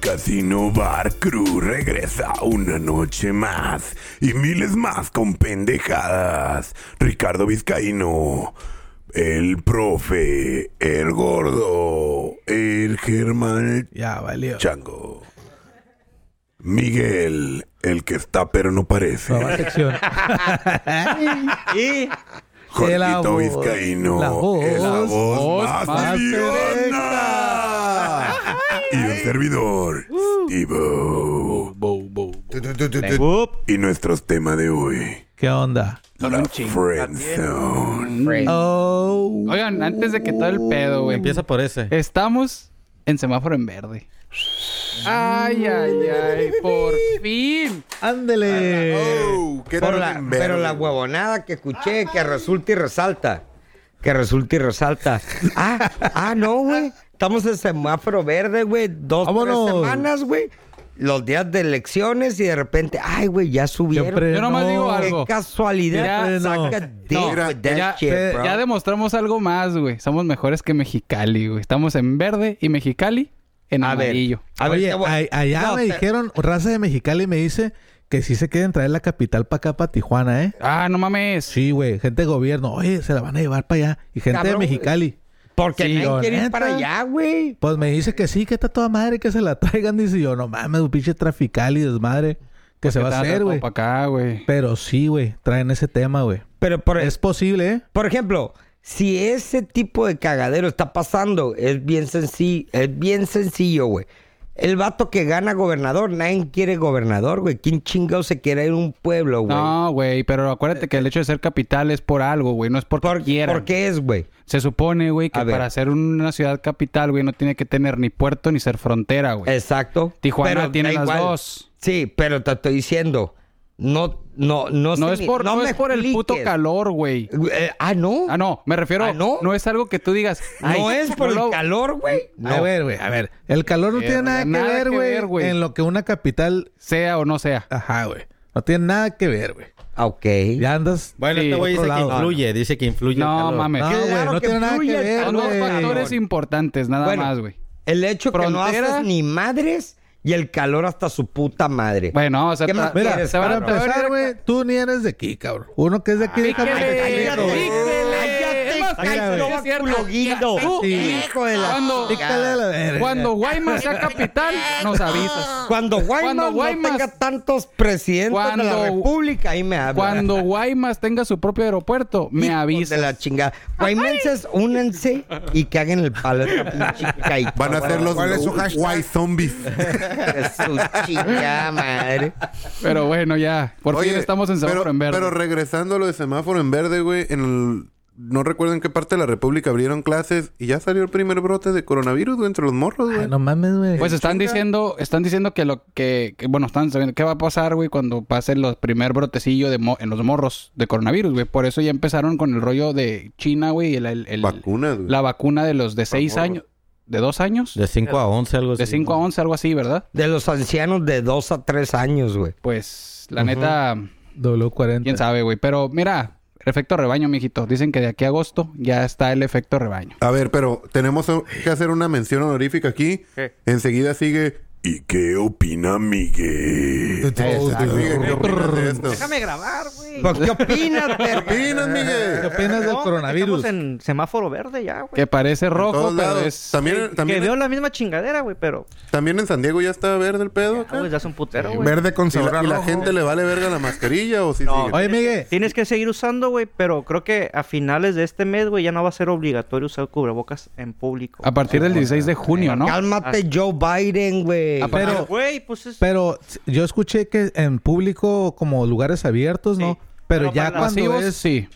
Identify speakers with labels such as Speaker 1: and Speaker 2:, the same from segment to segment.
Speaker 1: Casino Bar Crew regresa una noche más y miles más con pendejadas. Ricardo Vizcaíno, el profe, el gordo, el Germán
Speaker 2: Ya, valió.
Speaker 1: Chango, Miguel, el que está pero no parece,
Speaker 2: Nueva sección.
Speaker 3: Y
Speaker 2: de la
Speaker 1: Jorgito
Speaker 2: voz-
Speaker 1: Vizcaíno,
Speaker 2: la voz
Speaker 1: el la voz más,
Speaker 2: más
Speaker 1: idiota. y un servidor, Steve. Y nuestros temas de hoy.
Speaker 2: ¿Qué onda?
Speaker 1: La Friendzone.
Speaker 2: Oh.
Speaker 4: Oigan, antes de que todo el pedo, güey.
Speaker 3: Empieza por ese.
Speaker 2: Eh,
Speaker 4: Estamos en semáforo en verde. Ay, ay, ay, por fin.
Speaker 5: Oh.
Speaker 2: Ándele.
Speaker 4: Oh,
Speaker 1: ¿Qué
Speaker 5: Pero
Speaker 1: tal
Speaker 5: la,
Speaker 1: en
Speaker 5: pero
Speaker 1: verde?
Speaker 5: la huevonada que escuché, que resulta y resalta. Que resulta y resalta. Ah, ah no, güey. Estamos en semáforo verde, güey. Dos,
Speaker 2: Vámonos.
Speaker 5: tres semanas, güey. Los días de elecciones y de repente, ay, güey, ya subieron.
Speaker 2: Siempre
Speaker 4: Yo nomás
Speaker 2: no.
Speaker 4: digo
Speaker 5: Qué
Speaker 4: algo.
Speaker 5: casualidad.
Speaker 2: Mira, no.
Speaker 5: Saca dick
Speaker 4: No,
Speaker 5: with that
Speaker 4: ya-
Speaker 5: shit,
Speaker 2: eh,
Speaker 5: este, bro.
Speaker 4: Ya demostramos algo más, güey. Somos mejores que Mexicali, güey. Estamos en verde y Mexicali en
Speaker 5: a ver,
Speaker 4: amarillo.
Speaker 5: a ver,
Speaker 2: Oye,
Speaker 5: te voy-
Speaker 2: a- allá
Speaker 5: No,
Speaker 2: me
Speaker 5: te-
Speaker 2: dijeron, raza de Mexicali me dice que sí se quieren traer la capital para acá, para Tijuana, ¿eh?
Speaker 4: Ah, no mames.
Speaker 2: Sí, güey. Gente de gobierno. Oye, se la van a llevar para allá. Y gente de
Speaker 5: Cabrón, güey.
Speaker 2: Mexicali.
Speaker 5: Porque
Speaker 2: Sí,
Speaker 5: nadie quiere
Speaker 2: neta.
Speaker 5: ir para allá, güey.
Speaker 2: Pues me dice que sí, que está toda madre, que se la traigan. Dice yo, no mames, un pinche trafical y desmadre. Que se va a hacer, güey.
Speaker 4: Para acá, güey.
Speaker 2: Pero sí, güey, traen ese tema, güey.
Speaker 5: Pero por,
Speaker 2: Es posible, ¿eh?
Speaker 5: Por ejemplo, si ese tipo de cagadero está pasando, es bien sencillo, es bien sencillo, güey. El vato que gana gobernador, nadie quiere gobernador, güey. ¿Quién chingado se quiere ir a un pueblo, güey?
Speaker 4: No, güey, pero acuérdate que el hecho de ser capital es por algo, güey, no es porque
Speaker 5: ¿Por,
Speaker 4: quieran.
Speaker 5: por qué es, güey?
Speaker 4: Se supone, güey, que
Speaker 5: A ver.
Speaker 4: para ser una ciudad capital, güey, no tiene que tener ni puerto ni ser frontera, güey.
Speaker 5: Exacto.
Speaker 4: Tijuana
Speaker 5: Pero
Speaker 4: tiene
Speaker 5: da
Speaker 4: las
Speaker 5: igual.
Speaker 4: dos.
Speaker 5: Sí, pero te estoy diciendo, no, no, no,
Speaker 4: No
Speaker 5: se
Speaker 4: es
Speaker 5: me-
Speaker 4: por, no
Speaker 5: me
Speaker 4: es por el puto
Speaker 5: expliques.
Speaker 4: calor, güey.
Speaker 5: Eh, ah, no.
Speaker 4: Ah, no, me refiero.
Speaker 5: ¿Ah,
Speaker 4: no?
Speaker 5: no?
Speaker 4: es algo que tú digas. ay,
Speaker 5: no es por el
Speaker 4: lo-
Speaker 5: calor, güey. No.
Speaker 2: A ver, güey, a ver. El calor no tiene nada,
Speaker 4: nada que
Speaker 2: que
Speaker 4: ver,
Speaker 2: ver,
Speaker 4: güey.
Speaker 2: güey. En lo que una capital...
Speaker 4: Sea o no sea.
Speaker 2: Ajá, güey. No tiene nada que ver, güey.
Speaker 5: Ah, Ok.
Speaker 2: Ya andas...
Speaker 3: Bueno,
Speaker 4: Sí,
Speaker 3: este güey
Speaker 2: otro
Speaker 3: dice que
Speaker 2: lado.
Speaker 3: influye, dice que influye. el
Speaker 4: No
Speaker 3: calor.
Speaker 4: mames.
Speaker 2: No,
Speaker 5: Claro
Speaker 2: güey, no
Speaker 5: que
Speaker 2: tiene nada que
Speaker 5: influye el
Speaker 2: ver,
Speaker 4: Son dos
Speaker 2: güey.
Speaker 4: factores importantes, nada
Speaker 5: Bueno,
Speaker 4: más, güey.
Speaker 5: El hecho que
Speaker 4: Frontera.
Speaker 5: no haces ni madres y el calor hasta su puta madre.
Speaker 4: Bueno, o sea,
Speaker 5: ¿Qué
Speaker 4: ta-
Speaker 5: más
Speaker 2: Mira,
Speaker 5: quieres,
Speaker 2: para
Speaker 5: cabrón?
Speaker 2: empezar, güey, tú ni eres de aquí, cabrón. Uno que es de aquí de
Speaker 4: Píquele,
Speaker 2: Capitán,
Speaker 5: cállate,
Speaker 2: güey.
Speaker 4: píquele.
Speaker 5: cállate,
Speaker 4: Es más,
Speaker 5: cállate,
Speaker 4: cállate,
Speaker 5: no,
Speaker 4: es cierto.
Speaker 5: culo guindo.
Speaker 4: Tú,
Speaker 5: Sí.
Speaker 4: eh,
Speaker 5: Hijo de la
Speaker 4: cuando-
Speaker 2: Pícale a la verga.
Speaker 4: Cuando Guaymas sea capital, nos avisas.
Speaker 5: Cuando Guaymas
Speaker 4: Cuando
Speaker 5: no
Speaker 4: Guaymas-
Speaker 5: tenga tantos presidentes de
Speaker 4: Cuando-
Speaker 5: la república, ahí me habla.
Speaker 4: Cuando Guaymas tenga su propio aeropuerto, me
Speaker 5: Hijos
Speaker 4: avisas.
Speaker 5: De la chingada. Guaymenses, únanse y que hagan el palo de la pinche caicua,
Speaker 1: Van a
Speaker 5: güey.
Speaker 1: ser los
Speaker 6: ¿Cuál es su hashtag?
Speaker 1: White Zombies.
Speaker 5: De su chingada madre.
Speaker 4: Pero bueno, ya. Por fin
Speaker 6: Oye,
Speaker 4: estamos en semáforo
Speaker 6: pero,
Speaker 4: en verde.
Speaker 6: Pero regresando a lo de semáforo en verde, güey, en el- No recuerdo en qué parte de la República abrieron clases y ya salió el primer brote de coronavirus, güey, entre los morros, güey.
Speaker 2: Ay, Ah, No mames, güey.
Speaker 4: Pues están
Speaker 6: chinga.
Speaker 4: diciendo, están diciendo que lo que, que- bueno, están sabiendo qué va a pasar, güey, cuando pase los primer brotecillo de mo- en los morros de coronavirus, güey. Por eso ya empezaron con el rollo de China, güey, y el, el- el-
Speaker 6: Vacunas, güey.
Speaker 4: la vacuna de los de seis
Speaker 6: morros.
Speaker 4: años, de dos años,
Speaker 3: De 5 a 11, algo así.
Speaker 4: de cinco a once, algo así, ¿verdad?
Speaker 5: De los ancianos de dos a tres años, güey.
Speaker 4: Pues, la neta,
Speaker 2: W40.
Speaker 4: quién sabe, güey. Pero mira, efecto rebaño, mijito. Dicen que de aquí a agosto ya está el efecto rebaño.
Speaker 6: A ver, pero tenemos que hacer una mención honorífica aquí. Enseguida sigue.
Speaker 1: ¿Y qué opina Miguel?
Speaker 6: Miguel, ¿qué opinas de esto?
Speaker 7: Déjame grabar, güey.
Speaker 5: Pues, ¿Qué opinas, verga?
Speaker 6: ¿Qué opinas,
Speaker 2: ¿Qué
Speaker 6: Miguel?
Speaker 2: opinas del
Speaker 7: No, hombre, que
Speaker 2: coronavirus?
Speaker 7: Estamos en semáforo verde ya, güey.
Speaker 4: Que parece rojo,
Speaker 6: Todos
Speaker 4: pero
Speaker 6: lados.
Speaker 4: es...
Speaker 6: También,
Speaker 7: Que
Speaker 6: también,
Speaker 7: veo la misma chingadera, güey, pero...
Speaker 6: también en San Diego ya está verde el pedo.
Speaker 7: Ah,
Speaker 6: acá.
Speaker 7: güey, ya es un putero, güey.
Speaker 6: Verde con
Speaker 1: sabor
Speaker 6: y la,
Speaker 1: a
Speaker 6: y la
Speaker 1: rojo.
Speaker 6: gente le vale verga la mascarilla o si
Speaker 7: No.
Speaker 6: sigue?
Speaker 2: Oye, Miguel.
Speaker 7: Tienes que seguir usando, güey, pero creo que a finales de este mes, güey, ya no va a ser obligatorio usar cubrebocas en público.
Speaker 4: A partir del 16
Speaker 3: eh,
Speaker 4: de junio, ¿no?
Speaker 5: Cálmate, Joe Biden, güey.
Speaker 4: Ah,
Speaker 7: Ah,
Speaker 2: Pero,
Speaker 7: Güey, pues es...
Speaker 2: pero yo escuché que en público, como lugares abiertos, ¿no?
Speaker 7: Sí.
Speaker 2: Pero,
Speaker 7: Pero
Speaker 2: ya
Speaker 7: para
Speaker 2: cuando
Speaker 4: Masivos,
Speaker 2: es
Speaker 4: sí.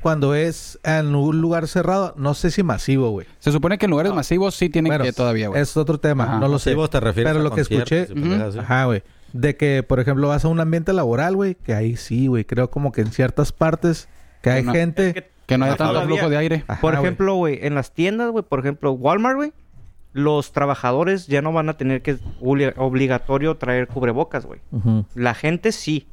Speaker 2: cuando es en un lugar cerrado, no sé si masivo, güey.
Speaker 4: Se supone que en lugares masivos sí tienen
Speaker 2: Bueno,
Speaker 4: que todavía, güey.
Speaker 2: es otro tema,
Speaker 4: Ajá.
Speaker 2: no lo
Speaker 3: Sí,
Speaker 2: sé.
Speaker 3: vos te refieres
Speaker 2: pero
Speaker 3: a
Speaker 2: lo que
Speaker 3: conciertos
Speaker 2: escuché,
Speaker 3: y pendejadas así.
Speaker 2: ajá, güey, de que por ejemplo vas a un ambiente laboral, güey, que ahí sí, güey, creo como que en ciertas partes que hay
Speaker 4: no.
Speaker 2: gente
Speaker 7: es que-
Speaker 4: Que no haya
Speaker 7: Ah,
Speaker 4: tanto
Speaker 7: todavía.
Speaker 4: flujo de aire.
Speaker 2: Ajá,
Speaker 7: Por
Speaker 2: güey.
Speaker 7: ejemplo, güey, en las tiendas, güey, por ejemplo, Walmart, güey, los trabajadores ya no van a tener que obli- obligatorio traer cubrebocas, güey.
Speaker 2: Ujú.
Speaker 7: La gente sí,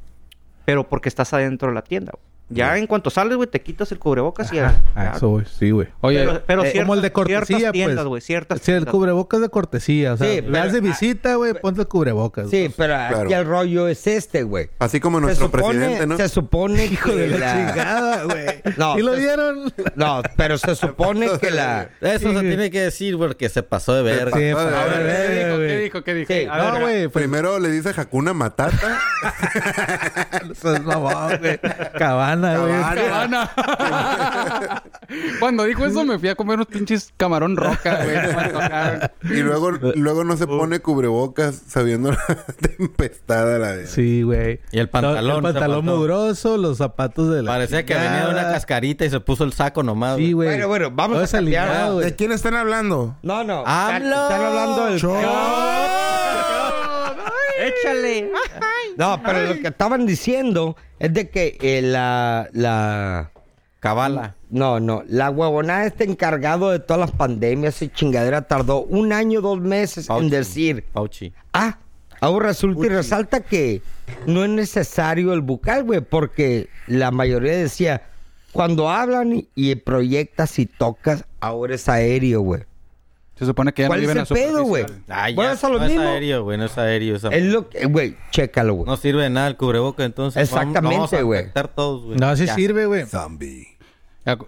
Speaker 7: pero porque estás adentro de la tienda, güey. Ya en cuanto sales, güey, te quitas el cubrebocas y
Speaker 2: Ajá, ah,
Speaker 7: ya.
Speaker 2: a eso, güey. Sí, güey.
Speaker 4: Oye,
Speaker 7: Pero, pero
Speaker 2: Eh,
Speaker 7: ciertas,
Speaker 2: como el de cortesía,
Speaker 7: ciertas
Speaker 2: pues.
Speaker 7: tiendas, güey, ciertas
Speaker 2: Sí, el
Speaker 7: tiendas.
Speaker 2: cubrebocas de cortesía. O sea,
Speaker 5: Sí,
Speaker 2: sí,
Speaker 5: pero-
Speaker 2: de visita, güey, ponte el cubrebocas.
Speaker 5: Sí, pero aquí
Speaker 6: Claro.
Speaker 5: el rollo es este, güey.
Speaker 6: Así como
Speaker 5: Se
Speaker 6: nuestro
Speaker 5: supone-
Speaker 6: presidente, ¿no?
Speaker 5: Se supone
Speaker 2: Hijo
Speaker 5: que
Speaker 2: de la
Speaker 5: la-
Speaker 2: chingada, güey.
Speaker 5: No, pues,
Speaker 2: ¿Y lo
Speaker 5: es-
Speaker 2: vieron?
Speaker 5: No, pero se supone que la...
Speaker 3: Eso se
Speaker 2: Sí.
Speaker 3: tiene que decir porque se pasó de verga.
Speaker 2: Sí,
Speaker 6: pasó de
Speaker 2: pa-
Speaker 6: verga.
Speaker 2: verga,
Speaker 4: ¿Qué
Speaker 2: güey.
Speaker 4: dijo? ¿Qué dijo?
Speaker 5: Sí,
Speaker 4: A
Speaker 2: No,
Speaker 4: ver,
Speaker 2: güey, pues,
Speaker 6: Primero le dice Hakuna Matata.
Speaker 2: no seas mamón, güey. Cabana, güey.
Speaker 4: Cabana. Cuando dijo eso me fui a comer unos pinches camarón roca, güey. No me tocaron.
Speaker 6: y luego, luego no se pone cubrebocas sabiendo la tempestad a la vez.
Speaker 2: Sí, güey.
Speaker 3: Y el pantalón,
Speaker 2: No, El
Speaker 3: se
Speaker 2: pantalón
Speaker 3: pasó.
Speaker 2: mugroso, los zapatos de la.
Speaker 3: Parecía que
Speaker 2: chingada.
Speaker 3: venía de una cascarita y se puso el saco nomás.
Speaker 2: Sí, güey.
Speaker 3: güey.
Speaker 5: Bueno, bueno, vamos
Speaker 2: Todo
Speaker 5: a cambiar.
Speaker 2: desalineado, güey.
Speaker 8: ¿De quién están hablando?
Speaker 5: No, no. Están,
Speaker 3: ¡AMLO!
Speaker 5: están hablando del...
Speaker 7: ¡Échale!
Speaker 5: No, pero lo que estaban diciendo es de que eh, la... la...
Speaker 3: Cabala.
Speaker 5: No, no. La huevonada este encargado de todas las pandemias y chingadera tardó un año, dos meses en
Speaker 3: Fauci.
Speaker 5: decir,
Speaker 3: Fauci.
Speaker 5: ah, ahora resulta y resalta que no es necesario el bucal, güey, porque la mayoría decía, cuando hablan y, y proyectas y tocas, ahora es aéreo, güey.
Speaker 4: Se supone que ya no
Speaker 5: ¿Cuál es
Speaker 4: viven
Speaker 5: el
Speaker 4: la
Speaker 5: pedo, güey?
Speaker 4: superficie.
Speaker 3: Ah, ya,
Speaker 5: Bueno, es a lo
Speaker 3: no
Speaker 5: mismo.
Speaker 3: es aéreo, güey. No es aéreo. esa-
Speaker 5: Es lo que, güey, chécalo, güey.
Speaker 3: No sirve de nada el cubreboca, entonces.
Speaker 5: Exactamente,
Speaker 3: vamos- vamos a
Speaker 5: güey.
Speaker 3: afectar todos, güey.
Speaker 2: No, sí sirve, güey.
Speaker 1: Zombie.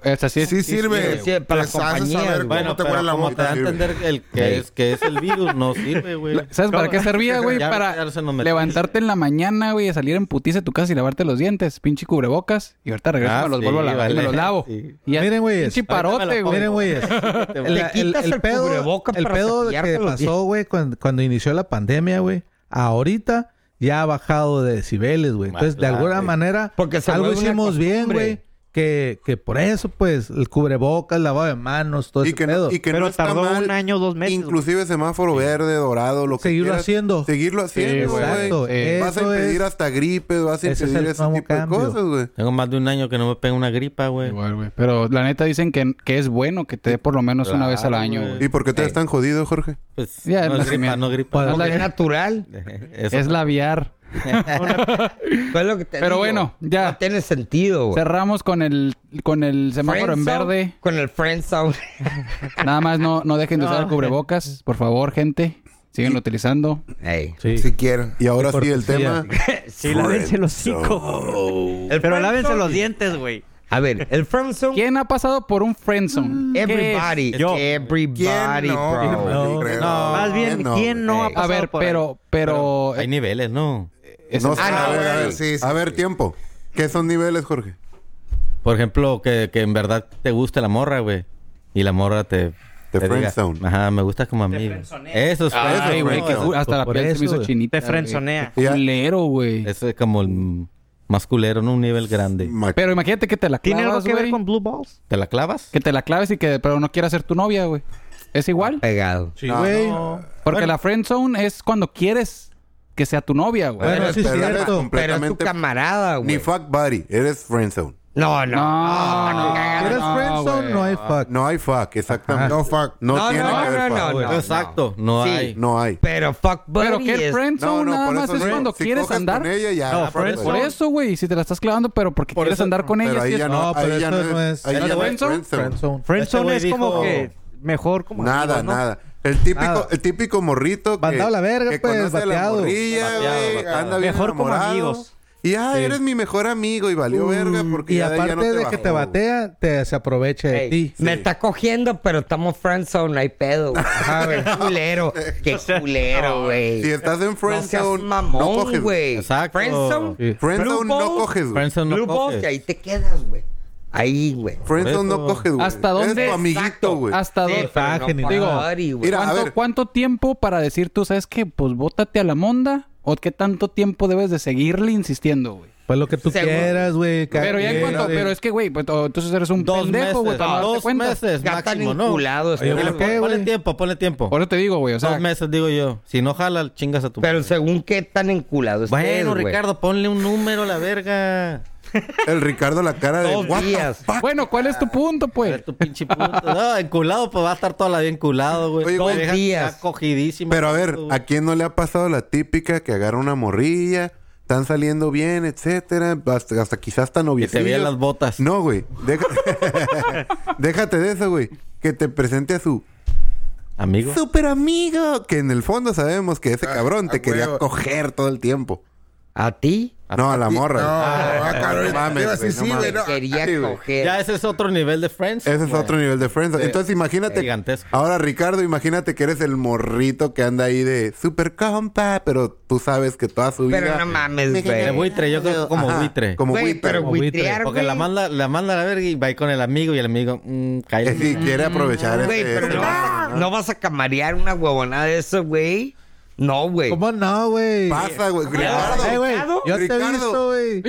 Speaker 4: Es así
Speaker 8: Sí,
Speaker 4: es.
Speaker 8: sirve.
Speaker 5: sí, para
Speaker 8: Te
Speaker 5: las
Speaker 8: hace
Speaker 5: compañías,
Speaker 8: saber
Speaker 5: güey.
Speaker 8: cómo
Speaker 3: Bueno,
Speaker 8: te
Speaker 3: pero
Speaker 8: huele la
Speaker 3: como te da
Speaker 8: boca.
Speaker 3: a entender el que es, que es el virus, no sirve, güey.
Speaker 4: ¿Sabes para qué servía, güey?
Speaker 3: Ya-
Speaker 4: Para
Speaker 3: ya se nos metió.
Speaker 4: levantarte en la mañana, güey, a salir en putiza de tu casa y lavarte los dientes. Pinche cubrebocas. Y ahorita regreso
Speaker 3: Ah,
Speaker 4: y me los
Speaker 3: sí,
Speaker 4: vuelvo a lavar. y
Speaker 3: vale.
Speaker 4: Me los lavo.
Speaker 3: Sí.
Speaker 4: Y ya-
Speaker 2: Miren, güeyes.
Speaker 4: Pinche
Speaker 3: Ahorita me
Speaker 4: parote,
Speaker 3: lo
Speaker 4: güey.
Speaker 2: Miren, güey.
Speaker 5: Le quitas el cubreboca
Speaker 2: el
Speaker 5: para
Speaker 2: pedo
Speaker 5: cepillarte
Speaker 2: que
Speaker 5: los
Speaker 2: pasó, güey, cuando, cuando inició la pandemia, güey. Ahorita ya ha bajado de decibeles, güey.
Speaker 3: Más
Speaker 2: Entonces, de
Speaker 3: claro,
Speaker 2: alguna
Speaker 3: güey.
Speaker 2: manera,
Speaker 5: Porque se
Speaker 2: algo
Speaker 5: vuelve una
Speaker 2: hicimos bien,
Speaker 5: costumbre.
Speaker 2: güey. Que, que por eso, pues, el cubrebocas, el lavado de manos, todo
Speaker 6: Y
Speaker 2: ese
Speaker 6: que,
Speaker 2: pedo.
Speaker 6: no, y que
Speaker 7: Pero
Speaker 6: no está
Speaker 7: tardó
Speaker 6: mal,
Speaker 7: un año, dos meses,
Speaker 6: Inclusive semáforo verde, dorado, lo que
Speaker 2: Seguirlo
Speaker 6: quieras.
Speaker 2: haciendo.
Speaker 6: Seguirlo haciendo,
Speaker 4: güey.
Speaker 6: güey.
Speaker 2: Exacto.
Speaker 4: Eh,
Speaker 6: Vas a
Speaker 2: Eso
Speaker 6: impedir
Speaker 2: es-
Speaker 6: hasta gripe, vas a
Speaker 2: Ese es
Speaker 6: impedir
Speaker 2: el
Speaker 6: ese
Speaker 2: nuevo
Speaker 6: tipo de
Speaker 2: cambio.
Speaker 6: cosas, güey.
Speaker 3: Tengo más de un año que no me pega una gripa, güey.
Speaker 4: Igual, güey. Pero la neta dicen que, que es bueno que te dé por lo menos una vez al
Speaker 3: Claro,
Speaker 4: año,
Speaker 3: güey.
Speaker 4: güey.
Speaker 6: ¿Y por qué te ves tan jodido, Jorge?
Speaker 3: Pues,
Speaker 4: Ya, el
Speaker 3: no es gripa,
Speaker 4: nacimiento.
Speaker 3: no gripa.
Speaker 5: Porque es natural.
Speaker 3: Eso.
Speaker 4: Es labiar.
Speaker 5: Pues lo que te
Speaker 4: Pero
Speaker 5: digo,
Speaker 4: bueno, ya.
Speaker 5: No tiene sentido, güey.
Speaker 4: Cerramos con el con el semáforo en
Speaker 5: Friendzone,
Speaker 4: verde.
Speaker 5: Con el friend zone.
Speaker 4: Nada más no, no dejen de usar el
Speaker 7: No.
Speaker 4: cubrebocas, por favor, gente. Síguenlo utilizando.
Speaker 5: Ey.
Speaker 2: Sí.
Speaker 8: Si quieren.
Speaker 6: Y ahora sí, el
Speaker 2: cortesía.
Speaker 6: tema.
Speaker 7: Sí, lávense los hocico.
Speaker 5: El
Speaker 7: Pero
Speaker 5: friend
Speaker 7: lávense
Speaker 5: zone-
Speaker 7: los dientes, güey.
Speaker 5: A ver, el friend zone
Speaker 4: ¿Quién ha pasado por un
Speaker 7: Mm.
Speaker 4: friendzone?
Speaker 5: Everybody,
Speaker 7: ¿Qué es? Yo.
Speaker 5: everybody,
Speaker 8: ¿Quién no?
Speaker 5: bro.
Speaker 2: No.
Speaker 6: creo.
Speaker 3: No,
Speaker 7: Más bien,
Speaker 6: ¿quién no?
Speaker 7: ¿quién no ha
Speaker 5: Ey.
Speaker 4: A
Speaker 7: pasado
Speaker 4: ver,
Speaker 7: por ahí?
Speaker 4: pero pero
Speaker 3: Hay niveles, ¿no?
Speaker 4: es-
Speaker 6: No,
Speaker 5: Ah,
Speaker 6: sé,
Speaker 5: no,
Speaker 6: a ver, a
Speaker 5: güey.
Speaker 6: ver,
Speaker 8: Sí, sí,
Speaker 6: a ver, tiempo. ¿Qué son niveles, Jorge?
Speaker 3: Por ejemplo, que, que en verdad te guste la morra, güey. Y la morra te...
Speaker 6: Te
Speaker 3: diga,
Speaker 6: friendzone.
Speaker 3: Ajá, me gusta como a mí. güey.
Speaker 7: friendzonea.
Speaker 3: Eso es
Speaker 6: Ah.
Speaker 4: Ay,
Speaker 3: friendzone,
Speaker 4: güey,
Speaker 3: ¿no?
Speaker 4: que ju- eh, hasta la
Speaker 2: Por
Speaker 4: piel se
Speaker 2: eso,
Speaker 4: me hizo
Speaker 2: güey.
Speaker 4: chinita.
Speaker 7: Te frenzonea.
Speaker 6: Ya.
Speaker 4: Culero, güey.
Speaker 3: Eso es como el mm, más culero, ¿no? Un nivel grande.
Speaker 6: Ma-
Speaker 4: Pero imagínate que te la
Speaker 7: ¿Tiene algo
Speaker 4: clavas,
Speaker 7: que ver
Speaker 4: güey.
Speaker 7: con Blue Balls?
Speaker 3: ¿Te la clavas?
Speaker 4: Que te la claves y que pero no quieras ser tu novia, güey. ¿Es igual?
Speaker 5: Pegado.
Speaker 2: Sí, güey.
Speaker 4: Porque la friendzone es cuando quieres que sea tu novia, güey.
Speaker 2: Bueno, sí es
Speaker 6: pero-
Speaker 2: cierto.
Speaker 5: Pero es tu
Speaker 6: completamente-
Speaker 5: camarada,
Speaker 6: Ni
Speaker 5: güey.
Speaker 6: fuck buddy, eres friendzone.
Speaker 5: No, no.
Speaker 6: Ah,
Speaker 4: No, Ah, no.
Speaker 2: Si eres friendzone,
Speaker 4: güey.
Speaker 2: no hay fuck.
Speaker 6: No hay fuck, exactamente.
Speaker 8: No fuck.
Speaker 6: No,
Speaker 5: No,
Speaker 6: tiene
Speaker 5: no,
Speaker 6: que haber
Speaker 5: no,
Speaker 6: fuck.
Speaker 5: no, no.
Speaker 3: Exacto, no
Speaker 5: Sí.
Speaker 3: hay.
Speaker 6: No hay.
Speaker 5: Pero fuck buddy
Speaker 4: Pero que
Speaker 5: es-
Speaker 4: el friendzone nada
Speaker 6: por
Speaker 4: más
Speaker 6: eso
Speaker 4: es
Speaker 6: digo,
Speaker 4: cuando
Speaker 6: si
Speaker 4: quieres
Speaker 6: cojas
Speaker 4: andar.
Speaker 6: Con ella ya.
Speaker 3: No,
Speaker 6: fuck
Speaker 3: friendzone.
Speaker 6: buddy.
Speaker 4: Por eso, güey, si te la estás clavando, pero porque quieres andar con
Speaker 6: Pero
Speaker 4: ella. sí
Speaker 6: ahí
Speaker 4: es-
Speaker 6: ya no,
Speaker 2: No, pero
Speaker 6: ahí ya
Speaker 2: eso
Speaker 6: no
Speaker 2: no
Speaker 6: es,
Speaker 2: es-
Speaker 6: ahí ya
Speaker 3: ¿Era
Speaker 6: no es
Speaker 3: friendzone?
Speaker 6: friendzone.
Speaker 2: Friendzone.
Speaker 7: Friendzone
Speaker 3: güey
Speaker 7: es como
Speaker 3: dijo-
Speaker 7: que mejor como
Speaker 6: Nada,
Speaker 7: amigos, ¿no?
Speaker 6: nada. El típico,
Speaker 2: Nada.
Speaker 6: el típico morrito que,
Speaker 2: Mandado a la verga,
Speaker 6: que
Speaker 2: pues,
Speaker 6: conoce a la
Speaker 2: bateado.
Speaker 6: morrilla,
Speaker 3: Bateado,
Speaker 6: güey,
Speaker 3: bateado.
Speaker 6: anda bien
Speaker 7: Mejor como
Speaker 6: enamorado.
Speaker 7: amigos.
Speaker 6: Y ah, eres mi mejor amigo y valió verga porque
Speaker 2: Mm, Y
Speaker 6: ya de ahí ya
Speaker 2: aparte
Speaker 6: no te
Speaker 2: de que
Speaker 6: bajó,
Speaker 2: te
Speaker 6: güey.
Speaker 2: batea, te se aprovecha de
Speaker 5: Ey,
Speaker 2: ti.
Speaker 5: Me está cogiendo, pero estamos friendzone, no hay pedo, güey. Ajá, güey, culero. Qué culero, güey.
Speaker 6: Si estás en
Speaker 5: no seas
Speaker 6: friendzone, no
Speaker 5: mamón,
Speaker 6: coges. güey.
Speaker 5: güey.
Speaker 3: Exacto.
Speaker 5: Friendzone.
Speaker 2: Sí.
Speaker 6: Friendzone
Speaker 5: Blue
Speaker 6: no
Speaker 5: balls,
Speaker 6: coges, güey.
Speaker 3: Friendzone
Speaker 5: Blue
Speaker 3: no
Speaker 5: balls,
Speaker 3: coges.
Speaker 5: y ahí te quedas, güey. Ahí, güey.
Speaker 6: Friendzone no
Speaker 3: Por eso.
Speaker 6: coges, güey.
Speaker 4: ¿Hasta dónde?
Speaker 6: Eres tu
Speaker 5: Exacto.
Speaker 6: amiguito, güey.
Speaker 4: Hasta
Speaker 5: Sí,
Speaker 4: dos.
Speaker 5: pero
Speaker 2: Faje ni
Speaker 5: fuck
Speaker 4: nada.
Speaker 5: buddy, güey.
Speaker 6: Mira, a
Speaker 4: ¿Cuánto,
Speaker 6: ver.
Speaker 4: cuánto tiempo para decir tú, sabes qué? Pues bótate a la monda. ¿O qué tanto tiempo debes de seguirle insistiendo, güey?
Speaker 2: Pues lo que tú
Speaker 5: Seguro.
Speaker 2: quieras, güey. eh, cada
Speaker 4: Pero ya en
Speaker 7: eh,
Speaker 2: quien,
Speaker 4: cuanto...
Speaker 2: güey.
Speaker 4: Pero es que, güey, pues, o- entonces eres un
Speaker 3: Dos
Speaker 4: pendejo, güey.
Speaker 3: meses.
Speaker 7: Ah,
Speaker 3: Ah,
Speaker 4: para darte
Speaker 3: dos
Speaker 4: cuenta.
Speaker 3: meses
Speaker 5: Ya tan
Speaker 3: máximo, ¿no?
Speaker 5: enculado este
Speaker 2: Oye,
Speaker 5: güey.
Speaker 2: ¿por qué,
Speaker 3: Ponle
Speaker 2: güey?
Speaker 3: tiempo, ponle tiempo.
Speaker 4: Por eso te digo, güey, o sea...
Speaker 3: Dos meses, digo yo. Si no jala, chingas a tu
Speaker 5: Pero según qué tan enculado estés,
Speaker 3: Bueno,
Speaker 5: güey.
Speaker 3: Ricardo, ponle un número a la verga.
Speaker 6: El Ricardo la cara de
Speaker 5: Dos
Speaker 6: "What the
Speaker 5: días.
Speaker 6: fuck?"
Speaker 4: Bueno, ¿cuál es tu punto,
Speaker 3: Pero
Speaker 4: pues?
Speaker 3: tu pinche puto. No, enculado, pues va a estar toda la vida enculado, güey.
Speaker 6: Oye,
Speaker 3: Te
Speaker 6: güey.
Speaker 3: dejan
Speaker 5: días.
Speaker 3: acogidísima.
Speaker 6: Pero a ver,
Speaker 3: güey.
Speaker 6: ¿a quién no le ha pasado la típica que agarra una morrilla, están saliendo bien, etcétera, hasta, hasta quizás hasta
Speaker 3: Que te vean
Speaker 6: noviecillos.
Speaker 3: las botas.
Speaker 6: No, güey. Deja- Déjate de eso, güey. Que te presente a su
Speaker 3: Amigo.
Speaker 6: super amigo. Que en el fondo sabemos que ese cabrón te
Speaker 8: a
Speaker 6: quería
Speaker 8: huevo.
Speaker 6: coger todo el tiempo.
Speaker 5: ¿A ti?
Speaker 6: No, a la morra.
Speaker 8: No,
Speaker 6: güey.
Speaker 8: ah, cabrón,
Speaker 6: mames,
Speaker 8: ibas a
Speaker 6: güey, no
Speaker 8: decir, güey,
Speaker 6: mames.
Speaker 8: no.
Speaker 5: Quería
Speaker 6: sí, güey.
Speaker 5: coger.
Speaker 3: Ya ese es otro nivel de Friends.
Speaker 6: Ese es otro nivel de friends. Entonces imagínate.
Speaker 3: gigantesco.
Speaker 6: Ahora, Ricardo, imagínate que eres el morrito que anda ahí de super compa, pero tú sabes que toda su vida.
Speaker 5: Pero no mames,
Speaker 6: Me
Speaker 5: güey.
Speaker 3: De buitre, yo creo que como
Speaker 6: Ajá,
Speaker 3: buitre.
Speaker 6: Como
Speaker 5: Güey,
Speaker 6: buitre.
Speaker 5: pero
Speaker 3: Como buitre.
Speaker 5: buitrear,
Speaker 3: Porque
Speaker 5: güey.
Speaker 3: la manda, la manda a la verga y va ahí con el amigo y el amigo, mmm,
Speaker 6: Que sí, quiere aprovechar
Speaker 5: Güey,
Speaker 6: ese-
Speaker 5: pero
Speaker 6: ese-
Speaker 5: no, vas a- no vas a camarear una huevonada de eso, güey. No, güey.
Speaker 2: ¿Cómo no, güey?
Speaker 6: Pasa, güey.
Speaker 2: Eh,
Speaker 6: Ricardo.
Speaker 2: güey, Yo te he
Speaker 6: Ricardo.
Speaker 2: visto, güey.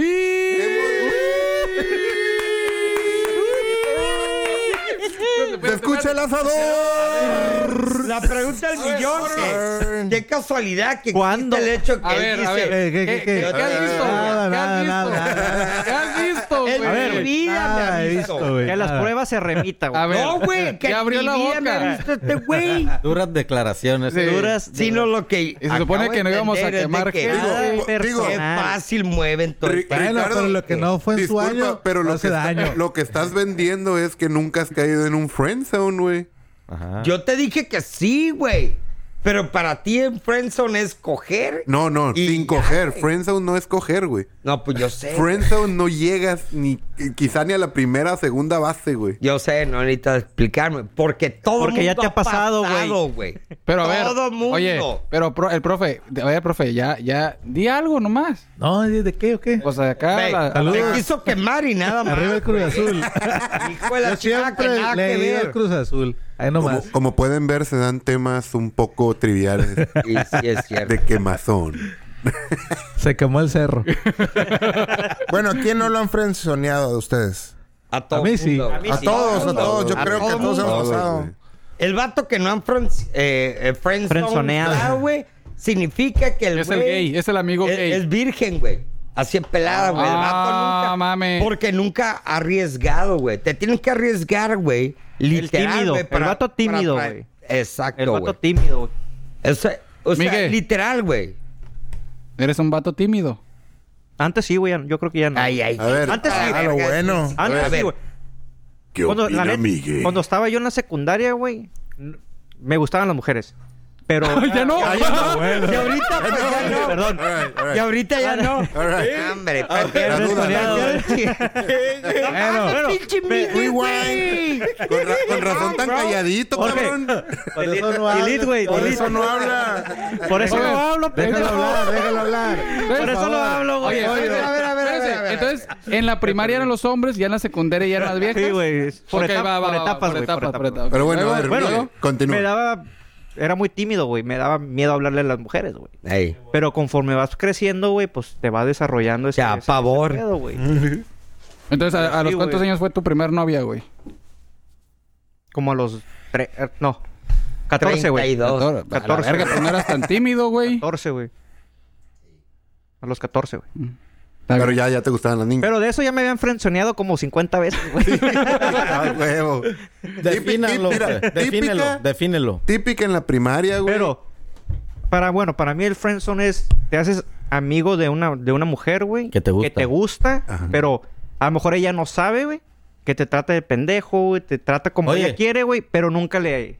Speaker 6: ¡Se escucha el asador!
Speaker 5: La pregunta del millón es, qué casualidad que
Speaker 7: ¿Cuándo?
Speaker 5: existe el hecho que
Speaker 4: A ver,
Speaker 5: dice,
Speaker 4: a ver.
Speaker 2: Eh, ¿qué, qué,
Speaker 4: ¿Qué-
Speaker 2: qué?
Speaker 4: qué- qué has visto, güey?
Speaker 2: Nada,
Speaker 4: ¿Qué has
Speaker 2: nada,
Speaker 4: visto?
Speaker 2: nada, nada.
Speaker 4: ¿Qué has visto,
Speaker 5: en
Speaker 4: güey?
Speaker 7: A ver,
Speaker 5: mi
Speaker 7: güey,
Speaker 5: vida me
Speaker 2: Nada
Speaker 5: ha
Speaker 2: he
Speaker 5: visto.
Speaker 2: visto, güey.
Speaker 7: Que las
Speaker 2: nada.
Speaker 7: pruebas se remita, güey.
Speaker 4: A ver.
Speaker 5: No, güey, que
Speaker 4: Ya
Speaker 5: en
Speaker 4: abrió
Speaker 5: mi
Speaker 4: la
Speaker 5: vida me
Speaker 4: boca.
Speaker 5: ha visto este güey.
Speaker 3: Duras declaraciones. ¿eh?
Speaker 4: Sí.
Speaker 7: Duras de-
Speaker 5: Sino lo que
Speaker 4: Y se supone
Speaker 5: acabo
Speaker 4: que no
Speaker 5: de
Speaker 4: íbamos a
Speaker 5: entender
Speaker 4: quemar
Speaker 5: es de que,
Speaker 4: gente.
Speaker 5: ah,
Speaker 7: Nada
Speaker 6: digo,
Speaker 7: personal.
Speaker 5: Qué fácil mueven todo.
Speaker 6: Ri-
Speaker 2: Bueno, pero lo que no fue en su año,
Speaker 6: pero
Speaker 2: no
Speaker 6: lo,
Speaker 2: hace
Speaker 6: que está-
Speaker 2: daño.
Speaker 6: lo que estás vendiendo es que nunca has caído en un friend zone, güey.
Speaker 3: Ajá.
Speaker 5: Yo te dije que sí, güey. Pero para ti en friendzone es coger.
Speaker 6: No, no,
Speaker 5: Y
Speaker 6: sin
Speaker 5: ya,
Speaker 6: coger. Friend zone no es coger, güey.
Speaker 5: No, pues yo sé.
Speaker 6: Friend zone no llegas ni quizá ni a la primera o segunda base, güey.
Speaker 5: Yo sé, no necesitas explicarme. Porque todo
Speaker 7: Porque ya
Speaker 5: mundo
Speaker 7: te ha pasado, güey.
Speaker 5: güey.
Speaker 4: Pero a ver,
Speaker 5: Todo mundo.
Speaker 4: oye, pero pro- el profe, a ver, profe, ya, ya, di algo nomás.
Speaker 2: No, ¿de de qué o qué?
Speaker 4: O sea, acá,
Speaker 5: Ve,
Speaker 4: a la-
Speaker 2: Saludos.
Speaker 5: Te quiso quemar y nada más.
Speaker 2: Arriba el Cruz Azul.
Speaker 5: Hijo de
Speaker 2: Yo
Speaker 5: la chica que
Speaker 2: siempre
Speaker 5: nada
Speaker 2: le
Speaker 5: que
Speaker 2: he ido
Speaker 5: ver.
Speaker 2: al Cruz Azul. Ahí
Speaker 6: Como,
Speaker 2: nomás.
Speaker 6: como pueden ver, se dan temas un poco triviales
Speaker 5: Y sí, es cierto.
Speaker 6: de quemazón.
Speaker 2: Se quemó el cerro.
Speaker 8: Bueno, ¿quién no lo han frenzoneado de ustedes?
Speaker 5: A, todo
Speaker 2: A mí sí.
Speaker 5: mundo, güey.
Speaker 7: mí
Speaker 8: A
Speaker 7: sí.
Speaker 8: todos, a todos. Yo
Speaker 6: A
Speaker 8: creo que a
Speaker 5: todo
Speaker 8: todos hemos
Speaker 6: mundo.
Speaker 8: pasado.
Speaker 5: El vato que no han fren- eh, eh, friendzone-
Speaker 7: Friendzoneado.
Speaker 5: ah, güey, significa que el
Speaker 4: es el
Speaker 5: güey
Speaker 4: gay, es el amigo
Speaker 5: es,
Speaker 4: gay.
Speaker 5: es virgen, güey. Así es pelada, güey. El vato
Speaker 4: Ah,
Speaker 5: nunca.
Speaker 4: mames.
Speaker 5: Porque nunca ha arriesgado, güey. Te tienes que arriesgar, güey. Literal,
Speaker 7: tímido,
Speaker 5: güey,
Speaker 7: el
Speaker 5: para-
Speaker 7: vato tímido,
Speaker 5: para-
Speaker 7: güey. El
Speaker 5: Exacto,
Speaker 7: vato
Speaker 5: güey.
Speaker 7: tímido, güey.
Speaker 5: Eso- O sea,
Speaker 4: Miguel.
Speaker 5: literal, güey.
Speaker 4: Eres un vato tímido.
Speaker 7: Antes sí, güey. ya- Yo creo que ya no.
Speaker 5: Ay, ay.
Speaker 6: A ver,
Speaker 7: Antes sí.
Speaker 8: A lo
Speaker 5: verga,
Speaker 8: bueno.
Speaker 5: sí. A
Speaker 7: Antes sí,
Speaker 5: ver,
Speaker 7: güey.
Speaker 1: ¿Qué
Speaker 7: Cuando, la
Speaker 1: opina,
Speaker 7: neta,
Speaker 1: Miguel?
Speaker 7: cuando estaba yo en la secundaria, güey, n- me gustaban las mujeres. Pero.
Speaker 4: ya no.
Speaker 5: Y ahorita, pues, ya no.
Speaker 7: Perdón.
Speaker 5: Y ahorita ya no. Ah, Hombre,
Speaker 6: la duda,
Speaker 7: Bueno, pe-
Speaker 8: Rewind.
Speaker 6: Con, ra- con razón tan calladito,
Speaker 7: Jorge.
Speaker 6: cabrón.
Speaker 2: Por eso no
Speaker 7: Elite,
Speaker 2: habla.
Speaker 7: güey.
Speaker 8: Por
Speaker 7: elite.
Speaker 8: eso no habla.
Speaker 7: Por eso
Speaker 4: Oigan,
Speaker 7: no hablo,
Speaker 2: Déjalo
Speaker 7: pendejo.
Speaker 2: hablar, déjalo hablar.
Speaker 7: Por eso no hablo, güey.
Speaker 4: Oye,
Speaker 7: Oye,
Speaker 4: espérense,
Speaker 5: a ver, a ver, a ver,
Speaker 4: espérense.
Speaker 5: a ver.
Speaker 4: Entonces, en la primaria eran los hombres, ya en la secundaria ya eran las viejas.
Speaker 7: Sí, güey. Por,
Speaker 4: Ok,
Speaker 7: etapa-
Speaker 4: va, va,
Speaker 7: por
Speaker 4: va,
Speaker 7: etapas,
Speaker 4: por
Speaker 7: güey.
Speaker 4: etapas,
Speaker 7: Por
Speaker 4: por
Speaker 7: etapas.
Speaker 4: etapas.
Speaker 6: Pero bueno,
Speaker 4: Luego,
Speaker 6: a ver,
Speaker 4: bueno,
Speaker 6: Miguel, continúa.
Speaker 7: Me daba. Era muy tímido, güey. Me daba miedo hablarle a las mujeres, güey.
Speaker 5: Ey,
Speaker 7: Pero conforme vas creciendo, güey, pues te va desarrollando ese.
Speaker 5: Ya,
Speaker 7: ese- ese
Speaker 5: pavor.
Speaker 7: pedo, güey.
Speaker 4: Entonces, ¿a, a los
Speaker 7: Sí,
Speaker 4: cuántos
Speaker 7: güey.
Speaker 4: años fue tu primer novia, güey?
Speaker 7: Como a los. tre- eh, No. 14, güey.
Speaker 5: 32.
Speaker 4: Cator- a la
Speaker 7: 14.
Speaker 4: verga, pues no eras tan tímido, güey.
Speaker 7: 14, güey. A los 14, güey.
Speaker 4: Está
Speaker 6: Pero
Speaker 4: bien.
Speaker 6: ya, ya te gustaban las niñas.
Speaker 7: Pero de eso ya me habían frenzoneado como 50 veces, güey.
Speaker 8: Ah,
Speaker 6: Ay, huevo.
Speaker 3: Defínalo,
Speaker 6: Típica-
Speaker 3: güey.
Speaker 6: típica-
Speaker 3: defínelo, defínelo.
Speaker 6: Típica en la primaria, güey.
Speaker 7: Pero, para, bueno, para mí el friendzone es, te haces amigo de una, de una mujer, güey.
Speaker 3: Que te gusta.
Speaker 7: Que te gusta,
Speaker 6: Ajá.
Speaker 7: pero a lo mejor ella no sabe, güey. Que te trata de pendejo, güey. Te trata como
Speaker 3: Oye.
Speaker 7: ella quiere, güey. Pero nunca le...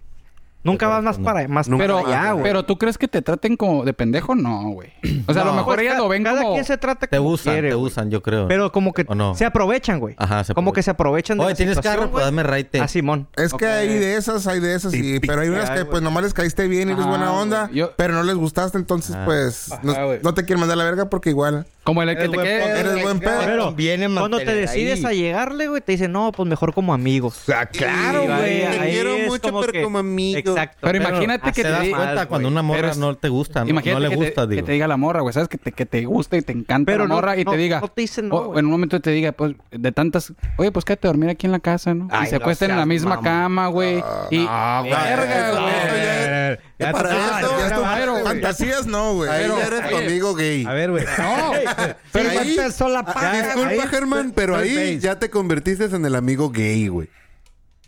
Speaker 7: Nunca vas más
Speaker 3: corresponde.
Speaker 7: para, más
Speaker 6: Nunca
Speaker 7: para
Speaker 4: Pero,
Speaker 7: allá, güey.
Speaker 4: pero tú crees que te traten como de pendejo? No, güey. O sea, a lo
Speaker 7: No.
Speaker 4: mejor
Speaker 7: Pues
Speaker 4: ella
Speaker 7: ca-
Speaker 4: lo ven
Speaker 7: cada
Speaker 4: como.
Speaker 7: quien se trata
Speaker 3: Te
Speaker 7: como
Speaker 3: usan,
Speaker 7: quiere,
Speaker 3: te
Speaker 7: güey.
Speaker 3: usan, yo creo.
Speaker 7: Pero como que
Speaker 3: ¿O no?
Speaker 7: se aprovechan, güey.
Speaker 3: Ajá, se
Speaker 7: Como que
Speaker 3: aprovechan.
Speaker 7: se aprovechan de
Speaker 3: Oye,
Speaker 7: la
Speaker 3: ¿tienes
Speaker 7: situación,
Speaker 3: carro? Pues
Speaker 7: güey.
Speaker 3: dame raite.
Speaker 7: A Simón.
Speaker 8: Es que hay de esas, hay de esas, y, pero hay unas que pues nomás les caíste bien y eres
Speaker 4: Ah,
Speaker 8: buena
Speaker 4: güey.
Speaker 8: onda,
Speaker 4: Yo-
Speaker 8: pero no les gustaste, entonces pues no, no te quieren mandar a la verga porque igual
Speaker 4: Como el que te quede.
Speaker 8: eres buen
Speaker 3: Ah,
Speaker 8: pedo.
Speaker 5: Pero
Speaker 7: Pero
Speaker 5: conviene
Speaker 7: cuando te
Speaker 5: mantener ahí.
Speaker 7: decides a llegarle, güey, te dicen, no, pues mejor como amigos.
Speaker 5: Ah, claro,
Speaker 7: Sí,
Speaker 5: güey.
Speaker 7: ahí-
Speaker 6: Te
Speaker 7: ahí
Speaker 6: quiero
Speaker 7: es
Speaker 6: mucho,
Speaker 7: como
Speaker 6: pero
Speaker 7: que-
Speaker 6: como amigo.
Speaker 7: Exacto.
Speaker 4: Pero imagínate
Speaker 7: ah,
Speaker 4: que
Speaker 7: se
Speaker 4: te
Speaker 7: das
Speaker 4: di-
Speaker 7: cuenta
Speaker 3: cuenta
Speaker 7: cuando-
Speaker 3: cuando una morra
Speaker 4: Pero-
Speaker 3: no te gusta, no,
Speaker 4: Imagínate
Speaker 3: no le
Speaker 4: que
Speaker 3: gusta,
Speaker 4: te, que
Speaker 3: digo.
Speaker 4: te diga la morra, güey. ¿Sabes? Que te, que te gusta y te encanta
Speaker 7: Pero
Speaker 4: la
Speaker 7: no-
Speaker 4: morra y
Speaker 7: no-
Speaker 4: te diga.
Speaker 7: no te dicen no,
Speaker 4: o-
Speaker 7: güey.
Speaker 4: en un momento te diga, pues, de tantas. Oye, pues quédate a dormir aquí en la casa, ¿no?
Speaker 5: Ay,
Speaker 4: y se
Speaker 5: no
Speaker 4: acuesten en la
Speaker 5: seas
Speaker 4: misma
Speaker 5: mamón.
Speaker 4: cama, güey. y.
Speaker 6: Verga,
Speaker 4: Verga,
Speaker 6: güey.
Speaker 4: güey.
Speaker 2: Eh, ya te-
Speaker 6: Para eso,
Speaker 8: ya
Speaker 6: ya
Speaker 8: es tu-
Speaker 4: claro, güey.
Speaker 8: fantasías no, güey.
Speaker 6: Ahí
Speaker 8: Pero-
Speaker 6: ya eres tu amigo gay.
Speaker 2: A ver, güey.
Speaker 4: No,
Speaker 5: Pero
Speaker 6: ahí-
Speaker 5: ahí empezó la
Speaker 6: Ah,
Speaker 5: paja.
Speaker 6: Disculpa,
Speaker 2: ahí-
Speaker 6: Germán, pero
Speaker 2: Third
Speaker 6: ahí
Speaker 2: base.
Speaker 6: ya te convertiste en el amigo gay, güey.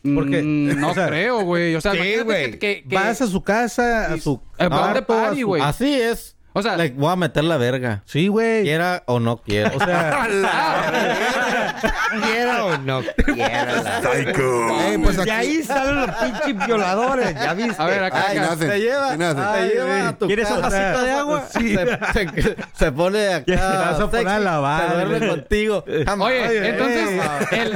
Speaker 2: Porque-
Speaker 4: Mm, no
Speaker 2: o sea-
Speaker 4: creo, güey. O sea,
Speaker 5: Sí,
Speaker 4: imagínate
Speaker 5: güey.
Speaker 4: que, que- que-
Speaker 2: Vas a su casa, a su
Speaker 4: Eh, va a un
Speaker 2: cuarto, a
Speaker 4: party,
Speaker 2: su-
Speaker 4: güey.
Speaker 3: Así es.
Speaker 4: O sea,
Speaker 3: Like, voy a meter la verga.
Speaker 2: Sí, güey.
Speaker 3: Quiera o no quiera. O sea,
Speaker 5: Quiera o no quiera. la-
Speaker 1: Psycho.
Speaker 8: Ey, pues
Speaker 5: De
Speaker 8: aquí,
Speaker 5: ahí salen los pinches violadores, ¿ya viste?
Speaker 4: a ver, acá.
Speaker 6: Ay,
Speaker 4: acá.
Speaker 6: no hacen.
Speaker 3: te lleva,
Speaker 6: ¿Qué hacen?
Speaker 3: te lleva a tu
Speaker 7: ¿Quieres
Speaker 3: casa.
Speaker 7: un vasito de agua?
Speaker 3: Sí. Se, se- se pone acá.
Speaker 2: Ya te vas a poner a lavar.
Speaker 3: Se duerme contigo.
Speaker 4: Oye,
Speaker 3: Jamás,
Speaker 4: entonces,
Speaker 3: eh,
Speaker 4: el,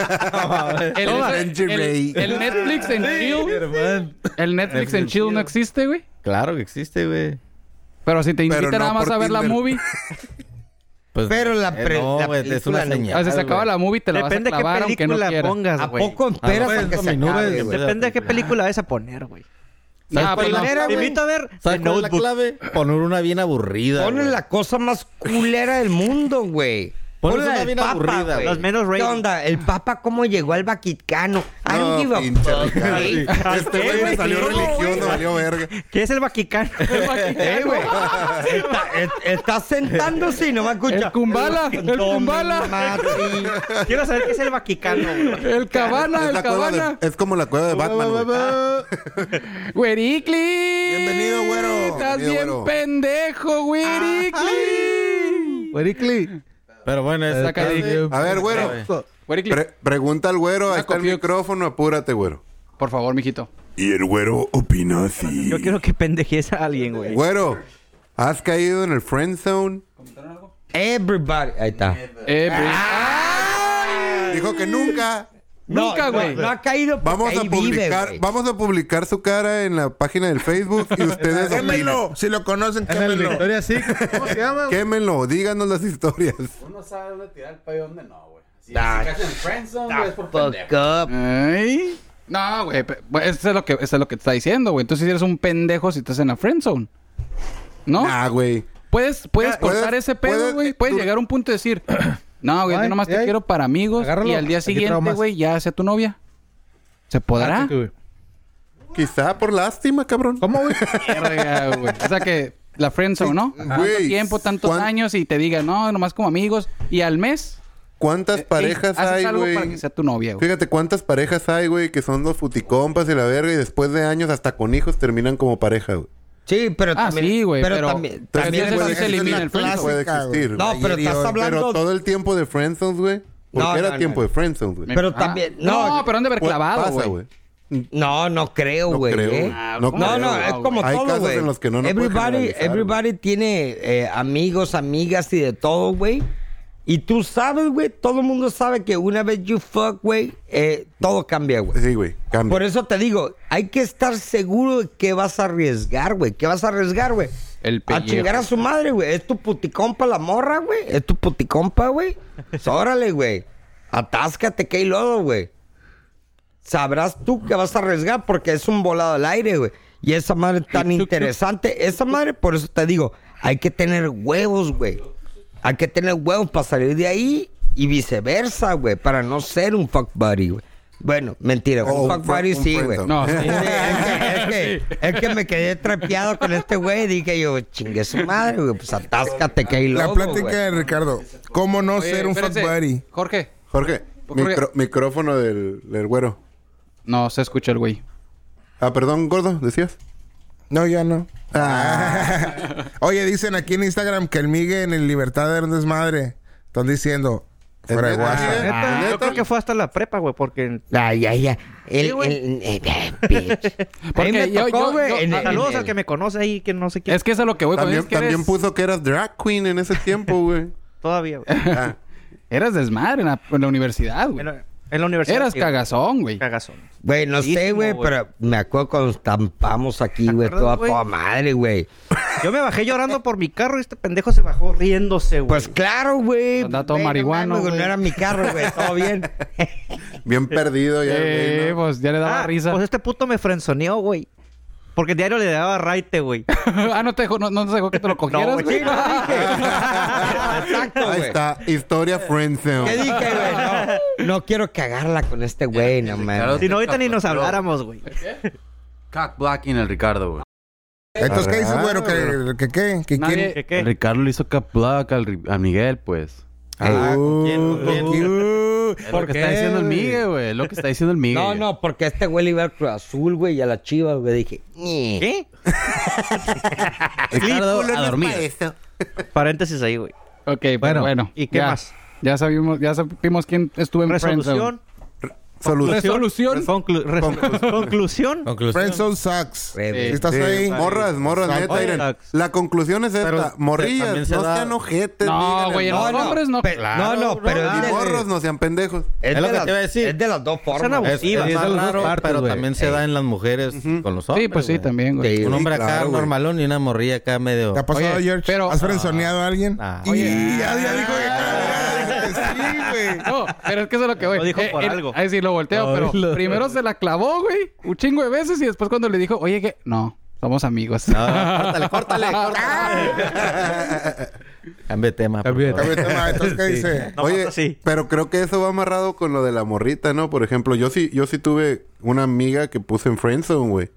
Speaker 4: el, el- el- el Netflix en chill,
Speaker 2: Hermano.
Speaker 4: el Netflix en chill no existe, güey.
Speaker 3: Claro que existe, güey.
Speaker 4: Pero si te invita
Speaker 6: no
Speaker 4: nada más
Speaker 6: por
Speaker 4: a ver la
Speaker 6: Tinder.
Speaker 4: movie,
Speaker 3: Pues,
Speaker 5: Pero la pre-
Speaker 3: No,
Speaker 5: la
Speaker 3: güey, es
Speaker 5: película
Speaker 3: una
Speaker 5: no-
Speaker 3: señal.
Speaker 4: o sea, se acaba la movie, te la
Speaker 7: Depende
Speaker 4: vas
Speaker 7: de
Speaker 4: a
Speaker 7: qué
Speaker 4: clavar aunque no
Speaker 7: película
Speaker 4: quieras.
Speaker 7: pongas,
Speaker 5: ¿A
Speaker 7: güey.
Speaker 5: poco esperas
Speaker 3: Ah,
Speaker 5: a que
Speaker 3: pues,
Speaker 5: se acabe,
Speaker 3: minutos.
Speaker 5: güey?
Speaker 7: Depende de qué película vas a poner, güey.
Speaker 4: Ah,
Speaker 3: ¿Sabes
Speaker 4: pues,
Speaker 3: cuál es
Speaker 5: Era,
Speaker 3: la-
Speaker 7: Te
Speaker 5: güey.
Speaker 7: invito a ver The
Speaker 3: ¿sabes cuál es la
Speaker 7: Notebook.
Speaker 3: clave? Poner una bien aburrida.
Speaker 5: Ponen
Speaker 3: güey.
Speaker 5: la cosa más culera del mundo, güey.
Speaker 3: Pones
Speaker 5: Ponle
Speaker 3: una
Speaker 5: al
Speaker 3: bien
Speaker 5: Papa,
Speaker 3: aburrida,
Speaker 5: güey.
Speaker 7: los menos
Speaker 5: ¿Qué
Speaker 7: rating.
Speaker 5: onda? ¿El Papa cómo llegó al Vaticano? I don't
Speaker 6: No,
Speaker 5: give a
Speaker 6: pinche
Speaker 5: fuck,
Speaker 6: Ricardo.
Speaker 5: güey.
Speaker 6: Este güey me salió religioso, valió verga.
Speaker 7: ¿Qué es el Vaticano?
Speaker 5: Eh, güey. Está, es- está sentándose y no me escucha.
Speaker 4: El Kumbala, el
Speaker 5: Tome,
Speaker 4: Kumbala.
Speaker 5: Mati.
Speaker 7: Quiero saber qué es el Vaticano, güey.
Speaker 4: El cabana,
Speaker 6: Es,
Speaker 4: el
Speaker 6: la cueva de-
Speaker 4: cabana.
Speaker 6: es como la cueva de Batman, güey.
Speaker 4: Güericli.
Speaker 6: Bienvenido, güero.
Speaker 4: Estás
Speaker 6: Bienvenido,
Speaker 4: bien
Speaker 6: güero.
Speaker 4: pendejo, Güericli.
Speaker 2: Güericli.
Speaker 3: Pero bueno, es
Speaker 4: Saca de-
Speaker 3: Está bien.
Speaker 6: A ver, güero.
Speaker 4: Güericli,
Speaker 6: pre- pregunta al güero,
Speaker 2: Ah,
Speaker 6: ahí está el
Speaker 4: Confío.
Speaker 6: micrófono, apúrate, güero.
Speaker 4: por favor, mijito.
Speaker 1: Y el güero opina así.
Speaker 7: Yo quiero que pendejes a alguien, güey.
Speaker 6: Güero, ¿has caído en el friend zone?
Speaker 5: Everybody. Ahí está.
Speaker 4: Eh,
Speaker 6: Ah. Dijo que nunca.
Speaker 4: Nunca, güey.
Speaker 5: No, no ha caído porque
Speaker 6: Vamos a
Speaker 5: ahí
Speaker 6: publicar,
Speaker 5: vive, güey.
Speaker 6: vamos a publicar su cara en la página del Facebook y ustedes opinen.
Speaker 8: quémelo. Si lo conocen,
Speaker 2: En el
Speaker 8: quémelo.
Speaker 2: Victoria Secret. ¿Cómo se llama? güey?
Speaker 6: Quémenlo, díganos las historias.
Speaker 5: Fuck up.
Speaker 4: Ay. No, güey. pe- bueno, Eso es lo que eso es lo que te está diciendo, güey. Entonces eres un pendejo si estás en la friend zone. ¿No?
Speaker 6: Nah, güey.
Speaker 4: Puedes puedes
Speaker 6: Puedes-
Speaker 4: cortar ese pedo,
Speaker 6: puedes-
Speaker 4: güey. Puedes
Speaker 6: tú-
Speaker 4: llegar a un punto de decir, "No, güey, yo
Speaker 2: Ay,
Speaker 4: nomás te
Speaker 2: ay.
Speaker 4: quiero para amigos" y
Speaker 2: Agárralo.
Speaker 4: al día
Speaker 2: Aquí
Speaker 4: siguiente,
Speaker 2: traumas. Ah,
Speaker 4: güey, ya sea tu novia. ¿Se podrá?
Speaker 2: Güey.
Speaker 6: Quizá por lástima, cabrón.
Speaker 2: ¿Cómo, güey?
Speaker 4: Verga, güey. O sea que la friend zone, ¿no? Tanto
Speaker 6: Güey,
Speaker 4: tiempo, tantos
Speaker 6: ¿cuán-
Speaker 4: años y te diga, "No, nomás como amigos" y al mes
Speaker 6: ¿Cuántas parejas
Speaker 4: haces
Speaker 6: hay,
Speaker 4: algo para
Speaker 6: güey?
Speaker 4: que sea tu novia, güey.
Speaker 6: Fíjate cuántas parejas hay, güey, que son los futicompas y la verga y después de años hasta con hijos terminan como pareja, güey.
Speaker 5: Sí, pero
Speaker 4: Ah,
Speaker 5: también.
Speaker 4: sí, güey,
Speaker 5: Pero,
Speaker 4: pero-
Speaker 5: también.
Speaker 4: Entonces,
Speaker 5: también
Speaker 4: ese sí
Speaker 5: puede-
Speaker 4: se elimina el friendzone.
Speaker 6: Puede
Speaker 8: Clásica, güey.
Speaker 6: existir.
Speaker 5: No,
Speaker 6: güey.
Speaker 5: pero
Speaker 8: Ayer y
Speaker 5: estás
Speaker 8: hoy,
Speaker 5: hablando.
Speaker 6: Pero todo el tiempo de friendzones, güey. Porque
Speaker 5: No,
Speaker 6: era
Speaker 5: no,
Speaker 6: tiempo
Speaker 5: no.
Speaker 6: de friendzones, güey.
Speaker 5: Pero
Speaker 4: Ah.
Speaker 5: también.
Speaker 4: No,
Speaker 5: No,
Speaker 4: pero han de haber clavado,
Speaker 6: Pasa,
Speaker 4: güey.
Speaker 5: no, no creo,
Speaker 6: No
Speaker 5: güey.
Speaker 6: creo.
Speaker 5: ¿eh?
Speaker 6: Ah,
Speaker 5: No,
Speaker 6: no
Speaker 5: no,
Speaker 6: creo,
Speaker 5: es
Speaker 6: güey.
Speaker 5: como
Speaker 6: Hay
Speaker 5: todo,
Speaker 6: casos
Speaker 5: güey.
Speaker 6: en los que no, no puedes
Speaker 5: everybody,
Speaker 6: generalizar,
Speaker 5: everybody tiene eh, amigos, amigas y de todo, güey. Y tú sabes, güey, todo el mundo sabe que una vez you fuck, güey, eh, todo cambia, güey.
Speaker 6: Sí, güey. Cambia.
Speaker 5: Por eso te digo, hay que estar seguro de qué vas a arriesgar, güey. ¿Qué vas a arriesgar, güey?
Speaker 4: El
Speaker 5: A
Speaker 4: pellejo.
Speaker 5: chingar a su madre, güey. Es tu puticompa la morra, güey. Es tu puticompa, güey. Órale, güey. Atáscate que hay lodo, güey. Sabrás tú qué vas a arriesgar porque es un volado al aire, güey. Y esa madre tan interesante. Esa madre, por eso te digo, hay que tener huevos, güey. Hay que tener huevos para salir de ahí y viceversa, güey. Para no ser un fuck buddy, güey. Bueno, mentira.
Speaker 6: O
Speaker 5: un
Speaker 6: un
Speaker 5: fuck
Speaker 6: fri-
Speaker 5: buddy
Speaker 6: Oh, un
Speaker 5: sí, güey.
Speaker 6: friendzone.
Speaker 4: No, sí.
Speaker 5: Sí, es, que, es, que, es que me quedé trapeado con este güey. Dije yo, chingue su madre, güey. Pues atáscate que hay
Speaker 8: La
Speaker 5: lodo,
Speaker 8: plática
Speaker 5: güey.
Speaker 8: de Ricardo. ¿Cómo no
Speaker 4: Oye,
Speaker 8: ser un fuck
Speaker 4: espérense.
Speaker 8: buddy?
Speaker 4: Jorge,
Speaker 6: Jorge,
Speaker 4: Jorge.
Speaker 6: micro- micrófono del, del güero.
Speaker 4: no se escucha el güey.
Speaker 6: Ah, perdón, gordo, decías.
Speaker 8: No, ya no. Ah. Oye, dicen aquí en Instagram que el Migue en el Libertad era un desmadre. Están diciendo.
Speaker 6: ¿Es
Speaker 8: Fuera de
Speaker 6: neta,
Speaker 8: WhatsApp.
Speaker 6: Miguel?
Speaker 7: Neta,
Speaker 6: ¿Es
Speaker 7: Ah, yo creo que fue hasta la prepa, güey, porque
Speaker 5: Ay, ya, ya. El,
Speaker 7: Sí, güey.
Speaker 5: el- el- eh, bitch. A mí
Speaker 4: Porque
Speaker 5: me
Speaker 4: yo- yo-
Speaker 5: tocó,
Speaker 4: yo-
Speaker 5: güey. en- en-
Speaker 7: saludos
Speaker 5: en-
Speaker 7: al que me conoce ahí, que no sé quién
Speaker 4: Es que eso es lo que voy con
Speaker 6: También,
Speaker 4: es que
Speaker 6: también
Speaker 4: eres,
Speaker 6: puso que eras drag queen en ese tiempo, güey.
Speaker 7: todavía. güey.
Speaker 6: Ah,
Speaker 4: eras desmadre en la, en la universidad, güey.
Speaker 7: En la, en la universidad.
Speaker 4: Eras
Speaker 7: sí, güey.
Speaker 4: cagazón, güey.
Speaker 7: Cagazón.
Speaker 5: Güey, no sé,
Speaker 7: Muchísimo,
Speaker 5: güey,
Speaker 7: güey.
Speaker 5: pero me acuerdo cuando estampamos aquí, güey,
Speaker 7: acuerdas,
Speaker 5: toda,
Speaker 7: güey?
Speaker 5: toda madre, güey.
Speaker 7: Yo me bajé llorando por mi carro y este pendejo se bajó riéndose, güey.
Speaker 5: Pues claro, güey.
Speaker 4: Andaba todo
Speaker 5: Güey, no
Speaker 4: marihuano,
Speaker 5: mames, güey, No
Speaker 4: güey.
Speaker 5: era mi carro, güey, todo bien.
Speaker 6: bien perdido ya,
Speaker 4: Eh,
Speaker 6: güey, ¿no?
Speaker 4: pues ya le daba
Speaker 7: Ah,
Speaker 4: risa.
Speaker 7: Pues este puto me frenzoneó, güey. Porque diario le daba raite, güey.
Speaker 4: ah, no te dejó, no, no te dejó que te lo cogieras, güey.
Speaker 7: güey,
Speaker 4: Ah,
Speaker 7: sí, no
Speaker 5: Exacto,
Speaker 6: Ahí
Speaker 5: güey.
Speaker 6: está, historia
Speaker 5: ¿Qué
Speaker 6: friendzone.
Speaker 5: dije, güey? No, no quiero cagarla con este güey, no mames.
Speaker 7: Si no, ahorita ni nos habláramos, güey.
Speaker 9: Cock blocking el Ricardo, güey.
Speaker 8: Entonces, ¿qué dices, güero? ¿Que, que, que, que quién?
Speaker 4: Nadie-
Speaker 7: ¿Qué,
Speaker 9: El
Speaker 7: qué?
Speaker 9: Ricardo le hizo cock block al, Ri- a Miguel, pues.
Speaker 3: Ah, ¿con quién? ¿Con quién?
Speaker 8: Uh,
Speaker 9: Es lo que está diciendo el Migue, güey. Es lo que está diciendo el Migue.
Speaker 5: No, no, porque este güey le iba al Cruz Azul, güey, y a la Chivas, güey. Dije, "Ñe".
Speaker 7: ¿Qué?
Speaker 3: Ricardo, a dormir.
Speaker 7: Paréntesis ahí, güey.
Speaker 4: Ok, pero
Speaker 2: Bueno,
Speaker 4: bueno.
Speaker 7: ¿y qué
Speaker 4: ya,
Speaker 7: más?
Speaker 4: Ya sabimos, ya supimos quién estuvo en
Speaker 7: Resolución.
Speaker 6: Saludos.
Speaker 4: Resolución.
Speaker 7: Conclu- resol- conclusión.
Speaker 3: Conclusión.
Speaker 8: Friendzone sucks.
Speaker 5: Güey, güey.
Speaker 8: Si estás ahí,
Speaker 6: Morras, morras,
Speaker 8: Oye,
Speaker 6: neta, miren,
Speaker 7: Dax.
Speaker 6: La conclusión es
Speaker 3: Pero
Speaker 6: esta.
Speaker 3: se- también
Speaker 6: Morrillas,
Speaker 3: se
Speaker 6: no
Speaker 3: da-
Speaker 6: sean ojetes.
Speaker 4: No,
Speaker 6: díganle,
Speaker 4: güey, en
Speaker 6: no,
Speaker 4: los
Speaker 5: no,
Speaker 4: hombres no.
Speaker 5: Pe-
Speaker 3: claro,
Speaker 5: no, no, pero
Speaker 6: Y
Speaker 5: es, de,
Speaker 6: morros, no sean pendejos.
Speaker 5: es
Speaker 3: Es lo
Speaker 5: de
Speaker 3: que
Speaker 5: las-
Speaker 3: te iba a decir.
Speaker 5: es de las dos formas.
Speaker 7: abusivos.
Speaker 5: güey.
Speaker 3: Es, es
Speaker 7: Iba,
Speaker 3: de
Speaker 2: las
Speaker 3: las
Speaker 2: dos
Speaker 3: raro,
Speaker 2: partes,
Speaker 3: pero
Speaker 2: güey.
Speaker 3: también se da en las mujeres con los hombres.
Speaker 4: Sí, pues sí,
Speaker 3: güey.
Speaker 4: también, güey.
Speaker 5: Sí,
Speaker 3: Un hombre acá,
Speaker 6: claro, güey.
Speaker 3: normalón, y una morrilla acá medio.
Speaker 8: ¿te ha pasado,
Speaker 4: Oye,
Speaker 8: George?
Speaker 4: pero-
Speaker 8: ¿Has frenzoneado a alguien?
Speaker 3: Ah.
Speaker 8: Y ya, ya dijo que sí, güey.
Speaker 5: Ah,
Speaker 4: No, pero es que eso es lo que voy. Eh,
Speaker 7: Lo dijo por algo.
Speaker 4: Ahí sí lo volteo,
Speaker 2: Ay,
Speaker 4: pero
Speaker 2: lo-
Speaker 4: primero se la clavó, güey. Un chingo de veces y después cuando le dijo, oye, que no, somos amigos.
Speaker 3: No, córtale, córtale, Cambia de tema. por
Speaker 2: Cambia de
Speaker 3: favor.
Speaker 8: A ver, toma, ah, entonces, ¿qué dice?
Speaker 7: No,
Speaker 6: Oye,
Speaker 7: pues, sí.
Speaker 6: pero creo que eso va amarrado con lo de la morrita, ¿no? Por ejemplo, yo sí, yo sí tuve una amiga que puse en friendzone, güey.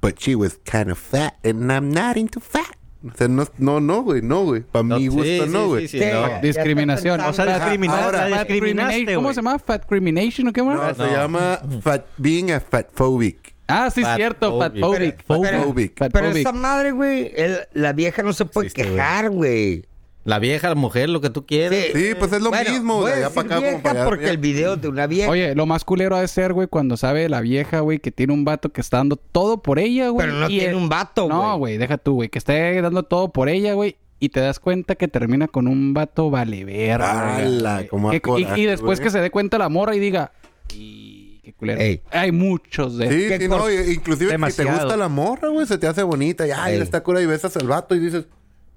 Speaker 6: But she was kind of fat and I'm not into fat. O sea, no, no, no, güey, no, güey. Para mi
Speaker 3: Sí,
Speaker 6: gusto,
Speaker 3: sí,
Speaker 6: no,
Speaker 3: sí,
Speaker 6: güey.
Speaker 3: sí,
Speaker 5: Sí.
Speaker 3: no.
Speaker 4: Discriminación.
Speaker 5: O
Speaker 7: O sea,
Speaker 5: Ajá,
Speaker 7: discriminar-
Speaker 6: ahora.
Speaker 7: la discriminaste,
Speaker 4: ¿Cómo
Speaker 7: güey.
Speaker 4: se llama? Fat Crimination o qué
Speaker 6: No,
Speaker 4: más?
Speaker 6: se llama fat, being a fatphobic.
Speaker 4: Ah, sí,
Speaker 3: Fat
Speaker 4: cierto. Fat
Speaker 3: phobic.
Speaker 6: Fatphobic.
Speaker 4: Fat
Speaker 5: Pero esa madre, güey, el- la vieja no se puede
Speaker 3: Existe,
Speaker 5: quejar, güey.
Speaker 3: La vieja, la mujer, lo que tú quieres.
Speaker 6: Sí, pues es lo
Speaker 5: Bueno,
Speaker 6: mismo,
Speaker 5: voy
Speaker 6: de allá
Speaker 5: a decir
Speaker 6: para acá
Speaker 5: vieja
Speaker 6: como para allá.
Speaker 5: porque el video de una vieja.
Speaker 4: Oye, lo más culero ha de ser, güey, cuando sabe la vieja, güey, que tiene un vato que está dando todo por ella, güey.
Speaker 5: pero no
Speaker 4: y
Speaker 5: tiene
Speaker 4: el-
Speaker 5: un vato, güey.
Speaker 4: No, güey, deja tú, güey, que esté dando todo por ella, güey. Y te das cuenta que termina con un vato vale verga.
Speaker 6: ¡Hala!
Speaker 4: güey.
Speaker 6: Cómo
Speaker 4: Que- y-
Speaker 6: acoraje,
Speaker 4: y, después
Speaker 6: güey.
Speaker 4: que se dé cuenta la morra y diga, y qué culero.
Speaker 5: Ey.
Speaker 4: Hay muchos de.
Speaker 6: Sí,
Speaker 5: que
Speaker 6: sí, no,
Speaker 5: por-
Speaker 6: y- inclusive si
Speaker 7: Demasiado.
Speaker 6: te gusta la morra, güey, se te hace bonita, y ay,
Speaker 5: Ey.
Speaker 6: está cura y besas al vato y dices,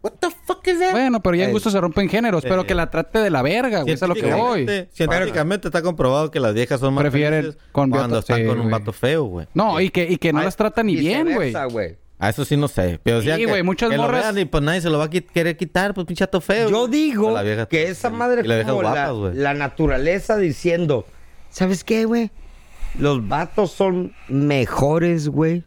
Speaker 6: what the fuck is that?
Speaker 4: Bueno, pero ya en
Speaker 5: Ey.
Speaker 4: gusto se rompen géneros, pero que la trate de la verga, güey. Eso es a lo que voy.
Speaker 3: Científicamente- Científicamente está comprobado que las viejas son más
Speaker 4: Prefieren
Speaker 3: felices
Speaker 4: con
Speaker 3: cuando
Speaker 4: vato-
Speaker 3: están
Speaker 4: sí,
Speaker 3: con un
Speaker 4: güey.
Speaker 3: vato feo, güey.
Speaker 4: No, y que, y que no
Speaker 5: Ay,
Speaker 4: las trata ni bien, güey.
Speaker 5: viceversa,
Speaker 3: A eso sí no sé. Pero o sea
Speaker 4: Sí,
Speaker 3: que-
Speaker 4: güey, muchas
Speaker 3: que lo
Speaker 4: morras-
Speaker 3: vean y pues nadie se lo va a qui- querer quitar, pues pinche vato feo.
Speaker 5: Yo
Speaker 3: güey.
Speaker 5: digo
Speaker 3: Pero la vieja-
Speaker 5: que esa madre
Speaker 3: Y la
Speaker 5: es
Speaker 3: vieja
Speaker 5: como la,
Speaker 3: guapa, güey.
Speaker 5: la naturaleza diciendo, ¿sabes qué, güey? Los vatos son mejores, güey,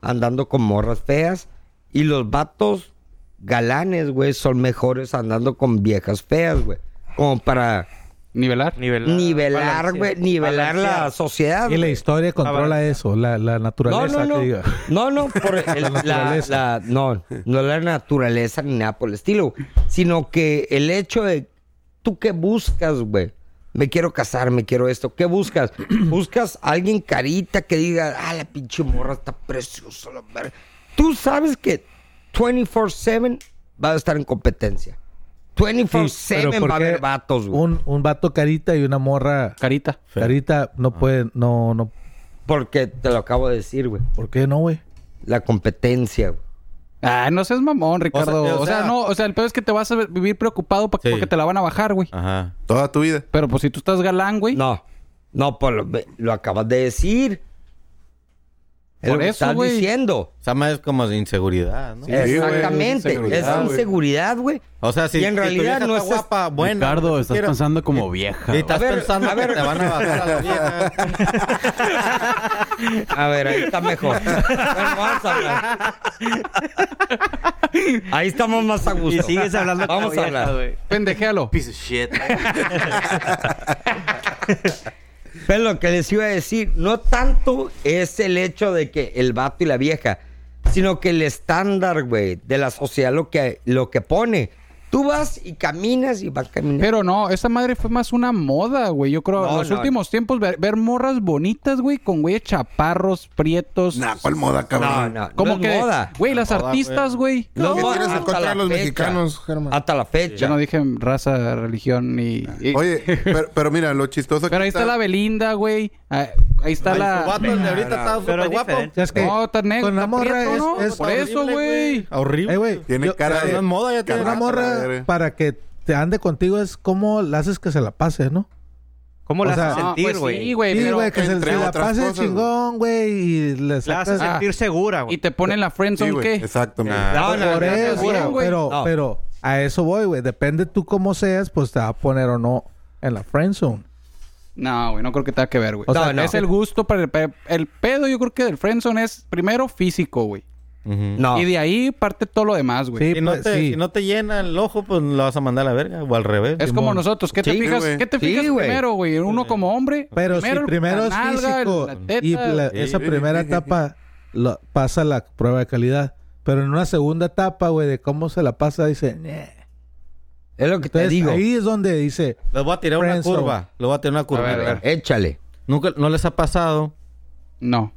Speaker 5: andando con morras feas. Y los vatos galanes, güey, son mejores andando con viejas feas, güey. Como para
Speaker 4: Nivelar.
Speaker 7: Nivelar,
Speaker 5: nivelar,
Speaker 7: balancear,
Speaker 5: güey, nivelar la
Speaker 7: balancear.
Speaker 5: sociedad.
Speaker 2: Y la
Speaker 5: güey.
Speaker 2: historia controla eso, la, la
Speaker 5: No,
Speaker 2: naturaleza
Speaker 5: no, no.
Speaker 2: que diga.
Speaker 5: No, no, por el- la,
Speaker 2: naturaleza.
Speaker 5: la- no, no la naturaleza ni nada por el estilo, sino que el hecho de tú qué buscas, güey. Me quiero casar, me quiero esto. ¿Qué buscas? Buscas a alguien carita que diga, ah, la pinche morra está preciosa, la verga. Tú sabes que 24-7 va a estar en competencia.
Speaker 2: pero
Speaker 5: 24-7
Speaker 2: ¿por
Speaker 5: va a haber
Speaker 2: qué
Speaker 5: vatos, güey.
Speaker 2: Un, un vato carita y una morra
Speaker 4: Carita.
Speaker 2: carita no
Speaker 3: Ah.
Speaker 2: puede, no, no.
Speaker 5: Porque te lo acabo de decir, güey.
Speaker 2: ¿Por qué no, güey?
Speaker 5: La competencia, güey.
Speaker 4: Ah, no seas mamón, Ricardo. O sea,
Speaker 3: o sea-
Speaker 4: no, o sea, el peor es que te vas a vivir preocupado pa-
Speaker 3: Sí. Ah.
Speaker 4: porque te la van a bajar, güey.
Speaker 3: Ajá.
Speaker 6: Toda tu vida.
Speaker 4: Pero pues si tú estás galán, güey.
Speaker 5: No, no, por lo, ve- lo acabas de decir. Es
Speaker 4: Por
Speaker 5: lo que
Speaker 4: eso,
Speaker 5: estás
Speaker 4: güey.
Speaker 5: diciendo.
Speaker 3: O sea, más es como de inseguridad, ¿no?
Speaker 6: güey,
Speaker 5: Exactamente.
Speaker 6: es inseguridad,
Speaker 5: es
Speaker 6: güey.
Speaker 5: inseguridad, güey.
Speaker 3: O sea, si,
Speaker 5: Y en
Speaker 3: si tu
Speaker 5: realidad
Speaker 3: vieja
Speaker 5: no
Speaker 3: está
Speaker 5: es-
Speaker 3: guapa, buena. lo
Speaker 9: Ricardo,
Speaker 3: que
Speaker 9: estás
Speaker 3: quieras,
Speaker 9: pensando como vieja.
Speaker 3: Y
Speaker 9: güey.
Speaker 3: estás
Speaker 5: A ver,
Speaker 3: pensando
Speaker 5: a ver.
Speaker 3: que te van a bajar a la vieja.
Speaker 5: A ver, ahí está mejor. Bueno, vamos a hablar. Ahí estamos más a gusto.
Speaker 7: Y sigues hablando con
Speaker 5: Vamos
Speaker 7: la
Speaker 5: a
Speaker 7: vieja,
Speaker 5: hablar.
Speaker 7: güey.
Speaker 4: Pendejéalo.
Speaker 9: Piece of shit.
Speaker 5: Pero lo que les iba a decir, no tanto es el hecho de que el vato y la vieja, sino que el estándar, güey, de la sociedad lo que, lo que pone. Tú vas y caminas y vas caminando.
Speaker 4: Pero no, esa madre fue más una moda, güey. Yo creo,
Speaker 5: No,
Speaker 4: en los
Speaker 5: no,
Speaker 4: últimos tiempos, ver, ver morras bonitas, güey, con güeyes chaparros, prietos.
Speaker 6: Nah, ¿cuál moda,
Speaker 5: no,
Speaker 6: cabrón?
Speaker 5: no,
Speaker 4: como
Speaker 5: no es
Speaker 4: que,
Speaker 5: moda.
Speaker 4: güey, las artistas, güey.
Speaker 5: No,
Speaker 8: ¿Qué tienes
Speaker 5: hasta
Speaker 8: en contra
Speaker 5: la
Speaker 8: de los
Speaker 5: fecha.
Speaker 8: mexicanos, Germán?
Speaker 5: Hasta la fecha.
Speaker 4: Yo no dije raza, religión ni... y-
Speaker 6: Oye, pero, pero mira, lo chistoso
Speaker 4: pero ahí está la Belinda, güey. Ah, Ahí está
Speaker 3: Ay,
Speaker 4: la...
Speaker 3: su vato, el de ahorita
Speaker 7: Pero
Speaker 3: está súper
Speaker 7: es
Speaker 3: guapo.
Speaker 7: diferente.
Speaker 2: Ya es que
Speaker 4: No, está negro,
Speaker 2: con la
Speaker 4: está
Speaker 2: morra
Speaker 4: prieto,
Speaker 2: es,
Speaker 4: ¿no?
Speaker 2: es-
Speaker 4: Por eso, güey.
Speaker 3: Horrible.
Speaker 2: Eh, güey,
Speaker 6: Tiene
Speaker 2: yo-
Speaker 6: cara
Speaker 3: No
Speaker 6: de...
Speaker 3: es moda, ya tiene
Speaker 2: una
Speaker 6: Carajo, la
Speaker 2: morra
Speaker 6: verga.
Speaker 2: para que te ande contigo es cómo la haces que se la pase, ¿no?
Speaker 7: ¿Cómo
Speaker 2: O
Speaker 7: la haces
Speaker 2: sea,
Speaker 4: No,
Speaker 7: sentir,
Speaker 4: pues
Speaker 7: güey?
Speaker 4: sí, güey,
Speaker 2: Sí,
Speaker 4: pero-
Speaker 2: güey, que se,
Speaker 6: entre
Speaker 2: se la
Speaker 6: otras
Speaker 2: pase
Speaker 6: cosas,
Speaker 2: chingón, güey, y le
Speaker 7: La haces
Speaker 2: sacas...
Speaker 4: Ah.
Speaker 7: sentir segura,
Speaker 4: Y
Speaker 7: güey.
Speaker 4: te ponen la
Speaker 6: Sí,
Speaker 4: friendzone,
Speaker 6: güey,
Speaker 4: ¿qué?
Speaker 6: exactamente.
Speaker 3: Ah.
Speaker 5: No, no,
Speaker 2: Por
Speaker 5: no, no,
Speaker 2: eso,
Speaker 4: güey,
Speaker 5: no, no.
Speaker 2: pero,
Speaker 5: No.
Speaker 2: pero a eso voy, güey. Depende tú cómo seas, pues te va a poner o no en la friendzone.
Speaker 4: No, güey, no creo que tenga que ver, güey.
Speaker 2: O
Speaker 4: O
Speaker 2: sea,
Speaker 4: sea,
Speaker 2: no.
Speaker 4: es el gusto para el, pe- el pedo, yo creo que del friendzone es primero físico, güey.
Speaker 3: Ujú.
Speaker 6: Ah.
Speaker 5: No.
Speaker 4: Y de ahí parte todo lo demás, güey.
Speaker 2: Sí,
Speaker 3: Si no,
Speaker 2: pues,
Speaker 3: te,
Speaker 2: sí.
Speaker 3: si no te llena el ojo, pues lo vas a mandar a la verga. O al revés.
Speaker 4: Es como nosotros, ¿qué te
Speaker 6: Sí,
Speaker 4: fijas,
Speaker 6: güey.
Speaker 4: ¿qué te
Speaker 5: Sí,
Speaker 4: fijas
Speaker 5: güey.
Speaker 4: primero, güey? Uno como hombre.
Speaker 2: Pero si
Speaker 4: el-
Speaker 2: primero
Speaker 4: la
Speaker 2: es
Speaker 4: nalga,
Speaker 2: físico
Speaker 4: la teta,
Speaker 2: y pues, la-
Speaker 4: güey.
Speaker 2: esa primera etapa lo- pasa la prueba de calidad. Pero en una segunda etapa, güey, de cómo se la pasa, dice... "Neh".
Speaker 5: Es lo que te
Speaker 2: Entonces,
Speaker 5: digo.
Speaker 2: ahí es donde dice...
Speaker 3: Les voy a tirar una
Speaker 2: Friendzone.
Speaker 3: curva. Les voy a tirar una curva.
Speaker 4: A ver, a ver.
Speaker 5: Échale.
Speaker 3: Nunca, ¿No les ha pasado?
Speaker 4: No.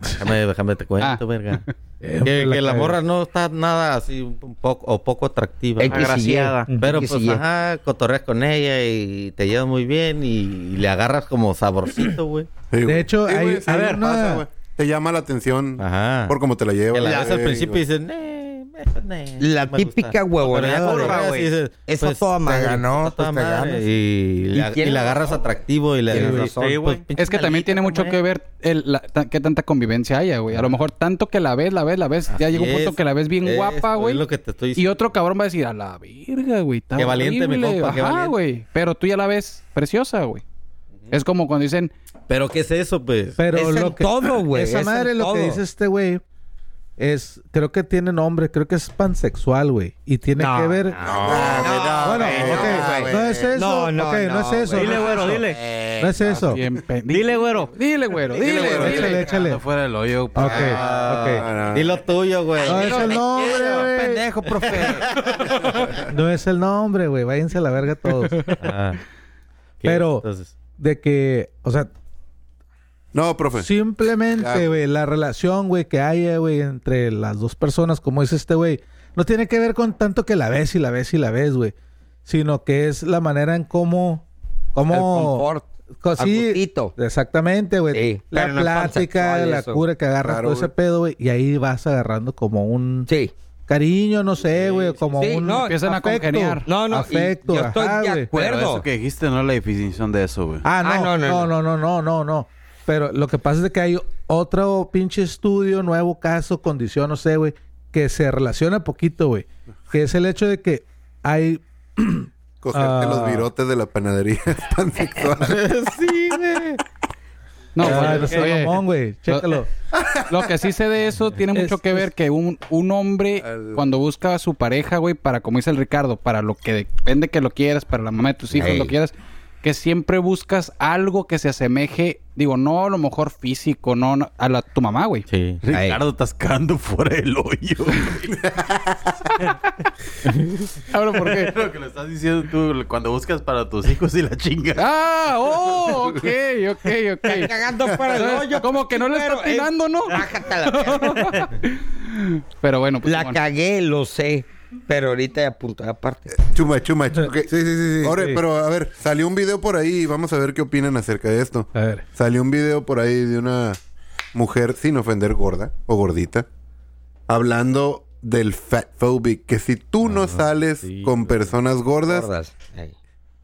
Speaker 3: Déjame, déjame te cuento,
Speaker 4: Ah.
Speaker 3: verga.
Speaker 2: Eh,
Speaker 3: que,
Speaker 2: la
Speaker 3: que la
Speaker 2: cagué.
Speaker 3: morra no está nada así un poco, o poco atractiva.
Speaker 5: X y Y.
Speaker 7: Agraciada.
Speaker 3: Pero
Speaker 5: X
Speaker 3: pues,
Speaker 5: y Y.
Speaker 3: ajá, cotorreas con ella y te llevas muy bien y, y le agarras como saborcito, güey.
Speaker 6: Sí, güey.
Speaker 2: De hecho,
Speaker 6: Sí,
Speaker 2: hay-
Speaker 6: güey, sí,
Speaker 2: hay
Speaker 6: güey,
Speaker 2: una-
Speaker 6: pasa, güey. Te llama la atención
Speaker 3: Ajá.
Speaker 6: por cómo te la lleva.
Speaker 3: Que la ves al
Speaker 6: güey,
Speaker 3: principio
Speaker 6: güey.
Speaker 3: y dices, "Nee, mejor nee,
Speaker 5: La
Speaker 3: no me
Speaker 5: típica
Speaker 3: gusta".
Speaker 5: huevonada,
Speaker 3: Pero ya cuando
Speaker 5: güey.
Speaker 3: la ves y dices, "Pues,
Speaker 5: Esa toda
Speaker 8: te
Speaker 5: madre.
Speaker 8: ganó,
Speaker 3: está toda
Speaker 8: pues te
Speaker 3: madre.
Speaker 8: ganas.
Speaker 3: Y, le
Speaker 5: Y
Speaker 3: ag- y
Speaker 5: tiene
Speaker 3: le agarras atractivo y le
Speaker 5: Tiene
Speaker 3: dices,
Speaker 5: razón.
Speaker 7: Sí, güey.
Speaker 3: pinche
Speaker 4: Es que también
Speaker 3: nalguita, eh?
Speaker 4: tiene mucho
Speaker 7: ¿cómo
Speaker 4: que
Speaker 7: es?
Speaker 4: ver el, la- ta- qué tanta convivencia haya, güey. A lo mejor tanto que la ves, la ves, la ves. ya
Speaker 3: Así
Speaker 4: llega un punto
Speaker 3: es.
Speaker 4: que la ves bien
Speaker 3: Es-
Speaker 4: guapa, güey.
Speaker 3: Es lo que te
Speaker 4: Y
Speaker 3: estoy diciendo.
Speaker 4: otro cabrón va a decir, a la verga, güey. está
Speaker 3: Qué valiente mi
Speaker 4: horrible".
Speaker 3: compa, qué
Speaker 4: Ajá,
Speaker 3: valiente.
Speaker 4: güey. Pero tú ya la ves preciosa, güey. Es como cuando dicen,
Speaker 3: Pero ¿qué es eso, pues?
Speaker 2: Pero
Speaker 5: Es en
Speaker 2: lo que,
Speaker 5: todo, güey,
Speaker 2: Esa
Speaker 5: es
Speaker 2: madre
Speaker 5: en
Speaker 2: lo
Speaker 5: todo.
Speaker 2: que dice este güey es, creo que tiene nombre, creo que es pansexual, güey. Y tiene
Speaker 5: No,
Speaker 2: que ver. bueno,
Speaker 6: Ah, güey, no,
Speaker 2: ok,
Speaker 6: güey.
Speaker 2: no es eso.
Speaker 5: No, no,
Speaker 2: ok, no, es
Speaker 5: no,
Speaker 2: eso.
Speaker 5: güey.
Speaker 7: Dile,
Speaker 2: no es
Speaker 7: güero,
Speaker 2: eso.
Speaker 7: dile.
Speaker 2: No es eso.
Speaker 4: "Bien pen-
Speaker 7: Dile, güero.
Speaker 4: Dile, güero, dile,
Speaker 6: güero,
Speaker 4: güey.
Speaker 2: Échale, échale.
Speaker 9: Ando
Speaker 2: Ok,
Speaker 9: fuera del hoyo. pues. pa.
Speaker 2: ok.
Speaker 6: Ah, no.
Speaker 3: Y lo tuyo, güey.
Speaker 2: No es el nombre, güey.
Speaker 5: Pendejo, profe.
Speaker 2: No es el nombre, güey. Váyanse a la verga todos.
Speaker 3: Ah.
Speaker 2: Pero-
Speaker 3: Entonces,
Speaker 2: De que, o sea,
Speaker 6: No, profe.
Speaker 5: pues.
Speaker 2: Simplemente,
Speaker 6: Ya.
Speaker 2: güey, la relación, güey, que haya, güey, entre las dos personas, como dice este güey, no tiene que ver con tanto que la ves y la ves y la ves, güey. Sino que es la manera en cómo...
Speaker 5: El
Speaker 2: cómo
Speaker 5: confort.
Speaker 2: co-
Speaker 5: al
Speaker 2: sí,
Speaker 5: gustito.
Speaker 2: Exactamente, güey.
Speaker 5: Sí.
Speaker 2: La
Speaker 5: Pero no es
Speaker 2: plática,
Speaker 5: pansexual
Speaker 2: la
Speaker 5: eso.
Speaker 2: cura que agarras
Speaker 6: Claro,
Speaker 2: todo ese
Speaker 6: güey.
Speaker 2: pedo, güey. Y ahí vas agarrando como un
Speaker 5: Sí.
Speaker 2: cariño, no sé, güey, como
Speaker 5: sí,
Speaker 2: un...
Speaker 5: no,
Speaker 4: empiezan a congeniar.
Speaker 5: No, no, y
Speaker 2: Afecto,
Speaker 5: yo estoy
Speaker 2: ajá,
Speaker 5: de
Speaker 2: güey.
Speaker 9: Pero
Speaker 5: acuerdo.
Speaker 9: eso que dijiste no es la definición de eso, güey.
Speaker 2: Ah,
Speaker 5: Ah,
Speaker 2: no,
Speaker 5: no, no,
Speaker 2: no, no, no, no, no, no. Pero lo que pasa es de que hay otro pinche estudio, nuevo caso, condición, no sé, güey, que se relaciona poquito, güey. Que es el hecho de que hay...
Speaker 6: Cogerte
Speaker 2: Ah.
Speaker 6: los virotes de la panadería es pansexual.
Speaker 2: sí, güey.
Speaker 4: No,
Speaker 2: Ah,
Speaker 4: güey,
Speaker 2: no seas
Speaker 4: oye,
Speaker 2: mamón, güey. Chécalo.
Speaker 4: Lo que sí sé de eso tiene mucho
Speaker 2: Es-
Speaker 4: que ver que un, un hombre
Speaker 6: Al-
Speaker 4: cuando busca a su pareja, güey, para como dice el Ricardo, para lo que depende que lo quieras, para la mamá de tus hijos,
Speaker 5: Ey.
Speaker 4: lo quieras, que siempre buscas algo que se asemeje, digo, no a lo mejor físico, no, no, a la, tu mamá, güey.
Speaker 3: sí.
Speaker 9: Ricardo, estás cagando fuera del hoyo. güey.
Speaker 4: Ahora, ¿por qué?
Speaker 9: lo que le estás diciendo tú cuando buscas para tus hijos y la chinga.
Speaker 4: ah, oh, ok, ok, ok.
Speaker 5: Cagando para el hoyo.
Speaker 4: Como que no le está
Speaker 5: pero, eh,
Speaker 4: tirando, ¿no?
Speaker 5: Bájate a la verga.
Speaker 4: Pero bueno, pues,
Speaker 5: La
Speaker 4: bueno.
Speaker 5: cagué, lo sé. Pero ahorita ya apunto aparte.
Speaker 6: chuma, chuma. chuma. Ok.
Speaker 8: Sí, sí, sí. sí.
Speaker 6: Ahora,
Speaker 2: sí.
Speaker 6: pero a ver, salió un video por ahí y vamos a ver qué opinan acerca de esto.
Speaker 2: A ver.
Speaker 6: Salió un video por ahí de una mujer, sin ofender gorda o gordita, hablando del fatphobic, que si tú no sales con personas gordas,
Speaker 5: Gordas. Ey.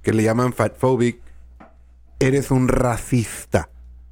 Speaker 6: que le llaman fatphobic, eres un racista.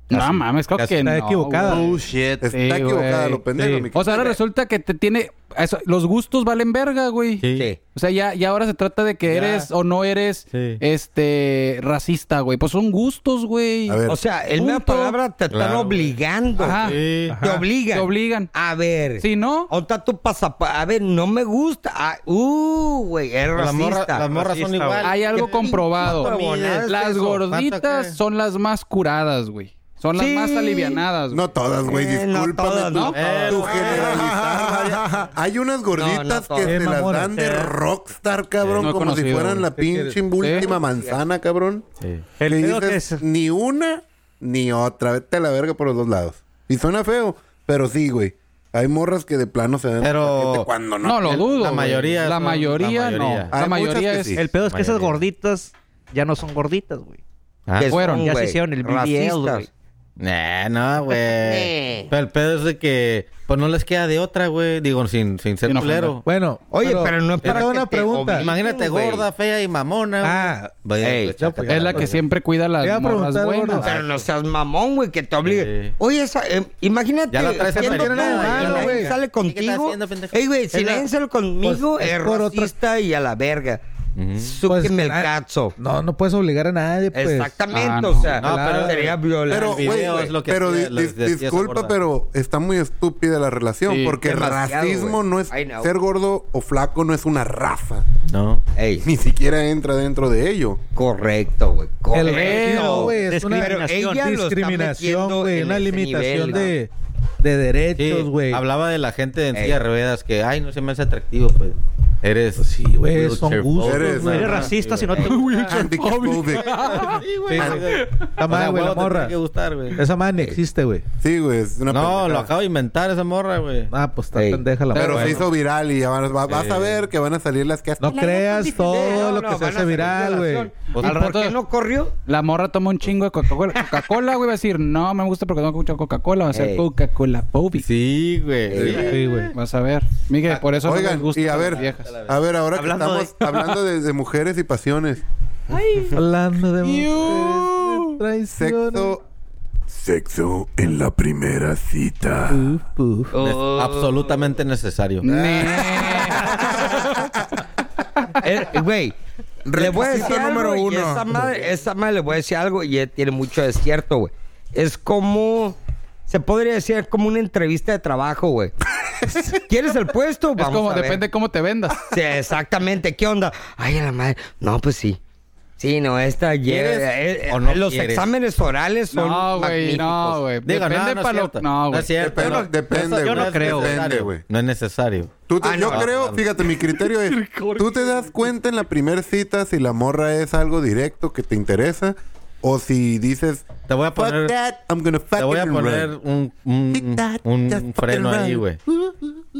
Speaker 4: no mames, creo
Speaker 3: casi
Speaker 4: que
Speaker 2: está
Speaker 4: no,
Speaker 2: equivocada.
Speaker 4: güey.
Speaker 9: Bullshit.
Speaker 6: Está
Speaker 4: Sí,
Speaker 6: equivocada
Speaker 4: güey.
Speaker 6: lo pendejo,
Speaker 2: Sí.
Speaker 6: mi
Speaker 4: O sea, ahora
Speaker 6: querido.
Speaker 4: resulta que te tiene... eso- los gustos valen verga, güey.
Speaker 3: Sí.
Speaker 5: Sí.
Speaker 4: O sea, ya, ya ahora se trata de que
Speaker 3: Ya.
Speaker 4: eres o no eres
Speaker 3: Sí.
Speaker 4: este racista, güey. Pues son gustos, güey.
Speaker 6: A ver.
Speaker 5: O sea, en una
Speaker 4: Punto.
Speaker 5: palabra te están
Speaker 3: Claro,
Speaker 5: obligando.
Speaker 4: Ajá.
Speaker 3: Sí.
Speaker 5: Te obligan.
Speaker 4: Te obligan.
Speaker 5: A ver.
Speaker 4: Si no,
Speaker 5: O está tu pasaporte. A ver, no me gusta. Ah, uh, güey, es
Speaker 3: Las morras,
Speaker 5: racista.
Speaker 3: las morras son
Speaker 7: Racista,
Speaker 3: igual.
Speaker 4: hay algo
Speaker 3: ¿Qué-
Speaker 4: comprobado.
Speaker 3: cuánto mides
Speaker 4: Las
Speaker 3: eso? ¿Cuánto qué?
Speaker 4: gorditas son las más curadas, güey. Son las
Speaker 5: Sí.
Speaker 4: más alivianadas, güey.
Speaker 6: No todas, güey,
Speaker 5: Eh, no
Speaker 6: discúlpame.
Speaker 5: todas,
Speaker 6: tú-
Speaker 5: no
Speaker 6: tú
Speaker 3: todas.
Speaker 6: generalizar, vaya. Hay unas gorditas
Speaker 5: todas.
Speaker 6: que
Speaker 2: Eh,
Speaker 6: se las
Speaker 2: mamona.
Speaker 6: dan de rockstar, cabrón,
Speaker 4: No he
Speaker 6: como si
Speaker 4: conocido,
Speaker 6: fueran
Speaker 4: güey.
Speaker 6: la pinche última manzana, cabrón.
Speaker 3: Sí.
Speaker 7: El
Speaker 6: Que
Speaker 7: pedo que
Speaker 6: dices,
Speaker 7: es-
Speaker 6: ni una ni otra. Vete a la verga por los dos lados. Y suena feo, pero sí, güey. Hay morras que de plano se dan
Speaker 3: Pero-
Speaker 6: paquete cuando no.
Speaker 4: No, lo dudo.
Speaker 3: La
Speaker 4: güey.
Speaker 3: mayoría
Speaker 4: La
Speaker 3: son-
Speaker 4: mayoría,
Speaker 3: la mayoría.
Speaker 4: no. La
Speaker 6: Hay muchas
Speaker 4: mayoría
Speaker 6: que
Speaker 4: es.
Speaker 6: sí.
Speaker 7: El pedo es que esas
Speaker 3: Mayoría.
Speaker 7: gorditas ya no son gorditas, güey.
Speaker 3: Ah.
Speaker 5: Que
Speaker 4: fueron,
Speaker 5: son,
Speaker 7: ya se
Speaker 5: güey,
Speaker 7: hicieron el BBL,
Speaker 5: racistas.
Speaker 7: güey.
Speaker 3: Nah, no, güey. Pero el pedo es de que, pues no les queda de otra, güey. Digo, sin, sin ser
Speaker 4: Sin ofender.
Speaker 3: culero.
Speaker 2: Bueno.
Speaker 5: Oye, pero no es
Speaker 2: te
Speaker 5: para
Speaker 2: hago
Speaker 5: que
Speaker 2: una
Speaker 5: te
Speaker 2: pregunta.
Speaker 5: obliguen.
Speaker 3: Imagínate
Speaker 5: güey.
Speaker 3: gorda, fea y mamona. güey.
Speaker 2: Ah,
Speaker 3: Vaya,
Speaker 5: Ey,
Speaker 3: pues, chaca,
Speaker 4: Es la que siempre cuida a
Speaker 2: Te iba
Speaker 4: las
Speaker 2: a
Speaker 4: morras
Speaker 2: preguntar,
Speaker 4: buenas.
Speaker 2: gordo.
Speaker 5: Pero no seas mamón, güey, que te obligue.
Speaker 3: Sí.
Speaker 5: Oye, esa, eh, imagínate.
Speaker 3: Ya la traes
Speaker 5: siendo
Speaker 3: en la
Speaker 5: tú,
Speaker 3: mano,
Speaker 5: y nadie
Speaker 3: güey.
Speaker 5: Sale
Speaker 3: ¿Qué estás
Speaker 5: contigo.
Speaker 3: haciendo, pendejo?
Speaker 5: Ey, güey,
Speaker 3: Es la-
Speaker 5: siléncialo conmigo,
Speaker 2: Pues, es
Speaker 5: es
Speaker 2: por otra-
Speaker 5: racista y a la verga. Súqueme
Speaker 3: Pues,
Speaker 5: el
Speaker 2: ah,
Speaker 5: cazo.
Speaker 2: No, no puedes obligar a nadie, pues.
Speaker 5: Exactamente,
Speaker 4: Ah,
Speaker 5: o sea,
Speaker 3: no. No, pero-
Speaker 5: sería violar.
Speaker 6: Pero, güey,
Speaker 3: video
Speaker 6: güey,
Speaker 3: es lo que
Speaker 6: pero
Speaker 3: hacía,
Speaker 6: di-
Speaker 3: lo
Speaker 6: dis-
Speaker 3: decía esa
Speaker 6: disculpa,
Speaker 3: gorda.
Speaker 6: pero está muy estúpida la relación.
Speaker 4: Sí,
Speaker 6: porque
Speaker 5: demasiado,
Speaker 6: racismo
Speaker 5: güey.
Speaker 6: no es.
Speaker 5: I know.
Speaker 6: Ser gordo o flaco no es una raza.
Speaker 2: pues,
Speaker 3: No.
Speaker 5: Ey,
Speaker 6: Ni siquiera entra dentro de ello.
Speaker 5: correcto, güey.
Speaker 2: El
Speaker 5: Correcto.
Speaker 2: racismo, güey, es una
Speaker 5: Pero ella lo está
Speaker 2: discriminación,
Speaker 5: metiendo
Speaker 2: güey.
Speaker 5: en
Speaker 2: Una
Speaker 5: ese
Speaker 2: limitación
Speaker 5: nivel,
Speaker 2: de, de
Speaker 3: Sí,
Speaker 2: derechos, pues, güey.
Speaker 3: hablaba de la gente en
Speaker 5: Ey.
Speaker 3: silla de ruedas que, ay, no se me hace atractivo, pues. Eres. Sí,
Speaker 2: güey, son gustos,
Speaker 6: Eres-
Speaker 7: No eres racista si no te gusta.
Speaker 6: Handicapophobic.
Speaker 2: Está mal, güey, la morra.
Speaker 3: que gustar, güey.
Speaker 2: Esa madre ni existe, güey.
Speaker 6: Sí, güey, es una
Speaker 3: No,
Speaker 6: pendejada.
Speaker 3: lo acabo de inventar esa morra, güey.
Speaker 2: Ah, pues está
Speaker 5: Ey.
Speaker 2: pendeja la
Speaker 6: Pero
Speaker 2: morra.
Speaker 6: se hizo viral y ya van- va- vas a ver que van a salir las que hacen.
Speaker 2: No creas todo lo que se hace viral, güey.
Speaker 3: Pues,
Speaker 4: Al
Speaker 5: ¿Por
Speaker 4: rato
Speaker 5: qué no corrió?
Speaker 4: la morra toma un chingo de Coca-Cola. Coca-Cola, güey, va a decir, no, me gusta porque no escucho Coca-Cola. Va a ser
Speaker 5: Ey.
Speaker 4: Coca-Cola Pobi.
Speaker 3: Sí, güey. sí.
Speaker 2: Sí, güey.
Speaker 4: Vas a ver. Miguel, por eso no
Speaker 6: Oigan,
Speaker 4: les gusta
Speaker 6: y a
Speaker 4: las
Speaker 6: ver,
Speaker 4: viejas.
Speaker 6: a ver, ahora
Speaker 7: Hablando
Speaker 6: que estamos hablando de, de mujeres y pasiones,
Speaker 2: Hablando de
Speaker 4: Iu.
Speaker 2: mujeres, de traiciones.
Speaker 6: sexo,
Speaker 1: Sexo en la primera cita.
Speaker 2: Puf, puf.
Speaker 3: Es Absolutamente necesario.
Speaker 4: Ne-
Speaker 5: Eh, Güey, le voy a
Speaker 8: Requisito
Speaker 5: decir algo
Speaker 8: número
Speaker 5: y
Speaker 8: uno.
Speaker 5: esa madre, esa madre le voy a decir algo y eh, tiene mucho de cierto, güey. Es como, se podría decir, es como una entrevista de trabajo, güey. ¿Quieres el puesto?
Speaker 4: Es
Speaker 5: Vamos
Speaker 4: como,
Speaker 5: a ver.
Speaker 4: depende cómo te vendas.
Speaker 5: Sí, exactamente. ¿Qué onda? Ay, a la madre. No, pues sí. Sí, no, esta lleva.
Speaker 3: ¿Quieres
Speaker 5: eh, eh,
Speaker 3: o no
Speaker 5: los
Speaker 3: quieres?
Speaker 5: exámenes orales son.
Speaker 4: No, güey, no, güey.
Speaker 3: Digo,
Speaker 4: Depende
Speaker 3: no, no es
Speaker 4: pa' lo-
Speaker 3: cierto.
Speaker 4: No,
Speaker 3: No
Speaker 4: güey.
Speaker 3: es cierto.
Speaker 6: Depende- depende,
Speaker 3: Eso-
Speaker 6: güey.
Speaker 3: no
Speaker 6: Depende,
Speaker 3: creo.
Speaker 6: güey.
Speaker 3: necesario. No es necesario.
Speaker 6: Tú te-
Speaker 5: Ah,
Speaker 6: yo
Speaker 5: no.
Speaker 6: creo, fíjate, mi criterio es, tú te das cuenta en la primera cita si la morra es algo directo que te interesa o si dices,
Speaker 3: Te voy a
Speaker 6: fuck
Speaker 3: poner-
Speaker 6: that, I'm gonna
Speaker 3: Te voy a
Speaker 6: fucking
Speaker 3: poner
Speaker 6: run".
Speaker 3: un, un,
Speaker 6: Tic tac,
Speaker 3: un
Speaker 6: just
Speaker 3: freno
Speaker 6: fucking
Speaker 3: ahí,
Speaker 6: run.
Speaker 3: güey.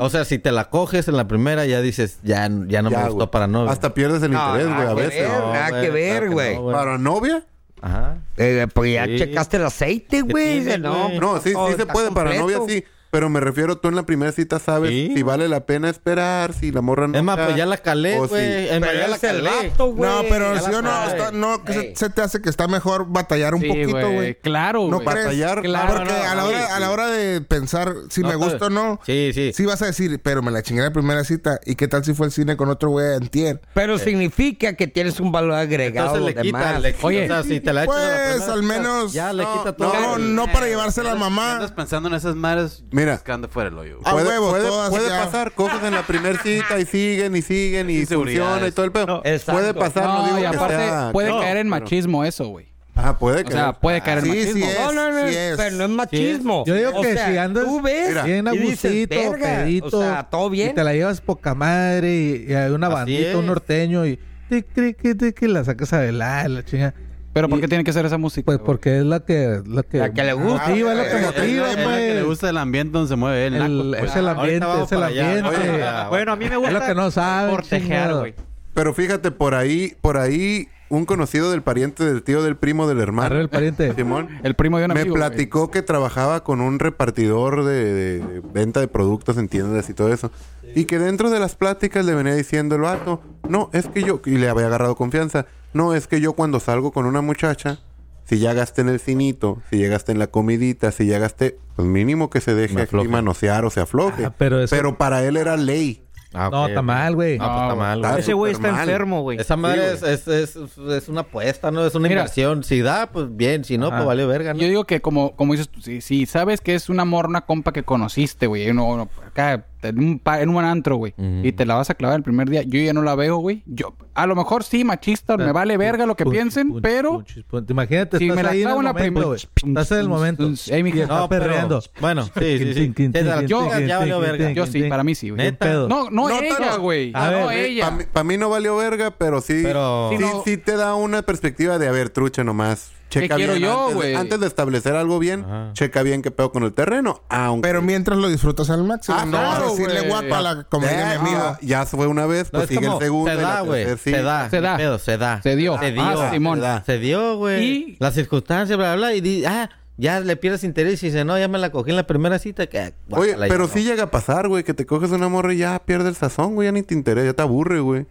Speaker 3: O sea, si te la coges en la primera, ya dices, ya, ya no
Speaker 6: Ya,
Speaker 3: me gustó
Speaker 6: güey.
Speaker 3: para novia.
Speaker 6: Hasta pierdes el
Speaker 5: No, pues,
Speaker 6: interés,
Speaker 5: eh,
Speaker 6: güey,
Speaker 5: nada
Speaker 6: a
Speaker 5: que
Speaker 6: veces.
Speaker 5: ver, nada que ver,
Speaker 3: claro
Speaker 5: güey.
Speaker 3: no,
Speaker 6: ¿Para novia?
Speaker 3: Ajá.
Speaker 5: Eh, pues ya
Speaker 3: Sí.
Speaker 5: checaste el aceite,
Speaker 3: ¿Qué
Speaker 5: güey.
Speaker 3: tiene,
Speaker 5: No,
Speaker 3: güey?
Speaker 6: No, sí, sí
Speaker 5: no,
Speaker 6: se
Speaker 5: Oh, está
Speaker 6: puede, para novia
Speaker 5: completo.
Speaker 6: sí. Pero me refiero, tú en la primera cita sabes
Speaker 3: Sí.
Speaker 6: si vale la pena esperar, si la morra no...
Speaker 3: Es más, pues ya la calé,
Speaker 6: O
Speaker 3: güey.
Speaker 6: sí.
Speaker 3: Es más,
Speaker 5: Pero
Speaker 3: ya la
Speaker 5: es el
Speaker 3: calé.
Speaker 5: vato, güey.
Speaker 8: No, pero
Speaker 5: Ya
Speaker 8: si
Speaker 5: la
Speaker 8: o no,
Speaker 5: sabe.
Speaker 8: está- no que se,
Speaker 5: Ey.
Speaker 8: se te hace que está mejor batallar un
Speaker 4: Sí,
Speaker 8: poquito,
Speaker 4: güey.
Speaker 8: güey.
Speaker 4: Claro,
Speaker 8: No
Speaker 4: güey.
Speaker 8: crees.
Speaker 6: Batallar.
Speaker 4: Claro,
Speaker 8: Porque
Speaker 4: no,
Speaker 8: a, la
Speaker 4: sí,
Speaker 8: hora, a la hora de pensar si
Speaker 3: No,
Speaker 8: me gusta
Speaker 3: está-
Speaker 8: o no,
Speaker 3: Sí, sí.
Speaker 8: sí vas a decir, pero me la chingué en la primera cita. ¿Y qué tal si fue al cine con otro güey antier?
Speaker 5: Pero significa que tienes un valor agregado.
Speaker 3: Entonces le
Speaker 5: de
Speaker 3: quita,
Speaker 5: más.
Speaker 3: le quita.
Speaker 4: Oye.
Speaker 3: o sea, si te la echas a la
Speaker 8: Pues,
Speaker 3: primera
Speaker 8: al
Speaker 3: cita,
Speaker 8: menos-
Speaker 3: Ya le
Speaker 8: no,
Speaker 3: quita todo.
Speaker 8: No,
Speaker 3: el-
Speaker 8: no para llevársela a
Speaker 9: Andas
Speaker 8: mamá.
Speaker 9: pensando en esas madres
Speaker 6: Mira.
Speaker 9: buscando fuera el hoyo.
Speaker 8: A
Speaker 6: puede,
Speaker 8: Ah, huevo,
Speaker 6: puede-
Speaker 8: todas
Speaker 6: puede
Speaker 8: ya.
Speaker 6: pasar cosas en la primera cita y siguen y siguen y
Speaker 9: Inseguridades.
Speaker 6: funciona y todo el pedo.
Speaker 7: No,
Speaker 6: puede
Speaker 5: exacto.
Speaker 6: pasar, no,
Speaker 4: No,
Speaker 6: digo
Speaker 4: y
Speaker 6: que
Speaker 4: aparte
Speaker 6: sea-
Speaker 4: puede
Speaker 6: no,
Speaker 4: caer en
Speaker 6: pero-
Speaker 4: machismo eso, güey.
Speaker 6: Ajá, puede
Speaker 4: O
Speaker 6: caer.
Speaker 4: sea, puede caer en
Speaker 8: Sí,
Speaker 4: machismo.
Speaker 8: sí es.
Speaker 5: No, no, no,
Speaker 8: sí es.
Speaker 5: pero no es machismo.
Speaker 2: Yo digo
Speaker 5: O
Speaker 2: que
Speaker 5: sea,
Speaker 2: si andas
Speaker 5: tú ves
Speaker 6: Mira.
Speaker 2: bien a
Speaker 5: y dices,
Speaker 2: gustito,
Speaker 5: "Verga",
Speaker 2: pedito,
Speaker 5: O sea, todo bien.
Speaker 2: Y te la llevas poca madre y, y hay una
Speaker 3: Así
Speaker 2: bandita, un
Speaker 3: es.
Speaker 2: norteño y tic, tic, tic, tic, y la sacas a velar, la chinga.
Speaker 4: Pero ¿por qué tiene que ser esa música?
Speaker 2: Pues
Speaker 4: güey?
Speaker 2: porque es la que, la que,
Speaker 5: La que le gusta.
Speaker 2: motiva, es la que
Speaker 8: Ah,
Speaker 9: Es
Speaker 2: motiva,
Speaker 9: la- es la que le
Speaker 2: pues.
Speaker 9: gusta el ambiente donde se mueve él.
Speaker 2: El- Es el
Speaker 3: pues. Ahorita
Speaker 2: ambiente,
Speaker 3: vamos
Speaker 2: es el
Speaker 3: para allá.
Speaker 2: ambiente. Ah,
Speaker 3: Oye, ya,
Speaker 7: Bueno, a mí me
Speaker 2: Es
Speaker 7: gusta
Speaker 2: lo que no saben,
Speaker 7: cortejear,
Speaker 2: chingado.
Speaker 7: güey.
Speaker 6: Pero fíjate, por ahí, por ahí, un conocido del pariente, del tío, del primo, del
Speaker 2: Arre
Speaker 6: hermano,
Speaker 2: el pariente.
Speaker 6: Simón,
Speaker 4: el primo de un
Speaker 6: me
Speaker 4: amigo. güey.
Speaker 6: platicó que trabajaba con un repartidor de, de- de venta de productos en tiendas y todo eso. Y que dentro de las pláticas le venía diciendo el vato, no, es que yo, y le había agarrado confianza, no, es que yo cuando salgo con una muchacha, si ya gasté en el cinito, si ya gasté en la comidita, si ya gasté, pues mínimo que se deje
Speaker 3: Me
Speaker 6: aquí
Speaker 3: afloje.
Speaker 6: manosear o se afloje.
Speaker 2: Ah, pero eso-
Speaker 6: Pero para él era ley.
Speaker 3: Ah,
Speaker 2: No,
Speaker 3: ok.
Speaker 2: está mal, güey.
Speaker 3: No, pues está
Speaker 4: No,
Speaker 3: mal,
Speaker 6: güey.
Speaker 3: güey.
Speaker 7: Ese güey está
Speaker 6: Superman.
Speaker 7: enfermo, güey.
Speaker 3: Esa madre
Speaker 6: Sí,
Speaker 3: es, es, es- es una apuesta, ¿no? Es una
Speaker 4: Mira.
Speaker 3: inversión. Si da, pues bien. Si no,
Speaker 2: Ajá.
Speaker 3: pues vale verga, ¿no?
Speaker 4: Yo digo que como, como dices tú, si, si sabes que es una morra, una compa que conociste, güey, uno- uno acá en un, pa- en un antro, güey,
Speaker 3: Ujú.
Speaker 4: y te la vas a clavar el primer día, yo ya no la veo, güey. Yo, a lo mejor sí, machista,
Speaker 3: Ah,
Speaker 4: me vale verga lo que
Speaker 2: Punch,
Speaker 4: piensen,
Speaker 2: punch,
Speaker 4: pero
Speaker 2: punch, punch. Imagínate,
Speaker 4: Si
Speaker 2: estás
Speaker 4: me la
Speaker 2: ahí en el
Speaker 4: clavo en la
Speaker 2: momento,
Speaker 4: prim-
Speaker 2: güey. Estás en el momento.
Speaker 4: Ey, mija,
Speaker 2: Y está
Speaker 3: pero-
Speaker 2: perreando.
Speaker 3: Bueno, sí, sí, sí.
Speaker 2: Tin, tin,
Speaker 3: Sí, de la-
Speaker 2: tin,
Speaker 3: yo-
Speaker 2: tin,
Speaker 3: ya valió
Speaker 2: tin,
Speaker 3: verga.
Speaker 2: tin,
Speaker 4: yo
Speaker 2: tin,
Speaker 4: sí,
Speaker 2: tin.
Speaker 4: para mí sí, güey.
Speaker 2: Sin
Speaker 3: Neta.
Speaker 2: pedo.
Speaker 4: No,
Speaker 6: No,
Speaker 4: no, ella,
Speaker 6: tan-
Speaker 4: güey.
Speaker 2: A
Speaker 4: no,
Speaker 2: ver,
Speaker 4: ella.
Speaker 6: Para mí, pa' mí no valió verga, pero sí.
Speaker 3: Pero-
Speaker 6: sí,
Speaker 4: Sí, no.
Speaker 6: sí te da una perspectiva de, a ver, trucha nomás. Checa
Speaker 4: quiero
Speaker 6: bien.
Speaker 4: yo,
Speaker 6: antes, de,
Speaker 4: güey?
Speaker 6: antes de establecer algo bien,
Speaker 3: Ajá.
Speaker 6: checa bien qué pedo con el terreno. Aunque.
Speaker 8: Pero mientras lo disfrutas al máximo.
Speaker 6: Ah,
Speaker 8: no vas a
Speaker 6: claro,
Speaker 8: decirle
Speaker 4: güey.
Speaker 8: guapa a la
Speaker 6: Eh,
Speaker 8: comedia mi amigo.
Speaker 6: ya, ya se fue una vez,
Speaker 3: No,
Speaker 6: pues
Speaker 3: es
Speaker 6: sigue
Speaker 3: como,
Speaker 6: el segundo.
Speaker 3: se
Speaker 6: y la
Speaker 3: da, güey.
Speaker 6: tercera, sí.
Speaker 3: Se da.
Speaker 4: Se da.
Speaker 3: Ni pedo, se da.
Speaker 4: Se dio.
Speaker 3: Se dio.
Speaker 4: Ah, Simón.
Speaker 3: Se, da. Se dio, güey.
Speaker 4: Y-
Speaker 3: Las circunstancias, bla, bla, bla. Y di, ah, ya le pierdes interés. Y dice, no, ya me la cogí en la primera cita. Que, ah,
Speaker 6: Oye,
Speaker 3: guácala,
Speaker 6: pero
Speaker 3: ya
Speaker 6: sí
Speaker 3: no.
Speaker 6: llega a pasar, güey, que te coges una morra y ya pierde el sazón, güey. Ya ni te interesa, ya te aburre, güey.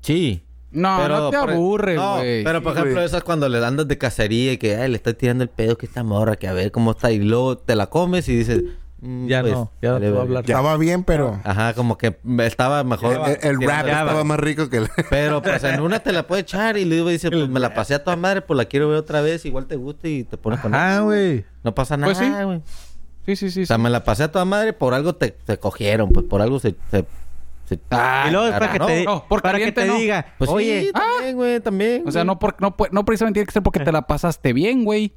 Speaker 3: Sí.
Speaker 4: No, no te
Speaker 3: por- e-
Speaker 4: aburres,
Speaker 3: no,
Speaker 4: güey.
Speaker 3: pero por
Speaker 6: Sí,
Speaker 3: ejemplo,
Speaker 6: güey.
Speaker 3: esas cuando le andas de cacería y que ay, le está tirando el pedo que esta morra, que a ver cómo está. Y luego te la comes y dices,
Speaker 2: Ya
Speaker 3: pues,
Speaker 2: no, ya no te
Speaker 3: vale,
Speaker 2: voy a
Speaker 3: vale.
Speaker 2: hablar.
Speaker 8: Estaba bien, pero.
Speaker 3: Ajá, como que estaba mejor.
Speaker 6: El, el
Speaker 3: que
Speaker 6: rap
Speaker 3: la
Speaker 6: estaba
Speaker 3: Java.
Speaker 6: más rico que el...
Speaker 3: Pero pues en una te la puede echar y luego dice, pues me la pasé a toda madre, pues la quiero ver otra vez, igual te gusta y te pones con
Speaker 2: Ah,
Speaker 3: otra.
Speaker 2: güey.
Speaker 3: No pasa nada,
Speaker 4: Pues sí.
Speaker 3: güey.
Speaker 4: Sí, sí, sí.
Speaker 3: O sea, me la pasé a toda madre, por algo te, te cogieron, pues por algo se... se- se-
Speaker 4: Ah,
Speaker 7: y luego
Speaker 3: claro,
Speaker 7: para que
Speaker 3: no.
Speaker 7: te,
Speaker 4: No, por
Speaker 7: para que
Speaker 4: caliente
Speaker 7: te
Speaker 4: no.
Speaker 7: diga,
Speaker 3: Pues
Speaker 7: oye,
Speaker 3: sí, también, güey, también.
Speaker 4: O sea, no, por, no, pu- no precisamente tiene que ser porque te la pasaste bien, güey.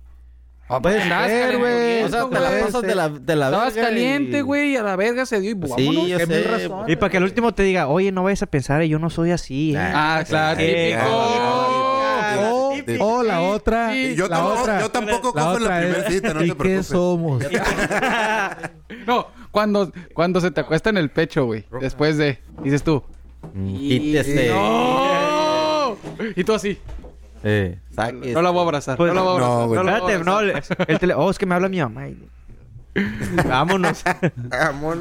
Speaker 3: puede
Speaker 4: andabas
Speaker 3: ser, Ah, güey.
Speaker 4: caliente,
Speaker 3: O sea, te
Speaker 4: güey.
Speaker 3: la pasas de la, de la
Speaker 4: Estabas
Speaker 3: verga y-
Speaker 4: caliente, güey, y a la verga se dio y
Speaker 3: Pues
Speaker 4: vámonos.
Speaker 3: Sí, yo
Speaker 2: que mil
Speaker 3: sé.
Speaker 2: razones.
Speaker 7: y para que al último te diga, oye, no vayas a pensar, eh, yo no soy así. eh".
Speaker 4: Ah, claro,
Speaker 7: oh.
Speaker 4: típico.
Speaker 2: O, o la otra.
Speaker 4: sí.
Speaker 6: Yo,
Speaker 2: la
Speaker 6: tampoco,
Speaker 2: otra.
Speaker 6: yo tampoco
Speaker 2: la
Speaker 6: cojo en la
Speaker 2: otra
Speaker 6: primera
Speaker 2: es,
Speaker 6: cita, no te
Speaker 2: ¿Y qué
Speaker 6: preocupes.
Speaker 2: somos?
Speaker 4: No, cuando, cuando se te acuesta en el pecho, güey. Después de. Dices tú.
Speaker 3: Mm, Quítese.
Speaker 4: ¡No! Y tú así.
Speaker 3: Eh, saque.
Speaker 4: No la voy a abrazar.
Speaker 7: Pues,
Speaker 4: no la voy a
Speaker 6: no,
Speaker 4: abrazar.
Speaker 6: güey.
Speaker 4: la voy a
Speaker 7: Espérate, no,
Speaker 4: abrazar.
Speaker 7: el, el tele- oh, es que me habla mi mamá. y- Vámonos.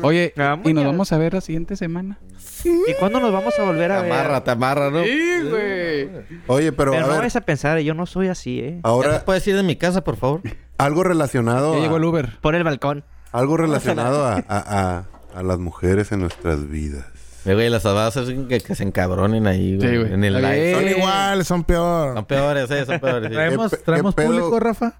Speaker 4: Oye,
Speaker 7: Vamos
Speaker 4: ¿y nos
Speaker 7: ya.
Speaker 4: vamos a ver la siguiente semana?
Speaker 7: ¿Y cuándo nos vamos a volver
Speaker 3: Te
Speaker 7: a
Speaker 3: amarra,
Speaker 7: ver?
Speaker 3: te amarra, ¿no?
Speaker 4: Sí, güey.
Speaker 6: Oye, pero,
Speaker 7: Pero no
Speaker 6: a ver,
Speaker 7: vayas a pensar, eh, yo no soy así, eh.
Speaker 3: Ahora
Speaker 6: ahora
Speaker 3: puedes ir de mi casa, por favor.
Speaker 6: algo relacionado
Speaker 4: Ya
Speaker 6: a-
Speaker 4: llegó el Uber.
Speaker 7: Por el balcón.
Speaker 6: algo relacionado a, a, a- a las mujeres en nuestras vidas.
Speaker 3: Eh, güey, las vas a hacer que, que se encabronen ahí, güey.
Speaker 4: Sí, güey.
Speaker 3: En el
Speaker 4: Está
Speaker 3: live.
Speaker 4: bien.
Speaker 8: Son
Speaker 4: Eh.
Speaker 8: igual, son peor.
Speaker 3: Son peores, eh, son peores. sí.
Speaker 2: ¿Traemos,
Speaker 6: ¿Qué pe-
Speaker 2: traemos
Speaker 6: qué pedo?
Speaker 2: público, Rafa?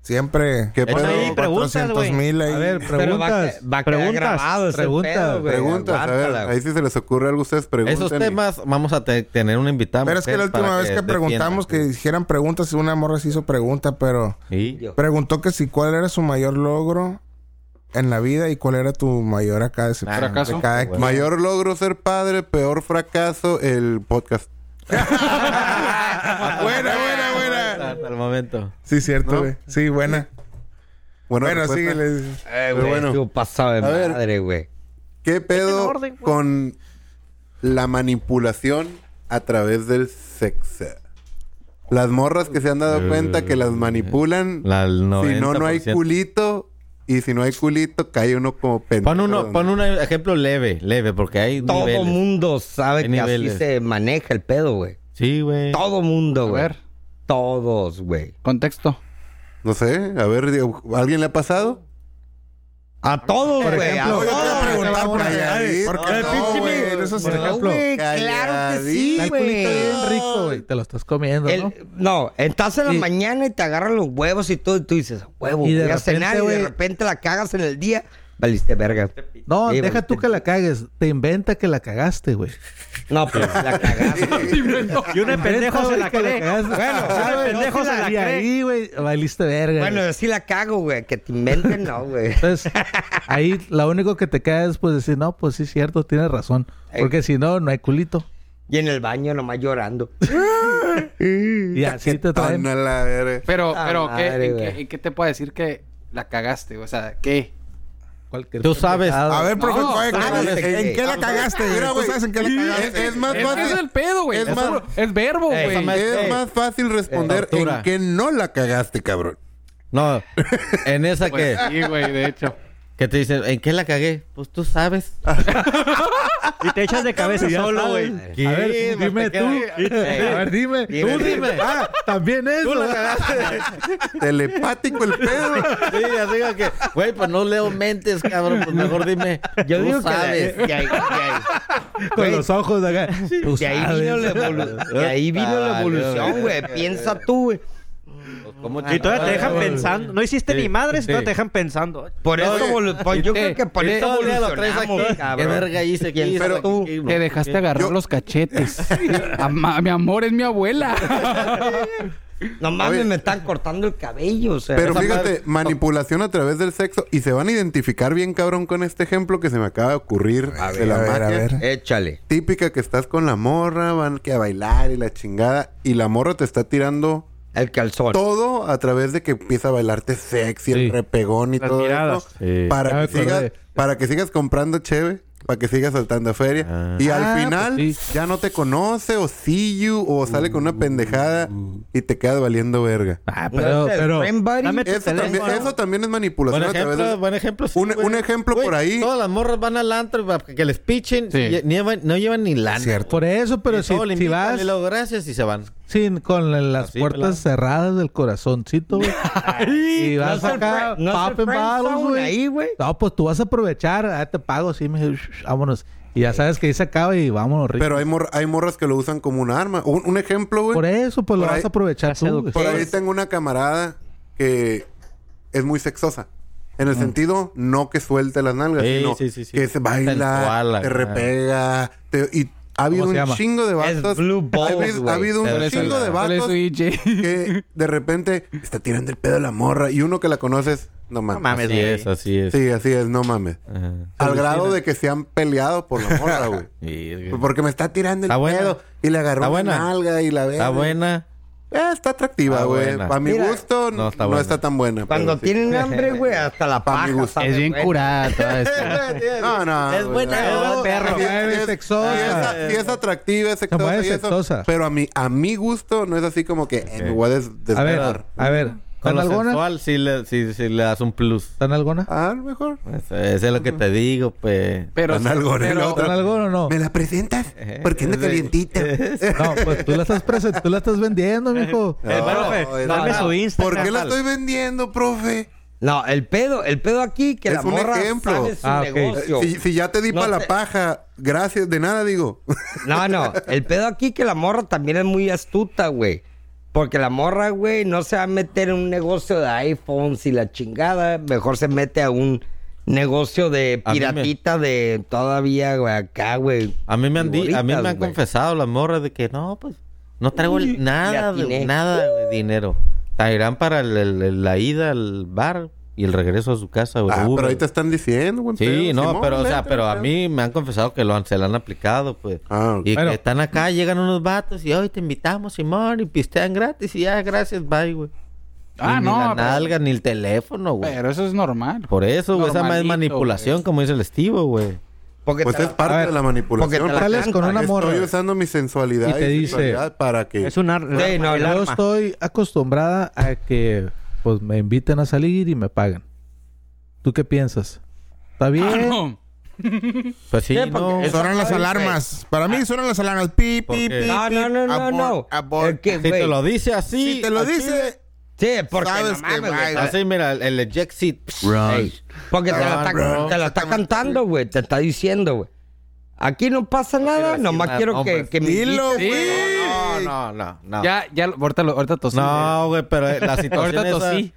Speaker 8: Siempre.
Speaker 6: ¿Qué
Speaker 3: Échale
Speaker 6: pedo?
Speaker 3: ahí,
Speaker 7: preguntas,
Speaker 8: mil ahí.
Speaker 2: A ver,
Speaker 5: Pero va a,
Speaker 2: preguntas.
Speaker 5: va a quedar
Speaker 7: Preguntas,
Speaker 5: grabado ese
Speaker 2: preguntas,
Speaker 5: pedo, güey.
Speaker 6: Preguntas, a ver,
Speaker 5: Aguántala,
Speaker 6: ahí si se les ocurre algo ustedes pregunten.
Speaker 3: Esos temas vamos a te- tener un invitado.
Speaker 8: Pero es que la
Speaker 3: mujer,
Speaker 8: última
Speaker 3: para
Speaker 8: vez que preguntamos que
Speaker 3: defienda.
Speaker 8: hicieran preguntas, una morra se hizo pregunta, pero
Speaker 3: Sí.
Speaker 5: Yo.
Speaker 8: preguntó que si cuál era su mayor logro en la vida y cuál era tu mayor acá decepción.
Speaker 4: ¿Fracaso?
Speaker 8: De cada
Speaker 3: Güey.
Speaker 8: quien.
Speaker 6: Mayor logro ser padre, peor fracaso el podcast.
Speaker 8: buena, buena, buena.
Speaker 3: Hasta el momento.
Speaker 8: Sí, cierto,
Speaker 6: ¿No?
Speaker 8: güey. Sí, buena.
Speaker 6: Bueno,
Speaker 8: Bueno,
Speaker 6: respuesta.
Speaker 8: síguele.
Speaker 5: Eh,
Speaker 6: Pero
Speaker 5: güey,
Speaker 6: bueno.
Speaker 5: estuvo pasado de
Speaker 6: A ver.
Speaker 5: madre, güey.
Speaker 6: ¿Qué pedo
Speaker 7: orden, güey.
Speaker 6: con la manipulación a través del sexo? Las morras que se han dado cuenta que las manipulan.
Speaker 3: Eh, La- el
Speaker 6: si no, no hay
Speaker 3: 90%.
Speaker 6: culito. Y si no hay culito, cae uno como pendejo.
Speaker 3: Pon, uno, pon un ejemplo leve, leve, porque hay
Speaker 5: Todo
Speaker 3: niveles.
Speaker 5: mundo sabe
Speaker 3: Hay
Speaker 5: que
Speaker 3: niveles.
Speaker 5: así se maneja el pedo, güey.
Speaker 3: Sí, güey.
Speaker 5: Todo mundo,
Speaker 4: A
Speaker 5: güey.
Speaker 4: ver.
Speaker 5: Todos, güey.
Speaker 4: Contexto.
Speaker 6: No sé, a ver, digo, ¿alguien le ha pasado?
Speaker 5: A todos, güey. A
Speaker 8: Ah, No, yo te voy a
Speaker 5: todos.
Speaker 8: preguntar por
Speaker 6: Ay,
Speaker 8: ahí.
Speaker 6: ay,
Speaker 8: ¿Por
Speaker 6: ay,
Speaker 8: qué no,
Speaker 6: pinche
Speaker 8: güey?
Speaker 6: mi-
Speaker 8: En esos-
Speaker 2: Por ejemplo,
Speaker 5: güey, claro que sí,
Speaker 6: Calladito.
Speaker 2: Está el culito
Speaker 5: güey.
Speaker 2: bien rico, güey. Te lo estás comiendo,
Speaker 5: El-
Speaker 2: ¿no?
Speaker 5: no, estás en la
Speaker 2: Y-
Speaker 5: mañana y te agarran los huevos y todo, y tú dices, huevo,
Speaker 2: Y de
Speaker 5: voy a
Speaker 2: repente,
Speaker 5: cenar y
Speaker 2: güey-
Speaker 5: de repente la cagas en el día. Valiste verga.
Speaker 2: No,
Speaker 5: Sí,
Speaker 2: deja
Speaker 5: güey.
Speaker 2: tú que la cagues. Te inventa que la cagaste, güey.
Speaker 5: No, pues la cagaste.
Speaker 7: Y uno de pendejo se
Speaker 2: güey,
Speaker 7: la
Speaker 2: que
Speaker 7: cree.
Speaker 2: cagaste.
Speaker 5: Bueno,
Speaker 2: Ah,
Speaker 5: sabe,
Speaker 2: güey,
Speaker 7: pendejo
Speaker 2: no
Speaker 7: se la
Speaker 2: Y
Speaker 7: cree.
Speaker 2: ahí, güey, bailiste verga.
Speaker 5: bueno,
Speaker 2: güey.
Speaker 5: yo sí la cago, güey. Que te inventen, no, güey.
Speaker 2: Entonces, ahí lo único que te queda es pues decir, no, pues sí, cierto, tienes razón. Porque si no, no hay culito.
Speaker 5: Y en el baño nomás llorando.
Speaker 2: Y así te traen.
Speaker 6: Tan a la verga.
Speaker 4: Pero,
Speaker 5: Ah,
Speaker 4: pero, ¿qué,
Speaker 5: madre,
Speaker 4: en,
Speaker 5: güey.
Speaker 4: qué, en qué te puedo decir que la cagaste? O sea, ¿qué?
Speaker 2: Cualquier
Speaker 3: Tú sabes.
Speaker 2: pendejada.
Speaker 8: A ver, profe,
Speaker 4: No,
Speaker 8: oye,
Speaker 5: sabes
Speaker 8: ¿en-
Speaker 5: que-
Speaker 8: ¿en qué la
Speaker 5: Vamos
Speaker 8: cagaste?
Speaker 6: Mira,
Speaker 8: ¿Tú
Speaker 6: güey,
Speaker 8: sabes en qué la
Speaker 6: es,
Speaker 8: cagaste?
Speaker 6: es más
Speaker 4: Es, que
Speaker 6: fácil.
Speaker 4: ese es el pedo, güey.
Speaker 6: es
Speaker 4: Es,
Speaker 6: más-
Speaker 4: es verbo,
Speaker 5: Ey,
Speaker 4: güey.
Speaker 3: esa
Speaker 6: Es más fácil responder
Speaker 3: tortura.
Speaker 6: en qué no la cagaste, cabrón.
Speaker 3: No, en esa que,
Speaker 4: Pues sí, güey, de hecho.
Speaker 3: que te dicen, ¿en qué la cagué? Pues tú sabes.
Speaker 7: Y te echas de cabeza solo, güey.
Speaker 3: ¿Qué?
Speaker 2: A ver,
Speaker 3: Me
Speaker 2: dime
Speaker 3: te
Speaker 2: tú.
Speaker 3: quedas-
Speaker 2: A ver, dime.
Speaker 5: Dime,
Speaker 2: Tú dime. Ah, también eso.
Speaker 6: Telepático el pedo.
Speaker 3: Sí, así como que, güey, pues no leo mentes, cabrón. Pues mejor dime.
Speaker 5: Yo
Speaker 3: tú
Speaker 5: digo
Speaker 3: sabes.
Speaker 5: que de, de ahí, de ahí-
Speaker 2: Con los ojos de acá. Tú
Speaker 5: de ahí vino la,
Speaker 2: sabes. Ah,
Speaker 5: evolu- de ahí vino la
Speaker 3: Ah,
Speaker 5: evolución,
Speaker 3: vale,
Speaker 5: güey. Piensa tú, güey.
Speaker 3: Pues, ¿cómo
Speaker 7: Y todavía te dejan
Speaker 3: chingados?
Speaker 7: pensando. No hiciste
Speaker 3: Sí,
Speaker 7: ni madres,
Speaker 3: sí.
Speaker 7: todavía te dejan pensando.
Speaker 5: Por eso,
Speaker 3: oye,
Speaker 5: evolu- pues, yo creo que por
Speaker 3: Sí,
Speaker 5: eso
Speaker 3: todavía lo traes
Speaker 5: evolucionamos,
Speaker 3: aquí. ¿Qué
Speaker 5: cabrón.
Speaker 3: verga hice aquí?
Speaker 5: Piensa
Speaker 3: Pero
Speaker 5: tú.
Speaker 4: Te dejaste agarrar
Speaker 6: Yo-
Speaker 4: los cachetes. Ama- mi amor es mi abuela.
Speaker 5: No mames,
Speaker 6: Oye.
Speaker 5: me están cortando el cabello, o sea.
Speaker 6: Pero
Speaker 5: esa
Speaker 6: fíjate, manipulación a través del sexo. Y se van a identificar bien, cabrón, con este ejemplo que se me acaba de ocurrir.
Speaker 5: A
Speaker 6: de
Speaker 5: ver,
Speaker 6: la
Speaker 8: a ver, a
Speaker 6: magia.
Speaker 8: ver.
Speaker 5: Échale.
Speaker 6: Típica que estás con la morra, van que a bailar y la chingada. Y la morra te está tirando
Speaker 5: El calzón.
Speaker 6: todo a través de que empieza a bailarte sexy,
Speaker 2: Sí.
Speaker 6: el repegón y
Speaker 7: Las
Speaker 6: todo
Speaker 7: miradas.
Speaker 6: eso.
Speaker 3: Sí.
Speaker 2: Ya
Speaker 6: Para,
Speaker 2: me
Speaker 6: que sigas,
Speaker 2: acordé.
Speaker 6: para que sigas comprando cheve, para que sigas saltando a feria. Y al
Speaker 2: Ah, pues
Speaker 6: final
Speaker 2: sí.
Speaker 6: ya no te conoce o see you o sale con una pendejada y te quedas valiendo verga.
Speaker 2: Ah,
Speaker 5: No
Speaker 2: pero,
Speaker 5: sé,
Speaker 2: pero.
Speaker 5: friend buddy.
Speaker 7: Dame tu
Speaker 6: Eso también,
Speaker 7: teléfono.
Speaker 6: eso también es
Speaker 3: Buen
Speaker 6: manipulación a través
Speaker 3: ejemplo,
Speaker 6: del
Speaker 3: buen ejemplo. sí,
Speaker 6: Un-
Speaker 3: güey.
Speaker 6: un ejemplo
Speaker 3: Güey,
Speaker 6: por ahí.
Speaker 3: Todas las morras van al antro para que les pichen.
Speaker 4: Sí.
Speaker 3: y- ni llevan- no llevan ni lana.
Speaker 8: Cierto.
Speaker 2: Por eso, pero
Speaker 3: Y
Speaker 2: si,
Speaker 3: todo le
Speaker 2: si
Speaker 3: invitan,
Speaker 2: vas.
Speaker 3: y luego gracias y se van.
Speaker 2: sin, con la- las
Speaker 3: Así,
Speaker 2: puertas
Speaker 3: pelado.
Speaker 2: cerradas del corazoncito, güey. y vas
Speaker 5: No es el
Speaker 2: acá,
Speaker 5: friend- no es el
Speaker 2: pop and
Speaker 5: friend
Speaker 2: bottles,
Speaker 5: zone
Speaker 2: güey.
Speaker 5: ahí, güey.
Speaker 2: No, pues tú vas a aprovechar, ah, te pago, sí, me vámonos. Y ya sabes que ahí se acaba y vámonos, rico.
Speaker 6: Pero hay, morra- hay morras que lo usan como un arma. Un, un ejemplo, güey.
Speaker 2: por eso, pues lo
Speaker 6: por
Speaker 2: vas
Speaker 6: ahí-
Speaker 2: a aprovechar
Speaker 7: Hace
Speaker 2: tú, güey.
Speaker 6: Por
Speaker 3: Pues.
Speaker 6: ahí tengo una camarada que es muy sexosa. En el sentido, no que suelte las nalgas,
Speaker 3: Mm. Sí,
Speaker 6: sino
Speaker 3: sí, sí, sí.
Speaker 6: que se baila,
Speaker 3: Sensuala,
Speaker 6: te
Speaker 3: claro.
Speaker 6: repega. te- y ha habido
Speaker 2: se
Speaker 6: un
Speaker 2: llama?
Speaker 6: chingo de vatos.
Speaker 5: blue
Speaker 6: ha
Speaker 5: balls,
Speaker 6: habido, ha
Speaker 5: güey.
Speaker 6: habido
Speaker 3: Pero
Speaker 6: un
Speaker 3: es
Speaker 6: chingo
Speaker 3: el-
Speaker 6: de
Speaker 4: ¿Cuál es
Speaker 6: vatos
Speaker 4: su DJ?
Speaker 6: que de repente está tirando el pedo a la morra. Y uno que la conoces, no mames.
Speaker 7: No mames,
Speaker 3: Así
Speaker 7: güey.
Speaker 3: es, así es.
Speaker 6: Sí, así es, no mames.
Speaker 3: Ajá.
Speaker 6: Al grado de que se han peleado por la morra, güey.
Speaker 3: Sí, güey.
Speaker 6: Porque me está tirando el
Speaker 3: Está buena.
Speaker 6: pedo y le agarró
Speaker 3: Está
Speaker 6: una
Speaker 3: buena.
Speaker 6: nalga y la ve.
Speaker 3: Está buena.
Speaker 6: Eh, está atractiva,
Speaker 3: Está
Speaker 6: güey.
Speaker 3: Ah, buena.
Speaker 6: A mi
Speaker 5: Mira.
Speaker 6: gusto, no
Speaker 3: No
Speaker 6: está,
Speaker 3: está buena.
Speaker 6: tan buena. pero
Speaker 5: Cuando
Speaker 6: sí.
Speaker 5: tienen hambre, güey, hasta la
Speaker 6: Pa' mi
Speaker 5: paja.
Speaker 6: gusto.
Speaker 5: sabe,
Speaker 9: Es bien
Speaker 5: güey.
Speaker 9: curada toda esta.
Speaker 6: No, no.
Speaker 5: Es buena,
Speaker 6: güey.
Speaker 5: es perro.
Speaker 6: Sí,
Speaker 2: Es
Speaker 6: sí,
Speaker 2: sexosa.
Speaker 6: sí es- Sí, es atractiva, es sexosa.
Speaker 2: mueve
Speaker 6: y eso,
Speaker 2: sexosa.
Speaker 6: Pero a mi, a mi gusto no es así como que eh, me voy a des-
Speaker 2: A ver,
Speaker 6: desesperar.
Speaker 2: a ver, ¿tan
Speaker 3: Con lo
Speaker 2: alguna?
Speaker 3: sensual sí le, sí- sí le das un plus.
Speaker 2: ¿Tan alguna?
Speaker 6: A lo mejor.
Speaker 3: Eso, eso es lo que te digo, pues.
Speaker 4: Pero,
Speaker 6: Con algo, ¿no?
Speaker 4: pero-
Speaker 6: La otra-
Speaker 2: ¿Tan alguna o no?
Speaker 6: ¿Me la presentas?
Speaker 3: Eh,
Speaker 6: Porque anda calientita.
Speaker 2: No, pues tú la estás presen- tú la estás vendiendo, mijo.
Speaker 6: No,
Speaker 7: profe,
Speaker 6: no,
Speaker 7: dame
Speaker 6: no.
Speaker 7: su Instagram.
Speaker 6: ¿Por qué la estoy vendiendo, profe? Eh,
Speaker 5: No, el pedo, el pedo aquí que
Speaker 6: Es
Speaker 5: la
Speaker 6: un
Speaker 5: morra
Speaker 6: ejemplo.
Speaker 5: sabe su
Speaker 2: Ah, ok.
Speaker 5: negocio.
Speaker 6: Si, si ya te di
Speaker 5: No
Speaker 6: para la
Speaker 5: te-
Speaker 6: paja, gracias, de nada digo.
Speaker 3: Pues
Speaker 5: No, no, el pedo aquí que la morra también es muy astuta, güey. Porque la morra, güey, no se va a meter en un negocio de iPhones y la chingada. Mejor se mete a un negocio de
Speaker 3: A mí me-
Speaker 5: piratita de todavía, güey, acá, güey.
Speaker 3: A mí me han, di- a mí me
Speaker 5: Figuritas,
Speaker 3: han
Speaker 5: güey.
Speaker 3: confesado las morras de que no, pues no traigo el- nada,
Speaker 5: le
Speaker 3: de-
Speaker 5: atiné.
Speaker 3: nada de dinero. Traerán para el- el- el- la ida al bar y el regreso a su casa. güey.
Speaker 6: Ah,
Speaker 3: Uber.
Speaker 6: pero ahí te están diciendo, güey.
Speaker 3: Sí,
Speaker 6: pedo,
Speaker 3: no,
Speaker 6: Simón,
Speaker 3: pero o sea,
Speaker 6: vente,
Speaker 3: pero a
Speaker 6: pedo.
Speaker 3: mí me han confesado que lo han, se lo han aplicado, pues.
Speaker 6: Ah, ok.
Speaker 3: Y
Speaker 2: Bueno.
Speaker 3: que están acá, llegan unos vatos y hoy te invitamos, Simón, y pistean gratis y ya, gracias, bye, güey.
Speaker 4: ah,
Speaker 3: Y
Speaker 4: no.
Speaker 3: Ni la
Speaker 4: pero-
Speaker 3: nalga, ni el teléfono, güey.
Speaker 4: Pero eso es normal.
Speaker 3: Por eso, güey, esa ma- es
Speaker 4: Normalito,
Speaker 3: manipulación,
Speaker 4: güey.
Speaker 3: como dice el Estivo, güey.
Speaker 5: Porque
Speaker 6: Pues
Speaker 5: te
Speaker 6: es
Speaker 5: la-
Speaker 6: parte
Speaker 2: A ver,
Speaker 6: de la manipulación.
Speaker 5: porque te la
Speaker 2: Sales con
Speaker 5: canta.
Speaker 2: una morra.
Speaker 6: Estoy usando mi sensualidad
Speaker 2: Y te dice-
Speaker 6: sexualidad para que
Speaker 7: Es un ar-
Speaker 5: Sí,
Speaker 7: el
Speaker 5: no,
Speaker 7: arma.
Speaker 2: Yo estoy acostumbrada a que pues me inviten a salir y me pagan. ¿Tú qué piensas? ¿Está bien?
Speaker 4: Ah, no.
Speaker 3: Pues sí, no.
Speaker 8: Sonan las alarmas. Para mí sonan las alarmas. Pi,
Speaker 3: ¿Por
Speaker 8: pi,
Speaker 3: qué?
Speaker 8: pi,
Speaker 5: No,
Speaker 8: pi.
Speaker 5: no, no, no,
Speaker 8: Abort,
Speaker 5: no.
Speaker 8: abort.
Speaker 5: Es que,
Speaker 3: Si te
Speaker 5: güey,
Speaker 3: lo dice así.
Speaker 8: Si te lo
Speaker 3: así,
Speaker 8: dice,
Speaker 5: Sí, porque
Speaker 8: sabes
Speaker 5: no
Speaker 8: que
Speaker 5: mames, güey,
Speaker 8: baila.
Speaker 3: Así, Ah, mira, el, el eject seat. Ey.
Speaker 5: Porque te la
Speaker 3: Ah,
Speaker 5: está,
Speaker 3: bro.
Speaker 5: te la está cantando, güey. Te está diciendo, güey. Aquí no pasa nada.
Speaker 3: decir
Speaker 5: nomás
Speaker 3: nada,
Speaker 5: quiero que,
Speaker 3: hombre.
Speaker 5: que me
Speaker 8: dilo,
Speaker 5: invites.
Speaker 8: güey.
Speaker 3: No, no, no, no.
Speaker 4: Ah. Ya, ya, ahorita, lo- ahorita tosí,
Speaker 3: No, güey, pero eh, la
Speaker 4: Ahorita
Speaker 3: situación esa,
Speaker 4: tosí.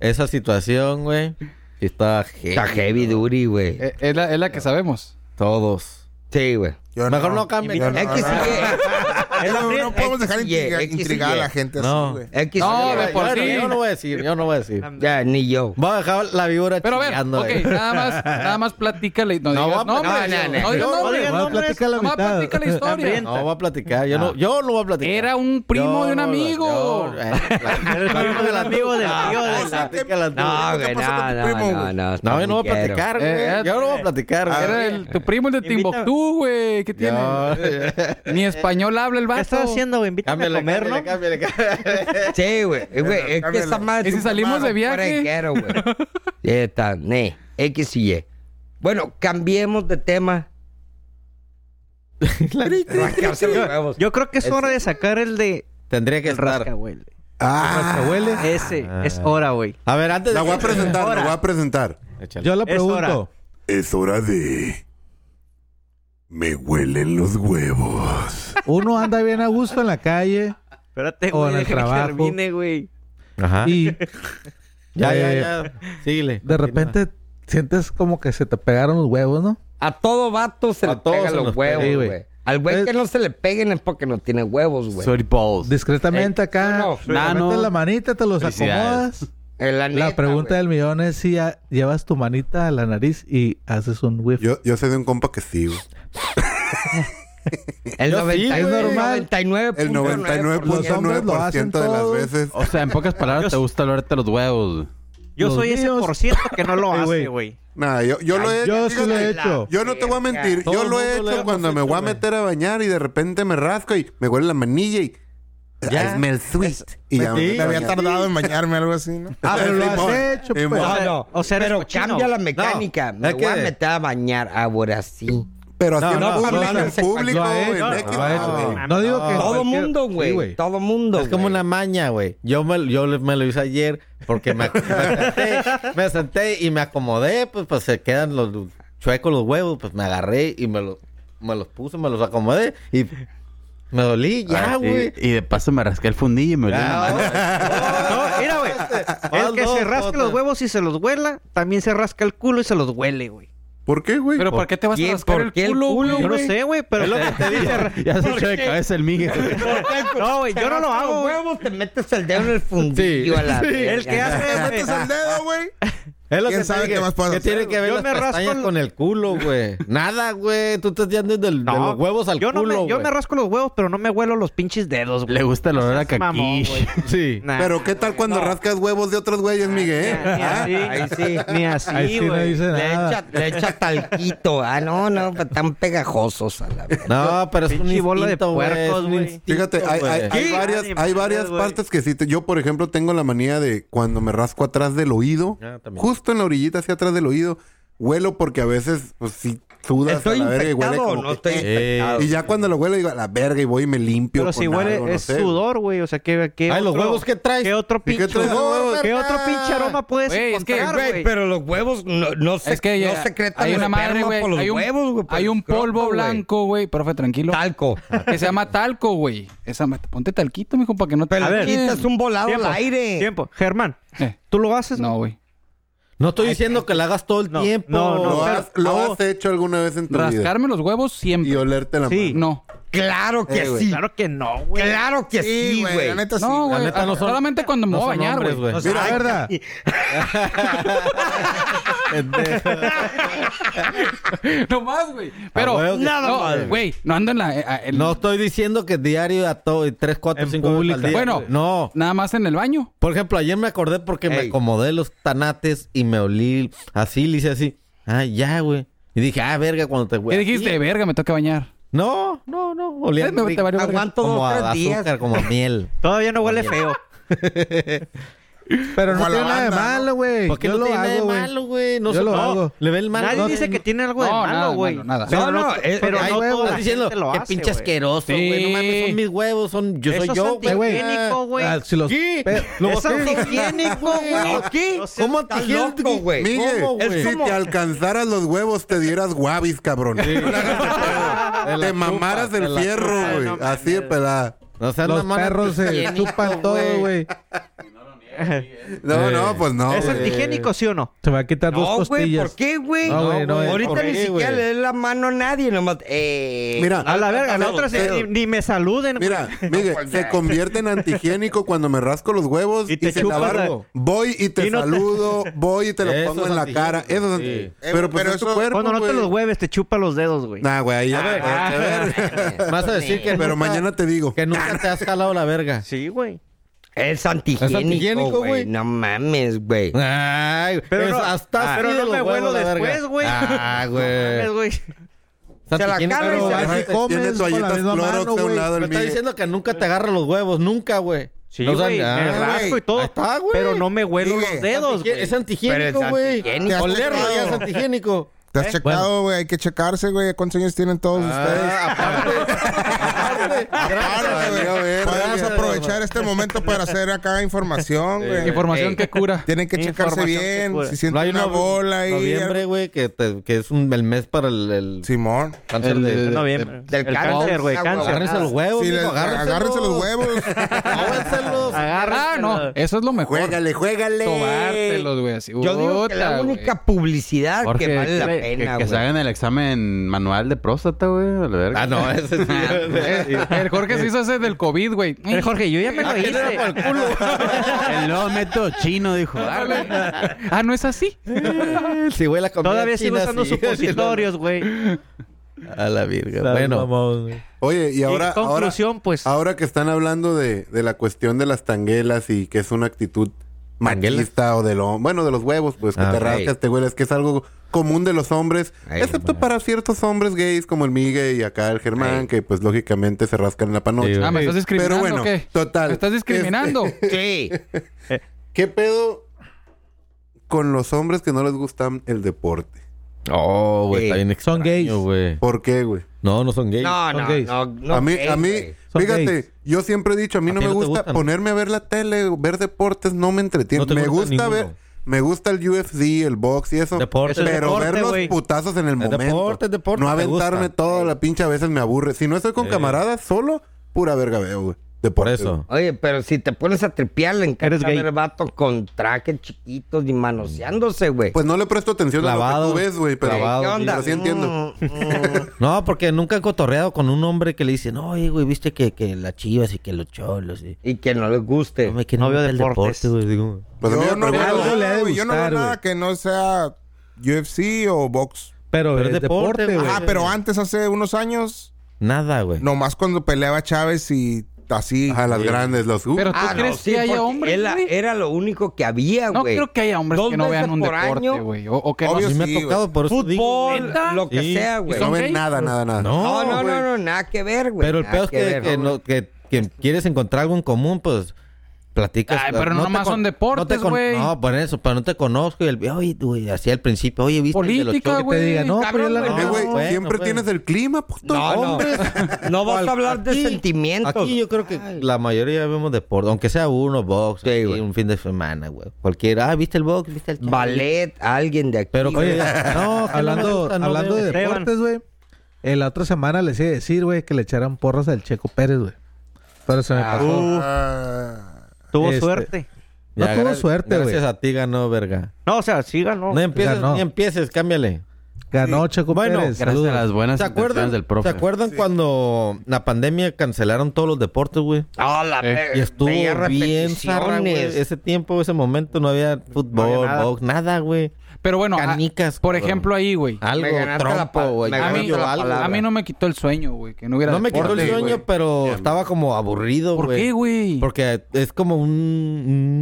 Speaker 3: esa situación, güey, sí está heavy.
Speaker 5: Está heavy duty, güey.
Speaker 4: güey. Eh, Es la, es la que sabemos.
Speaker 3: Todos.
Speaker 5: Sí, güey.
Speaker 8: Yo
Speaker 3: Mejor no cambien.
Speaker 8: Yo
Speaker 5: Es que
Speaker 8: no,
Speaker 5: sigue.
Speaker 8: no, no podemos dejar
Speaker 5: X y
Speaker 8: intriga-
Speaker 5: X y
Speaker 8: intrigada a
Speaker 5: Y.
Speaker 8: la gente así,
Speaker 3: No.
Speaker 8: güey.
Speaker 5: Es que
Speaker 4: No,
Speaker 5: sigue,
Speaker 4: de
Speaker 5: güey.
Speaker 4: por
Speaker 3: Bueno,
Speaker 4: sí.
Speaker 3: Yo no voy a decir, yo no voy a decir.
Speaker 5: Ya, ni yo.
Speaker 3: Voy a dejar la víbora
Speaker 4: Pero a ver,
Speaker 3: chillando,
Speaker 4: ok,
Speaker 3: güey.
Speaker 4: nada más, nada más platícale. No,
Speaker 3: eh. No,
Speaker 4: digas
Speaker 3: va a
Speaker 4: nombres.
Speaker 5: platicar. No, no,
Speaker 4: No digas nombres.
Speaker 3: no,
Speaker 7: digas
Speaker 4: No
Speaker 2: Voy a
Speaker 7: nombres,
Speaker 2: platicar la
Speaker 4: más
Speaker 2: mitad.
Speaker 4: platica la historia.
Speaker 3: No voy a platicar, yo no, yo no voy a platicar.
Speaker 4: Era un primo de un amigo.
Speaker 3: eh, el
Speaker 7: primo del amigo del tío del-
Speaker 5: No,
Speaker 8: ¿Qué
Speaker 5: güey,
Speaker 8: pasó
Speaker 5: no,
Speaker 8: con tu
Speaker 5: no,
Speaker 8: primo,
Speaker 5: no,
Speaker 8: güey?
Speaker 5: no, está
Speaker 3: No, yo no
Speaker 5: muy
Speaker 3: voy a
Speaker 5: quiero.
Speaker 3: platicar,
Speaker 4: Eh,
Speaker 3: güey. Yo no voy a platicar, güey.
Speaker 4: Era el, tu primo el de
Speaker 7: Invita-
Speaker 4: Timbuktu, güey. ¿Qué tiene?
Speaker 3: No.
Speaker 4: Ni español habla el
Speaker 7: ¿Qué
Speaker 4: vato.
Speaker 7: estás haciendo, güey? Invítame
Speaker 3: Cámbiale,
Speaker 7: a comer, ¿no?
Speaker 3: eh. cámbiale, cámbiale, cámbiale.
Speaker 5: Sí, güey. Eh, güey, Es que
Speaker 8: cámbiale.
Speaker 5: esa madre.
Speaker 4: ¿Y si
Speaker 5: es un
Speaker 4: salimos de
Speaker 5: fuera
Speaker 4: viaje?
Speaker 5: quiero, güey. Sí, está, ne, X y Y. Bueno, cambiemos de tema. Rascarse los huevos.
Speaker 7: Yo creo que es hora de sacar el de
Speaker 3: Tendría que
Speaker 7: el rasca,
Speaker 3: estar.
Speaker 7: güey.
Speaker 6: Ah,
Speaker 7: Ese, es hora, güey.
Speaker 3: A ver, antes de
Speaker 6: la voy a presentar, la voy a presentar.
Speaker 3: Échale.
Speaker 2: Yo le
Speaker 7: Es hora.
Speaker 2: pregunto,
Speaker 1: Es hora de... Me huelen los huevos.
Speaker 2: uno anda bien a gusto en la calle
Speaker 7: Espérate,
Speaker 2: O
Speaker 7: güey,
Speaker 2: en el
Speaker 7: déjame que
Speaker 2: trabajo.
Speaker 7: termine, güey.
Speaker 3: Ajá.
Speaker 2: y
Speaker 3: Ah. Ya, ya,
Speaker 2: eh,
Speaker 3: ya. Síguele.
Speaker 2: de repente sientes como que se te pegaron los huevos, ¿no?
Speaker 5: A todo vato se
Speaker 3: A
Speaker 5: le
Speaker 3: todos
Speaker 5: pegan
Speaker 3: se
Speaker 5: los
Speaker 3: nos
Speaker 5: huevos,
Speaker 2: pega,
Speaker 5: güey.
Speaker 2: güey.
Speaker 5: Al güey
Speaker 2: Es-
Speaker 5: que no se le peguen es porque no tiene huevos, güey.
Speaker 9: Sorry balls.
Speaker 2: Discretamente acá,
Speaker 5: no,
Speaker 2: le
Speaker 4: nano.
Speaker 2: metes la manita, te los
Speaker 9: Felicidades.
Speaker 2: acomodas.
Speaker 5: Es la,
Speaker 2: La
Speaker 5: neta,
Speaker 2: pregunta
Speaker 5: güey.
Speaker 2: del millón es si ya llevas tu manita a la nariz y haces un whiff.
Speaker 6: Yo, yo sé de un compa que sí, güey.
Speaker 5: El
Speaker 3: Yo sí,
Speaker 5: 90
Speaker 3: güey.
Speaker 5: el 99.
Speaker 6: El Pues
Speaker 2: Los hombres lo
Speaker 6: 99.9%
Speaker 2: hacen
Speaker 6: de las
Speaker 2: todos.
Speaker 6: veces.
Speaker 9: O sea, en pocas palabras, te gusta olerte los huevos.
Speaker 7: Yo
Speaker 2: Los
Speaker 7: soy ese
Speaker 2: míos.
Speaker 7: por ciento que no lo
Speaker 2: Ay, güey.
Speaker 7: hace, güey.
Speaker 6: Nah, yo, yo lo he
Speaker 2: Yo sí
Speaker 6: fíjate,
Speaker 2: lo he hecho.
Speaker 6: Yo no te voy a mentir.
Speaker 3: Todo
Speaker 6: Yo
Speaker 3: el
Speaker 6: lo he
Speaker 3: mundo lo
Speaker 6: hecho
Speaker 3: hemos
Speaker 6: cuando me
Speaker 3: hecho,
Speaker 6: voy a
Speaker 3: güey.
Speaker 6: meter a bañar y de repente me rasco y me huele la manilla y...
Speaker 3: Ya.
Speaker 6: I smell sweet. Y ya
Speaker 8: Me
Speaker 6: meto a
Speaker 8: había
Speaker 6: bañar.
Speaker 8: tardado en bañarme algo así, ¿no?
Speaker 2: Ah, pero lo has
Speaker 6: Simón,
Speaker 2: hecho,
Speaker 6: Simón.
Speaker 3: Ah,
Speaker 2: pues.
Speaker 5: No, no.
Speaker 7: O sea, eres
Speaker 5: pero
Speaker 7: cochino.
Speaker 5: cambia la mecánica.
Speaker 3: No,
Speaker 5: Me
Speaker 3: es
Speaker 5: voy a
Speaker 3: que-
Speaker 5: meter a bañar ahora sí.
Speaker 6: Pero así
Speaker 3: No,
Speaker 6: en
Speaker 3: no,
Speaker 6: público,
Speaker 5: no, no,
Speaker 6: en
Speaker 5: se-
Speaker 6: público,
Speaker 2: Lo ha
Speaker 7: eh,
Speaker 6: en
Speaker 2: hecho,
Speaker 6: X,
Speaker 2: lo ha
Speaker 6: no,
Speaker 2: hecho.
Speaker 6: güey.
Speaker 2: No
Speaker 7: Ah,
Speaker 2: digo que.
Speaker 5: Todo
Speaker 2: cualquier-
Speaker 5: mundo,
Speaker 2: sí,
Speaker 5: güey. todo mundo.
Speaker 3: Es como
Speaker 5: güey.
Speaker 3: una maña, güey. Yo me, yo me lo hice ayer porque me, me, senté, me senté y me acomodé, pues, pues se quedan los chuecos los huevos, pues me agarré y me, los me los puse, me los acomodé y me dolí ya,
Speaker 9: Ah, sí.
Speaker 3: güey.
Speaker 9: Y de paso me rasqué el fundillo y me olí la
Speaker 3: Ah,
Speaker 9: mano.
Speaker 7: No, mira, güey. El que
Speaker 3: Ah, no,
Speaker 7: se rasca
Speaker 3: otra.
Speaker 7: los huevos y se los huela, también se rasca el culo y se los huele, güey.
Speaker 6: ¿Por qué, güey?
Speaker 4: Pero ¿por qué te vas a
Speaker 5: ¿Quién?
Speaker 4: rascar
Speaker 5: ¿Por
Speaker 4: el
Speaker 5: qué el
Speaker 4: culo,
Speaker 5: culo,
Speaker 4: güey?
Speaker 7: Yo no sé, güey, pero...
Speaker 9: Ya se echó de cabeza el Miguel.
Speaker 7: No, güey, yo no lo hago, güey.
Speaker 5: huevos, te metes el dedo en el fundillo a la verga.
Speaker 7: El que hace...
Speaker 8: metes el dedo, güey.
Speaker 3: Es lo
Speaker 8: ¿Quién
Speaker 3: que
Speaker 8: sabe
Speaker 3: sabe
Speaker 8: qué más puedo
Speaker 3: que
Speaker 8: hacer,
Speaker 3: tiene que ver
Speaker 7: Yo
Speaker 3: las
Speaker 7: me rasco
Speaker 3: pestañas
Speaker 7: el-
Speaker 3: con el culo, güey. Nada, güey. Tú estás yendo del, de los huevos al
Speaker 7: yo no
Speaker 3: culo,
Speaker 7: me,
Speaker 3: güey.
Speaker 7: Yo me rasco los huevos, pero no me huelo los pinches dedos, güey.
Speaker 9: Le gusta el olor a
Speaker 7: seas mamón,
Speaker 9: caquish.
Speaker 7: güey.
Speaker 3: Sí.
Speaker 7: Nah.
Speaker 6: Pero qué tal cuando rascas huevos de otros güeyes, Miguel. ¿Ah?
Speaker 7: Ni así.
Speaker 2: Ahí
Speaker 7: Ni así,
Speaker 2: sí no
Speaker 7: güey.
Speaker 2: dice
Speaker 5: Le
Speaker 2: nada.
Speaker 5: echa, le echa talquito. Ah, no, no, pues, tan pegajosos a la verga.
Speaker 3: No, pero es un
Speaker 7: Pinche bola de
Speaker 3: instinto, güey. es
Speaker 7: puercos,
Speaker 3: un
Speaker 7: güey.
Speaker 3: instinto,
Speaker 6: Fíjate, hay, hay-
Speaker 3: güey.
Speaker 6: hay
Speaker 7: ¿Qué?
Speaker 6: varias,
Speaker 7: Ay,
Speaker 6: hay
Speaker 7: madre,
Speaker 6: varias
Speaker 7: güey.
Speaker 6: partes que sí. te- yo, por ejemplo, tengo la manía de cuando me rasco atrás del oído,
Speaker 3: Ah, también.
Speaker 6: justo en la orillita hacia atrás del oído, huelo porque a veces, pues sí, sudas
Speaker 5: ¿Estoy
Speaker 6: a la verga y huele
Speaker 5: infectado o
Speaker 6: como
Speaker 5: no
Speaker 6: que-
Speaker 5: estoy infectado?
Speaker 6: Y ya cuando lo huelo digo, a la verga y voy y me limpio.
Speaker 7: Pero
Speaker 6: con
Speaker 7: si huele,
Speaker 6: algo, no
Speaker 7: es
Speaker 6: sé.
Speaker 7: sudor, güey. O sea, ¿qué, qué
Speaker 3: Ay, los
Speaker 7: otro-
Speaker 3: huevos que traes.
Speaker 7: ¿Qué otro
Speaker 6: ¿Y qué
Speaker 7: pinche,
Speaker 6: traes, huevos,
Speaker 7: ¿qué
Speaker 6: Berta?
Speaker 7: otro pinche aroma puedes
Speaker 4: Güey, es que,
Speaker 7: encontrar,
Speaker 4: güey,
Speaker 7: güey?
Speaker 5: Pero los huevos no, no, se,
Speaker 4: Es que
Speaker 5: no
Speaker 4: ya-
Speaker 5: secretan
Speaker 4: hay
Speaker 5: el
Speaker 4: una madre,
Speaker 5: esperma
Speaker 4: güey.
Speaker 5: por los
Speaker 4: Hay un,
Speaker 5: huevos, güey, por
Speaker 4: hay
Speaker 5: el
Speaker 4: un polvo
Speaker 5: escroto, güey.
Speaker 4: blanco, güey. Profe, tranquilo.
Speaker 5: Talco.
Speaker 4: que se llama talco, güey. Esa ma- ponte talquito, mijo, para que no te
Speaker 5: Pero
Speaker 7: A
Speaker 5: le
Speaker 7: ver.
Speaker 5: quitas un volado
Speaker 7: Tiempo,
Speaker 5: al aire.
Speaker 7: Tiempo. Germán,
Speaker 4: Eh,
Speaker 7: ¿tú lo haces?
Speaker 4: No, güey.
Speaker 3: No estoy diciendo que la hagas todo el
Speaker 7: No,
Speaker 3: tiempo.
Speaker 7: no, no.
Speaker 6: ¿Lo,
Speaker 7: Pero-
Speaker 6: has, lo
Speaker 7: oh.
Speaker 6: has hecho alguna vez en tu vida?
Speaker 4: Rascarme los huevos
Speaker 6: Y
Speaker 4: siempre.
Speaker 6: olerte la
Speaker 7: Sí.
Speaker 6: mano.
Speaker 4: No.
Speaker 5: Claro que
Speaker 6: Eh, güey.
Speaker 5: sí.
Speaker 7: Claro que no, güey.
Speaker 5: Claro que sí, güey.
Speaker 8: La neta sí.
Speaker 4: No,
Speaker 3: La
Speaker 4: güey.
Speaker 3: neta no
Speaker 4: ah,
Speaker 3: son-
Speaker 4: Solamente cuando me
Speaker 3: No
Speaker 4: voy a
Speaker 3: son
Speaker 4: bañar,
Speaker 3: hombres,
Speaker 4: güey.
Speaker 2: O sea, la verdad.
Speaker 4: no más, güey. Pero.
Speaker 3: A huevo que-
Speaker 4: Nada no,
Speaker 3: más,
Speaker 4: Güey, no ando en la. eh, ah, en-
Speaker 3: No estoy diciendo que diario a todo, 3, 4, 5 al día.
Speaker 4: Bueno.
Speaker 3: no.
Speaker 4: Nada más en el baño.
Speaker 3: Por ejemplo, ayer me acordé porque me
Speaker 5: Ey.
Speaker 3: acomodé los tanates y me olí así, le hice así. Ah, ya, güey. Y dije, ah, verga, cuando te
Speaker 4: ¿Qué
Speaker 3: güey.
Speaker 4: dijiste? Verga, me toca bañar.
Speaker 3: No, no, no. Olía
Speaker 4: Eh, me-
Speaker 3: rico.
Speaker 4: te valió verga.
Speaker 5: Aguanto
Speaker 3: como
Speaker 5: dos,
Speaker 3: a
Speaker 5: tres días.
Speaker 3: azúcar, como a miel.
Speaker 7: Todavía no huele feo.
Speaker 2: Pero no
Speaker 8: Como la
Speaker 2: tiene nada de
Speaker 8: banda, ¿no?
Speaker 2: malo, güey.
Speaker 3: Porque
Speaker 2: Yo
Speaker 3: no
Speaker 2: lo
Speaker 3: tiene nada de
Speaker 2: hago, güey.
Speaker 3: malo, güey. No
Speaker 2: Yo
Speaker 3: sé-
Speaker 2: lo
Speaker 3: no,
Speaker 2: hago.
Speaker 3: Le ve el mal.
Speaker 7: Nadie
Speaker 3: no,
Speaker 7: dice que tiene algo de
Speaker 4: No, nada,
Speaker 7: malo, güey.
Speaker 4: malo, nada.
Speaker 7: Pero
Speaker 5: No, no, es-
Speaker 7: pero
Speaker 3: Ay,
Speaker 7: no
Speaker 3: güey,
Speaker 7: toda la
Speaker 3: estás diciendo
Speaker 7: gente lo
Speaker 3: que
Speaker 7: hace,
Speaker 3: pinches
Speaker 7: güey.
Speaker 3: asqueroso, güey.
Speaker 4: Sí.
Speaker 3: No mames, son mis huevos, son yo soy
Speaker 7: Esos
Speaker 3: yo,
Speaker 7: son
Speaker 3: güey.
Speaker 2: Eh, güey.
Speaker 7: antihigiénico, güey.
Speaker 2: Ah, si los-
Speaker 3: ¿Qué?
Speaker 2: pe-
Speaker 3: Lo
Speaker 7: Es
Speaker 3: vas a-
Speaker 7: antihigiénico, güey.
Speaker 5: ¿Qué?
Speaker 7: No seas
Speaker 3: ¿Cómo
Speaker 5: Estás
Speaker 3: antihigiénico?
Speaker 5: loco, güey.
Speaker 6: Miguel,
Speaker 3: ¿Cómo, güey?
Speaker 6: si te alcanzaras los huevos, te dieras guavis, cabrón. te mamaras
Speaker 3: chupas, te
Speaker 6: del
Speaker 3: la
Speaker 6: fierro,
Speaker 3: chupas.
Speaker 6: güey.
Speaker 7: No mames.
Speaker 6: Así de pelada.
Speaker 3: No sean
Speaker 2: Los
Speaker 3: mamadas,
Speaker 2: perros
Speaker 3: pues,
Speaker 2: se
Speaker 3: higiénico,
Speaker 2: chupan todo, güey.
Speaker 6: No, no, pues no.
Speaker 7: ¿Es
Speaker 6: güey.
Speaker 7: antihigiénico, sí o no?
Speaker 2: Se va a quitar
Speaker 5: No,
Speaker 2: dos
Speaker 5: güey,
Speaker 2: costillas.
Speaker 5: ¿por qué, güey?
Speaker 2: No, güey, no, es
Speaker 5: Ahorita
Speaker 3: por
Speaker 5: ni
Speaker 3: qué,
Speaker 5: siquiera
Speaker 3: güey.
Speaker 5: le des la mano a nadie, nomás. Eh,
Speaker 6: Mira,
Speaker 7: A la verga, la otra se-
Speaker 6: Pero-
Speaker 7: ni, ni me saluden. güey.
Speaker 6: Mira, Miguel, se convierte en antihigiénico cuando me rasco los huevos y
Speaker 7: Y te
Speaker 6: sin
Speaker 7: chupas
Speaker 6: lavar.
Speaker 3: la-
Speaker 6: Voy y te
Speaker 7: Y no te-
Speaker 6: saludo, voy y te lo
Speaker 3: Eso
Speaker 6: pongo
Speaker 3: es
Speaker 6: en la
Speaker 3: antihigiénico,
Speaker 6: cara. Eso es anti-
Speaker 3: sí.
Speaker 8: Eh,
Speaker 6: Pero pues
Speaker 8: pero
Speaker 6: es tu
Speaker 8: eso-
Speaker 6: cuerpo,
Speaker 7: Cuando no te
Speaker 6: güey.
Speaker 7: los hueves, te chupa los dedos, güey.
Speaker 6: Nah, güey, ahí ya.
Speaker 3: ver,
Speaker 6: nada que ver.
Speaker 3: Vas a decir que
Speaker 6: Pero
Speaker 3: nunca-
Speaker 6: mañana te digo.
Speaker 3: que nunca te has jalado la verga.
Speaker 7: Sí, güey.
Speaker 5: Es
Speaker 3: Es antihigiénico,
Speaker 5: antihigiénico,
Speaker 3: güey.
Speaker 5: güey. No mames, güey.
Speaker 3: Ay,
Speaker 7: Pero
Speaker 3: es
Speaker 7: no-
Speaker 3: hasta
Speaker 7: ah,
Speaker 3: así
Speaker 7: pero
Speaker 3: de
Speaker 7: no
Speaker 3: los
Speaker 7: me
Speaker 3: huevos
Speaker 7: vuelo
Speaker 3: la verga.
Speaker 7: después, güey.
Speaker 3: Ah,
Speaker 7: Es,
Speaker 3: güey.
Speaker 7: güey.
Speaker 3: Está
Speaker 5: Se la cala
Speaker 3: antihigiénico,
Speaker 5: y
Speaker 3: pero
Speaker 5: se
Speaker 3: vas-
Speaker 5: la-
Speaker 6: Ay,
Speaker 2: comes con la
Speaker 6: Tiene toallitas
Speaker 2: misma
Speaker 6: Clorox
Speaker 2: mano,
Speaker 6: a un
Speaker 2: güey.
Speaker 6: lado
Speaker 3: Me
Speaker 6: el
Speaker 3: está
Speaker 6: Miguel.
Speaker 3: diciendo que nunca te agarra los huevos, nunca, güey.
Speaker 7: Sí,
Speaker 3: No, o sea,
Speaker 7: güey. me
Speaker 3: ah,
Speaker 7: rasco y
Speaker 3: ahí
Speaker 7: todo.
Speaker 3: está, güey.
Speaker 7: Pero no me huelo
Speaker 8: Sigue.
Speaker 7: los dedos, güey.
Speaker 3: Es antihigiénico, güey.
Speaker 5: antihigiénico.
Speaker 3: Olerlo ya es antihigiénico.
Speaker 8: ¿Te has checado, güey? Hay que checarse, güey. ¿Cuántos años tienen todos
Speaker 3: Ah, aparte, aparte,
Speaker 8: ustedes?
Speaker 3: gracias,
Speaker 8: Güey,
Speaker 6: valió verga.
Speaker 8: Podemos aprovechar este momento para hacer acá información, güey.
Speaker 4: Información que cura.
Speaker 8: Tienen que checarse
Speaker 7: Información que
Speaker 8: bien.
Speaker 7: cura.
Speaker 8: Si sienten
Speaker 3: No hay
Speaker 8: una
Speaker 3: no-
Speaker 8: bola ahí.
Speaker 3: Noviembre, güey, que, te- que es un, el mes para el, el
Speaker 8: Simón.
Speaker 3: cáncer
Speaker 4: El-
Speaker 3: de...
Speaker 7: En noviembre.
Speaker 5: Del
Speaker 7: el
Speaker 5: cáncer,
Speaker 7: cáncer, güey.
Speaker 5: ah,
Speaker 7: Cáncer.
Speaker 5: güey.
Speaker 3: Agárrense los huevos,
Speaker 8: Sí,
Speaker 3: mijo,
Speaker 8: les-
Speaker 3: agárrenselos.
Speaker 8: agárrense los huevos.
Speaker 3: Agárrenselos.
Speaker 4: Ah, no. Eso es lo mejor.
Speaker 6: Juégale, juégale.
Speaker 4: Tomártelos, güey. Así.
Speaker 5: Yo digo que la
Speaker 4: Puta, güey.
Speaker 5: única publicidad
Speaker 9: Jorge,
Speaker 5: que vale la
Speaker 9: que-
Speaker 5: pena,
Speaker 9: que, que se
Speaker 5: güey.
Speaker 9: hagan el examen manual de próstata, güey. a la verga.
Speaker 3: Ah, no, ese sí.
Speaker 4: Eh, El Jorge se hizo ese del COVID, güey.
Speaker 7: El Jorge, yo ya
Speaker 5: Ah,
Speaker 7: me lo
Speaker 4: Ah,
Speaker 7: hice.
Speaker 9: El nuevo método chino, dijo. Dale.
Speaker 4: Ah, ¿no es así?
Speaker 3: Sí, güey, la comida
Speaker 7: Todavía sigo
Speaker 3: china,
Speaker 7: usando
Speaker 3: sí.
Speaker 7: supositorios, güey.
Speaker 3: A la virga. Bueno,
Speaker 6: Oye, y ahora,
Speaker 7: en
Speaker 6: ahora,
Speaker 7: conclusión, pues,
Speaker 6: ahora que están hablando de, de la cuestión de las tanguelas y que es una actitud
Speaker 3: ¿Tanguelas?
Speaker 6: machista o de lo, bueno, de los huevos, pues que
Speaker 3: Ah,
Speaker 6: te
Speaker 3: ok.
Speaker 6: rascas, te hueles, que es algo común de los hombres,
Speaker 5: Ey,
Speaker 6: excepto para ciertos hombres gays como el Miguel y acá el Germán, que pues lógicamente se rascan la panocha.
Speaker 9: Sí,
Speaker 4: Ah, ¿me estás discriminando
Speaker 6: Pero bueno,
Speaker 4: o qué?
Speaker 6: total. este,
Speaker 4: ¿Me estás discriminando?
Speaker 5: Sí.
Speaker 6: ¿Qué pedo con los hombres que no les gusta el deporte?
Speaker 3: Oh, güey,
Speaker 5: Sí.
Speaker 3: está bien extraño,
Speaker 2: Son gays.
Speaker 3: güey.
Speaker 6: ¿Por qué, güey?
Speaker 3: No, no son gays.
Speaker 5: No,
Speaker 2: Son
Speaker 5: no,
Speaker 2: gays.
Speaker 5: no, no.
Speaker 6: a mí,
Speaker 5: gays,
Speaker 6: a mí,
Speaker 5: güey.
Speaker 2: Son
Speaker 6: fíjate,
Speaker 2: gays.
Speaker 6: yo siempre he dicho, a mí
Speaker 3: ¿A
Speaker 6: no
Speaker 3: ti
Speaker 6: me
Speaker 3: no te
Speaker 6: gusta
Speaker 3: gustan?
Speaker 6: ponerme a ver la tele, ver deportes, no me entretiene.
Speaker 3: No te
Speaker 6: me
Speaker 3: gusta
Speaker 6: gusta
Speaker 3: ninguno.
Speaker 6: ver, me gusta el UFC, el box y eso.
Speaker 3: Deporte.
Speaker 7: Eso es
Speaker 6: pero
Speaker 7: deporte,
Speaker 6: ver los
Speaker 7: güey.
Speaker 6: putazos en el momento.
Speaker 3: deporte, deporte,
Speaker 6: No
Speaker 3: te
Speaker 6: aventarme
Speaker 3: gusta.
Speaker 6: toda la pinche a veces me aburre. Si no estoy con
Speaker 3: Eh.
Speaker 6: camaradas, solo pura verga veo, güey.
Speaker 3: Por
Speaker 6: Deporte, güey.
Speaker 3: eso.
Speaker 5: Oye, pero si te pones a tripear, le
Speaker 7: Eres
Speaker 5: encanta
Speaker 7: gay.
Speaker 5: ver vatos con trajes chiquitos y manoseándose, güey.
Speaker 6: Pues no le presto atención a
Speaker 3: Clavado,
Speaker 6: lo que tú ves, güey, pero,
Speaker 3: clavado,
Speaker 6: pero sí entiendo.
Speaker 5: Mm, mm.
Speaker 3: No, porque nunca he cotorreado con un hombre que le dice, no, oye, güey, viste que, que las chivas y que los cholos. Y...
Speaker 5: y que no les guste.
Speaker 3: Hombre, que
Speaker 7: No veo
Speaker 3: gusta el
Speaker 7: deportes.
Speaker 3: deporte, güey. Digo,
Speaker 6: Pues a mí
Speaker 8: yo,
Speaker 6: me
Speaker 8: no
Speaker 6: preguntan,
Speaker 8: veo,
Speaker 2: algo le ha de
Speaker 8: güey, yo no veo
Speaker 2: gustar,
Speaker 8: nada
Speaker 2: güey.
Speaker 8: que no sea UFC o box.
Speaker 2: Pero,
Speaker 3: Pero
Speaker 2: es
Speaker 3: es deporte,
Speaker 2: deporte, güey.
Speaker 3: güey.
Speaker 8: Ah, pero antes, hace unos años,
Speaker 3: Nada, güey.
Speaker 8: nomás cuando peleaba Chávez y así.
Speaker 6: Ajá, las grandes, los... uh,
Speaker 4: Pero tú
Speaker 5: Ah, no,
Speaker 4: crees
Speaker 5: sí,
Speaker 4: que haya
Speaker 5: porque
Speaker 4: hombres,
Speaker 5: Era,
Speaker 4: güey?
Speaker 5: era lo único que había,
Speaker 4: No
Speaker 5: güey.
Speaker 4: creo que haya hombres
Speaker 5: Dos
Speaker 4: que no vean
Speaker 5: veces
Speaker 4: un
Speaker 5: por
Speaker 4: deporte,
Speaker 5: año.
Speaker 4: güey. O, o que
Speaker 8: Obvio
Speaker 4: no
Speaker 3: Sí me
Speaker 8: sí,
Speaker 3: ha tocado, por eso te digo, güey.
Speaker 5: lo que
Speaker 3: Sí.
Speaker 5: sea,
Speaker 4: ¿Y
Speaker 5: güey.
Speaker 6: no
Speaker 4: son
Speaker 6: ven
Speaker 4: gays?
Speaker 6: nada, nada, nada. Eh,
Speaker 5: No, no,
Speaker 6: güey.
Speaker 5: no, no, nada que ver, güey.
Speaker 3: Pero el
Speaker 5: nada
Speaker 3: peor es que,
Speaker 5: ver.
Speaker 3: que no- que- que quieres encontrar algo en común, pues platicas.
Speaker 4: Ay, pero nomás
Speaker 3: te con-
Speaker 4: son deportes,
Speaker 3: no te con-
Speaker 4: güey.
Speaker 3: No, por eso, pero no te conozco. Y el, oye, güey, así al principio, oye, viste. el de los
Speaker 4: Política,
Speaker 3: choques?
Speaker 4: güey.
Speaker 2: diga, no, pero
Speaker 4: cabrón,
Speaker 2: yo la-
Speaker 6: Eh,
Speaker 4: güey.
Speaker 3: No,
Speaker 6: güey,
Speaker 3: bueno, pues".
Speaker 6: siempre
Speaker 3: bueno.
Speaker 6: tienes el clima, puto.
Speaker 5: No, no.
Speaker 6: Hombre.
Speaker 5: No vas a hablar de
Speaker 3: Aquí-
Speaker 5: sentimientos.
Speaker 3: Aquí yo creo que la mayoría vemos deporte, aunque sea uno, box,
Speaker 5: Sí,
Speaker 3: aquí,
Speaker 5: güey.
Speaker 3: un fin de semana, güey. Cualquiera, ah, viste el box, viste el.
Speaker 5: Ballet, alguien de aquí.
Speaker 3: Pero,
Speaker 5: güey.
Speaker 3: oye, Ah, no,
Speaker 2: hablando hablando de
Speaker 7: Esteban.
Speaker 2: deportes, güey. eh, La otra semana les iba a decir, güey, que le echaran porras al Checo Pérez, güey. Pero se me
Speaker 5: Ah,
Speaker 2: pasó.
Speaker 6: Oh.
Speaker 8: Ah,
Speaker 7: Tuvo
Speaker 2: Este-
Speaker 7: suerte.
Speaker 2: No tuvo
Speaker 3: gra-
Speaker 2: suerte, güey.
Speaker 3: Gracias a ti ganó, verga.
Speaker 7: No, o sea, sí ganó.
Speaker 3: No empieces,
Speaker 2: Ganó.
Speaker 3: ni empieces, cámbiale.
Speaker 2: Ganó Checo
Speaker 3: Bueno,
Speaker 2: Pérez.
Speaker 9: Gracias
Speaker 2: saludos.
Speaker 9: a las buenas
Speaker 3: ¿Se acuerdan,
Speaker 9: intenciones del profe.
Speaker 3: ¿Se acuerdan cuando la pandemia cancelaron todos los deportes, güey?
Speaker 5: Ah, la
Speaker 4: Eh,
Speaker 5: pe-
Speaker 3: Y estuvo
Speaker 5: veía
Speaker 3: bien zarra, güey.
Speaker 5: repeticiones.
Speaker 3: Ese tiempo, ese momento, no había fútbol,
Speaker 7: No había nada.
Speaker 3: box, nada, güey.
Speaker 4: Pero bueno, a-
Speaker 3: Canicas,
Speaker 4: por
Speaker 3: cabrón. Ah,
Speaker 4: ejemplo, ahí, güey.
Speaker 3: Algo,
Speaker 5: Me ganaste la pa-
Speaker 3: trompo, güey.
Speaker 5: me
Speaker 4: A mí,
Speaker 5: ganaste
Speaker 3: gallo,
Speaker 5: la
Speaker 3: algo.
Speaker 5: palabra.
Speaker 4: a mí no me quitó el sueño, güey. Que no hubiera
Speaker 3: No me quitó
Speaker 4: deporte,
Speaker 3: el sueño,
Speaker 4: güey.
Speaker 3: pero estaba como aburrido,
Speaker 4: ¿Por qué,
Speaker 3: güey.
Speaker 4: güey?
Speaker 3: Porque es como un...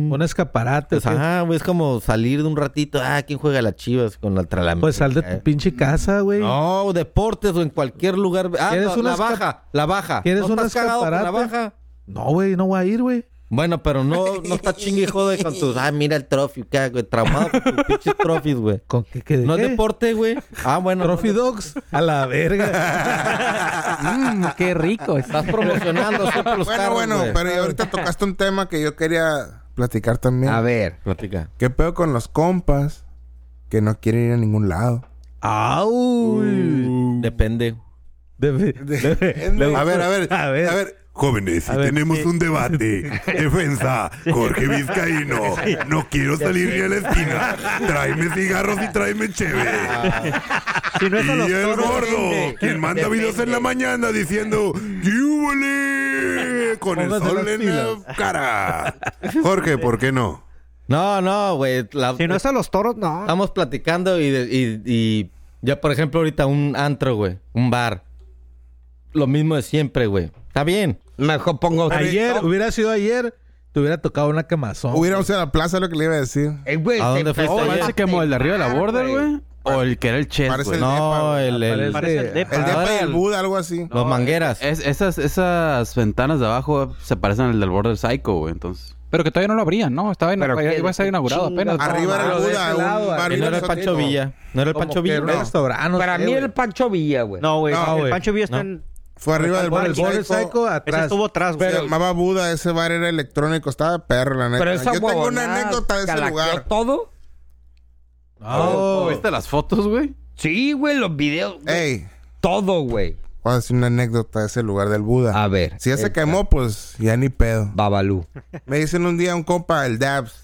Speaker 3: un-
Speaker 2: Un escaparate.
Speaker 3: pues,
Speaker 2: ¿qué?
Speaker 3: ajá, güey, es como salir de un ratito. Ah, ¿quién juega a las chivas con la tralamita?
Speaker 2: Pues sal de tu pinche casa, güey.
Speaker 3: Eh. No, deportes o en cualquier lugar. Ah,
Speaker 2: ¿Quieres
Speaker 3: la,
Speaker 2: una
Speaker 3: la
Speaker 2: esca-
Speaker 3: baja, la baja.
Speaker 2: ¿Quieres
Speaker 3: ¿No
Speaker 2: una
Speaker 3: estás cagado con la
Speaker 2: escaparate?
Speaker 3: baja?
Speaker 2: No, güey, no voy a ir, güey.
Speaker 3: Bueno, pero no, no está chingue y jode con tus... Ah, mira el trophy, acá, güey. Traumado con tus pinches trophies, güey.
Speaker 2: ¿Con qué quedé?
Speaker 3: No es
Speaker 2: ¿Qué?
Speaker 3: deporte, güey. Ah, bueno.
Speaker 2: Trophy Dogs. A la verga.
Speaker 4: Mm, qué rico.
Speaker 3: Estás promocionando siempre los
Speaker 8: bueno,
Speaker 3: carros,
Speaker 8: bueno,
Speaker 3: güey.
Speaker 8: pero ahorita tocaste un tema que yo quería platicar también.
Speaker 5: A ver.
Speaker 3: Platica.
Speaker 8: ¿Qué pedo con los compas que no quieren ir a ningún lado?
Speaker 2: ¡Au!
Speaker 3: Depende.
Speaker 2: De- de-
Speaker 6: A ver, a ver,
Speaker 2: A ver.
Speaker 6: a ver. Jóvenes,
Speaker 2: ver,
Speaker 1: Tenemos un debate. Defensa. Jorge Vizcaíno. No quiero salir ni a la esquina. Tráeme cigarros y tráeme
Speaker 2: Ah.
Speaker 1: cheve.
Speaker 7: Si no es a los
Speaker 1: Y el
Speaker 7: toros,
Speaker 1: gordo, quien manda videos en la mañana diciendo "¿Qué huele?" con el
Speaker 2: Póngase
Speaker 1: sol
Speaker 2: las
Speaker 1: en la cara.
Speaker 6: Jorge, ¿por qué no?
Speaker 3: No, no, güey. La-
Speaker 7: si no es a los toros, no.
Speaker 3: Estamos platicando y, de- y, y ya, por ejemplo, ahorita un antro, güey. Un bar. Lo mismo de siempre, güey. Está bien.
Speaker 5: Mejor pongo
Speaker 2: Ayer, hubiera sido ayer, te hubiera tocado una quemazón.
Speaker 8: Hubiéramos ido a la plaza, lo que le iba a decir.
Speaker 5: Eh, güey,
Speaker 3: ¿A
Speaker 5: se
Speaker 3: dónde fuiste
Speaker 5: empezó
Speaker 3: ayer?
Speaker 5: a
Speaker 3: Parece
Speaker 9: ¿Ese que como el de arriba de la
Speaker 5: pegar,
Speaker 9: border, güey? ¿O el que era el chess,
Speaker 8: Parece
Speaker 9: güey?
Speaker 8: el
Speaker 3: No,
Speaker 8: depa,
Speaker 3: el... el-
Speaker 7: Parece el depa.
Speaker 8: El
Speaker 3: Ah,
Speaker 8: depa eh,
Speaker 3: ahora
Speaker 8: y el
Speaker 3: el-
Speaker 8: Buda, algo así.
Speaker 3: los mangueras.
Speaker 9: Es- esas, esas ventanas de abajo se parecen al del border psycho, güey. Entonces,
Speaker 4: Pero que todavía no lo abrían, ¿no? Estaba
Speaker 5: Pero
Speaker 4: inaugurado,
Speaker 5: qué
Speaker 4: iba a ser inaugurado
Speaker 5: chinga-
Speaker 6: ah,
Speaker 4: apenas.
Speaker 8: Arriba era el
Speaker 2: malo, de
Speaker 8: Buda,
Speaker 2: ese
Speaker 8: un
Speaker 2: lado,
Speaker 8: bar
Speaker 3: Que no
Speaker 8: bien
Speaker 3: era el
Speaker 8: exótico.
Speaker 3: Pancho Villa. No era el
Speaker 2: Como
Speaker 3: Pancho
Speaker 2: que
Speaker 3: Villa.
Speaker 2: era un restaurante. no
Speaker 5: Para
Speaker 2: sé,
Speaker 5: mí
Speaker 2: güey.
Speaker 5: el Pancho Villa, güey.
Speaker 7: No, güey.
Speaker 8: No,
Speaker 7: el
Speaker 2: güey.
Speaker 7: Pancho Villa está
Speaker 3: No.
Speaker 7: en...
Speaker 8: Fue arriba del
Speaker 2: Por el
Speaker 8: Bar
Speaker 2: Border Psycho
Speaker 7: Ese
Speaker 2: atrás.
Speaker 7: estuvo atrás,
Speaker 8: Se
Speaker 7: güey.
Speaker 8: llamaba Buda, ese bar era electrónico, estaba perro, la neta.
Speaker 5: Pero esa
Speaker 8: Yo tengo una
Speaker 5: huevonada
Speaker 8: anécdota de ese
Speaker 5: calaqueó
Speaker 8: lugar.
Speaker 5: todo?
Speaker 2: No.
Speaker 9: ¿Viste las fotos, güey?
Speaker 5: Sí, güey, los videos.
Speaker 6: Eh.
Speaker 5: güey.
Speaker 8: Ey,
Speaker 5: Todo, güey.
Speaker 8: voy a decir una anécdota de ese lugar del Buda.
Speaker 5: A ver.
Speaker 8: Si ya se
Speaker 5: eh,
Speaker 8: quemó, pues ya ni pedo.
Speaker 5: Babalú.
Speaker 8: Me dicen un día un compa, el Dabs.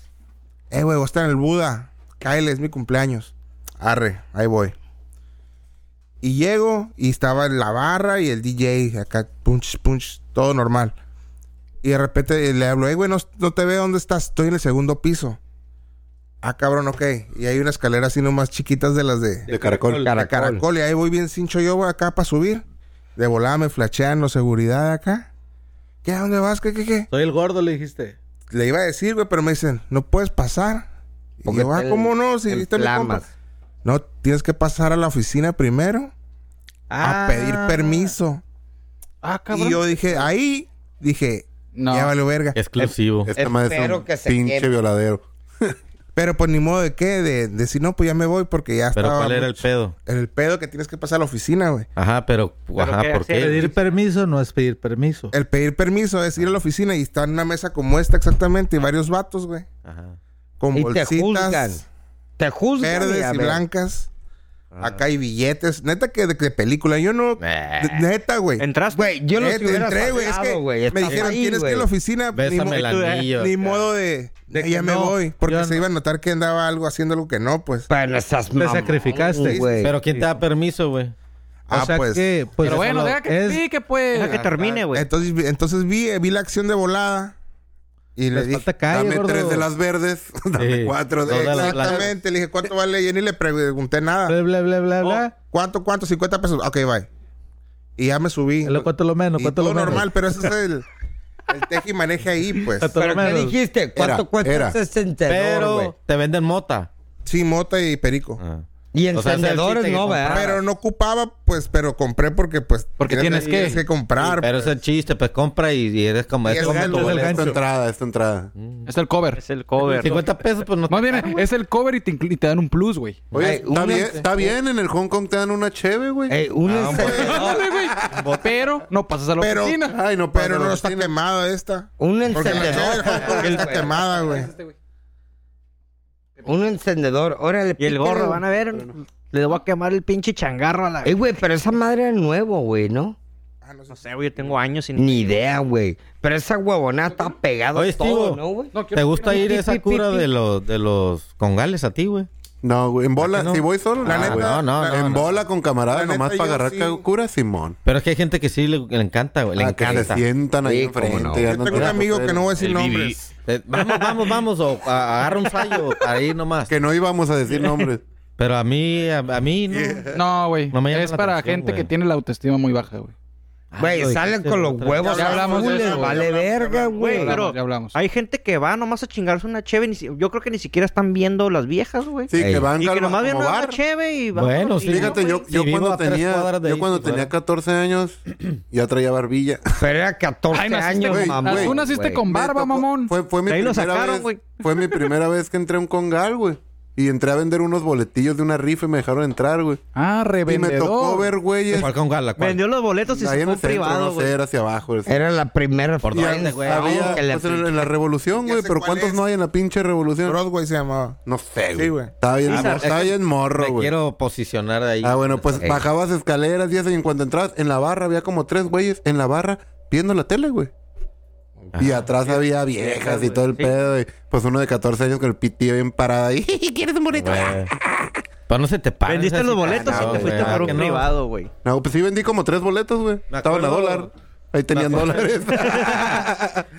Speaker 8: Eh, güey, vos estás en el Buda. Cáele, es mi cumpleaños. Arre, ahí voy. Y llego y estaba la barra y el DJ acá, punch, punch, todo normal. Y de repente le hablo, eh, güey, no, no te veo dónde estás, estoy en el segundo piso. Ah, cabrón, ok. Y hay una escalera así nomás chiquitas de las de,
Speaker 6: De caracol.
Speaker 8: la caracol. Y ahí voy bien cincho yo güey, acá para subir. De volada me flashean los seguridad acá. ¿Qué? ¿A dónde vas? ¿Qué, qué, qué?
Speaker 3: Soy el gordo, le dijiste.
Speaker 8: Le iba a decir, güey, pero me dicen, no puedes pasar. Y
Speaker 5: Porque
Speaker 8: yo, ah,
Speaker 5: te-
Speaker 8: ¿cómo no? Si
Speaker 5: te
Speaker 8: viste a mi compa.
Speaker 5: inflamas.
Speaker 8: No, tienes que pasar a la oficina primero
Speaker 3: Ah.
Speaker 8: a pedir permiso.
Speaker 4: Ah,
Speaker 8: Y
Speaker 4: cabrón.
Speaker 8: yo dije, ahí, dije,
Speaker 4: No.
Speaker 8: ya vale verga.
Speaker 3: Exclusivo.
Speaker 6: Esta madre es
Speaker 5: Espero
Speaker 6: un
Speaker 5: que se
Speaker 6: pinche
Speaker 5: queme.
Speaker 6: violadero.
Speaker 8: Pero pues ni modo de qué, de, de decir, no, pues ya me voy porque ya
Speaker 3: Pero
Speaker 8: estaba...
Speaker 3: ¿cuál era el
Speaker 8: Ah, mucho-
Speaker 3: pedo?
Speaker 8: el pedo que tienes que pasar a la oficina, güey.
Speaker 3: Ajá, pero, ajá,
Speaker 7: qué
Speaker 3: ¿por
Speaker 7: hacía?
Speaker 3: qué?
Speaker 2: Pedir permiso no es pedir permiso.
Speaker 8: El pedir permiso es ir a la oficina y estar en una mesa como esta exactamente y varios vatos, güey.
Speaker 3: Ajá.
Speaker 8: Con
Speaker 5: Y te juzgan.
Speaker 8: bolsitas
Speaker 5: Te
Speaker 2: Pues,
Speaker 5: juzgan.
Speaker 8: verdes
Speaker 5: a
Speaker 8: y
Speaker 5: ver.
Speaker 8: blancas.
Speaker 2: Ah.
Speaker 8: Acá hay billetes. Neta que de, de película. Yo no...
Speaker 3: Eh.
Speaker 8: de- neta, güey.
Speaker 7: Entraste.
Speaker 5: Güey, yo no
Speaker 8: Neta,
Speaker 5: te hubiera
Speaker 8: entré, güey. Es
Speaker 5: pasado,
Speaker 8: que
Speaker 5: güey.
Speaker 8: me
Speaker 5: Estás
Speaker 8: dijeron,
Speaker 5: ahí,
Speaker 8: tienes que ir a la
Speaker 5: güey.
Speaker 8: oficina. Ni, mo-
Speaker 3: Bésame el
Speaker 7: eh,
Speaker 3: anillo.
Speaker 8: ni
Speaker 3: acá.
Speaker 8: modo de...
Speaker 2: De
Speaker 8: ya
Speaker 2: que
Speaker 8: me
Speaker 2: no,
Speaker 8: voy. Porque
Speaker 2: yo
Speaker 8: se
Speaker 2: no.
Speaker 8: iba a notar que andaba algo haciendo algo que no, pues.
Speaker 5: Pero estás mamón,
Speaker 2: sacrificaste.
Speaker 5: güey.
Speaker 3: Pero ¿quién te da permiso, güey?
Speaker 8: Ah,
Speaker 2: o sea
Speaker 8: pues.
Speaker 2: que, pues,
Speaker 4: Pero bueno,
Speaker 2: solo
Speaker 4: deja que
Speaker 2: es-
Speaker 4: explique, pues.
Speaker 7: Deja que termine, güey.
Speaker 8: Entonces, vi- entonces vi, eh, vi la acción de volada. Y le
Speaker 2: les
Speaker 8: dije...
Speaker 2: falta calle,
Speaker 1: Dame
Speaker 2: gordo.
Speaker 1: tres de las verdes, dame
Speaker 3: Sí.
Speaker 1: cuatro de...
Speaker 3: Dos de las blancas.
Speaker 8: Exactamente. Le dije, ¿cuánto vale? Y ni le pregunté nada.
Speaker 2: Bla, bla, bla, bla, bla.
Speaker 8: ¿Cuánto, cuánto? 50 pesos. Ok, bye. Y ya me subí.
Speaker 2: Lo cuento lo menos,
Speaker 8: Y
Speaker 2: cuento lo
Speaker 8: todo
Speaker 2: menos.
Speaker 8: normal, pero ese es el... El teje y maneje ahí, pues.
Speaker 2: Cuento
Speaker 5: ¿Pero
Speaker 2: lo
Speaker 5: qué
Speaker 2: menos.
Speaker 5: dijiste? ¿Cuánto
Speaker 6: Era,
Speaker 5: cuesta
Speaker 6: era.
Speaker 5: un encendedor, güey?
Speaker 3: Pero te venden mota.
Speaker 8: Sí, mota y perico.
Speaker 3: Ah.
Speaker 5: Y
Speaker 3: O sea, es el
Speaker 5: encendedores
Speaker 3: chiste que
Speaker 5: no, ¿verdad?
Speaker 8: Pero no ocupaba, pues, pero compré porque, pues...
Speaker 4: Porque tienes que.
Speaker 8: Tienes que comprar.
Speaker 3: Pero es el chiste, pues compra y, y eres como...
Speaker 8: Y
Speaker 3: Es
Speaker 8: es
Speaker 3: como
Speaker 8: gancho,
Speaker 3: tu
Speaker 8: es el
Speaker 3: boleto.
Speaker 1: Esta entrada, esta entrada.
Speaker 3: Mm.
Speaker 4: Es el cover.
Speaker 7: Es el cover.
Speaker 3: 50 pesos, pues no...
Speaker 4: Más bien, es el cover y te, inclu- y te dan un plus, güey.
Speaker 6: Oye,
Speaker 5: Ay,
Speaker 6: está
Speaker 5: un
Speaker 6: bien,
Speaker 5: este-
Speaker 6: está bien, en el Hong Kong te dan una cheve, güey.
Speaker 5: Eh, un encendedor,
Speaker 4: Ándale, güey. Pero no pasas a la
Speaker 8: Pero-
Speaker 4: oficina.
Speaker 6: Ay, no,
Speaker 8: Pero
Speaker 6: la
Speaker 8: no está
Speaker 6: oficina.
Speaker 8: quemada esta.
Speaker 5: un
Speaker 8: Porque la chava del Hong Kong está
Speaker 5: encendedor,
Speaker 8: quemada, güey.
Speaker 5: un encendedor, órale.
Speaker 7: Y el gorro,
Speaker 5: pícale.
Speaker 7: van a ver. Le voy a quemar el pinche changarro a la.
Speaker 5: Eh, güey, pero esa madre era nuevo, güey, ¿no?
Speaker 7: No sé, güey, yo tengo años sin.
Speaker 5: Ni idea, güey. Pero esa huevonada está pegada
Speaker 3: Oye,
Speaker 5: a todo,
Speaker 3: Estivo,
Speaker 5: ¿no, güey?
Speaker 3: ¿te gusta ir
Speaker 5: pi,
Speaker 3: esa
Speaker 5: pi,
Speaker 3: cura
Speaker 5: pi, pi.
Speaker 3: de los, de los congales a ti, güey?
Speaker 6: No, güey, en bola,
Speaker 3: Aquí no. Ah,
Speaker 6: si voy solo,
Speaker 8: La
Speaker 6: no,
Speaker 8: neta-
Speaker 6: güey.
Speaker 3: No, no, no,
Speaker 6: En
Speaker 3: no.
Speaker 6: bola con camaradas,
Speaker 8: La neta,
Speaker 6: nomás
Speaker 8: yo
Speaker 6: para agarrar
Speaker 8: sí.
Speaker 6: ca- cura, Simón.
Speaker 3: Pero es que hay gente que sí le, le encanta, güey. Le
Speaker 6: Ah, que se
Speaker 3: encanta.
Speaker 6: sientan ahí
Speaker 5: Sí,
Speaker 6: enfrente.
Speaker 5: cómo no.
Speaker 6: y
Speaker 8: Yo
Speaker 6: andan
Speaker 8: tengo un
Speaker 6: tirando
Speaker 8: amigo que
Speaker 6: pedos.
Speaker 8: no voy a decir nombres.
Speaker 3: Eh, Vamos, vamos, vamos. O a- agarra un sallo para ir nomás.
Speaker 6: Que no íbamos a decir nombres.
Speaker 3: Pero a mí, a, a mí no.
Speaker 4: No, güey.
Speaker 3: No me llama
Speaker 4: es
Speaker 3: la
Speaker 4: para
Speaker 3: atención,
Speaker 4: gente
Speaker 3: güey.
Speaker 4: que tiene la autoestima muy baja, güey.
Speaker 5: Güey,
Speaker 3: Ay,
Speaker 5: salen
Speaker 3: dijiste,
Speaker 5: con los
Speaker 3: otra vez.
Speaker 5: huevos
Speaker 4: Ya hablamos de
Speaker 5: azules,
Speaker 4: eso, güey,
Speaker 5: vale
Speaker 8: ya hablamos,
Speaker 5: verga,
Speaker 8: ya
Speaker 5: güey.
Speaker 7: Güey, pero
Speaker 4: ya hablamos.
Speaker 7: hay gente que va nomás a chingarse una cheve. ni si- Yo creo que ni siquiera están viendo las viejas, güey.
Speaker 6: Sí,
Speaker 3: Ey.
Speaker 6: que van
Speaker 7: Y que
Speaker 6: calma-
Speaker 7: nomás
Speaker 6: como
Speaker 7: vienen una
Speaker 6: bar.
Speaker 7: cheve y van.
Speaker 3: Bueno, sí.
Speaker 6: Fíjate, yo,
Speaker 3: Sí,
Speaker 6: yo
Speaker 3: vivo
Speaker 6: cuando
Speaker 3: a tres
Speaker 6: tenía,
Speaker 3: cuadras de
Speaker 6: yo
Speaker 3: ahí,
Speaker 6: cuando
Speaker 3: si
Speaker 6: tenía
Speaker 3: fuera.
Speaker 10: 14 años.
Speaker 6: ya traía barbilla.
Speaker 5: Pero era 14
Speaker 4: Ay, naciste
Speaker 5: años,
Speaker 6: con-
Speaker 5: mamón.
Speaker 6: tú
Speaker 4: naciste
Speaker 5: güey.
Speaker 4: con-
Speaker 6: Me
Speaker 4: barba, mamón.
Speaker 6: Fue, fue mi
Speaker 7: De ahí lo
Speaker 6: primera
Speaker 7: sacaron,
Speaker 6: vez,
Speaker 7: güey.
Speaker 6: Fue mi primera vez que entré a un congal, güey. Y entré a vender unos boletillos de una rifa y me dejaron entrar, güey.
Speaker 4: Ah,
Speaker 6: Y me
Speaker 4: revendedor.
Speaker 6: tocó ver güeyes
Speaker 3: ¿Cuál congal? ¿La cuál?
Speaker 7: Vendió los boletos y
Speaker 6: ahí
Speaker 7: se
Speaker 6: en
Speaker 7: fue
Speaker 6: el
Speaker 7: un
Speaker 6: centro,
Speaker 7: privado,
Speaker 6: no sé,
Speaker 7: güey.
Speaker 6: era hacia abajo.
Speaker 3: Eh,
Speaker 6: era así.
Speaker 5: Era la primera
Speaker 3: Por
Speaker 5: vez
Speaker 3: dónde, güey.
Speaker 6: Había-
Speaker 5: que le
Speaker 6: pues, en, en la revolución,
Speaker 8: Ya
Speaker 6: güey,
Speaker 8: sé
Speaker 6: pero
Speaker 8: cuál
Speaker 6: ¿cuántos
Speaker 8: es.
Speaker 6: no hay en la pinche revolución?
Speaker 8: Broadway se llamaba.
Speaker 6: No sé, güey.
Speaker 8: Sí, güey.
Speaker 6: Estaba bien,
Speaker 3: Ah,
Speaker 6: estaba
Speaker 3: es que
Speaker 6: bien morro,
Speaker 3: Me
Speaker 6: güey.
Speaker 3: quiero posicionar ahí. Eh,
Speaker 6: Ah, bueno, pues
Speaker 3: Ey.
Speaker 6: bajabas escaleras y eso, y en cuanto entrabas en la barra había como tres güeyes en la barra viendo la tele, güey. Y atrás había viejas y todo el pedo. Y pues uno de 14 años con el pitillo bien parado ahí. ¿Quieres un boleto?
Speaker 3: Güey. Pero no se te pares.
Speaker 7: Vendiste
Speaker 3: así,
Speaker 7: los boletos
Speaker 3: carajo,
Speaker 7: y te fuiste
Speaker 3: güey.
Speaker 7: por
Speaker 3: Que
Speaker 7: un
Speaker 3: no.
Speaker 7: privado, güey.
Speaker 6: No, pues sí vendí como tres boletos, güey.
Speaker 3: Me
Speaker 6: Estaban a
Speaker 3: acuerdo-
Speaker 6: dólar. Ahí tenían dólares.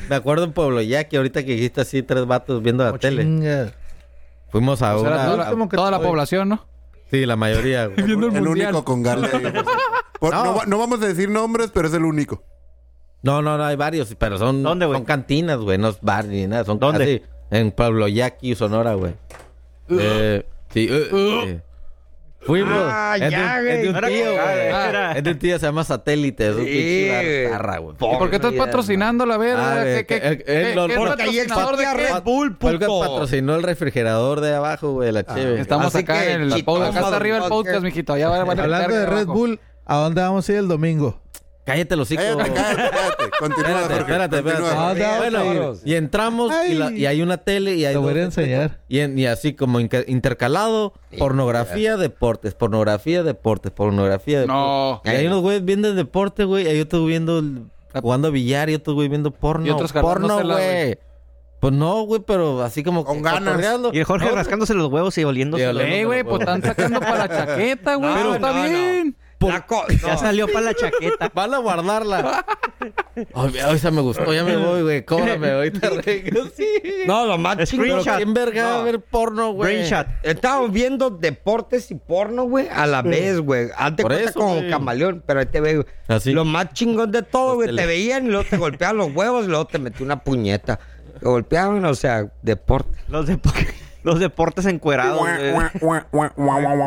Speaker 3: Me acuerdo en Pueblo ya que ahorita que dijiste así tres vatos viendo la
Speaker 2: Oh,
Speaker 3: tele.
Speaker 2: chinga.
Speaker 3: Fuimos a
Speaker 4: O sea,
Speaker 3: una...
Speaker 4: toda, la, toda la población, ¿no?
Speaker 3: Sí, la mayoría. güey.
Speaker 4: Viendo el
Speaker 6: el
Speaker 4: mundial.
Speaker 6: único con Garland. Por- no.
Speaker 3: pues No.
Speaker 6: va- no vamos a decir nombres, pero es el único.
Speaker 3: No, no, no, hay varios, pero son,
Speaker 7: ¿Dónde, güey?
Speaker 3: son cantinas, güey, no es bar ni nada. Son
Speaker 7: ¿Dónde?
Speaker 3: así, en Pueblo Yaqui, Sonora, güey. Eh, sí, eh, eh. Fuimos.
Speaker 5: Ah,
Speaker 3: es,
Speaker 5: ya,
Speaker 3: de, un- es de
Speaker 5: güey.
Speaker 3: un
Speaker 5: No
Speaker 7: era
Speaker 3: tío,
Speaker 7: cagada,
Speaker 3: güey.
Speaker 7: era-
Speaker 3: Es de un tío, se llama Satélite. Es
Speaker 5: Sí,
Speaker 3: un pinche
Speaker 5: güey.
Speaker 3: barra, güey.
Speaker 5: Por-
Speaker 4: Porque estás
Speaker 5: Mira,
Speaker 4: patrocinando la
Speaker 3: Ah,
Speaker 4: verga.
Speaker 3: güey,
Speaker 4: ¿Qué-
Speaker 3: que-
Speaker 4: qué-
Speaker 3: eh,
Speaker 4: qué-
Speaker 3: eh, los-
Speaker 4: qué
Speaker 5: Porque ahí
Speaker 4: patrocinador de
Speaker 5: existía
Speaker 4: qué?
Speaker 5: Red Bull,
Speaker 3: Fue el que
Speaker 5: puto.
Speaker 3: patrocinó el refrigerador de abajo, güey, la chévere.
Speaker 4: Estamos
Speaker 5: Así
Speaker 4: acá
Speaker 5: que,
Speaker 4: en el
Speaker 5: chito,
Speaker 4: podcast. Acá está arriba el
Speaker 5: motherfucker.
Speaker 4: podcast, mijito. Allá va- van a
Speaker 2: Hablando
Speaker 4: meter
Speaker 2: de Red
Speaker 4: abajo.
Speaker 2: Bull, ¿a dónde vamos a ir el domingo?
Speaker 3: Ah, Cállate los hijos.
Speaker 6: Cállate, cállate, cállate. Continúa,
Speaker 3: Espérate,
Speaker 6: Jorge,
Speaker 3: espérate, espérate.
Speaker 6: continúa.
Speaker 2: Ah, da
Speaker 3: Bueno,
Speaker 2: otro.
Speaker 3: y entramos y, la- y hay una tele y hay
Speaker 2: Te voy a
Speaker 3: dos-
Speaker 2: enseñar.
Speaker 3: Y, en- y así como inca- intercalado, pornografía, deportes, pornografía, deportes, pornografía, deportes.
Speaker 4: No.
Speaker 3: Y hay unos güeyes viendo deporte, güey. Hay otros viendo el- jugando billar y otros güey viendo porno.
Speaker 4: Y otros
Speaker 3: porno,
Speaker 4: jalándosela,
Speaker 3: güey. Pues no, güey, pero así como
Speaker 8: Con
Speaker 3: que
Speaker 8: ganas.
Speaker 3: cotorreando.
Speaker 7: Y el Jorge
Speaker 3: No,
Speaker 7: rascándose los huevos y
Speaker 3: Y
Speaker 7: oliéndose.
Speaker 3: oliendo-
Speaker 7: los-
Speaker 4: Eh, güey, pues están sacando para la chaqueta, güey.
Speaker 5: No,
Speaker 4: está
Speaker 5: no, no.
Speaker 4: bien.
Speaker 5: La co-
Speaker 7: Ya salió para la chaqueta.
Speaker 3: Van a guardarla. Ay, ay, esa me gustó, ya me voy, güey. Cóbrame, ahorita regreso. Sí.
Speaker 5: No, lo más
Speaker 3: Pero
Speaker 5: chingón.
Speaker 7: Screenshot.
Speaker 3: quién verga va a
Speaker 5: No.
Speaker 3: ver porno, güey.
Speaker 7: Brain shot.
Speaker 5: Estábamos viendo deportes y porno, güey, a la vez, güey. Antes
Speaker 3: Por
Speaker 5: cuenta
Speaker 3: eso,
Speaker 5: como
Speaker 3: güey.
Speaker 5: camaleón, pero ahí te veo.
Speaker 3: Así.
Speaker 5: Lo más chingón de todo, güey, te
Speaker 3: tele-
Speaker 5: veían y luego te golpeaban los huevos y luego te metí una puñeta. Te golpeaban, o sea, deporte.
Speaker 7: Los, depo- los deportes encuerados. güey.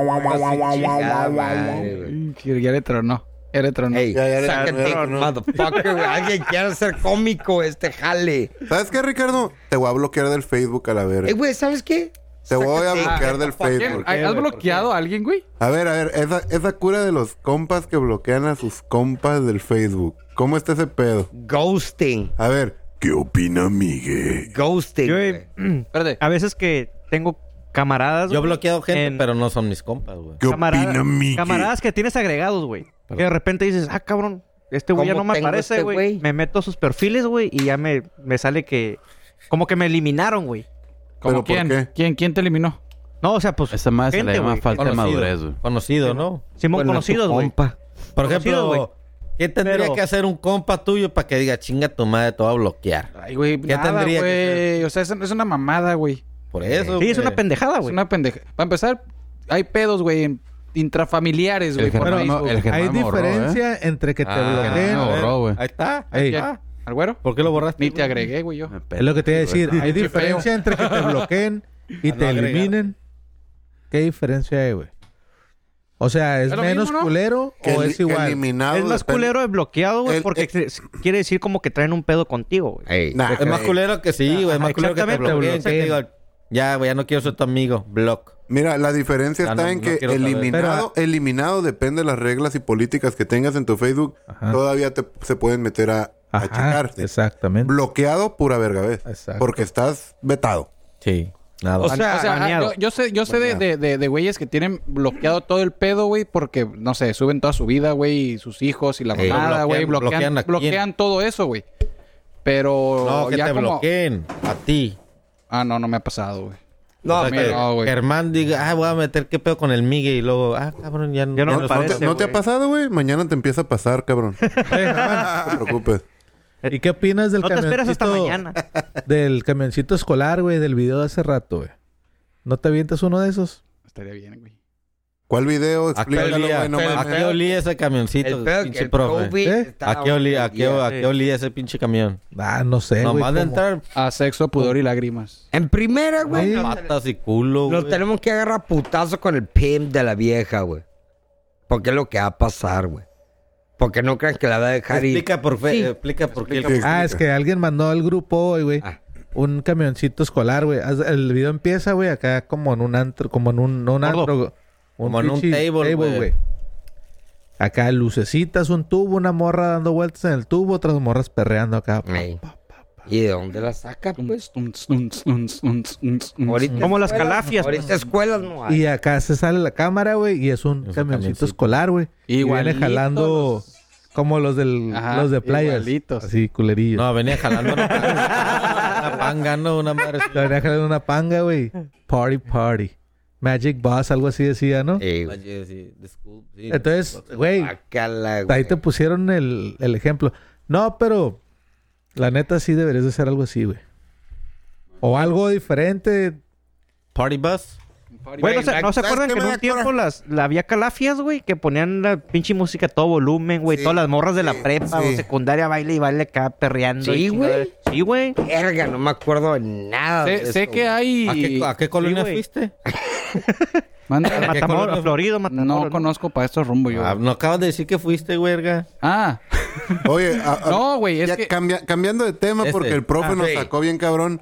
Speaker 5: Chingada madre, güey.
Speaker 4: Y Ya le tronó. Ya le tronó.
Speaker 5: Ey,
Speaker 6: Ya, ya, ya,
Speaker 5: sácate,
Speaker 6: no, no.
Speaker 5: motherfucker, güey. Alguien quiere ser cómico este jale.
Speaker 6: ¿Sabes qué, Ricardo? Te voy a bloquear del Facebook a la verga.
Speaker 5: Ey, güey, ¿sabes qué?
Speaker 6: Te voy a bloquear del Facebook.
Speaker 4: ¿Has has bloqueado a alguien, güey?
Speaker 6: A ver, a ver, esa, esa cura de los compas que bloquean a sus compas del Facebook. ¿Cómo está ese pedo?
Speaker 5: Ghosting.
Speaker 6: A ver,
Speaker 1: ¿Qué opina Miguel?
Speaker 5: Ghosting.
Speaker 7: Yo
Speaker 5: güey.
Speaker 7: he-
Speaker 4: Espérate.
Speaker 7: a veces que tengo camaradas.
Speaker 3: Yo he
Speaker 7: güey,
Speaker 3: bloqueado gente,
Speaker 7: en-
Speaker 3: pero no son mis compas, güey.
Speaker 1: ¿Qué
Speaker 7: camara-
Speaker 1: opina Miguel?
Speaker 7: Camaradas que tienes agregados, güey. Que de repente dices, ah, cabrón, este güey ya
Speaker 5: ¿Cómo
Speaker 7: no me
Speaker 5: tengo
Speaker 7: aparece,
Speaker 5: este
Speaker 7: güey.
Speaker 5: güey?
Speaker 7: me meto a sus perfiles, güey, y ya me, me sale que. Como que me eliminaron, güey.
Speaker 6: ¿pero por
Speaker 4: ¿Cómo quién?
Speaker 6: qué?
Speaker 4: ¿Quién? ¿Quién te eliminó?
Speaker 7: No, o sea, pues.
Speaker 9: Esa madre se
Speaker 7: gente,
Speaker 9: le llama
Speaker 7: güey.
Speaker 9: falta de
Speaker 3: Conocido.
Speaker 9: madurez, güey.
Speaker 3: Conocido, ¿no?
Speaker 7: Simón
Speaker 5: Bueno,
Speaker 7: conocidos,
Speaker 5: tu
Speaker 7: güey.
Speaker 5: compa.
Speaker 3: Por
Speaker 7: Conocido,
Speaker 3: ejemplo,
Speaker 7: güey.
Speaker 3: ¿qué tendría
Speaker 7: Pero-
Speaker 3: que hacer un compa tuyo para que diga, chinga tu madre, te voy a bloquear?
Speaker 4: Ay, güey,
Speaker 3: ¿Qué
Speaker 4: nada,
Speaker 3: tendría que
Speaker 4: güey. O sea, es, es una mamada, güey.
Speaker 3: Por eso,
Speaker 7: Sí, es una
Speaker 3: güey.
Speaker 7: pendejada,
Speaker 4: Es
Speaker 7: güey.
Speaker 4: una pendeja. Para empezar, hay pedos, güey, en- intrafamiliares, güey,
Speaker 9: El
Speaker 4: por
Speaker 9: Germán
Speaker 4: Facebook.
Speaker 9: no- el Germán
Speaker 2: Hay
Speaker 9: me borró, ¿eh?
Speaker 2: diferencia entre que te
Speaker 3: Ah,
Speaker 2: bloqueen. eh,
Speaker 9: me borró, güey.
Speaker 3: Ahí está.
Speaker 2: Ey,
Speaker 4: ¿Quién? ¿Al güero?
Speaker 3: ¿Por qué lo borraste?
Speaker 4: Ni te
Speaker 3: güey?
Speaker 4: agregué, güey, yo.
Speaker 9: Me
Speaker 2: es lo que te iba a decir. Hay
Speaker 4: Qué
Speaker 2: diferencia entre que te bloqueen y
Speaker 3: A no
Speaker 2: te
Speaker 3: agregar.
Speaker 2: eliminen. ¿Qué diferencia hay, güey? O sea, ¿es,
Speaker 4: Es lo
Speaker 2: menos
Speaker 4: mismo, ¿no?
Speaker 2: culero
Speaker 6: que
Speaker 2: o
Speaker 6: eli-
Speaker 2: es igual?
Speaker 6: eliminado
Speaker 7: Es más
Speaker 6: depende-
Speaker 7: culero de bloqueado, güey,
Speaker 6: El-
Speaker 7: porque
Speaker 6: el-
Speaker 7: se- quiere decir como que traen un pedo contigo, güey.
Speaker 5: Ey.
Speaker 6: Nah, eh,
Speaker 3: Es más
Speaker 6: güey.
Speaker 3: culero que sí, güey. Es más
Speaker 7: Ajá,
Speaker 3: culero que te
Speaker 7: exactamente,
Speaker 3: bloqueen.
Speaker 2: bloqueen.
Speaker 3: que te diga, ya, güey, ya no quiero ser tu amigo. Block.
Speaker 6: Mira, la diferencia
Speaker 3: Ya
Speaker 6: está
Speaker 3: no-
Speaker 6: en
Speaker 3: no
Speaker 6: que
Speaker 3: quiero saber.
Speaker 6: eliminado, eliminado depende de las reglas y políticas que tengas en tu Facebook. Todavía te, se pueden meter a, a
Speaker 2: Ajá,
Speaker 6: checarte.
Speaker 2: exactamente.
Speaker 6: Bloqueado pura verga vez.
Speaker 2: Exacto.
Speaker 6: Porque estás vetado.
Speaker 3: Sí. Nada.
Speaker 7: O sea,
Speaker 4: O sea, ah,
Speaker 7: baneado.
Speaker 4: yo, yo sé, yo sé de, de, de- de güeyes que tienen bloqueado todo el pedo, güey, porque, no sé, suben toda su vida, güey, y sus hijos y la
Speaker 3: Ey.
Speaker 4: mamada,
Speaker 3: Bloquean-
Speaker 4: güey,
Speaker 3: Eh, bloquean
Speaker 4: bloquean,
Speaker 3: a quién.
Speaker 4: bloquean todo eso, güey. Pero
Speaker 3: no, que
Speaker 4: ya
Speaker 3: te
Speaker 4: como...
Speaker 3: bloqueen. A ti.
Speaker 4: Ah, no, no me ha pasado, güey.
Speaker 3: No,
Speaker 4: a mí no, güey.
Speaker 3: Germán diga, ah, voy a meter qué pedo con el Miguel y luego, ah, cabrón, ya,
Speaker 7: Ya no
Speaker 3: ya
Speaker 7: me
Speaker 3: no
Speaker 6: ¿No
Speaker 3: somos".
Speaker 7: parece.
Speaker 6: te, no te ha
Speaker 7: güey.
Speaker 6: pasado, güey? Mañana te empieza a pasar, cabrón. no te preocupes.
Speaker 2: ¿Y qué opinas del
Speaker 7: No te esperas hasta
Speaker 2: camioncito-
Speaker 7: mañana.
Speaker 2: Del camioncito escolar, güey, del video de hace rato, güey. ¿No te avientas uno de esos?
Speaker 4: Estaría bien, güey.
Speaker 6: ¿Cuál video?
Speaker 3: ¿A qué
Speaker 6: Explícalo,
Speaker 3: olía?
Speaker 6: güey. No
Speaker 3: ¿A qué
Speaker 6: mames.
Speaker 3: olía ese camioncito?
Speaker 5: El pedo que
Speaker 3: pinche
Speaker 5: el
Speaker 3: profe?
Speaker 5: COVID
Speaker 2: ¿Eh?
Speaker 5: está-
Speaker 3: ¿A qué olía? ¿A qué, a qué
Speaker 7: Sí.
Speaker 3: olía ese pinche camión?
Speaker 2: Ah, no sé, güey.
Speaker 3: Nomás de
Speaker 2: como-
Speaker 3: entrar
Speaker 4: A sexo, pudor y lágrimas.
Speaker 5: En primera, güey.
Speaker 2: Sí.
Speaker 5: nos-
Speaker 3: patas y culo,
Speaker 5: Nos
Speaker 3: güey.
Speaker 5: tenemos que agarrar a putazo con el pimp de la vieja, güey. Porque es lo que va a pasar, güey. Porque no crean que la va a dejar ir.
Speaker 3: Explica por, fe- eh.
Speaker 5: Sí.
Speaker 3: explica por qué. el-
Speaker 6: Sí.
Speaker 2: Ah, es que alguien mandó al grupo hoy, güey.
Speaker 5: Ah.
Speaker 2: Un camioncito escolar, güey. Haz- El video empieza, güey, acá como en un antro, como en un, no un
Speaker 7: Gordo.
Speaker 2: antro,
Speaker 3: Como en un
Speaker 2: pinche
Speaker 3: table, güey.
Speaker 2: Acá lucecitas, un tubo, una morra dando vueltas en el tubo, otras morras perreando acá.
Speaker 5: Ey. ¿Y de dónde la saca, pues?
Speaker 4: Ahorita.
Speaker 7: Como las
Speaker 5: escuelas-
Speaker 7: calafias,
Speaker 5: Ahorita
Speaker 7: pues.
Speaker 5: escuelas no hay.
Speaker 2: Y acá se sale la cámara, güey, y es un camioncito,
Speaker 3: camioncito.
Speaker 2: escolar, güey. Y viene
Speaker 4: Igualito
Speaker 2: jalando
Speaker 4: los-
Speaker 2: como los del
Speaker 4: Ajá,
Speaker 2: los de playas.
Speaker 4: igualitos.
Speaker 2: Así, culerillos.
Speaker 3: No, venía jalando una panga, una panga, no, una madre.
Speaker 2: La venía jalando una panga, güey. Party, party. Magic Boss, algo así decía, ¿no?
Speaker 5: Ey, güey.
Speaker 3: Sí, sí, de school, sí.
Speaker 2: Entonces, güey,
Speaker 5: ah, Guácala, güey.
Speaker 2: ahí te pusieron el, el ejemplo. No, pero la neta sí deberías de hacer algo así, güey. O algo diferente.
Speaker 3: Party bus.
Speaker 7: Bueno, o sea, ¿no se
Speaker 8: ¿sabes
Speaker 7: acuerdan
Speaker 8: qué
Speaker 7: que en
Speaker 8: me
Speaker 7: un tiempo
Speaker 8: acuerdo?
Speaker 7: las, la había calafias, güey? Que ponían la pinche música a todo volumen, güey.
Speaker 6: Sí,
Speaker 7: todas las morras de la
Speaker 6: sí,
Speaker 7: prepa
Speaker 6: sí.
Speaker 7: o secundaria baile y baile acá perreando.
Speaker 5: Sí,
Speaker 7: y chingaderas.
Speaker 5: güey.
Speaker 7: Sí, güey.
Speaker 5: Verga, no me acuerdo de nada. de
Speaker 4: Sé,
Speaker 5: eso,
Speaker 4: sé que
Speaker 5: güey.
Speaker 4: hay...
Speaker 3: ¿A qué, a qué colonia
Speaker 7: güey.
Speaker 3: fuiste?
Speaker 4: Manda-
Speaker 7: Matamoros, Florido, Matamoros.
Speaker 4: No conozco para estos rumbo yo.
Speaker 3: Ah, no acabas de decir que fuiste, güerga.
Speaker 4: Ah,
Speaker 6: Oye, a- a-
Speaker 4: No, güey, es
Speaker 6: ya
Speaker 4: que-
Speaker 6: cambia- cambiando de tema
Speaker 3: Este.
Speaker 6: porque el profe
Speaker 3: Ah,
Speaker 6: nos
Speaker 3: sí.
Speaker 6: sacó bien cabrón.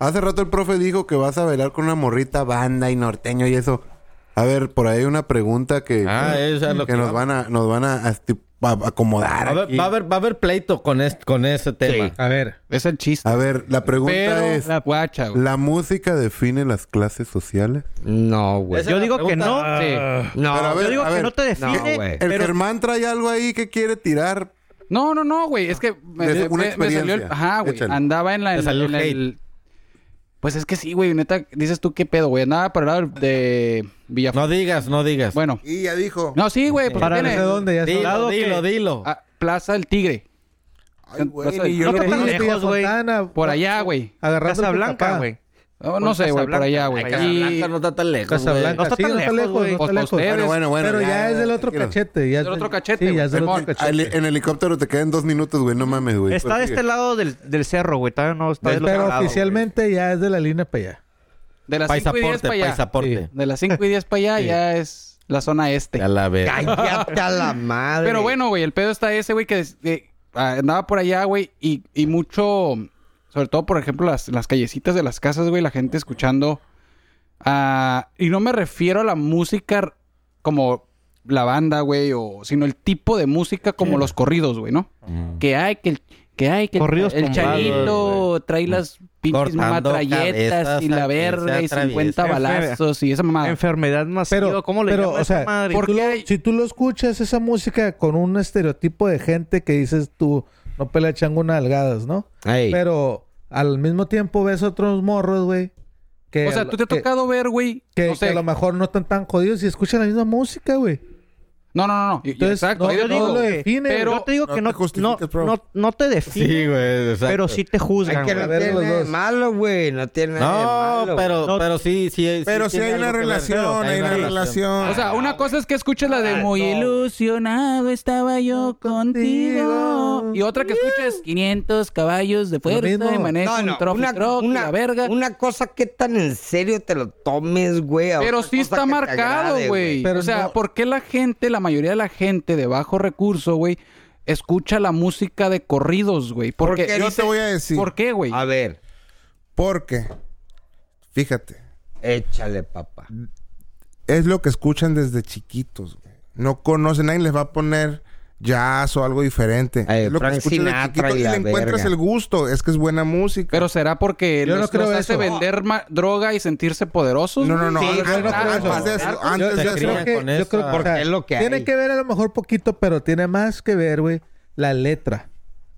Speaker 6: Hace rato el profe dijo que vas a bailar con una morrita banda y norteño y eso. A ver, por ahí hay una pregunta que,
Speaker 3: Ah,
Speaker 6: que,
Speaker 3: es a lo que
Speaker 6: nos
Speaker 3: vamos.
Speaker 6: van a nos van a, asti- a- acomodar.
Speaker 3: A ver,
Speaker 6: aquí.
Speaker 3: va, a haber, va a haber pleito con, es- con ese tema.
Speaker 2: A ver,
Speaker 4: es el chiste.
Speaker 6: A ver, la pregunta
Speaker 4: Pero
Speaker 6: es
Speaker 4: la guacha, güey.
Speaker 6: ¿La música define las clases sociales?
Speaker 5: No, güey.
Speaker 3: Esa
Speaker 7: Yo
Speaker 3: es la
Speaker 7: digo que
Speaker 3: pregunta.
Speaker 7: no.
Speaker 4: Sí.
Speaker 5: No,
Speaker 6: Pero a ver,
Speaker 7: Yo digo
Speaker 6: a
Speaker 7: que
Speaker 6: ver.
Speaker 7: no te
Speaker 5: no,
Speaker 7: define.
Speaker 5: güey.
Speaker 6: El Germán trae algo ahí que quiere tirar.
Speaker 4: No, no, no, güey. Es que me,
Speaker 6: De- una
Speaker 4: me- me salió el...
Speaker 6: experiencia.
Speaker 4: Ajá, güey.
Speaker 6: Échale.
Speaker 4: Andaba en la...
Speaker 3: Te
Speaker 4: en-
Speaker 3: salió
Speaker 4: en
Speaker 3: hate.
Speaker 4: el- Pues es que sí, güey. Neta, dices tú qué pedo, güey. Andaba para el lado de Villafranca.
Speaker 3: No digas, no digas.
Speaker 4: Bueno.
Speaker 8: Y ya dijo.
Speaker 4: No, sí, güey. Pues
Speaker 7: Para
Speaker 4: ¿qué
Speaker 7: no
Speaker 4: tiene?
Speaker 2: ¿de dónde ya
Speaker 3: dilo,
Speaker 2: está?
Speaker 7: lado
Speaker 3: dilo,
Speaker 7: que-
Speaker 3: dilo.
Speaker 4: Ah, Plaza del Tigre.
Speaker 8: Ay, güey,
Speaker 4: Vas a-
Speaker 8: ni yo
Speaker 4: no
Speaker 8: lo
Speaker 4: te
Speaker 8: vi.
Speaker 4: pases.
Speaker 2: Villa
Speaker 7: lejos, güey.
Speaker 2: Fontana,
Speaker 4: Por allá, güey.
Speaker 2: Agarrando
Speaker 7: Casa
Speaker 2: el
Speaker 7: Blanca,
Speaker 2: Cucapá.
Speaker 7: güey.
Speaker 4: Oh, no sé, güey. Por
Speaker 7: Casablanca,
Speaker 4: allá, güey.
Speaker 7: para allá.
Speaker 4: Y...
Speaker 3: Pues Casablanca no está tan lejos.
Speaker 2: Casa
Speaker 3: güey.
Speaker 2: Blanca.
Speaker 7: No está
Speaker 2: sí,
Speaker 7: tan
Speaker 2: no está
Speaker 7: lejos,
Speaker 2: lejos,
Speaker 7: güey.
Speaker 2: no está
Speaker 4: Pues
Speaker 2: lejos.
Speaker 4: ustedes-
Speaker 6: Bueno, bueno, bueno.
Speaker 2: Pero ya, es del otro
Speaker 6: tranquilo.
Speaker 2: cachete. Ya
Speaker 4: Del otro cachete,
Speaker 2: Sí, ya
Speaker 4: güey.
Speaker 2: es del
Speaker 4: Simón.
Speaker 2: otro cachete.
Speaker 6: Al- En helicóptero te quedan dos minutos, güey. No mames, güey.
Speaker 7: Está de
Speaker 6: Pues,
Speaker 7: este lado del, del cerro, güey. Todavía no está del otro
Speaker 2: Pero
Speaker 7: lado, güey.
Speaker 2: oficialmente ya es de la línea para allá.
Speaker 4: De las 5 y 10
Speaker 3: Paisaporte,
Speaker 4: para allá.
Speaker 3: paisaporte.
Speaker 4: De las 5 y 10 para allá ya es la zona este.
Speaker 3: A la verga.
Speaker 5: Cállate a la madre.
Speaker 4: Pero bueno, güey, el pedo está ese, güey, que des- de- ah, andaba por allá, güey, y, y mucho, sobre todo, por ejemplo, las, las callecitas de las casas, güey, la gente escuchando ah, Ah, y no me refiero a la música como la banda, güey, o sino el tipo de música como los corridos, güey, ¿no? Que hay que el que hay que el-
Speaker 7: Corridos
Speaker 4: el,
Speaker 7: tumbados,
Speaker 4: chavito trae las pinches
Speaker 3: Cortando
Speaker 4: matralletas
Speaker 3: cabezas,
Speaker 4: y la
Speaker 3: a-
Speaker 4: verga y
Speaker 3: sea
Speaker 4: 50
Speaker 7: traviesa.
Speaker 4: balazos y esa mamada.
Speaker 7: Enfermedad masiva.
Speaker 2: Ah. Pero-
Speaker 7: ¿Cómo le
Speaker 2: pero,
Speaker 7: llama
Speaker 2: o sea,
Speaker 7: esa madre?
Speaker 2: Si tú,
Speaker 4: Porque
Speaker 2: lo,
Speaker 4: hay-
Speaker 2: si tú lo escuchas, esa música con un estereotipo de gente que dices tú, no pelea chango nalgadas, ¿no?
Speaker 5: Ey.
Speaker 2: Pero al mismo tiempo ves otros morros, güey. que
Speaker 4: O sea,
Speaker 2: al-
Speaker 4: tú te ha
Speaker 2: que-
Speaker 4: tocado ver, güey,
Speaker 2: Que,
Speaker 4: no
Speaker 2: que
Speaker 4: sé.
Speaker 2: a lo mejor no están tan jodidos y escuchan la misma música, güey.
Speaker 4: No, no, no, no. Y- y-
Speaker 2: Entonces,
Speaker 4: Exacto.
Speaker 2: no,
Speaker 4: ahí de
Speaker 2: yo
Speaker 4: todo,
Speaker 2: digo,
Speaker 4: güey.
Speaker 2: güey, define,
Speaker 4: pero-
Speaker 7: yo te digo
Speaker 8: No
Speaker 7: que
Speaker 8: te
Speaker 7: no, no,
Speaker 8: justifiques, bro.
Speaker 7: no, no te define,
Speaker 3: Sí, güey. exacto.
Speaker 7: pero sí te juzgan.
Speaker 5: Es que
Speaker 7: güey.
Speaker 5: no
Speaker 2: ver los
Speaker 5: tiene
Speaker 2: dos.
Speaker 5: malo, güey. No tiene nada de
Speaker 3: No,
Speaker 5: malo.
Speaker 3: pero,
Speaker 7: No.
Speaker 3: pero sí, sí.
Speaker 8: Pero si
Speaker 3: tiene
Speaker 8: hay una
Speaker 3: algo que ver.
Speaker 8: relación, hay una relación.
Speaker 4: O sea, una cosa es que escuches la
Speaker 2: Ah,
Speaker 4: de Muy ilusionado estaba yo contigo. Y otra que escuches 500 caballos de
Speaker 2: mismo.
Speaker 4: fuerza y manejo
Speaker 5: No,
Speaker 4: un
Speaker 5: no,
Speaker 4: trophy
Speaker 5: una,
Speaker 4: truck y
Speaker 5: una-
Speaker 4: la verga.
Speaker 5: una cosa que tan en serio te lo tomes, güey. a
Speaker 4: Pero
Speaker 5: otra
Speaker 4: sí
Speaker 5: cosa
Speaker 4: está
Speaker 5: que te
Speaker 4: marcado,
Speaker 5: agrade,
Speaker 4: güey.
Speaker 2: Pero
Speaker 4: o sea,
Speaker 2: no-
Speaker 4: ¿por qué la gente, la mayoría de la gente de bajo recurso, güey, escucha la música de corridos, güey? Porque,
Speaker 8: Yo te voy a decir.
Speaker 4: ¿Por qué, güey?
Speaker 5: A ver,
Speaker 8: Porque, fíjate,
Speaker 5: échale, papá.
Speaker 8: es lo que escuchan desde chiquitos. güey. No conocen, nadie les va a poner jazz o algo diferente.
Speaker 5: Eh,
Speaker 8: es lo
Speaker 5: Frank
Speaker 8: que escuchan desde
Speaker 5: Sinatra
Speaker 8: chiquitos
Speaker 5: y
Speaker 8: y,
Speaker 5: la
Speaker 8: le encuentras
Speaker 5: verga.
Speaker 8: el gusto. Es que es buena música.
Speaker 4: Pero será porque
Speaker 2: Yo no
Speaker 4: los,
Speaker 2: creo
Speaker 4: los hace
Speaker 2: eso.
Speaker 4: vender ma- droga y sentirse poderosos.
Speaker 8: no, no, no.
Speaker 5: Sí,
Speaker 8: antes,
Speaker 5: yo no creo
Speaker 8: antes
Speaker 5: eso.
Speaker 8: de eso,
Speaker 4: Yo-
Speaker 8: antes
Speaker 2: yo,
Speaker 8: de
Speaker 2: yo
Speaker 8: eso.
Speaker 2: creo
Speaker 3: crían
Speaker 2: que,
Speaker 3: con
Speaker 2: yo
Speaker 3: esa.
Speaker 2: creo que, o
Speaker 5: Porque
Speaker 2: sea,
Speaker 5: es lo que
Speaker 2: tiene
Speaker 5: hay.
Speaker 2: que ver a lo mejor poquito, pero tiene más que ver, güey, la letra.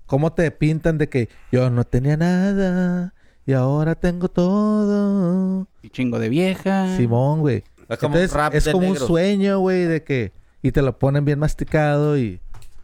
Speaker 2: Cómo te pintan de que yo no tenía nada y ahora tengo todo.
Speaker 4: Y chingo de vieja.
Speaker 2: Simón, güey.
Speaker 3: Es como un
Speaker 2: Entonces,
Speaker 3: rap
Speaker 2: es
Speaker 3: de
Speaker 2: como
Speaker 3: negros.
Speaker 2: un sueño, güey, de que... Y te lo ponen bien masticado y...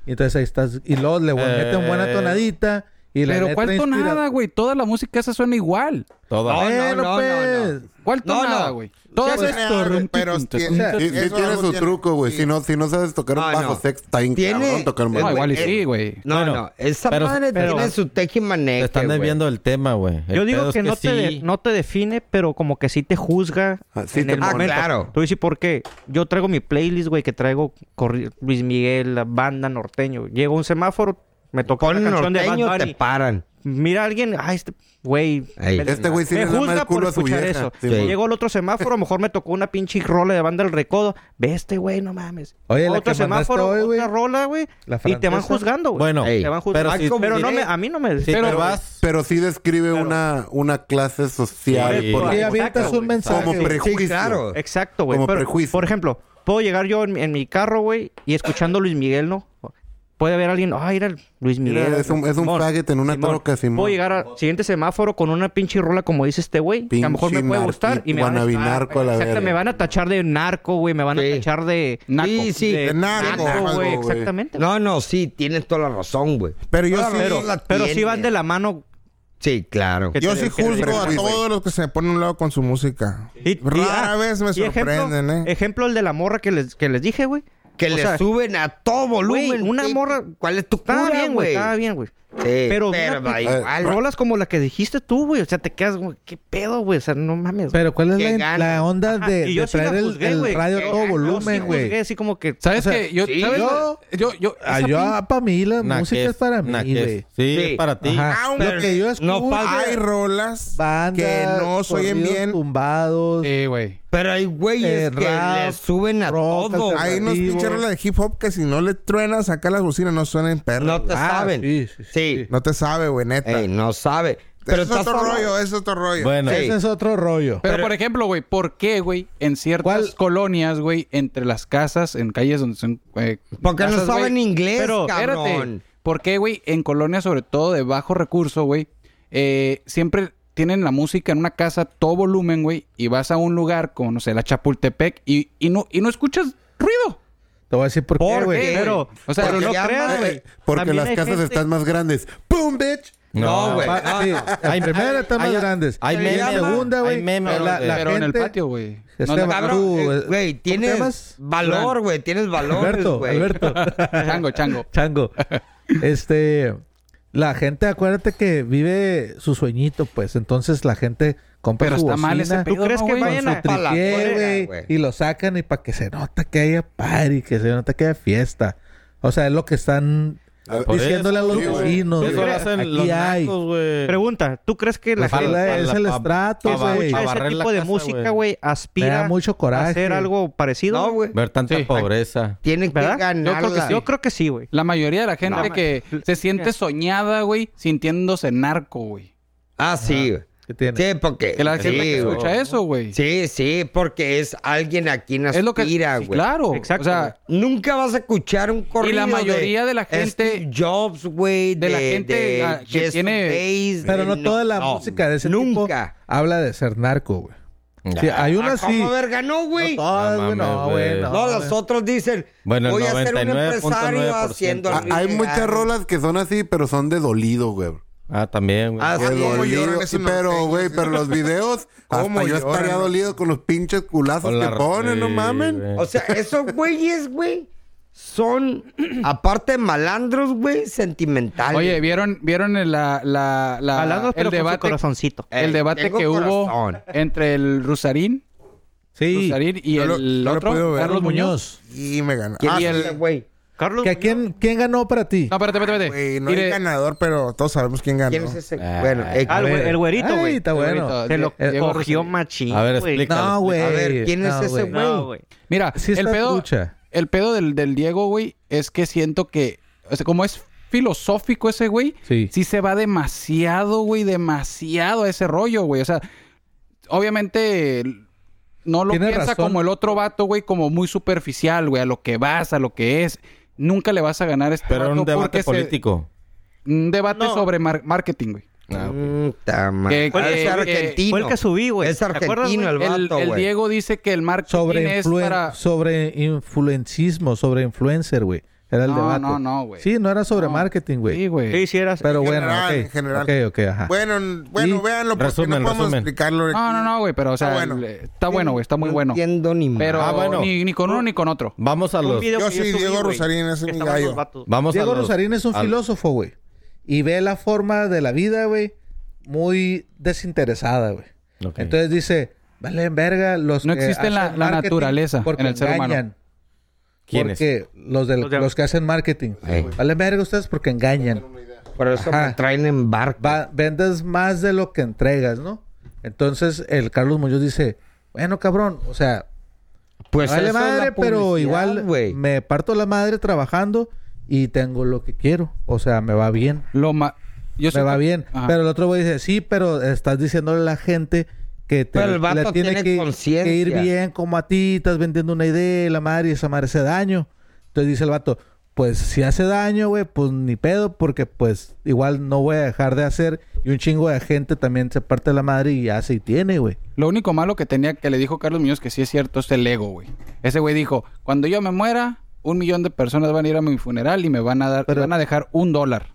Speaker 2: y entonces ahí estás... Y luego le meten buena
Speaker 3: Eh.
Speaker 2: tonadita y la
Speaker 4: Pero
Speaker 2: letra
Speaker 4: ¿cuál
Speaker 2: inspira-
Speaker 4: tonada, güey? Toda la música esa suena igual.
Speaker 3: Toda.
Speaker 5: No,
Speaker 2: Bueno,
Speaker 5: no, no,
Speaker 2: pues...
Speaker 5: no.
Speaker 4: ¿Cuál
Speaker 5: No,
Speaker 4: tonada,
Speaker 5: no.
Speaker 4: güey? Todo
Speaker 8: Sí,
Speaker 4: esto.
Speaker 8: güey,
Speaker 4: rum,
Speaker 8: pero
Speaker 4: tum, tum,
Speaker 8: tie-
Speaker 4: tum,
Speaker 8: o sea,
Speaker 4: tum.
Speaker 8: Sí,
Speaker 6: Sí, sí
Speaker 8: eso
Speaker 6: tiene
Speaker 8: algo
Speaker 6: su
Speaker 8: tiene.
Speaker 6: truco, güey. Si, no, si no sabes tocar un
Speaker 5: Ah,
Speaker 6: bajo
Speaker 5: no.
Speaker 6: sexto, está bien
Speaker 5: Tiene-
Speaker 6: cabrón tocar un
Speaker 4: No,
Speaker 6: bajo.
Speaker 4: igual y
Speaker 5: eh,
Speaker 4: sí, güey.
Speaker 5: No,
Speaker 3: Bueno,
Speaker 5: no. Esa
Speaker 3: pero-
Speaker 5: madre
Speaker 7: pero-
Speaker 5: tiene su
Speaker 3: Te
Speaker 5: tejimaneje,
Speaker 3: están
Speaker 5: güey.
Speaker 3: desviando el tema, güey. El
Speaker 7: Yo
Speaker 3: pedo
Speaker 7: digo
Speaker 3: es
Speaker 7: que, no, te de-
Speaker 3: sí.
Speaker 7: no te define, pero como que sí te juzga
Speaker 6: Ah, sí
Speaker 7: en
Speaker 6: te
Speaker 7: el
Speaker 6: pone-
Speaker 5: Ah,
Speaker 7: momento.
Speaker 5: claro.
Speaker 7: Te voy a decir por qué. Yo traigo mi playlist, güey, que traigo corri- Luis Miguel, la banda norteño. Llego a un semáforo, me tocó
Speaker 5: Con
Speaker 7: una canción de
Speaker 5: norteño
Speaker 7: Bad
Speaker 5: te
Speaker 7: Bunny.
Speaker 5: paran.
Speaker 7: Mira a alguien, ay, este güey.
Speaker 5: Ey.
Speaker 7: me-
Speaker 6: Este güey sí
Speaker 7: me
Speaker 6: le mama
Speaker 7: juzga
Speaker 6: el
Speaker 7: por
Speaker 6: culo a su
Speaker 7: escuchar
Speaker 6: vieja.
Speaker 7: eso.
Speaker 6: Sí.
Speaker 5: Sí.
Speaker 7: Llego al otro semáforo, mejor me tocó una pinche rola de banda El Recodo. Ve este güey, no mames.
Speaker 2: Oye, la
Speaker 7: otro
Speaker 2: que mandaste
Speaker 7: semáforo,
Speaker 2: hoy, güey.
Speaker 7: otra rola, güey.
Speaker 2: La
Speaker 7: Y te
Speaker 2: francesa.
Speaker 7: van juzgando, güey.
Speaker 3: Bueno,
Speaker 7: te van juzgando.
Speaker 3: pero
Speaker 7: Ay,
Speaker 3: si-
Speaker 7: como Pero, no
Speaker 5: diré-
Speaker 7: me, a mí no me...
Speaker 3: Sí, pero vas.
Speaker 6: Pero sí describe una, una clase social.
Speaker 3: Sí.
Speaker 6: por la-
Speaker 2: Y
Speaker 3: Exacto,
Speaker 2: avientas
Speaker 7: güey.
Speaker 2: un mensaje.
Speaker 6: Como
Speaker 2: güey.
Speaker 6: prejuicio.
Speaker 5: Sí, claro.
Speaker 7: Exacto, güey.
Speaker 6: Como
Speaker 7: Pero,
Speaker 6: prejuicio.
Speaker 7: Por ejemplo, puedo llegar yo en, en mi carro, güey, y escuchando Luis Miguel, ¿no? Puede haber alguien, ah, era el Luis Miguel.
Speaker 6: Mira, es un, es un
Speaker 7: Simón,
Speaker 6: faggot en una
Speaker 7: Simón.
Speaker 6: troca, Simón.
Speaker 7: Puedo llegar al siguiente semáforo con una pinche rola como dice este güey. Que a lo mejor me
Speaker 6: Pinche
Speaker 7: puede gustar y me van a
Speaker 6: wannabe
Speaker 7: Ah,
Speaker 6: narco a la
Speaker 7: Exacto,
Speaker 6: verga.
Speaker 7: me van a tachar de narco, güey. Me van a
Speaker 5: Sí.
Speaker 7: tachar de...
Speaker 4: Naco.
Speaker 5: Sí, sí.
Speaker 7: de
Speaker 8: naco,
Speaker 7: naco, güey.
Speaker 6: algo, güey.
Speaker 7: Exactamente.
Speaker 5: No, no, sí, tienes toda la razón, güey.
Speaker 8: Pero yo sí,
Speaker 7: pero,
Speaker 5: la
Speaker 7: pero sí
Speaker 5: tiene.
Speaker 7: van de la mano.
Speaker 5: Sí, claro.
Speaker 7: que
Speaker 8: yo
Speaker 7: te-
Speaker 8: sí
Speaker 7: que te-
Speaker 8: juzgo a todos los que se ponen a un lado con su música. Rara
Speaker 7: ah,
Speaker 8: vez me
Speaker 7: y ejemplo-
Speaker 8: sorprenden, ¿eh?
Speaker 7: Ejemplo el de la morra que les, que les dije, güey.
Speaker 5: Que
Speaker 7: O
Speaker 5: le
Speaker 7: sea,
Speaker 5: suben a todo volumen.
Speaker 7: Güey, una
Speaker 5: Sí,
Speaker 7: morra-
Speaker 5: ¿Cuál es tu
Speaker 7: Estaba
Speaker 5: cura,
Speaker 7: bien, güey. Estaba bien, güey.
Speaker 5: Sí,
Speaker 7: Pero,
Speaker 5: pero,
Speaker 7: mira,
Speaker 5: da
Speaker 7: eh,
Speaker 5: igual.
Speaker 7: rolas como la que dijiste tú, güey. O sea, te quedas, güey, qué pedo, güey. O sea, no mames. güey.
Speaker 2: Pero ¿cuál es
Speaker 5: Que
Speaker 2: la,
Speaker 5: ganan.
Speaker 2: la onda
Speaker 7: Ajá,
Speaker 2: de,
Speaker 7: Ah, y yo
Speaker 2: de
Speaker 7: sí la
Speaker 2: traer el-
Speaker 7: juzgué,
Speaker 2: el,
Speaker 7: güey. Eh, ah,
Speaker 2: radio a
Speaker 5: Que
Speaker 2: todo
Speaker 5: ganan, yo sí
Speaker 2: volumen,
Speaker 7: Juzgué
Speaker 2: güey?
Speaker 7: así como que...
Speaker 4: ¿Sabes
Speaker 2: O sea,
Speaker 4: qué? Yo,
Speaker 5: sí,
Speaker 4: ¿sabes?
Speaker 2: yo-
Speaker 4: yo, yo,
Speaker 2: Ah,
Speaker 4: esa
Speaker 2: yo,
Speaker 4: pin-
Speaker 2: ah, para mí, la música
Speaker 3: Naques,
Speaker 2: es para mí,
Speaker 3: naques.
Speaker 2: güey.
Speaker 3: Sí,
Speaker 5: Sí.
Speaker 3: es para ti.
Speaker 2: Ajá.
Speaker 8: Aunque
Speaker 2: Lo que yo
Speaker 5: no
Speaker 2: escucho,
Speaker 5: pasa.
Speaker 8: Hay rolas
Speaker 2: bandas,
Speaker 8: que no se oyen
Speaker 2: corridos
Speaker 8: bien.
Speaker 2: tumbados.
Speaker 4: Sí, güey.
Speaker 5: Pero hay
Speaker 2: Eh,
Speaker 5: güeyes que
Speaker 2: rap,
Speaker 5: le suben a
Speaker 2: rock,
Speaker 5: todo.
Speaker 2: alternativo.
Speaker 8: Hay unos pinches rolas de hip hop que si no le truenas acá las bocinas no suenan perros.
Speaker 5: No
Speaker 8: No,
Speaker 5: te
Speaker 2: Ah,
Speaker 5: saben.
Speaker 2: sí, sí, sí.
Speaker 5: Sí.
Speaker 8: te sabe, güey, neta.
Speaker 5: Ey, no sabe. Pero
Speaker 8: es
Speaker 5: estás
Speaker 8: otro
Speaker 5: hablando-
Speaker 8: rollo, eh. es otro rollo.
Speaker 3: Bueno,
Speaker 5: Sí.
Speaker 2: Ese es otro rollo.
Speaker 4: Pero, por ejemplo, güey, ¿por qué, güey, en ciertas
Speaker 2: ¿Cuál?
Speaker 4: colonias, güey, entre las casas, en calles donde son. eh,
Speaker 5: Porque no
Speaker 4: casas, güey,
Speaker 5: saben inglés,
Speaker 4: Pero,
Speaker 5: cabrón.
Speaker 4: espérate, ¿por qué, güey, en colonias, sobre todo de bajo recurso, güey, eh, siempre tienen la música en una casa a todo volumen, güey, y vas a un lugar como, no sé, la Chapultepec y, y, no, y no escuchas ruido?
Speaker 2: Te voy a decir por qué,
Speaker 7: ¿Por
Speaker 2: güey.
Speaker 7: qué? Pero, o sea,
Speaker 5: Porque
Speaker 7: no
Speaker 5: ya
Speaker 7: creas,
Speaker 5: madre.
Speaker 7: güey.
Speaker 6: Eh, Porque
Speaker 7: También
Speaker 6: las
Speaker 7: hay
Speaker 6: casas
Speaker 7: gente-
Speaker 6: están más grandes. ¡Pum, bitch!
Speaker 5: No, güey.
Speaker 2: Pa- sí,
Speaker 3: Hay-
Speaker 2: la primera
Speaker 3: hay-
Speaker 2: están más
Speaker 3: hay-
Speaker 2: grandes.
Speaker 3: hay
Speaker 2: La
Speaker 3: memes,
Speaker 2: segunda,
Speaker 3: hay
Speaker 2: güey.
Speaker 3: memes,
Speaker 2: la-
Speaker 3: güey.
Speaker 2: la
Speaker 4: Pero en el
Speaker 2: gente-
Speaker 4: patio, güey. No,
Speaker 2: Esteban,
Speaker 5: Cabrón,
Speaker 2: tú,
Speaker 5: eh,
Speaker 2: eh,
Speaker 5: güey,
Speaker 2: ¿cómo te
Speaker 5: tienes
Speaker 2: llamas?
Speaker 5: valor, güey. Tienes valor,
Speaker 2: Alberto,
Speaker 5: güey.
Speaker 2: Alberto.
Speaker 4: Chango, chango.
Speaker 2: Chango. Este, la gente, acuérdate que vive su sueñito, pues. Entonces la gente compra
Speaker 4: Pero
Speaker 2: Pues su
Speaker 4: está mal
Speaker 2: bocina,
Speaker 4: ese pedo,
Speaker 7: crees
Speaker 4: ¿no,
Speaker 7: que
Speaker 4: güey?
Speaker 7: vayan
Speaker 2: su
Speaker 7: a-
Speaker 5: Pa' la
Speaker 2: tripié,
Speaker 5: verga,
Speaker 2: güey,
Speaker 5: güey.
Speaker 2: y lo sacan y para que se nota que haya party, que se nota que haya fiesta. O sea, es lo que están
Speaker 3: Ah, Por
Speaker 2: Diciéndole a
Speaker 3: eso,
Speaker 2: los
Speaker 3: sí, güey.
Speaker 2: vecinos,
Speaker 3: Eso
Speaker 2: güey.
Speaker 3: lo hacen
Speaker 2: Aquí
Speaker 3: los
Speaker 2: hay.
Speaker 3: nacos, güey.
Speaker 7: Pregunta, ¿tú crees que la
Speaker 3: Pues,
Speaker 7: gente
Speaker 2: jala,
Speaker 3: pa-
Speaker 2: es
Speaker 3: pa-
Speaker 2: el
Speaker 3: pa-
Speaker 2: estrato,
Speaker 3: pa-
Speaker 2: güey.
Speaker 7: escucha
Speaker 3: pa-
Speaker 7: ese
Speaker 3: barrer la
Speaker 7: tipo de
Speaker 3: casa,
Speaker 7: música, güey,
Speaker 2: Me
Speaker 7: aspira
Speaker 2: da mucho
Speaker 7: a
Speaker 2: coraje.
Speaker 7: hacer algo parecido?
Speaker 5: No, güey.
Speaker 3: Ver tanta
Speaker 4: Sí.
Speaker 3: pobreza.
Speaker 5: Tienen que
Speaker 7: ¿Verdad?
Speaker 4: Yo
Speaker 5: ganarla.
Speaker 4: creo que sí.
Speaker 7: Yo creo que sí, güey.
Speaker 4: La mayoría de la gente
Speaker 7: No,
Speaker 4: que se siente soñada, güey, sintiéndose narco, güey.
Speaker 5: Ah, sí. güey.
Speaker 2: que tiene.
Speaker 5: Sí, porque.
Speaker 4: Que la gente que
Speaker 5: sí, güey.
Speaker 4: escucha eso, güey.
Speaker 5: Sí, sí, porque es alguien a quien aspira,
Speaker 4: es lo que sí,
Speaker 5: güey.
Speaker 4: claro.
Speaker 7: Exacto,
Speaker 4: o sea,
Speaker 5: Nunca vas a escuchar un corrido
Speaker 4: mayoría de la gente-
Speaker 5: Steve Jobs, güey,
Speaker 4: de la gente,
Speaker 5: de
Speaker 4: ah, que
Speaker 5: Jason
Speaker 4: tiene-
Speaker 5: Bates,
Speaker 2: Pero
Speaker 5: de-
Speaker 2: no toda la
Speaker 5: no,
Speaker 2: música de ese
Speaker 5: nunca.
Speaker 2: tipo habla de ser narco, güey. Sí, hay
Speaker 5: Ah,
Speaker 2: unas sí.
Speaker 5: ¿Cómo verga no, güey? No,
Speaker 2: todas,
Speaker 3: No
Speaker 2: güey, no,
Speaker 3: mames,
Speaker 2: güey,
Speaker 3: güey.
Speaker 2: no, güey.
Speaker 5: los otros dicen,
Speaker 3: Bueno, el
Speaker 5: voy a ser un
Speaker 3: 99.9%
Speaker 5: empresario haciendo...
Speaker 6: Ah, hay
Speaker 5: riqueza.
Speaker 6: muchas rolas que son así, pero son de dolido, güey.
Speaker 3: Ah, también, güey.
Speaker 5: Ah,
Speaker 6: De
Speaker 5: sí,
Speaker 8: ¿cómo lloran
Speaker 6: dolido.
Speaker 8: esos
Speaker 6: Pero,
Speaker 8: norteños?
Speaker 6: güey, pero los videos,
Speaker 8: ¿Cómo
Speaker 6: hasta yo
Speaker 8: lloran?
Speaker 6: estaría dolido con los pinches culazos
Speaker 3: Con la-
Speaker 6: que ponen, no
Speaker 3: sí,
Speaker 6: mamen.
Speaker 3: güey.
Speaker 5: O sea, esos güeyes, güey, son, aparte de malandros, güey, sentimentales.
Speaker 4: oye, ¿vieron, vieron el, la, la, la-
Speaker 7: Hablando, pero
Speaker 4: el
Speaker 7: con su
Speaker 4: debate,
Speaker 7: corazoncito.
Speaker 5: Eh,
Speaker 4: el debate
Speaker 5: tengo
Speaker 4: que hubo
Speaker 5: corazón.
Speaker 4: entre el Rusarín,
Speaker 2: Sí.
Speaker 4: Rusarín y
Speaker 8: No lo-
Speaker 4: el
Speaker 8: no lo he podido
Speaker 4: otro,
Speaker 8: ver.
Speaker 4: Carlos Muñoz?
Speaker 8: Y me ganó.
Speaker 5: ¿Quién
Speaker 8: Ah,
Speaker 4: y
Speaker 5: es
Speaker 4: el-
Speaker 5: ese güey?
Speaker 7: Carlos,
Speaker 2: ¿Que a quién, quién ganó para ti?
Speaker 4: No, pues, espérate, espérate, espérate.
Speaker 8: güey, no
Speaker 4: Mire,
Speaker 8: hay ganador, pero todos sabemos quién ganó.
Speaker 5: ¿Quién es ese?
Speaker 3: Ah,
Speaker 5: bueno, eh,
Speaker 7: ah, el güey- el güerito,
Speaker 2: Ay,
Speaker 7: güey.
Speaker 2: está bueno.
Speaker 7: Se lo
Speaker 2: Eh,
Speaker 7: cogió machín.
Speaker 3: A ver,
Speaker 7: güey.
Speaker 3: explica.
Speaker 2: No, güey.
Speaker 5: A ver, ¿quién es
Speaker 2: No,
Speaker 5: ese güey?
Speaker 7: No, güey.
Speaker 4: Mira,
Speaker 2: Sí
Speaker 4: el
Speaker 2: está
Speaker 4: pedo,
Speaker 2: trucha.
Speaker 4: el pedo del, del Diego, güey, es que siento que, o sea, como es filosófico ese güey,
Speaker 2: Sí.
Speaker 4: sí se va demasiado, güey, demasiado a ese rollo, güey. O sea, obviamente el- no lo
Speaker 2: Tiene
Speaker 4: piensa
Speaker 2: razón.
Speaker 4: como el otro vato, güey, como muy superficial, güey, a lo que vas, a lo que es. Nunca le vas a ganar a este
Speaker 3: Pero era un
Speaker 4: vato porque
Speaker 3: debate
Speaker 4: se-
Speaker 3: político.
Speaker 4: un debate
Speaker 7: No.
Speaker 4: sobre mar- marketing, güey.
Speaker 3: Ah, ok.
Speaker 5: Mm, Puta madre.
Speaker 4: Que-
Speaker 5: Ah,
Speaker 4: que-
Speaker 5: es argentino.
Speaker 7: Fue el que subí, güey.
Speaker 5: Es
Speaker 7: ¿Te acuerdas,
Speaker 5: argentino el
Speaker 7: güey?
Speaker 4: El,
Speaker 5: vato,
Speaker 4: el
Speaker 5: güey.
Speaker 4: Diego dice que el marketing
Speaker 2: Sobre,
Speaker 4: es
Speaker 2: influen-
Speaker 4: para...
Speaker 2: sobre influencismo, sobre influencer, güey. Era el
Speaker 4: No,
Speaker 2: debate.
Speaker 4: no, no, güey.
Speaker 2: Sí, no era sobre
Speaker 4: No.
Speaker 2: marketing, güey.
Speaker 4: Sí, güey.
Speaker 7: ¿Qué hicieras?
Speaker 2: Pero
Speaker 8: En
Speaker 2: bueno,
Speaker 8: general,
Speaker 2: ok.
Speaker 8: en general.
Speaker 2: Ok, ok, ajá.
Speaker 8: Bueno, n- bueno,
Speaker 2: Ah. Y-
Speaker 8: véanlo porque
Speaker 3: Resumen,
Speaker 8: no podemos
Speaker 3: resumen.
Speaker 8: explicarlo.
Speaker 4: No, no, no, güey, pero o sea,
Speaker 8: Está
Speaker 4: el- está
Speaker 8: bueno.
Speaker 4: bueno, güey, está muy
Speaker 5: No
Speaker 4: bueno.
Speaker 5: entiendo ni
Speaker 4: Pero
Speaker 3: Ah, bueno.
Speaker 4: ni, ni con uno ni con otro.
Speaker 3: Vamos a
Speaker 7: Un
Speaker 3: los...
Speaker 7: video
Speaker 8: Yo
Speaker 7: que
Speaker 8: sí,
Speaker 7: subí,
Speaker 8: Diego
Speaker 7: güey,
Speaker 8: Rosarín es
Speaker 7: que
Speaker 8: mi
Speaker 7: estaban
Speaker 8: gallo.
Speaker 7: los vatos.
Speaker 3: Vamos
Speaker 2: Diego
Speaker 3: a los...
Speaker 2: Rosarín es un
Speaker 3: al-
Speaker 2: filósofo, güey. Y ve la forma de la vida, güey, muy desinteresada, güey.
Speaker 3: Ok.
Speaker 2: Entonces dice, vale, verga, los
Speaker 4: No
Speaker 2: que
Speaker 4: existe la-
Speaker 2: hacen
Speaker 4: la
Speaker 2: marketing
Speaker 4: naturaleza
Speaker 2: porque
Speaker 4: en el ser humano.
Speaker 2: engañan.
Speaker 3: ¿Quiénes?
Speaker 2: Porque los, de,
Speaker 7: Los de-
Speaker 2: los que hacen marketing.
Speaker 5: Ey.
Speaker 2: Vale, verga, ustedes porque engañan.
Speaker 5: Por eso
Speaker 2: Ajá.
Speaker 5: me traen en barco.
Speaker 2: Va- vendes más de lo que entregas, ¿no? Entonces el Carlos Muñoz dice, bueno, cabrón, o sea,
Speaker 5: Pues
Speaker 2: vale
Speaker 5: eso es la
Speaker 2: madre, pero
Speaker 5: publicidad,
Speaker 2: igual
Speaker 5: güey.
Speaker 2: me parto la madre trabajando y tengo lo que quiero. O sea, me va bien.
Speaker 4: Lo ma- Yo
Speaker 2: me
Speaker 4: siento-
Speaker 2: va bien.
Speaker 4: Ajá.
Speaker 2: Pero el otro güey dice, sí, pero estás diciéndole a la gente que te
Speaker 5: Pero el vato
Speaker 2: le
Speaker 5: tiene
Speaker 2: que,
Speaker 5: conciencia.
Speaker 2: que ir bien como a ti, estás vendiendo una idea, y la madre, y esa madre hace daño. Entonces dice el vato, pues si hace daño, güey, pues ni pedo, porque pues igual no voy a dejar de hacer. Y un chingo de gente también se parte la madre y hace y tiene, güey.
Speaker 4: Lo único malo que tenía que le dijo Carlos Muñoz que sí es cierto es el ego, güey. Ese güey dijo, cuando yo me muera, un millón de personas van a ir a mi funeral y me van a dar,
Speaker 2: Pero-
Speaker 4: van a dejar un dólar.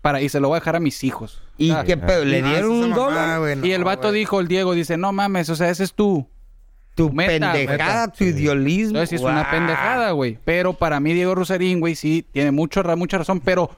Speaker 4: Para, y se lo voy a dejar a mis hijos.
Speaker 5: ¿Y
Speaker 4: Ah,
Speaker 5: qué pedo? ¿Le
Speaker 8: No,
Speaker 5: dieron
Speaker 8: esa
Speaker 5: un
Speaker 8: mamá,
Speaker 5: dólar?
Speaker 8: güey, no,
Speaker 4: y el vato
Speaker 8: güey.
Speaker 4: dijo, el Diego dice, no mames, o sea, ese es tú.
Speaker 5: Tu
Speaker 4: meta,
Speaker 5: pendejada,
Speaker 4: meta.
Speaker 5: tu idealismo.
Speaker 4: Entonces sí es una
Speaker 5: Guau.
Speaker 4: pendejada, güey. Pero para mí Diego Rosarín, güey, sí tiene mucho, ra- mucha razón, pero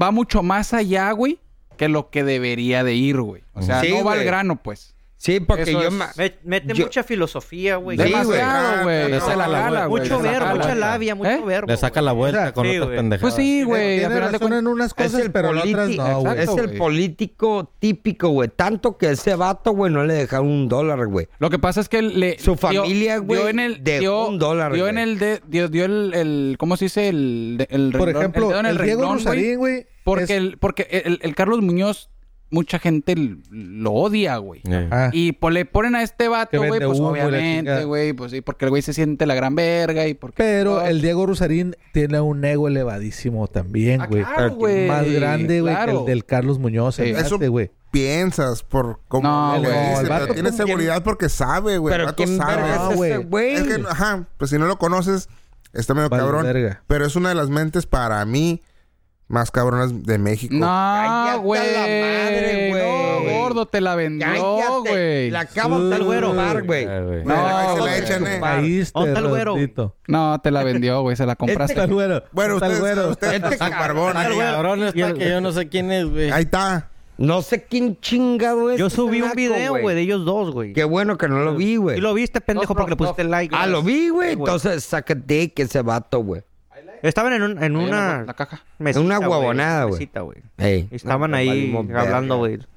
Speaker 4: va mucho más allá, güey, que lo que debería de ir, güey. O sea,
Speaker 5: Sí,
Speaker 4: no va al
Speaker 5: güey.
Speaker 4: grano, pues.
Speaker 5: Sí, porque
Speaker 4: Eso
Speaker 5: yo...
Speaker 4: es-
Speaker 5: ma-
Speaker 7: Me- Mete
Speaker 5: Yo-
Speaker 7: mucha filosofía, güey.
Speaker 5: Sí,
Speaker 4: Demasiado,
Speaker 8: güey.
Speaker 4: güey.
Speaker 3: Le
Speaker 4: Se la
Speaker 3: saca la
Speaker 4: jala,
Speaker 3: vuelta.
Speaker 4: güey.
Speaker 7: Mucho
Speaker 4: Se la
Speaker 7: verbo,
Speaker 4: jala.
Speaker 7: mucha labia, mucho
Speaker 4: ¿Eh?
Speaker 7: verbo.
Speaker 3: Le saca la vuelta con
Speaker 7: Sí,
Speaker 3: otras
Speaker 7: güey.
Speaker 4: Pues
Speaker 3: pendejadas.
Speaker 4: sí, güey. a
Speaker 2: Tiene
Speaker 4: final de
Speaker 2: razón
Speaker 4: cuentas-
Speaker 2: en unas
Speaker 5: Es
Speaker 2: cosas,
Speaker 5: el,
Speaker 2: pero en otras
Speaker 5: politi-
Speaker 2: no, güey.
Speaker 5: Ah, es
Speaker 4: Exacto,
Speaker 5: el
Speaker 4: güey.
Speaker 5: político típico, güey. Tanto que ese vato, güey, no le dejaron un dólar, güey.
Speaker 4: Lo que pasa es que le
Speaker 5: Su familia, güey,
Speaker 4: dio en el-
Speaker 5: de
Speaker 4: dio-
Speaker 5: un dólar,
Speaker 4: Dio en
Speaker 5: güey.
Speaker 4: el de- dio, dio el, el- ¿cómo se dice? El, de- el
Speaker 2: Por
Speaker 4: renglón- el
Speaker 2: ejemplo,
Speaker 4: dedo en
Speaker 2: el,
Speaker 4: el
Speaker 2: Diego
Speaker 4: renglón, güey.
Speaker 2: Rosarín, güey.
Speaker 4: Porque
Speaker 2: es-
Speaker 4: el porque el, el Carlos Muñoz mucha gente l- lo odia, güey.
Speaker 3: Eh.
Speaker 2: Ah.
Speaker 4: Y po- le ponen a este
Speaker 2: Que
Speaker 4: vato,
Speaker 2: vende
Speaker 4: güey, pues
Speaker 2: humo y la chingada.
Speaker 4: obviamente, güey, pues sí, porque el güey se siente la gran verga y porque...
Speaker 2: Pero
Speaker 4: todo.
Speaker 2: el Diego Rosarín tiene un ego elevadísimo también,
Speaker 4: Ah,
Speaker 2: güey.
Speaker 4: claro, güey.
Speaker 2: Más grande, güey,
Speaker 4: Claro.
Speaker 2: que el del Carlos Muñoz.
Speaker 4: Sí.
Speaker 2: el
Speaker 8: Eso-
Speaker 2: arte, güey.
Speaker 8: Piensas por cómo
Speaker 4: No,
Speaker 8: lo
Speaker 4: güey,
Speaker 8: dice,
Speaker 2: el
Speaker 8: pero
Speaker 2: vato
Speaker 8: tiene
Speaker 2: como
Speaker 8: seguridad porque sabe, güey. El
Speaker 5: Pero
Speaker 8: vato
Speaker 5: ¿quién
Speaker 8: sabe.
Speaker 5: verga
Speaker 2: No,
Speaker 5: es
Speaker 2: güey.
Speaker 5: ese güey?
Speaker 8: Es que, ajá, pues si no lo conoces, está medio
Speaker 2: Vale,
Speaker 8: cabrón.
Speaker 2: verga.
Speaker 8: Pero es una de las mentes para mí más cabronas de México.
Speaker 5: Cállate a
Speaker 4: No,
Speaker 5: la
Speaker 4: güey.
Speaker 5: madre, güey.
Speaker 4: No, gordo, te la vendió,
Speaker 5: Cállate.
Speaker 4: güey.
Speaker 5: La acabo
Speaker 4: Sí.
Speaker 5: de robar, güey.
Speaker 3: Ah, güey.
Speaker 8: Bueno, ahí
Speaker 4: No,
Speaker 8: se la
Speaker 4: güey.
Speaker 8: echan, eh.
Speaker 2: Caíste,
Speaker 7: ¿Dónde está el güero?
Speaker 2: redondito.
Speaker 4: No, te la vendió, güey, se la compraste.
Speaker 2: Está
Speaker 7: Este
Speaker 2: el güero.
Speaker 8: Bueno,
Speaker 2: Está el
Speaker 8: ustedes,
Speaker 2: güero.
Speaker 8: ustedes,
Speaker 5: Este
Speaker 8: su barbón,
Speaker 3: Ah,
Speaker 8: ahí,
Speaker 3: cabrón, está que yo no sé quién es, güey.
Speaker 8: ahí está.
Speaker 5: No sé quién chingado es.
Speaker 7: Yo
Speaker 5: ese
Speaker 7: subí un
Speaker 5: este naco,
Speaker 7: video, güey, de ellos dos, güey.
Speaker 5: Qué bueno que no lo vi, güey.
Speaker 7: Y lo viste, pendejo,
Speaker 4: No,
Speaker 7: porque
Speaker 4: no,
Speaker 7: le pusiste like.
Speaker 5: Ah, lo vi, güey.
Speaker 7: Sí,
Speaker 5: Entonces, sácate que ese vato, güey.
Speaker 7: Estaban en, un- en
Speaker 4: Ahí en la-
Speaker 7: una
Speaker 4: La caja.
Speaker 7: mesita,
Speaker 5: En una
Speaker 7: güey,
Speaker 5: huevonada, güey.
Speaker 7: mesita, güey.
Speaker 5: Ey.
Speaker 7: Y estaban
Speaker 5: No,
Speaker 7: ahí
Speaker 5: valimos
Speaker 7: hablando,
Speaker 5: verga.
Speaker 7: güey.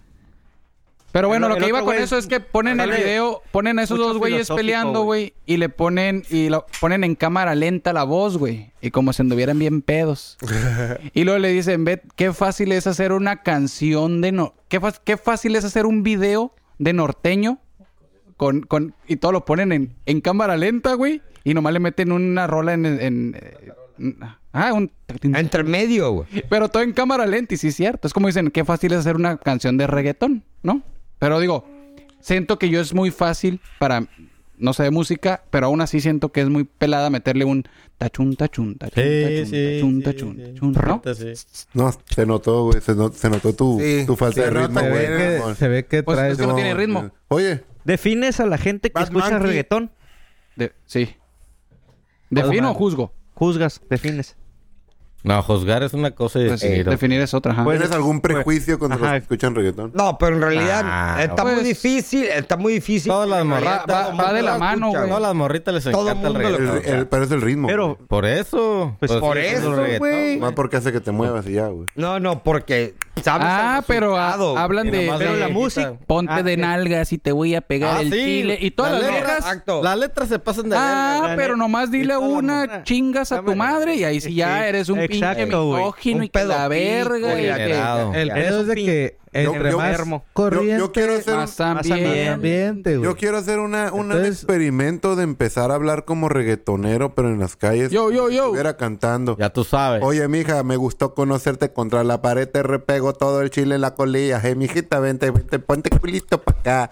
Speaker 4: Pero bueno,
Speaker 7: El-
Speaker 4: lo
Speaker 7: el
Speaker 4: que iba
Speaker 7: otro
Speaker 4: con
Speaker 7: güey-
Speaker 4: eso es que ponen el
Speaker 7: Ándale.
Speaker 4: video, ponen a esos
Speaker 7: Mucho
Speaker 4: dos güeyes
Speaker 7: filosófico,
Speaker 4: peleando,
Speaker 7: güey.
Speaker 4: güey, y le ponen y lo ponen en cámara lenta la voz, güey, y como si anduvieran bien pedos. y luego le dicen, "Ve qué fácil es hacer una canción de no, qué fa- qué fácil es hacer un video de norteño con, con y todo lo ponen en, en cámara lenta, güey, y nomás le meten una rola en, en- en- ah, un
Speaker 5: Entre medio, güey.
Speaker 4: pero todo en cámara lenta, y sí es cierto. Es como dicen, qué fácil es hacer una canción de reggaetón, ¿no? Pero digo, siento que yo es muy fácil para, no sé, de música, pero aún así siento que es muy pelada meterle un tachun, tachun, tachun, tachun, tachun, tachun, tachun, ¿no?
Speaker 6: No, se notó, güey. Se, no- se notó tu,
Speaker 8: Sí,
Speaker 6: tu falta
Speaker 8: se
Speaker 6: de
Speaker 8: nota,
Speaker 6: ritmo,
Speaker 8: güey.
Speaker 2: Se
Speaker 6: güey.
Speaker 2: ve que,
Speaker 6: Simón.
Speaker 2: se ve que
Speaker 4: Pues,
Speaker 2: traes...
Speaker 4: es que no tiene ritmo.
Speaker 6: Oye,
Speaker 7: Defines a la gente que
Speaker 8: Bad
Speaker 7: escucha
Speaker 8: Monkey.
Speaker 7: reggaetón.
Speaker 4: De- sí. Defino o juzgo.
Speaker 7: Juzgas, defines.
Speaker 3: No, juzgar es una cosa y
Speaker 4: Pues,
Speaker 3: definir otra.
Speaker 4: definir es otra, ajá.
Speaker 7: Pues,
Speaker 6: ¿tienes algún prejuicio contra los
Speaker 7: Ajá.
Speaker 6: que escuchan reggaetón?
Speaker 5: No, pero en realidad
Speaker 3: Ah,
Speaker 5: está muy
Speaker 4: pues.
Speaker 5: difícil, está muy difícil.
Speaker 3: Todas las
Speaker 5: En realidad, todo
Speaker 3: morritas.
Speaker 4: Va-
Speaker 5: el
Speaker 4: va
Speaker 5: mundo
Speaker 4: de la
Speaker 5: lo
Speaker 4: mano,
Speaker 5: escucha,
Speaker 4: güey.
Speaker 3: No, a las morritas les
Speaker 5: Todo
Speaker 3: encanta el
Speaker 5: mundo lo-
Speaker 6: El-
Speaker 3: reggaetón.
Speaker 6: el- pero es el ritmo.
Speaker 7: Pero,
Speaker 6: güey.
Speaker 3: Por eso.
Speaker 7: Pues,
Speaker 5: Por
Speaker 3: sí, es el
Speaker 5: eso,
Speaker 3: reggaetón,
Speaker 5: güey.
Speaker 6: Más porque hace que te muevas y ya, güey.
Speaker 5: No, no, porque sabes
Speaker 4: Ah,
Speaker 5: el
Speaker 4: pero ah,
Speaker 5: resultado, güey.
Speaker 4: hablan
Speaker 3: Y
Speaker 4: de...
Speaker 3: nomás
Speaker 4: pero
Speaker 3: de-
Speaker 4: la mu-
Speaker 7: música.
Speaker 4: Ponte
Speaker 7: Ah,
Speaker 4: de
Speaker 7: eh.
Speaker 4: nalgas y te voy a pegar
Speaker 3: Ah,
Speaker 4: el
Speaker 3: sí.
Speaker 4: chile. Y todas las
Speaker 3: Las
Speaker 5: letras-
Speaker 4: viejas...
Speaker 5: Exacto.
Speaker 3: Las letras se pasan de verga.
Speaker 4: Ah,
Speaker 7: la
Speaker 4: pero
Speaker 7: neta.
Speaker 4: nomás dile
Speaker 7: Y
Speaker 4: a
Speaker 7: toda la
Speaker 4: una,
Speaker 7: morra.
Speaker 4: chingas a tu
Speaker 7: Cámara.
Speaker 4: madre y ahí sí ya
Speaker 7: Sí,
Speaker 4: eres un pinche
Speaker 7: exacto, güey.
Speaker 4: misógino
Speaker 5: Un
Speaker 4: y que
Speaker 5: pedo
Speaker 4: la
Speaker 3: pues,
Speaker 4: verga y
Speaker 5: pico,
Speaker 4: que
Speaker 3: Generado.
Speaker 2: El
Speaker 7: Ya.
Speaker 2: pedo es de
Speaker 7: Eres
Speaker 2: que
Speaker 7: un
Speaker 2: entre
Speaker 7: yo-
Speaker 2: más
Speaker 7: enfermo.
Speaker 6: Yo,
Speaker 2: corriente,
Speaker 6: yo quiero hacer,
Speaker 4: más también.
Speaker 7: también.
Speaker 2: ambiente, güey.
Speaker 6: yo quiero hacer una, una- un
Speaker 2: Entonces-
Speaker 6: experimento de empezar a hablar como reggaetonero, pero en las calles.
Speaker 4: Yo, yo,
Speaker 6: como si
Speaker 4: yo.
Speaker 6: Estuviera cantando.
Speaker 3: Ya tú sabes.
Speaker 6: Oye, mija, me gustó conocerte contra la pared, te repego todo el chile en la colilla. Hey, mijita, vente, vente, ponte culito para acá.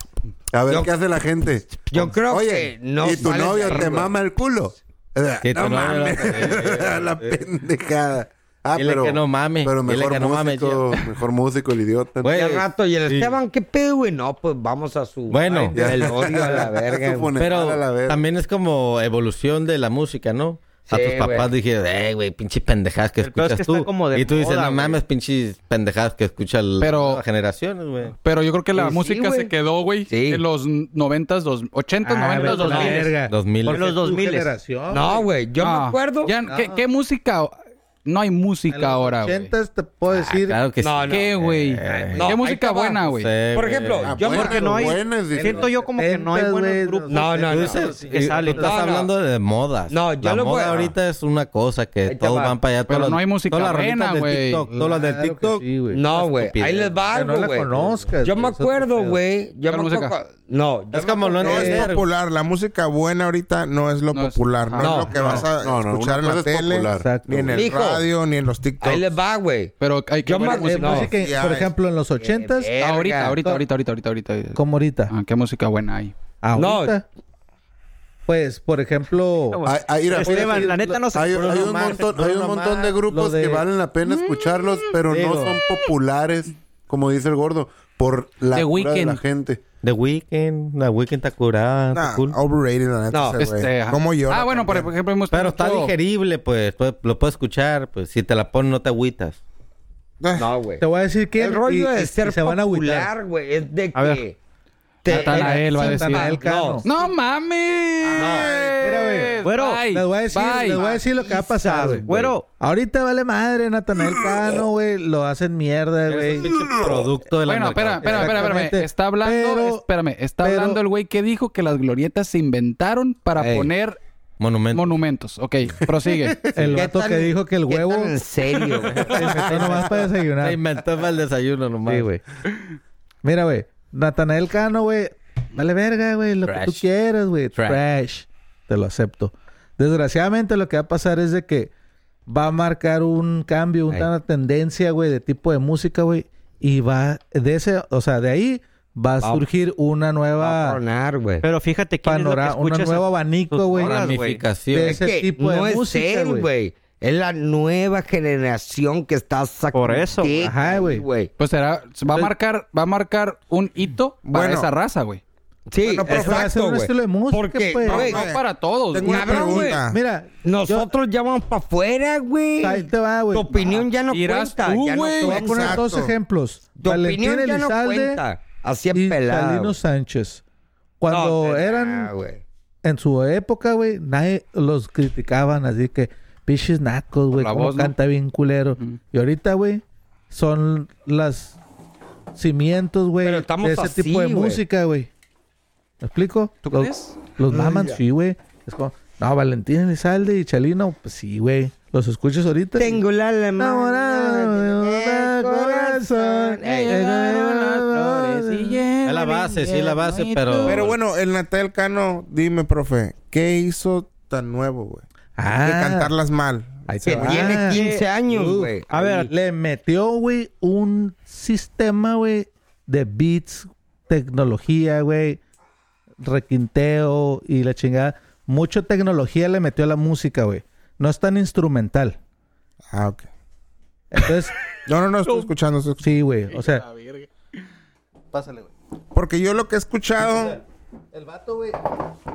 Speaker 6: A ver
Speaker 5: Yo-
Speaker 6: qué hace la gente.
Speaker 5: yo creo
Speaker 6: Oye,
Speaker 5: que no
Speaker 6: Y tu
Speaker 5: sales
Speaker 6: novio
Speaker 5: de
Speaker 6: te
Speaker 5: ahí, güey.
Speaker 6: mama el culo. O sea,
Speaker 3: Sí, tu
Speaker 6: no
Speaker 3: novio no
Speaker 6: mames.
Speaker 3: te-
Speaker 6: la pendejada. Ah,
Speaker 3: Dile
Speaker 6: pero,
Speaker 3: que no mames,
Speaker 6: Pero
Speaker 3: dile
Speaker 6: mejor
Speaker 3: que no mames,
Speaker 6: músico, mejor músico el idiota.
Speaker 3: Güey,
Speaker 5: Y al rato, y el
Speaker 3: Sí.
Speaker 5: Esteban, ¿qué pedo, güey? No, pues vamos a su.
Speaker 3: Bueno.
Speaker 5: Ay, el odio a la verga.
Speaker 6: Su
Speaker 5: güey.
Speaker 6: funeral a la
Speaker 3: Pero
Speaker 6: verga.
Speaker 3: también es como evolución de la música, ¿no? a
Speaker 5: Sí,
Speaker 3: tus papás dijeron, eh, güey, pinches pendejadas que
Speaker 7: El peor es
Speaker 3: escuchas
Speaker 7: que está
Speaker 3: tú.
Speaker 7: como de
Speaker 3: y tú dices,
Speaker 7: moda,
Speaker 3: no
Speaker 7: güey.
Speaker 3: mames, pinches pendejadas que escucha la
Speaker 4: Pero-
Speaker 3: nueva generaciones, güey.
Speaker 4: Pero yo creo que la
Speaker 5: Sí,
Speaker 4: música
Speaker 5: güey.
Speaker 4: se quedó, güey,
Speaker 5: Sí.
Speaker 4: en los 90s, dos, 80s,
Speaker 2: Ah,
Speaker 4: 90s,
Speaker 2: vete a la
Speaker 4: 2000.
Speaker 2: verga.
Speaker 3: 2000.
Speaker 2: Porque
Speaker 7: Los
Speaker 2: tu
Speaker 7: 2000.
Speaker 2: generación,
Speaker 5: No, güey, yo
Speaker 4: No.
Speaker 5: me acuerdo.
Speaker 4: Ah. Ya, ¿qué, qué música? No hay música
Speaker 2: En los
Speaker 4: ahora, güey.
Speaker 2: 80s te puedo decir...
Speaker 3: Ah, Claro que
Speaker 5: No,
Speaker 3: sí.
Speaker 5: no.
Speaker 4: ¿Qué, güey?
Speaker 5: No, ahí
Speaker 4: ¿Qué música
Speaker 5: te va.
Speaker 4: buena, güey?
Speaker 2: Eh,
Speaker 3: Sí,
Speaker 5: Por
Speaker 3: güey.
Speaker 5: ejemplo,
Speaker 6: Ah,
Speaker 5: yo
Speaker 6: bueno,
Speaker 5: me
Speaker 7: porque no hay-
Speaker 6: buenas, dije.
Speaker 7: Siento yo como que no hay
Speaker 2: 70s,
Speaker 7: buenos
Speaker 2: güey,
Speaker 7: grupos.
Speaker 5: No, no,
Speaker 3: Tú
Speaker 5: no.
Speaker 3: dices,
Speaker 7: que
Speaker 3: y-
Speaker 7: salen.
Speaker 3: tú estás
Speaker 5: No, no.
Speaker 3: hablando de modas.
Speaker 5: No, yo
Speaker 3: la
Speaker 5: lo
Speaker 3: moda
Speaker 5: voy a-
Speaker 3: ahorita es una cosa que
Speaker 5: Ahí te
Speaker 3: todos
Speaker 5: va.
Speaker 3: van para allá.
Speaker 4: Pero
Speaker 3: todas
Speaker 4: no
Speaker 3: las-
Speaker 4: hay música
Speaker 3: todas las
Speaker 4: buena,
Speaker 3: rolitas del
Speaker 4: güey.
Speaker 3: TikTok, Todas las del
Speaker 2: Claro que
Speaker 3: TikTok.
Speaker 2: sí, güey.
Speaker 5: No, güey,
Speaker 3: Estupidez.
Speaker 5: ahí les va
Speaker 2: Que
Speaker 5: algo,
Speaker 2: no la
Speaker 5: güey.
Speaker 2: conozcas.
Speaker 5: Yo
Speaker 2: güey,
Speaker 5: me
Speaker 2: es otro
Speaker 5: acuerdo,
Speaker 2: pedo. Eh,
Speaker 5: güey. Yo
Speaker 4: ¿Qué
Speaker 5: me
Speaker 4: música?
Speaker 5: acuerdo. No, yo
Speaker 3: Es
Speaker 5: me
Speaker 3: como lo
Speaker 5: acuerdo-
Speaker 8: No
Speaker 3: Eh,
Speaker 8: es
Speaker 3: verga.
Speaker 8: popular. La música buena ahorita no es lo
Speaker 4: No es-
Speaker 8: popular. No,
Speaker 4: Ah,
Speaker 8: es lo que
Speaker 6: no,
Speaker 8: vas a
Speaker 6: no, no,
Speaker 8: escuchar en
Speaker 6: una
Speaker 8: la
Speaker 6: cosa es
Speaker 8: tele,
Speaker 6: popular.
Speaker 2: Exacto.
Speaker 8: ni en el
Speaker 5: Mijo.
Speaker 8: radio, ni en los TikToks.
Speaker 5: Ahí les va, güey.
Speaker 4: Pero hay que
Speaker 5: Yo
Speaker 4: buena
Speaker 5: me-
Speaker 2: Eh,
Speaker 4: música.
Speaker 5: pues, No.
Speaker 2: música,
Speaker 8: Sí
Speaker 2: por
Speaker 8: hay.
Speaker 2: ejemplo, en los 80s,
Speaker 5: Eh, verga.
Speaker 4: Ahorita, ahorita, ahorita, ahorita, ahorita, ahorita.
Speaker 2: como ahorita.
Speaker 4: Ah, ¿Qué música buena hay?
Speaker 2: Ahorita. Pues, por ejemplo,
Speaker 6: Ah, ah, mira,
Speaker 7: Pues, Esteban, la neta no sé.
Speaker 6: Hay,
Speaker 3: Bruno
Speaker 6: hay un
Speaker 3: Mars,
Speaker 6: montón, hay
Speaker 3: Bruno
Speaker 6: un montón de
Speaker 3: Mars,
Speaker 6: grupos
Speaker 3: lo de-
Speaker 6: que valen la pena escucharlos,
Speaker 7: Mm,
Speaker 6: pero
Speaker 3: digo.
Speaker 6: no son populares, como dice el gordo, por la
Speaker 4: The
Speaker 6: cura de la
Speaker 4: Weeknd.
Speaker 6: gente.
Speaker 3: The Weeknd, The Weeknd está curada, está
Speaker 8: Nah,
Speaker 3: cool.
Speaker 8: overrated, la neta.
Speaker 5: No,
Speaker 8: ese güey.
Speaker 4: Este, ajá.
Speaker 8: ¿Cómo llora?
Speaker 4: Ah, bueno, por
Speaker 8: también?
Speaker 4: por ejemplo, hemos
Speaker 3: Pero está
Speaker 4: mucho-
Speaker 3: digerible, pues. pues, Lo puedes escuchar, pues. Si te la ponen, no te agüitas.
Speaker 5: pues, No, güey.
Speaker 2: te voy a decir que
Speaker 5: El rollo de ser
Speaker 2: se van a agüitar.
Speaker 5: popular, güey, es de
Speaker 4: A ver.
Speaker 5: que... te-
Speaker 4: Natanael va a decir.
Speaker 5: Natanael Cano.
Speaker 2: No.
Speaker 4: ¡No mames!
Speaker 2: güey.
Speaker 7: Güero,
Speaker 4: Bye,
Speaker 2: Les voy a decir,
Speaker 4: bye.
Speaker 2: les voy a decir lo que va a pasar, güey.
Speaker 7: Güero.
Speaker 2: Ahorita vale madre Natanael Cano, güey. Lo hacen mierda,
Speaker 3: Eres un
Speaker 2: güey.
Speaker 3: pinche producto de la
Speaker 4: Bueno, espera,
Speaker 3: mercadotecnia.
Speaker 4: espera, espera, espérame.
Speaker 2: Exactamente.
Speaker 4: Está hablando,
Speaker 2: Pero-
Speaker 4: espérame, está
Speaker 2: pero-
Speaker 4: hablando el güey que dijo que las glorietas se inventaron para
Speaker 5: Ey.
Speaker 4: poner
Speaker 3: Monumento.
Speaker 4: monumentos. Ok, prosigue.
Speaker 2: El
Speaker 5: ¿Qué
Speaker 2: vato
Speaker 5: tan-
Speaker 2: que dijo que el
Speaker 5: qué
Speaker 2: huevo
Speaker 5: tan En serio, güey?
Speaker 2: se inventó nomás para desayunar.
Speaker 3: Se inventó para el desayuno nomás.
Speaker 2: Sí, güey. Mira, güey. Natanael Cano, güey. Dale verga, güey. Lo que tú
Speaker 3: Trash.
Speaker 2: quieras, güey.
Speaker 3: Trash.
Speaker 2: Trash. Te lo acepto. Desgraciadamente, lo que va a pasar es de que va a marcar un cambio,
Speaker 3: Ey.
Speaker 2: una tendencia, güey, de tipo de música, güey. Y va de ese, o sea, de ahí va a
Speaker 5: Va-
Speaker 2: surgir una
Speaker 5: Va a
Speaker 2: nueva
Speaker 5: tronar, güey.
Speaker 7: Pero fíjate quién
Speaker 2: panorama,
Speaker 7: es lo que
Speaker 2: un
Speaker 7: escucha
Speaker 2: nuevo
Speaker 7: esa-
Speaker 2: abanico,
Speaker 7: sus
Speaker 2: güey.
Speaker 7: rolas,
Speaker 3: Ramificación.
Speaker 2: De
Speaker 5: Es
Speaker 2: ese
Speaker 5: que
Speaker 2: tipo de
Speaker 5: no es
Speaker 2: música,
Speaker 5: él,
Speaker 2: güey.
Speaker 5: güey. Es la nueva generación que está sacando.
Speaker 7: Por eso, güey.
Speaker 2: Ajá, güey.
Speaker 4: Pues será, va a marcar, va a marcar un hito para
Speaker 8: Bueno.
Speaker 4: esa raza, güey.
Speaker 5: Sí,
Speaker 8: Bueno, pero
Speaker 2: va a ser
Speaker 5: exacto,
Speaker 2: un
Speaker 5: güey.
Speaker 2: estilo de música,
Speaker 5: Porque,
Speaker 2: pues.
Speaker 5: güey,
Speaker 4: No para todos.
Speaker 8: Tengo
Speaker 4: güey.
Speaker 8: una
Speaker 5: Cabrón, güey.
Speaker 8: pregunta.
Speaker 2: Mira,
Speaker 5: nosotros ya vamos para afuera, güey.
Speaker 2: yo- ahí te va, güey.
Speaker 5: Tu opinión ya no
Speaker 4: Irás
Speaker 5: cuenta.
Speaker 4: tú,
Speaker 5: ya no
Speaker 4: güey.
Speaker 2: Te voy a
Speaker 5: cuenta.
Speaker 2: poner
Speaker 8: Exacto.
Speaker 2: dos ejemplos.
Speaker 5: Tu
Speaker 2: Valentín
Speaker 5: opinión ya no
Speaker 2: Elizalde
Speaker 5: cuenta. Así
Speaker 2: y
Speaker 5: es pelado.
Speaker 2: Salino Sánchez. pues, ah, Cuando eran en su época, güey, nadie los criticaban, así que Pichis nacos, güey.
Speaker 4: la
Speaker 2: Cómo
Speaker 4: voz, ¿no?
Speaker 2: canta bien culero.
Speaker 4: Mm.
Speaker 2: Y ahorita, güey, son las cimientos, güey.
Speaker 5: Pero estamos
Speaker 2: de ese
Speaker 5: así,
Speaker 2: tipo de
Speaker 5: güey.
Speaker 2: música, güey. ¿Me explico?
Speaker 4: ¿Tú
Speaker 2: Los-
Speaker 4: crees?
Speaker 2: Los maman, sí, güey. Es como, no, Valentín Elizalde y Chalino, pues sí, güey. Los escuchas ahorita. y-
Speaker 5: Tengo la
Speaker 2: Enamorado de Eh,
Speaker 5: alemana
Speaker 2: un corazón, llegaron las flores y
Speaker 3: Es la base, sí, es la base, pero.
Speaker 8: Pero bueno, el Natal Cano, dime, profe, ¿qué hizo tan nuevo, güey? De cantarlas mal.
Speaker 2: Ah, ahí
Speaker 5: Que
Speaker 2: te va. Ah,
Speaker 5: tiene 15 años, güey.
Speaker 2: A ver, le metió, güey, un sistema, güey, de beats, tecnología, güey, requinteo y la chingada. Mucho tecnología le metió a la música, güey. No es tan instrumental.
Speaker 8: Ah, ok.
Speaker 2: Entonces,
Speaker 8: No, no, no, estoy escuchando. estoy escuchando.
Speaker 2: sí, güey. O sea,
Speaker 3: Pásale, güey.
Speaker 8: Porque yo lo que he escuchado
Speaker 3: El vato, güey.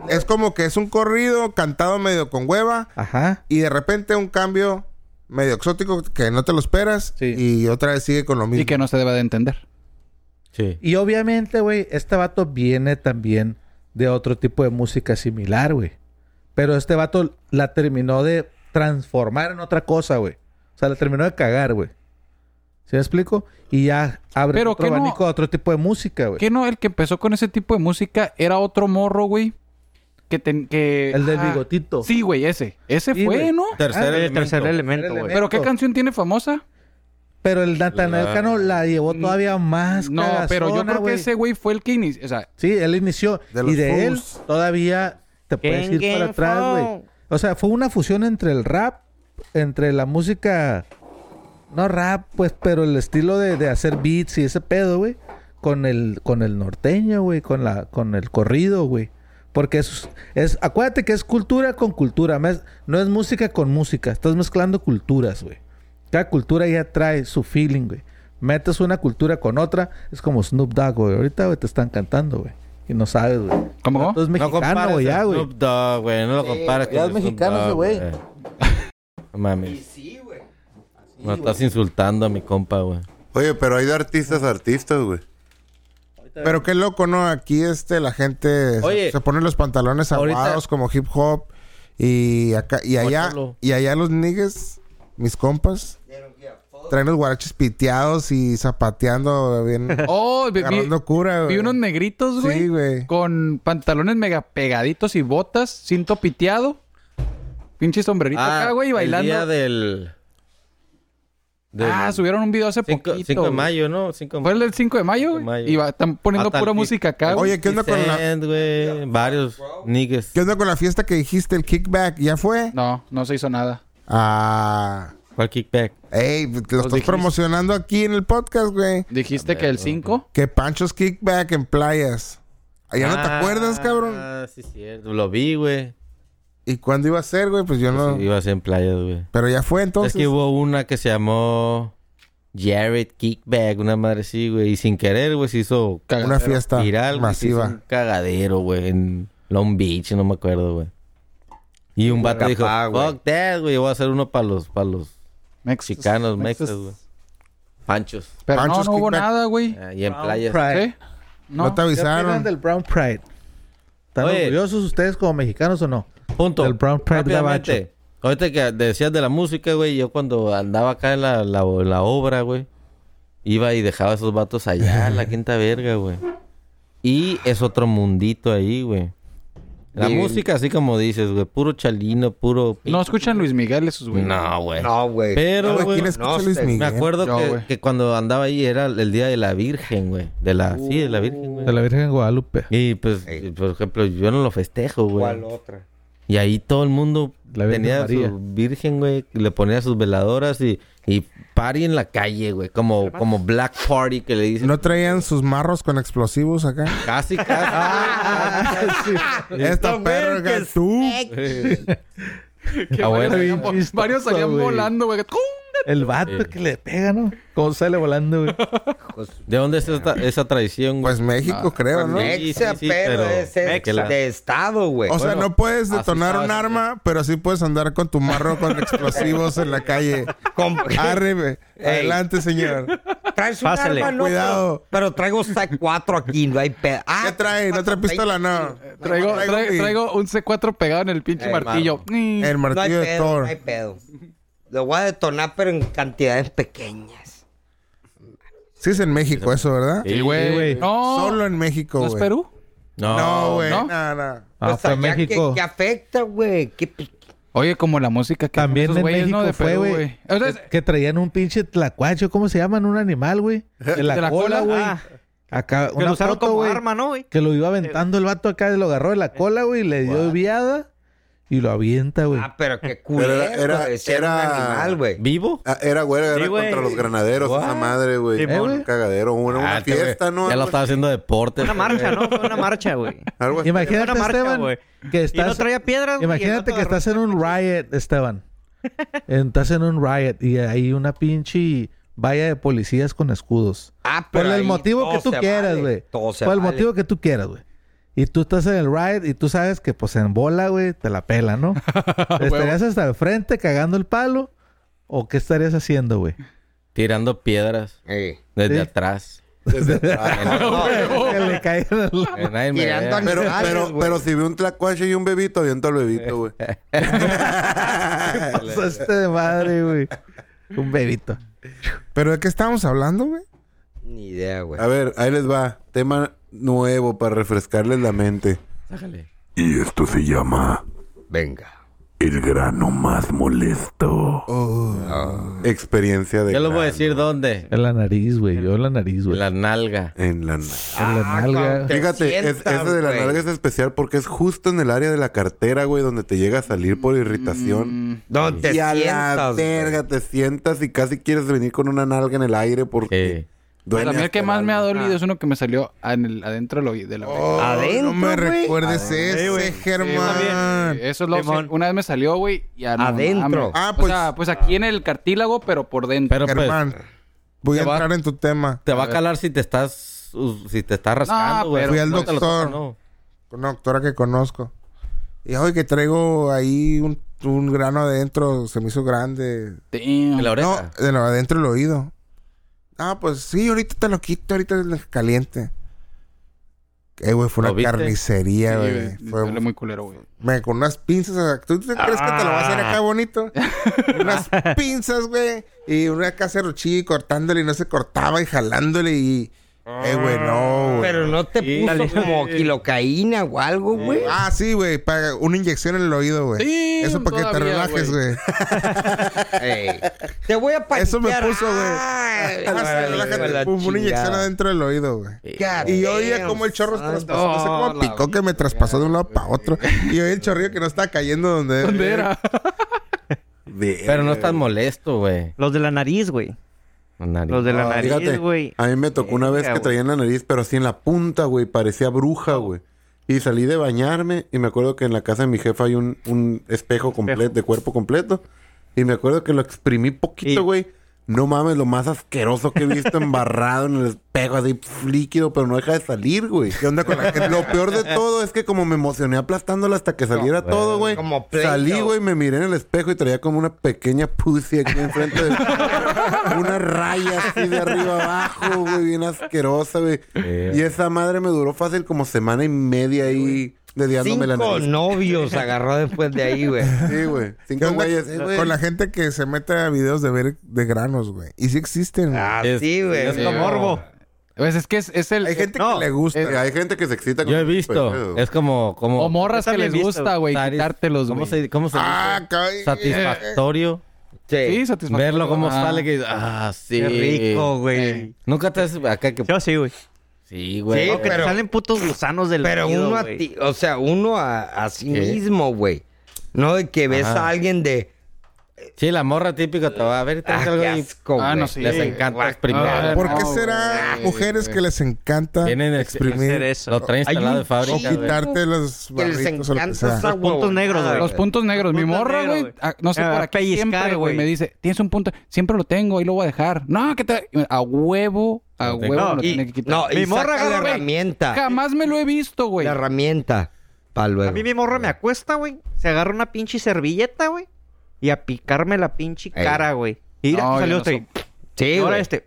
Speaker 8: es como que es un corrido cantado medio con hueva
Speaker 2: ajá.
Speaker 8: y de repente un cambio medio exótico que no te lo esperas
Speaker 2: Sí.
Speaker 8: y otra vez sigue con lo mismo.
Speaker 4: Y que no se deba de entender.
Speaker 3: Sí.
Speaker 2: Y obviamente, güey, este vato viene también de otro tipo de música similar, güey. Pero este vato la terminó de transformar en otra cosa, güey. O sea, la terminó de cagar, güey. ¿Sí me explico? Y ya abre
Speaker 4: Pero
Speaker 2: otro
Speaker 4: que no-
Speaker 2: abanico a otro tipo de música, güey.
Speaker 4: ¿Qué no? El que empezó con ese tipo de música era otro morro, güey. Que, ten- que...
Speaker 2: El del
Speaker 4: ah,
Speaker 2: bigotito.
Speaker 4: Sí, güey, ese. Ese
Speaker 2: Sí,
Speaker 4: fue,
Speaker 2: güey.
Speaker 4: ¿no?
Speaker 3: Tercer
Speaker 8: Ah,
Speaker 3: elemento.
Speaker 7: Tercer elemento,
Speaker 2: Tercer
Speaker 7: güey.
Speaker 2: elemento.
Speaker 4: ¿Pero qué canción tiene famosa?
Speaker 2: Pero el Nathaniel
Speaker 3: La-
Speaker 2: Cano la llevó todavía más
Speaker 4: No, pero yo
Speaker 2: cagazona,
Speaker 4: creo
Speaker 2: güey.
Speaker 4: que ese güey fue el que inició. O sea,
Speaker 2: Sí, él inició.
Speaker 8: De
Speaker 2: y
Speaker 8: los
Speaker 2: de él
Speaker 8: Fools.
Speaker 2: todavía te puedes ir para atrás, güey. O sea, fue una fusión entre el rap, entre la música. No rap, pues, pero el estilo de, de hacer beats y ese pedo, güey. Con el, con el norteño, güey. Con, la, con el corrido, güey. Porque eso es, es- Acuérdate que es cultura con cultura. mes- no es música con música. Estás mezclando culturas, güey. Cada cultura ya trae su feeling, güey. Metes una cultura con otra. Es como Snoop Dogg, güey. Ahorita, güey, te están cantando, güey. Y no sabes, güey.
Speaker 4: ¿cómo?
Speaker 2: Tú eres mexicano, güey, ya, güey.
Speaker 3: Snoop Dogg, güey. No lo compares
Speaker 2: ya
Speaker 3: con
Speaker 2: es mexicano ese
Speaker 3: Snoop Dogg,
Speaker 2: güey.
Speaker 3: No mames. Y sí, güey. No estás insultando a mi compa, güey.
Speaker 6: Oye, pero hay de artistas a artistas, güey.
Speaker 8: Pero qué loco, ¿no? Aquí este la gente se-
Speaker 3: Oye,
Speaker 8: se, pone los pantalones
Speaker 3: ahorita-
Speaker 8: aguados como hip hop y acá y allá
Speaker 3: Guáchalo.
Speaker 8: y allá los niggas, mis compas traen los guaraches piteados y zapateando bien
Speaker 4: Oh, vi, vi-
Speaker 8: agarrando cura.
Speaker 4: vi
Speaker 8: güey.
Speaker 4: unos negritos, güey.
Speaker 8: Sí, güey.
Speaker 4: Con pantalones mega pegaditos y botas, cinto piteado. Pinche sombrerito acá, güey, y
Speaker 3: Ah, El día
Speaker 4: bailando.
Speaker 3: del. del
Speaker 4: Ah, subieron un video hace
Speaker 3: cinco-
Speaker 4: poquito.
Speaker 3: 5 de
Speaker 4: güey.
Speaker 3: mayo, ¿no? 5 de
Speaker 4: Fue
Speaker 3: mayo.
Speaker 4: el del 5 de mayo,
Speaker 3: 5 de
Speaker 4: güey.
Speaker 3: mayo.
Speaker 4: Y va- están poniendo
Speaker 3: Hasta
Speaker 4: pura
Speaker 3: el-
Speaker 4: música acá, güey.
Speaker 8: Oye, ¿qué onda con la
Speaker 3: Cent, güey, varios niggas.
Speaker 8: qué onda con la fiesta que dijiste el kickback? ¿Ya fue?
Speaker 4: No, no se hizo nada.
Speaker 8: Ah,
Speaker 3: ¿Cuál kickback?
Speaker 8: ey, pues, lo estás
Speaker 4: dijiste.
Speaker 8: promocionando aquí en el podcast, güey.
Speaker 4: Dijiste
Speaker 3: A ver,
Speaker 4: que el
Speaker 3: güey.
Speaker 4: 5.
Speaker 8: Que Pancho's kickback en playas. ¿Ya no te
Speaker 3: Ah,
Speaker 8: acuerdas, cabrón?
Speaker 3: Ah, sí, cierto. Lo vi, güey.
Speaker 8: ¿Y cuándo iba a ser, güey? Pues yo no.
Speaker 3: Pues Iba a ser en playas, güey.
Speaker 8: Pero ya fue
Speaker 3: Es
Speaker 8: entonces.
Speaker 3: que hubo una que se llamó Jared Kickback, una madre así, güey. Y sin querer, güey, se hizo
Speaker 8: Una fiesta
Speaker 3: viral, güey, se hizo
Speaker 8: masiva.
Speaker 3: un cagadero, güey, en Long Beach, no me acuerdo, güey. Y un vato dijo, fuck that, güey, yo voy a hacer uno para los, para los mexicanos, mexas, güey. Panchos. Ah,
Speaker 4: Pero no,
Speaker 8: Panchos
Speaker 4: no hubo
Speaker 8: Kickback.
Speaker 4: nada, güey.
Speaker 3: Y en playas.
Speaker 2: Pride.
Speaker 4: ¿Sí?
Speaker 8: No,
Speaker 4: No.
Speaker 8: te
Speaker 2: ¿Qué opinan
Speaker 8: avisaron.
Speaker 2: del Brown Pride? ¿Están
Speaker 3: Oye.
Speaker 2: orgullosos ustedes como mexicanos o no?
Speaker 3: Punto.
Speaker 2: Del Brown Pride
Speaker 3: Rápidamente. Ahorita que decías de la música, güey, yo cuando andaba acá en la, la, la obra, güey, iba y dejaba a esos vatos allá en la quinta verga, güey. Y es otro mundito ahí, güey. La
Speaker 5: Bien.
Speaker 3: música, así como dices, güey, puro chalino, puro...
Speaker 4: No escuchan Luis Miguel esos, güey.
Speaker 3: No, güey.
Speaker 5: No, güey.
Speaker 2: Ah,
Speaker 3: Pero,
Speaker 8: Güey,
Speaker 3: güey,
Speaker 8: ¿Quién escucha
Speaker 5: no,
Speaker 8: Luis
Speaker 5: usted-
Speaker 8: Miguel?
Speaker 3: me acuerdo
Speaker 4: Yo,
Speaker 3: que,
Speaker 4: güey.
Speaker 3: que cuando andaba ahí era el día de la Virgen, güey. De la... Sí, de la Virgen,
Speaker 4: Uh.
Speaker 3: güey.
Speaker 2: De la Virgen de Guadalupe.
Speaker 3: Y pues,
Speaker 5: Ey.
Speaker 3: por ejemplo, yo no lo festejo, güey.
Speaker 5: ¿Cuál otra?
Speaker 3: Y ahí todo el mundo
Speaker 2: La Virgen
Speaker 3: tenía
Speaker 2: María.
Speaker 3: su virgen, güey, y le ponía sus veladoras y, y party en la calle, güey, como, como black party que le dicen.
Speaker 8: ¿No traían sus marros con explosivos acá?
Speaker 3: Casi, casi.
Speaker 8: Esta perra acá, tú.
Speaker 3: Ah, bueno.
Speaker 4: Varios salían
Speaker 2: güey.
Speaker 4: volando, güey. ¡Cum!
Speaker 2: El vato que le pega, ¿no? Como sale volando, güey.
Speaker 5: Pues,
Speaker 3: ¿De dónde es esta- esa traición, güey?
Speaker 8: Pues México,
Speaker 3: Ah,
Speaker 8: creo, ¿no?
Speaker 3: Sí,
Speaker 5: Mexa,
Speaker 3: sí, sí,
Speaker 5: pero
Speaker 3: pero-
Speaker 5: es es
Speaker 3: que la-
Speaker 5: de estado, güey.
Speaker 8: O sea,
Speaker 3: Bueno,
Speaker 8: no puedes
Speaker 3: así
Speaker 8: detonar
Speaker 3: sabes
Speaker 8: un
Speaker 3: que-
Speaker 8: arma, pero sí puedes andar con tu marro con explosivos en la calle.
Speaker 5: Con-
Speaker 8: Arre, güey.
Speaker 5: Ey.
Speaker 8: adelante, señor.
Speaker 5: Traes un
Speaker 7: Pásale.
Speaker 5: arma, no,
Speaker 8: Cuidado.
Speaker 5: Pero, pero traigo sac 4 aquí, no hay pedo. Ah,
Speaker 8: ¿Qué trae? ¿No trae pistola? No.
Speaker 4: Traigo,
Speaker 8: No,
Speaker 4: tra-
Speaker 8: mi-
Speaker 4: traigo un C4 pegado en el pinche
Speaker 3: Eh,
Speaker 4: martillo. Ni-
Speaker 8: El
Speaker 5: No hay
Speaker 8: martillo de
Speaker 5: pedo,
Speaker 8: Thor.
Speaker 5: no hay pedo. Lo voy a detonar, pero en cantidades pequeñas.
Speaker 8: Sí es en México eso, ¿verdad?
Speaker 4: Pues, Sí, güey. No,
Speaker 8: Solo en México,
Speaker 4: ¿no
Speaker 8: güey.
Speaker 4: es Perú?
Speaker 3: No,
Speaker 8: No, güey.
Speaker 4: ¿no?
Speaker 8: No, no.
Speaker 2: Ah, fue
Speaker 5: Pues allá
Speaker 2: México.
Speaker 5: Que, que afecta, güey. Que-
Speaker 4: Oye, como la música que
Speaker 2: También
Speaker 4: hacen
Speaker 2: en
Speaker 4: esos güeyes,
Speaker 2: México
Speaker 4: ¿no? De
Speaker 2: fue,
Speaker 4: Perú,
Speaker 2: güey.
Speaker 4: O sea,
Speaker 2: que, que traían un pinche tlacuacho, ¿cómo se llaman? Un animal, güey. De la,
Speaker 4: ¿De la
Speaker 2: cola,
Speaker 4: cola?
Speaker 2: güey.
Speaker 7: Ah.
Speaker 2: Acá,
Speaker 7: Que lo
Speaker 2: una
Speaker 7: usaron
Speaker 2: foto,
Speaker 7: como
Speaker 2: güey,
Speaker 7: arma, ¿no, güey?
Speaker 2: Que lo iba aventando el vato acá, lo agarró de la cola, güey, y le dio viada y lo avienta, güey.
Speaker 5: Ah, pero qué culero.
Speaker 6: Pero era- era-
Speaker 5: güey, si era,
Speaker 6: era-
Speaker 5: un animal, güey.
Speaker 3: ¿Vivo?
Speaker 6: Ah, era, güey, era
Speaker 7: Sí, güey.
Speaker 6: contra los granaderos, esa madre, güey.
Speaker 7: Sí,
Speaker 6: Era
Speaker 2: güey.
Speaker 6: un cagadero, una, una
Speaker 3: Ah, este,
Speaker 6: fiesta,
Speaker 3: güey,
Speaker 6: ¿no?
Speaker 3: Ya lo
Speaker 6: Algo
Speaker 3: estaba haciendo deporte.
Speaker 7: Una marcha, ¿no? Fue una marcha, güey.
Speaker 6: Algo así.
Speaker 2: Imagínate,
Speaker 7: Una marcha,
Speaker 2: Esteban,
Speaker 7: güey.
Speaker 2: que
Speaker 7: Y no
Speaker 2: estás,
Speaker 7: traía piedras, güey, y el
Speaker 2: imagínate
Speaker 7: vato
Speaker 2: que
Speaker 7: agarró-
Speaker 2: estás en un riot, Esteban. En- estás en un riot y hay una pinche valla de policías con escudos.
Speaker 5: Ah,
Speaker 2: Por el
Speaker 5: ahí
Speaker 2: motivo
Speaker 5: todo
Speaker 2: que tú
Speaker 5: se
Speaker 2: quieras,
Speaker 5: vale,
Speaker 2: güey.
Speaker 5: todo se
Speaker 2: Por el
Speaker 5: vale.
Speaker 2: motivo que tú quieras, güey. Y tú estás en el ride y tú sabes que, pues, en bola, güey, te la pela, ¿no? ¿Estarías hasta el frente cagando el palo? ¿O qué estarías haciendo, güey?
Speaker 3: Tirando piedras
Speaker 5: Ey.
Speaker 3: desde
Speaker 2: Sí.
Speaker 3: atrás.
Speaker 6: Desde atrás.
Speaker 2: Que le caiga en el-
Speaker 3: Que nadie me
Speaker 5: Tirando
Speaker 3: vea.
Speaker 5: al-
Speaker 6: Pero,
Speaker 5: Animales,
Speaker 6: pero,
Speaker 5: güey.
Speaker 6: pero si ve un tlacuache y un bebito, avienta al bebito, güey.
Speaker 2: pasaste de madre, güey. Un bebito.
Speaker 8: ¿Pero de qué estábamos hablando, güey?
Speaker 5: Ni idea, güey.
Speaker 6: A ver, ahí les va. Tema nuevo para refrescarles la mente.
Speaker 3: Sácale.
Speaker 1: Y esto se llama
Speaker 5: Venga.
Speaker 1: el grano más molesto.
Speaker 6: Experiencia de.
Speaker 3: Yo les voy a
Speaker 6: grano
Speaker 3: decir dónde.
Speaker 2: En la nariz, güey. Yo en la nariz, güey.
Speaker 3: La nalga.
Speaker 6: En la.
Speaker 2: En la nalga.
Speaker 5: Te
Speaker 6: Fíjate, es-
Speaker 5: sientas,
Speaker 6: ese de la
Speaker 5: güey.
Speaker 6: nalga es especial porque es justo en el área de la cartera, güey, donde te llega a salir por irritación.
Speaker 4: mm,
Speaker 5: ¿Dónde Mm, te
Speaker 6: y a la
Speaker 5: sientas, güey?
Speaker 6: verga te sientas y casi quieres venir con una nalga en el aire porque.
Speaker 3: Sí.
Speaker 6: duele
Speaker 4: Pues a mí el
Speaker 6: hasta
Speaker 4: que más me ha
Speaker 6: alma.
Speaker 4: dolido es uno que me salió en el- adentro del oí- de la
Speaker 8: Oh,
Speaker 4: oreja.
Speaker 5: Adentro,
Speaker 8: No me
Speaker 5: güey.
Speaker 8: recuerdes
Speaker 7: Sí,
Speaker 8: ese,
Speaker 7: güey.
Speaker 8: Germán.
Speaker 4: Eso es lo
Speaker 7: Simón.
Speaker 4: Una vez me salió, güey, y a- no
Speaker 5: Adentro.
Speaker 4: mames.
Speaker 8: Ah,
Speaker 4: O
Speaker 8: pues-
Speaker 4: sea, pues aquí en el cartílago, pero por dentro.
Speaker 3: Pero pues,
Speaker 8: Germán, voy a
Speaker 3: Te va-
Speaker 8: entrar en tu tema.
Speaker 3: te va a calar si te estás uh, si te estás rascando, güey.
Speaker 4: Ah, pero-
Speaker 8: Fui al
Speaker 3: No te lo toques,
Speaker 8: doctor.
Speaker 3: no.
Speaker 8: Con una doctora que conozco. Y hoy que traigo ahí un, un grano adentro, se me hizo grande.
Speaker 4: Damn.
Speaker 3: En la
Speaker 8: No,
Speaker 3: oreja.
Speaker 8: de lo adentro del oído. Ah, pues sí, ahorita te lo quito, ahorita es caliente. Eh, güey, fue
Speaker 3: ¿Lo
Speaker 8: una
Speaker 3: viste?
Speaker 8: carnicería,
Speaker 4: Sí,
Speaker 8: güey.
Speaker 4: güey,
Speaker 8: Fue-
Speaker 4: Duele muy culero, güey.
Speaker 8: me- con unas pinzas. o sea, ¿Tú te crees que te lo vas a hacer
Speaker 3: Ah.
Speaker 8: acá bonito? unas pinzas, güey. Y una caceruchilla y cortándole y no se cortaba y jalándole y... Eh, güey, no, güey.
Speaker 5: Pero no te puso como quilocaína o algo, güey.
Speaker 8: Ah, sí, güey. Para una inyección en el oído, güey.
Speaker 4: Sí,
Speaker 8: Eso para que te
Speaker 4: todavía,
Speaker 8: relajes, güey.
Speaker 5: Ey. Te voy a
Speaker 8: Eso me
Speaker 5: patear.
Speaker 8: puso, güey.
Speaker 5: Ay,
Speaker 8: Ah, se
Speaker 5: hijo de la
Speaker 8: relaja, pum, Una inyección
Speaker 5: chingada.
Speaker 8: adentro del oído, güey.
Speaker 5: God
Speaker 8: Y yo oía
Speaker 5: damn,
Speaker 8: como el chorro se
Speaker 5: son-
Speaker 8: traspasó, no sé cómo
Speaker 6: Oh,
Speaker 4: la
Speaker 8: picó que me traspasó de un lado para otro. Y oí el chorrillo que no estaba cayendo donde
Speaker 4: ¿Dónde era?
Speaker 6: Verga.
Speaker 3: Pero no estás molesto, güey.
Speaker 7: Los de la nariz, güey.
Speaker 3: La nariz.
Speaker 7: Los de la
Speaker 6: Ah,
Speaker 7: nariz,
Speaker 6: fíjate,
Speaker 7: güey.
Speaker 6: A mí me tocó una vez
Speaker 7: Verga,
Speaker 6: que
Speaker 7: güey.
Speaker 6: traía en la nariz, pero así en la punta, güey. Parecía bruja, güey. Y salí de bañarme y me acuerdo que en la casa de mi jefa hay un, un espejo completo, de cuerpo completo. Y me acuerdo que lo exprimí poquito,
Speaker 7: Y-
Speaker 6: güey. No mames, lo más asqueroso que he visto embarrado en el espejo, así pf, líquido, pero no deja de salir, güey.
Speaker 8: ¿Qué onda con la gente?
Speaker 6: Lo peor de todo es que como me emocioné aplastándolo hasta que saliera todo, güey.
Speaker 5: Como Play-Doh.
Speaker 6: Salí, güey, me miré en el espejo y traía como una pequeña pussy aquí enfrente de una raya así de arriba abajo, güey, bien asquerosa, güey. Y esa madre me duró fácil como semana y media ahí dediándome la
Speaker 5: Cinco
Speaker 6: nariz.
Speaker 5: novios agarró después de ahí, güey.
Speaker 6: Sí, güey.
Speaker 8: ¿Qué
Speaker 6: Cinco
Speaker 8: onda
Speaker 6: güeyes. eh, güey.
Speaker 8: con la gente que se mete a videos de ver de granos, güey? Y sí existen, güey.
Speaker 5: Ah,
Speaker 3: Es-
Speaker 5: sí, güey.
Speaker 3: es
Speaker 5: Sí,
Speaker 3: como
Speaker 5: güey.
Speaker 3: morbo.
Speaker 4: Pues es que es, es el...
Speaker 8: Hay gente
Speaker 7: no,
Speaker 8: que le gusta.
Speaker 6: Eh, Hay gente que se excita
Speaker 3: Yo he
Speaker 6: ese tipo de
Speaker 3: visto.
Speaker 8: Pues,
Speaker 6: pedos.
Speaker 3: Es como como
Speaker 4: O morras
Speaker 7: Está
Speaker 4: que les
Speaker 7: bien visto,
Speaker 4: gusta, güey,
Speaker 3: Satis-
Speaker 4: quitártelos,
Speaker 3: ¿Cómo
Speaker 4: güey.
Speaker 3: se cómo se
Speaker 8: ah,
Speaker 3: dice?
Speaker 8: cabrón.
Speaker 3: Satisfactorio.
Speaker 4: Sí,
Speaker 5: Sí.
Speaker 4: satisfactorio.
Speaker 3: Verlo cómo
Speaker 4: Ah.
Speaker 3: sale que ah, sí.
Speaker 7: Qué rico, güey.
Speaker 4: Eh.
Speaker 3: Nunca te haces acá que
Speaker 7: Yo sí, güey.
Speaker 3: Sí, güey.
Speaker 7: No, que te
Speaker 5: pero-
Speaker 7: salen putos gusanos del
Speaker 5: Pero
Speaker 7: oído,
Speaker 5: uno a
Speaker 7: güey.
Speaker 5: ti, o sea, uno a, a sí
Speaker 3: ¿Qué?
Speaker 5: mismo, güey. No de que ves
Speaker 3: Ajá.
Speaker 5: a alguien de.
Speaker 3: Sí, la morra típica te va a ver. traes
Speaker 5: Ah,
Speaker 3: algo
Speaker 5: qué
Speaker 3: y-
Speaker 5: asco,
Speaker 4: Ah, no,
Speaker 5: güey.
Speaker 4: sí.
Speaker 3: Les encanta exprimir.
Speaker 4: Ah,
Speaker 8: ¿Por qué
Speaker 4: no,
Speaker 8: será
Speaker 4: güey,
Speaker 8: mujeres
Speaker 4: güey.
Speaker 8: que les encanta
Speaker 3: Tienen ex-
Speaker 8: exprimir?
Speaker 7: hacer eso.
Speaker 3: Lo traen
Speaker 8: Hay
Speaker 3: instalado
Speaker 8: un-
Speaker 3: de fábrica.
Speaker 8: o
Speaker 3: güey.
Speaker 8: quitarte los
Speaker 5: Que les
Speaker 8: barritos o lo que
Speaker 5: encanta
Speaker 8: sea.
Speaker 5: esa
Speaker 7: puntos
Speaker 5: huevonada,
Speaker 7: negros, güey.
Speaker 4: Los puntos negros. Mi
Speaker 7: puntos
Speaker 4: morra,
Speaker 7: negros,
Speaker 4: güey.
Speaker 7: güey.
Speaker 4: ah, No sé
Speaker 7: Ah,
Speaker 4: por aquí
Speaker 7: pellizcar,
Speaker 4: siempre, güey.
Speaker 7: güey.
Speaker 4: Me dice, tienes un punto. Siempre lo tengo, ahí lo voy a dejar. No, que te... A huevo, a
Speaker 3: No,
Speaker 4: huevo
Speaker 7: no,
Speaker 4: lo
Speaker 7: y-
Speaker 4: tiene que quitar.
Speaker 5: No,
Speaker 7: Mi
Speaker 5: y
Speaker 7: morra
Speaker 5: saca la
Speaker 7: agarra, güey.
Speaker 5: herramienta.
Speaker 4: Jamás me lo he visto, güey.
Speaker 5: La herramienta. Pa' luego.
Speaker 7: A mí mi morra me acuesta, güey. Se agarra una pinche servilleta, güey. Y a picarme la pinche
Speaker 5: Ey.
Speaker 7: cara, güey. Y mira,
Speaker 4: No, yo
Speaker 7: salió
Speaker 4: no
Speaker 7: este.
Speaker 5: Sí,
Speaker 7: y ahora
Speaker 5: güey.
Speaker 7: este.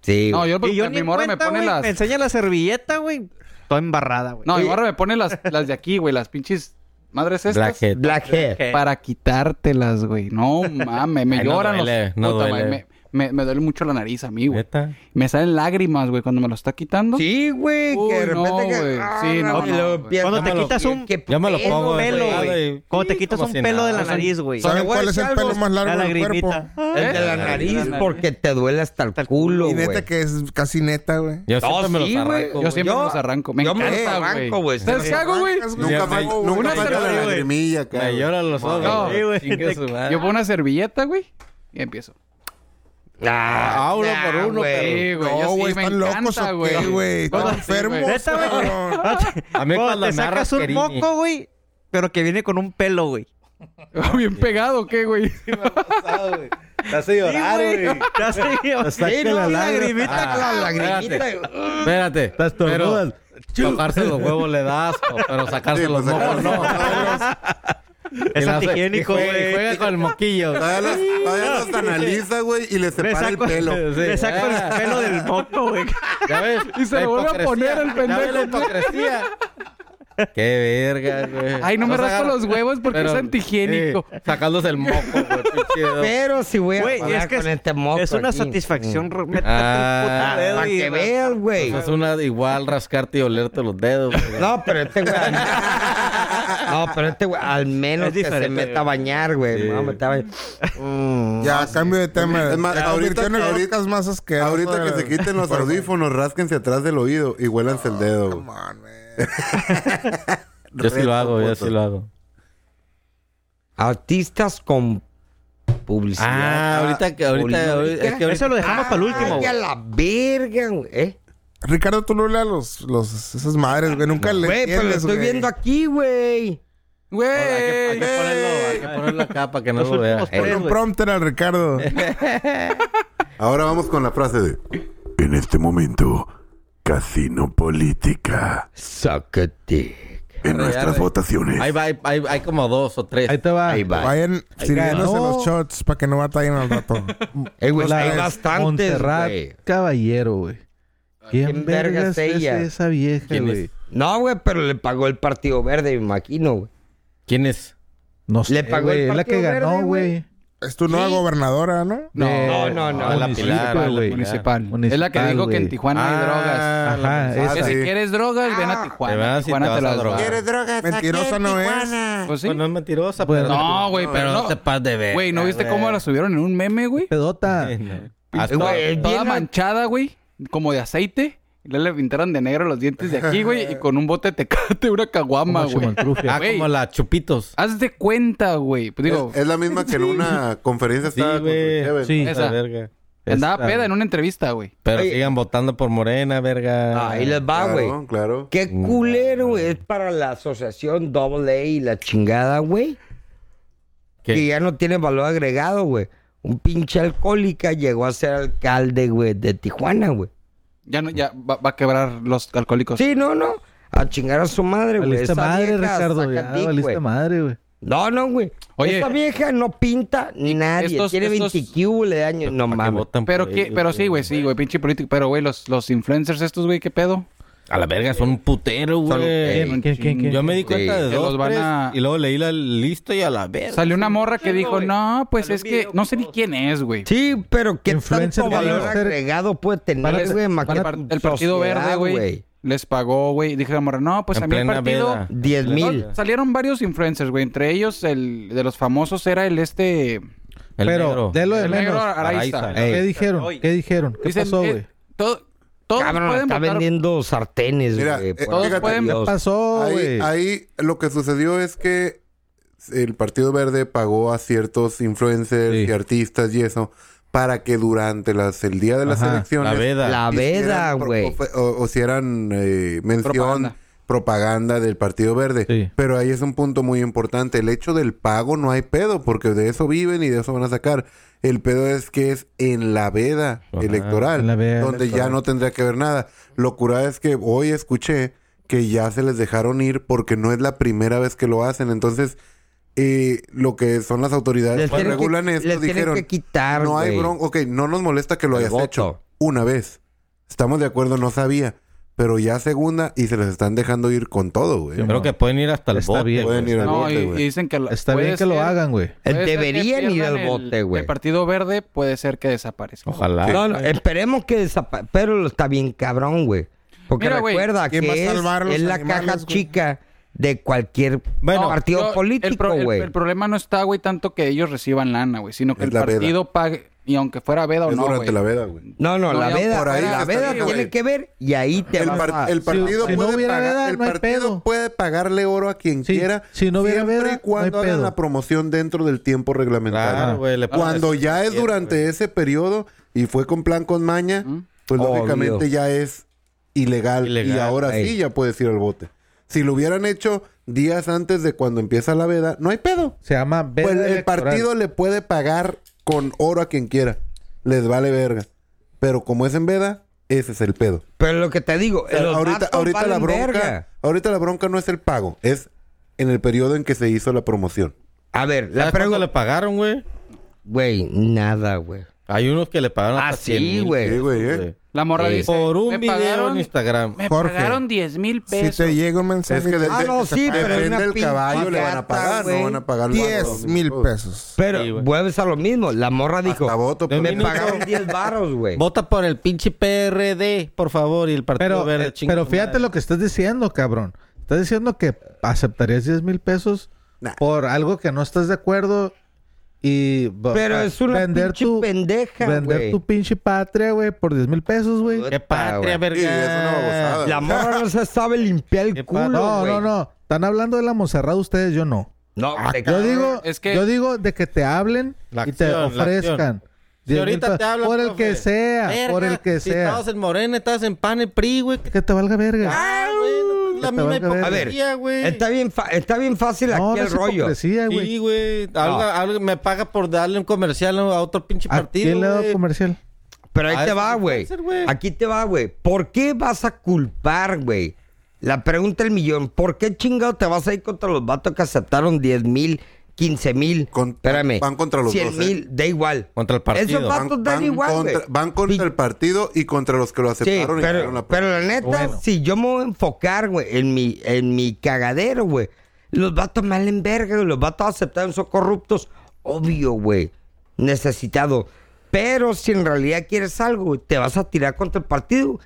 Speaker 5: Sí,
Speaker 4: No,
Speaker 5: güey.
Speaker 4: yo,
Speaker 7: Y yo ni
Speaker 4: Pues, mi morra me pone
Speaker 7: Me
Speaker 4: las...
Speaker 7: enseña la servilleta, güey. Toda embarrada, güey.
Speaker 4: No, mi
Speaker 7: Oye,
Speaker 4: morra me pone las, las de aquí, güey. Las pinches madres estas.
Speaker 3: Blackhead.
Speaker 5: Blackhead.
Speaker 7: ¿qué?
Speaker 4: Para quitártelas, güey. No mames, me
Speaker 3: Ay, no
Speaker 4: lloran
Speaker 3: duele,
Speaker 4: los...
Speaker 3: no
Speaker 4: Puta madre,
Speaker 3: duele.
Speaker 4: Me, me, me duele mucho la nariz a mí, güey.
Speaker 3: ¿Neta?
Speaker 4: Me salen lágrimas, güey, cuando me lo está quitando.
Speaker 5: Sí, güey.
Speaker 4: Uy,
Speaker 5: Que de
Speaker 4: no,
Speaker 5: repente
Speaker 4: güey.
Speaker 5: que. ah,
Speaker 4: Sí, no,
Speaker 5: y
Speaker 4: no,
Speaker 5: luego
Speaker 4: güey.
Speaker 5: empieza-
Speaker 7: Cuando te
Speaker 5: Tómalo.
Speaker 7: quitas un-
Speaker 5: ¿Qué
Speaker 3: Ya me lo
Speaker 5: pedo,
Speaker 3: pongo,
Speaker 7: Un
Speaker 5: güey?
Speaker 7: pelo,
Speaker 3: enredado
Speaker 7: güey.
Speaker 3: y-
Speaker 7: Cuando te
Speaker 3: Sí,
Speaker 7: quitas
Speaker 3: como
Speaker 7: un
Speaker 3: si
Speaker 7: pelo de la
Speaker 3: nada.
Speaker 7: nariz,
Speaker 5: Te
Speaker 7: güey.
Speaker 8: ¿Saben
Speaker 5: voy a
Speaker 8: cuál es
Speaker 5: decir
Speaker 8: el
Speaker 5: algo,
Speaker 8: pelo más largo
Speaker 7: la
Speaker 8: del cuerpo?
Speaker 7: lagrimita.
Speaker 4: ¿Eh?
Speaker 5: El de la nariz porque te duele hasta el culo,
Speaker 8: Y
Speaker 5: güey.
Speaker 8: neta que es casi neta, güey.
Speaker 3: Yo
Speaker 5: No,
Speaker 3: siempre me
Speaker 5: sí,
Speaker 3: los
Speaker 5: güey.
Speaker 3: arranco.
Speaker 4: Yo
Speaker 3: güey.
Speaker 4: siempre me los arranco. Me
Speaker 5: yo me los
Speaker 4: encanta,
Speaker 5: arranco,
Speaker 4: güey.
Speaker 5: güey.
Speaker 4: ¿Sabes
Speaker 5: Se
Speaker 4: qué hago, güey?
Speaker 8: Arrancas,
Speaker 6: Nunca
Speaker 3: Ya
Speaker 6: fal-
Speaker 3: me-
Speaker 4: una
Speaker 6: nunca falta
Speaker 4: cerveza,
Speaker 6: la
Speaker 4: güey.
Speaker 6: lagrimilla, acá,
Speaker 3: Me
Speaker 6: güey.
Speaker 3: lloran los ojos.
Speaker 4: No,
Speaker 3: güey.
Speaker 7: güey.
Speaker 3: Chingue su madre.
Speaker 4: Yo pongo una servilleta, güey. Y empiezo.
Speaker 5: Ah,
Speaker 3: Ah, uno
Speaker 5: nah,
Speaker 3: por uno,
Speaker 5: güey.
Speaker 4: Sí, güey. yo
Speaker 8: No,
Speaker 4: sí
Speaker 8: güey,
Speaker 4: me
Speaker 8: están locos
Speaker 4: encanta,
Speaker 8: o qué, güey.
Speaker 4: No,
Speaker 8: Están
Speaker 4: sí,
Speaker 8: enfermos.
Speaker 4: güey.
Speaker 7: Neta, güey.
Speaker 8: cabrón.
Speaker 3: A mí
Speaker 7: Cuando
Speaker 3: cuando
Speaker 7: te
Speaker 3: me agarras
Speaker 7: sacas un
Speaker 3: querini.
Speaker 7: moco, güey. Pero que viene con un pelo, güey.
Speaker 4: Bien pegado, ¿o ¿qué, güey?
Speaker 3: Te hace llorar, güey.
Speaker 7: Te hace-
Speaker 5: Sí, no,
Speaker 3: la
Speaker 5: la
Speaker 3: lágrima.
Speaker 5: lagrimita, la
Speaker 3: Ah,
Speaker 5: lagrimita.
Speaker 3: espérate. Espérate. Estás
Speaker 2: estornudas.
Speaker 3: Tocarse los huevos le das, pero sacarse
Speaker 6: Sí,
Speaker 3: los
Speaker 6: pues,
Speaker 3: mocos no.
Speaker 7: Es
Speaker 3: Y la hace-
Speaker 7: antihigiénico,
Speaker 3: y juega- y
Speaker 7: güey.
Speaker 3: Juega con el moquillo.
Speaker 6: Todavía los, todavía los analiza, güey, y le
Speaker 7: Le
Speaker 6: separa el
Speaker 7: saco,
Speaker 6: pelo.
Speaker 7: le saco el
Speaker 3: Ah.
Speaker 7: pelo del moco, güey.
Speaker 3: ¿Ya ves?
Speaker 4: Y se
Speaker 3: La
Speaker 4: lo vuelve a
Speaker 3: hipocresía.
Speaker 4: poner el
Speaker 3: ¿Ya ves
Speaker 4: pendejo.
Speaker 3: la hipocresía? Qué verga, güey.
Speaker 4: Ay, no me
Speaker 3: Nos
Speaker 4: rasco
Speaker 3: agarra-
Speaker 4: los huevos porque es antihigiénico.
Speaker 3: sí, sacándose el moco, güey. pinche dedo.
Speaker 5: Pero si voy a
Speaker 7: Güey,
Speaker 5: pagar
Speaker 7: es que
Speaker 5: con
Speaker 7: es-
Speaker 5: este moco
Speaker 7: Es una
Speaker 5: aquí. Mm.
Speaker 7: satisfacción. re- meterte
Speaker 3: Ah,
Speaker 7: un puto dedo
Speaker 5: Para
Speaker 7: y-
Speaker 5: que veas, güey.
Speaker 3: Pues es una igual rascarte y olerte los dedos. güey.
Speaker 5: No, pero este güey. No, pero este güey, al menos
Speaker 7: Es
Speaker 5: que se
Speaker 7: diferente,
Speaker 5: meta a bañar, güey. Me voy a meter a bañar. Mm.
Speaker 8: Ya, cambio de tema.
Speaker 6: Ah, Es más,
Speaker 8: Ya
Speaker 6: ahorita
Speaker 8: convirtió en el
Speaker 6: que-
Speaker 8: podcast más asqueroso
Speaker 6: Ahorita que
Speaker 8: de-
Speaker 6: se quiten los audífonos, rásquense atrás del oído y huélanse el dedo. güey.
Speaker 8: Come on, man.
Speaker 3: Yo sí lo hago, yo sí lo hago.
Speaker 5: Artistas con publicidad.
Speaker 3: Ah, ahorita que ahorita, ahorita- es que ahorita
Speaker 7: Eso lo dejamos
Speaker 3: Ah,
Speaker 7: para el último,
Speaker 5: Ay,
Speaker 7: güey.
Speaker 5: a la verga, güey. ¿Eh?
Speaker 8: Ricardo, tú no leas los, los, esas madres, güey. Nunca le
Speaker 5: Güey, pero lo
Speaker 8: entiendes,
Speaker 5: estoy
Speaker 8: güey.
Speaker 5: viendo aquí, güey.
Speaker 3: hay
Speaker 4: Güey.
Speaker 3: que ponerlo, hay que ponerlo acá para que no
Speaker 7: Los
Speaker 3: lo vea.
Speaker 7: últimos
Speaker 3: Eh,
Speaker 8: Ponle
Speaker 7: tres,
Speaker 8: un
Speaker 7: güey.
Speaker 8: prompter al Ricardo.
Speaker 6: Ahora vamos con la frase de... En este momento, casino política.
Speaker 5: Sácate.
Speaker 6: En
Speaker 3: Arre,
Speaker 6: nuestras
Speaker 3: arre.
Speaker 6: votaciones.
Speaker 3: Ahí va, hay, hay, hay como dos o tres.
Speaker 2: Ahí te va.
Speaker 5: Ahí va.
Speaker 8: Vayan sirviéndose
Speaker 2: no.
Speaker 8: los shots para que no batallen al rato.
Speaker 5: Ey, güey,
Speaker 2: La
Speaker 5: pues hay
Speaker 2: de
Speaker 5: bastantes,
Speaker 2: Montserrat
Speaker 5: güey.
Speaker 2: Caballero, güey. ¿Quién
Speaker 5: ¿quién vergas
Speaker 2: vergas
Speaker 5: es
Speaker 2: es
Speaker 5: ella?
Speaker 2: esa vieja,
Speaker 3: ¿Quién es?
Speaker 2: güey?
Speaker 5: No, güey, pero le pagó el Partido Verde, me imagino, güey.
Speaker 3: ¿Quién es?
Speaker 2: No sé,
Speaker 5: Le pagó el
Speaker 2: güey. Es la que
Speaker 5: Partido Verde,
Speaker 2: ganó,
Speaker 5: güey.
Speaker 2: güey.
Speaker 8: Es tu nueva
Speaker 5: Sí.
Speaker 8: gobernadora, ¿no?
Speaker 4: No,
Speaker 2: De-
Speaker 5: no, no, no.
Speaker 2: Ah,
Speaker 3: La
Speaker 2: municipio,
Speaker 3: Pilar, la
Speaker 2: güey.
Speaker 4: Municipal.
Speaker 2: Municipal,
Speaker 4: Es la que dijo que en
Speaker 2: güey.
Speaker 4: Tijuana hay drogas.
Speaker 3: Ah, la
Speaker 2: Ajá,
Speaker 3: mensaje.
Speaker 2: esa.
Speaker 4: Que
Speaker 6: sí.
Speaker 4: si quieres drogas, ven a
Speaker 3: Te vas
Speaker 4: Tijuana.
Speaker 3: y te
Speaker 4: Tijuana
Speaker 3: vas
Speaker 4: te
Speaker 3: a
Speaker 4: las
Speaker 3: drogar.
Speaker 4: da.
Speaker 3: ¿Quieres
Speaker 6: drogas?
Speaker 8: Mentirosa no es.
Speaker 4: Pues sí.
Speaker 3: Pues no es mentirosa,
Speaker 2: Bueno.
Speaker 3: pero...
Speaker 4: No, güey, pero
Speaker 3: pero
Speaker 4: no.
Speaker 3: no te pases de ver.
Speaker 4: Güey, ¿no viste cómo la subieron en un meme, güey?
Speaker 2: Pedota.
Speaker 3: Hasta-
Speaker 5: Güey, es
Speaker 4: Toda
Speaker 5: bien-
Speaker 4: manchada, güey. Como de aceite. Y luego le pintaron de negro los dientes de aquí, güey. Y con un bote de tecate, una caguama,
Speaker 2: Como
Speaker 4: güey.
Speaker 2: chumantrufia.
Speaker 3: Ah,
Speaker 4: Güey.
Speaker 3: como la Chupitos.
Speaker 4: Haz de cuenta, güey. Pues digo,
Speaker 6: Es, es la misma que en una conferencia
Speaker 3: Sí,
Speaker 6: estaba con
Speaker 3: güey.
Speaker 6: Kevin.
Speaker 2: Sí.
Speaker 4: Esa.
Speaker 3: verga.
Speaker 4: andaba
Speaker 2: esta,
Speaker 4: peda
Speaker 2: güey.
Speaker 4: en una entrevista, güey.
Speaker 3: Pero
Speaker 5: Oye.
Speaker 3: sigan votando por Morena, verga.
Speaker 5: Ahí les va, güey.
Speaker 6: Claro, claro.
Speaker 5: Qué culero güey, es para la asociación AA y la chingada, güey.
Speaker 3: ¿Qué?
Speaker 5: Que ya no tiene valor agregado, güey. Un pinche alcohólica llegó a ser alcalde, güey, de Tijuana, güey.
Speaker 4: Ya no, ya va, va a quebrar los alcohólicos.
Speaker 5: Sí, no, no. A chingar a su madre, güey.
Speaker 2: Valiste
Speaker 5: Esa
Speaker 2: madre,
Speaker 5: vieja
Speaker 2: Ricardo. Ya,
Speaker 5: saca dick,
Speaker 2: valiste
Speaker 5: güey.
Speaker 2: madre, güey.
Speaker 5: No, no, güey.
Speaker 4: Oye.
Speaker 5: Esta vieja no pinta ni nadie.
Speaker 4: estos-
Speaker 5: Tiene
Speaker 4: estos-
Speaker 5: 20 Q, le daño. No
Speaker 3: ¿Para qué
Speaker 5: mames.
Speaker 3: votan
Speaker 4: Pero,
Speaker 3: por
Speaker 4: qué,
Speaker 3: ellos,
Speaker 4: pero sí, güey, sí, güey, pinche político. Pero, güey, los, los influencers estos, güey, ¿qué pedo?
Speaker 3: A la verga, son un putero, güey.
Speaker 2: ¿Quién, quién, quién, quién?
Speaker 3: Yo me di cuenta
Speaker 5: Sí.
Speaker 3: de
Speaker 4: Que
Speaker 3: dos,
Speaker 4: los van
Speaker 3: tres,
Speaker 4: a-
Speaker 3: y luego leí la lista y a la verga.
Speaker 4: Salió una morra que
Speaker 7: chingo,
Speaker 4: dijo,
Speaker 7: güey.
Speaker 4: no, pues
Speaker 7: Salió
Speaker 4: es
Speaker 7: un
Speaker 4: que
Speaker 7: video
Speaker 4: no sé
Speaker 7: como
Speaker 4: ni
Speaker 7: dos.
Speaker 4: quién es, güey.
Speaker 5: Sí, pero ¿qué
Speaker 2: Influencer
Speaker 5: tanto valor
Speaker 2: van a ser-
Speaker 5: agregado puede
Speaker 2: van a-
Speaker 5: tener, güey? más
Speaker 2: van a-
Speaker 5: que tu
Speaker 4: El Partido Verde,
Speaker 5: sociedad,
Speaker 4: güey, les pagó, güey. Dije la morra, no, pues
Speaker 3: En
Speaker 4: a mí el
Speaker 3: plena
Speaker 4: partido...
Speaker 3: veda.
Speaker 5: 10 mil.
Speaker 4: No, salieron varios influencers, güey. Entre ellos, el de los famosos era el este...
Speaker 3: El
Speaker 2: Pero,
Speaker 3: negro.
Speaker 2: de lo de
Speaker 4: el negro
Speaker 2: menos.
Speaker 4: Araiza.
Speaker 3: Araiza.
Speaker 2: ¿Qué
Speaker 5: Ey.
Speaker 2: dijeron?
Speaker 7: Oye.
Speaker 2: ¿Qué dijeron? ¿Qué
Speaker 4: Dicen,
Speaker 2: pasó,
Speaker 4: eh,
Speaker 2: güey?
Speaker 4: todo- todos
Speaker 5: Cabrón,
Speaker 4: pueden
Speaker 5: está
Speaker 4: votar...
Speaker 5: vendiendo sartenes,
Speaker 6: Mira,
Speaker 5: güey.
Speaker 6: eh,
Speaker 5: por
Speaker 6: todos
Speaker 5: amor de
Speaker 4: pueden-
Speaker 5: Dios.
Speaker 2: Pasó,
Speaker 6: Ahí,
Speaker 2: güey.
Speaker 6: ahí lo que sucedió es que el Partido Verde pagó a ciertos influencers
Speaker 2: Sí.
Speaker 6: y artistas y eso para que durante las, el día de las
Speaker 2: Ajá,
Speaker 6: elecciones
Speaker 3: La veda.
Speaker 5: La veda,
Speaker 6: hicieran pro-
Speaker 5: güey.
Speaker 6: ofe- O, o si eran eh, mención,
Speaker 4: Propaganda.
Speaker 6: propaganda. del Partido Verde.
Speaker 2: Sí.
Speaker 6: Pero ahí es un punto muy importante. El hecho del pago no hay pedo, porque de eso viven y de eso van a sacar. El pedo es que es en la veda electoral,
Speaker 2: en la veda
Speaker 6: donde ya no tendría que ver nada. Lo curado es que hoy escuché que ya se les dejaron ir porque no es la primera vez que lo hacen. Entonces, eh, lo que son las autoridades que
Speaker 5: tienen que-
Speaker 6: pues, regulan esto
Speaker 5: les tienen
Speaker 6: dijeron
Speaker 5: que quitar,
Speaker 6: no hay
Speaker 5: güey.
Speaker 6: bronca. Ok, no nos molesta que lo
Speaker 5: El
Speaker 6: hayas
Speaker 5: voto.
Speaker 6: hecho una vez. Estamos de acuerdo, no sabía. Pero ya segunda y se les están dejando ir con todo, güey.
Speaker 3: Creo que pueden ir hasta el
Speaker 2: Está
Speaker 3: bote,
Speaker 2: bien.
Speaker 3: güey.
Speaker 6: Pueden ir al
Speaker 4: No,
Speaker 6: bote,
Speaker 4: y, y
Speaker 6: güey.
Speaker 4: dicen que... la-
Speaker 2: Está
Speaker 4: puede
Speaker 2: bien que lo
Speaker 4: ser-
Speaker 2: hagan, güey.
Speaker 5: Eh,
Speaker 4: puede ser que
Speaker 5: Deberían ir
Speaker 4: pierdan
Speaker 5: al
Speaker 4: el-
Speaker 5: bote,
Speaker 4: El
Speaker 5: güey.
Speaker 4: Partido Verde puede ser que desaparezca.
Speaker 3: Ojalá.
Speaker 5: No, no, esperemos que desaparezca. Pero lo está bien cabrón, güey. Porque
Speaker 4: Mira, güey,
Speaker 5: recuerda
Speaker 8: ¿quién va a
Speaker 5: que es,
Speaker 8: salvar los
Speaker 5: es la
Speaker 8: animales,
Speaker 5: caja
Speaker 8: güey?
Speaker 5: chica de cualquier
Speaker 3: Bueno,
Speaker 5: partido
Speaker 4: yo- el pro-
Speaker 5: político,
Speaker 4: el-
Speaker 5: güey.
Speaker 4: El, problema no está, güey, tanto que ellos reciban lana, güey, sino que
Speaker 6: Es
Speaker 4: el
Speaker 6: la veda.
Speaker 4: partido pague, y aunque fuera veda o
Speaker 6: Es
Speaker 4: no,
Speaker 6: durante
Speaker 4: güey.
Speaker 6: la veda, güey.
Speaker 5: No, no,
Speaker 4: No,
Speaker 5: la
Speaker 4: ya
Speaker 5: veda,
Speaker 6: por ahí
Speaker 5: la
Speaker 6: está
Speaker 5: veda
Speaker 6: bien,
Speaker 5: tiene
Speaker 6: güey.
Speaker 5: que ver y ahí te
Speaker 6: El,
Speaker 5: vas
Speaker 6: par-
Speaker 5: a-
Speaker 6: el partido,
Speaker 2: si no
Speaker 6: puede,
Speaker 2: hubiera
Speaker 6: pagar-
Speaker 2: veda,
Speaker 6: el
Speaker 2: no hay
Speaker 6: partido
Speaker 2: pedo.
Speaker 6: puede pagarle oro a quien
Speaker 2: Sí,
Speaker 6: quiera.
Speaker 2: si no hubiera
Speaker 6: siempre
Speaker 2: veda,
Speaker 6: y cuando
Speaker 2: no hay
Speaker 6: hagan
Speaker 2: pedo.
Speaker 6: la promoción dentro del tiempo reglamentario.
Speaker 3: Claro, güey. le pones-
Speaker 6: Cuando ya es durante ese periodo y fue con plan con maña,
Speaker 4: ¿Mm?
Speaker 6: pues
Speaker 5: Obvio.
Speaker 6: lógicamente ya es ilegal,
Speaker 3: Ilegal,
Speaker 6: y ahora
Speaker 5: ey.
Speaker 6: sí ya puedes ir al bote. Si lo hubieran hecho días antes de cuando empieza la veda, no hay pedo.
Speaker 2: Se llama veda
Speaker 6: Pues el
Speaker 2: electoral.
Speaker 6: partido le puede pagar con oro a quien quiera. Les vale verga. Pero como es en veda, ese es el pedo.
Speaker 5: Pero lo que te digo, los
Speaker 6: Eh, ahorita
Speaker 5: vatos
Speaker 6: ahorita la
Speaker 5: valen
Speaker 6: bronca,
Speaker 5: verga.
Speaker 6: ahorita la bronca no es el pago, es en el periodo en que se hizo la promoción.
Speaker 5: A ver, la
Speaker 3: ¿Sabes cuánto le
Speaker 5: pregunta.
Speaker 3: pagaron, güey?
Speaker 5: Güey, nada, güey.
Speaker 3: Hay unos que le pagaron
Speaker 5: Ah,
Speaker 3: hasta
Speaker 5: sí,
Speaker 3: 100 mil
Speaker 5: güey.
Speaker 6: Sí, güey, eh.
Speaker 3: pesos,
Speaker 4: La morra
Speaker 5: Sí.
Speaker 4: dice...
Speaker 3: Por un
Speaker 4: "Me
Speaker 3: video
Speaker 4: pagaron-
Speaker 3: en Instagram.
Speaker 4: Me
Speaker 8: Jorge,
Speaker 4: pagaron 10 mil
Speaker 8: Si
Speaker 4: pesos.
Speaker 8: te llega un mensaje,
Speaker 6: de-
Speaker 5: Ah,
Speaker 6: de-
Speaker 5: no, sí, pero
Speaker 6: depende
Speaker 5: una
Speaker 6: del
Speaker 5: pinche
Speaker 6: caballo, le van
Speaker 5: gata,
Speaker 6: a pagar,
Speaker 5: güey.
Speaker 6: no van a pagar más de
Speaker 8: 10
Speaker 6: dos
Speaker 8: mil
Speaker 6: pesos.
Speaker 8: pesos.
Speaker 5: Pero
Speaker 3: Sí, güey.
Speaker 5: vuelves a lo mismo. La morra dijo,
Speaker 6: Hasta voto,
Speaker 3: de
Speaker 6: pues.
Speaker 5: me
Speaker 3: mínimo.
Speaker 5: pagaron 10 baros, güey.
Speaker 3: Vota por el pinche PRD, por favor, y el Partido
Speaker 2: Pero,
Speaker 3: Verde.
Speaker 2: eh, pero fíjate lo que estás diciendo, cabrón. Estás diciendo que aceptarías 10 mil pesos
Speaker 6: Nah.
Speaker 2: por algo que no estás de acuerdo y va-
Speaker 5: Pero
Speaker 2: va-
Speaker 5: es una pinche pendeja,
Speaker 2: Vender
Speaker 5: güey.
Speaker 2: tu pinche patria, güey, por 10 mil pesos, güey.
Speaker 3: ¡Qué patria, verga!
Speaker 6: Sí, es una babosada.
Speaker 5: La morra no se sabe limpiar el
Speaker 3: Qué
Speaker 5: culo,
Speaker 2: No,
Speaker 5: güey.
Speaker 2: no, no. Están hablando de la Monserrada ustedes, yo no.
Speaker 5: No, te
Speaker 2: Yo digo,
Speaker 4: es que-
Speaker 2: yo digo de que te hablen
Speaker 3: La
Speaker 2: y te
Speaker 3: acción, la
Speaker 2: ofrezcan.
Speaker 3: acción. Si
Speaker 2: 10,000
Speaker 3: ahorita
Speaker 2: pesos,
Speaker 3: te hablan,
Speaker 2: por el
Speaker 3: profe,
Speaker 2: que sea,
Speaker 3: verga,
Speaker 2: por el que
Speaker 3: si
Speaker 2: sea.
Speaker 3: estabas en Morena, estabas en PAN, el PRI, güey. que-
Speaker 2: Que te valga verga.
Speaker 3: Ah, güey, no, la
Speaker 2: te
Speaker 3: misma
Speaker 2: valga verga.
Speaker 5: A ver,
Speaker 3: hipocresía, güey.
Speaker 5: Está bien, fa- está bien fácil
Speaker 2: no,
Speaker 5: aquí
Speaker 2: no
Speaker 5: el
Speaker 2: es
Speaker 5: rollo.
Speaker 2: hipocresía, güey.
Speaker 3: Sí, güey. Habla- habla- me paga por darle un comercial a otro pinche
Speaker 2: ¿A quién
Speaker 3: partido,
Speaker 2: le da
Speaker 3: güey.
Speaker 2: comercial?
Speaker 5: Pero ahí
Speaker 3: Ah,
Speaker 5: te
Speaker 3: es
Speaker 5: va,
Speaker 3: un
Speaker 5: güey.
Speaker 3: cáncer, güey.
Speaker 5: Aquí te va, güey. ¿Por qué vas a culpar, güey? La pregunta del millón. ¿Por qué chingado te vas a ir contra los vatos que aceptaron 10 mil, 15 mil?
Speaker 6: Con-
Speaker 5: Espérame.
Speaker 6: van contra los
Speaker 5: 100
Speaker 6: dos, ¿eh?
Speaker 5: mil, da igual.
Speaker 3: Contra el partido.
Speaker 5: Esos vatos dan
Speaker 6: van
Speaker 5: igual, güey.
Speaker 6: contra, van contra
Speaker 5: Sí,
Speaker 6: el partido y contra los que lo
Speaker 5: Sí,
Speaker 6: aceptaron y
Speaker 5: pero,
Speaker 6: hicieron la
Speaker 5: pero la neta, si yo me voy a enfocar, güey, en mi, en mi cagadero, güey, los vatos me valen verga, güey, los vatos aceptaron, son corruptos, obvio, güey, necesitado. Pero si en realidad quieres algo, güey, te vas a tirar contra el partido,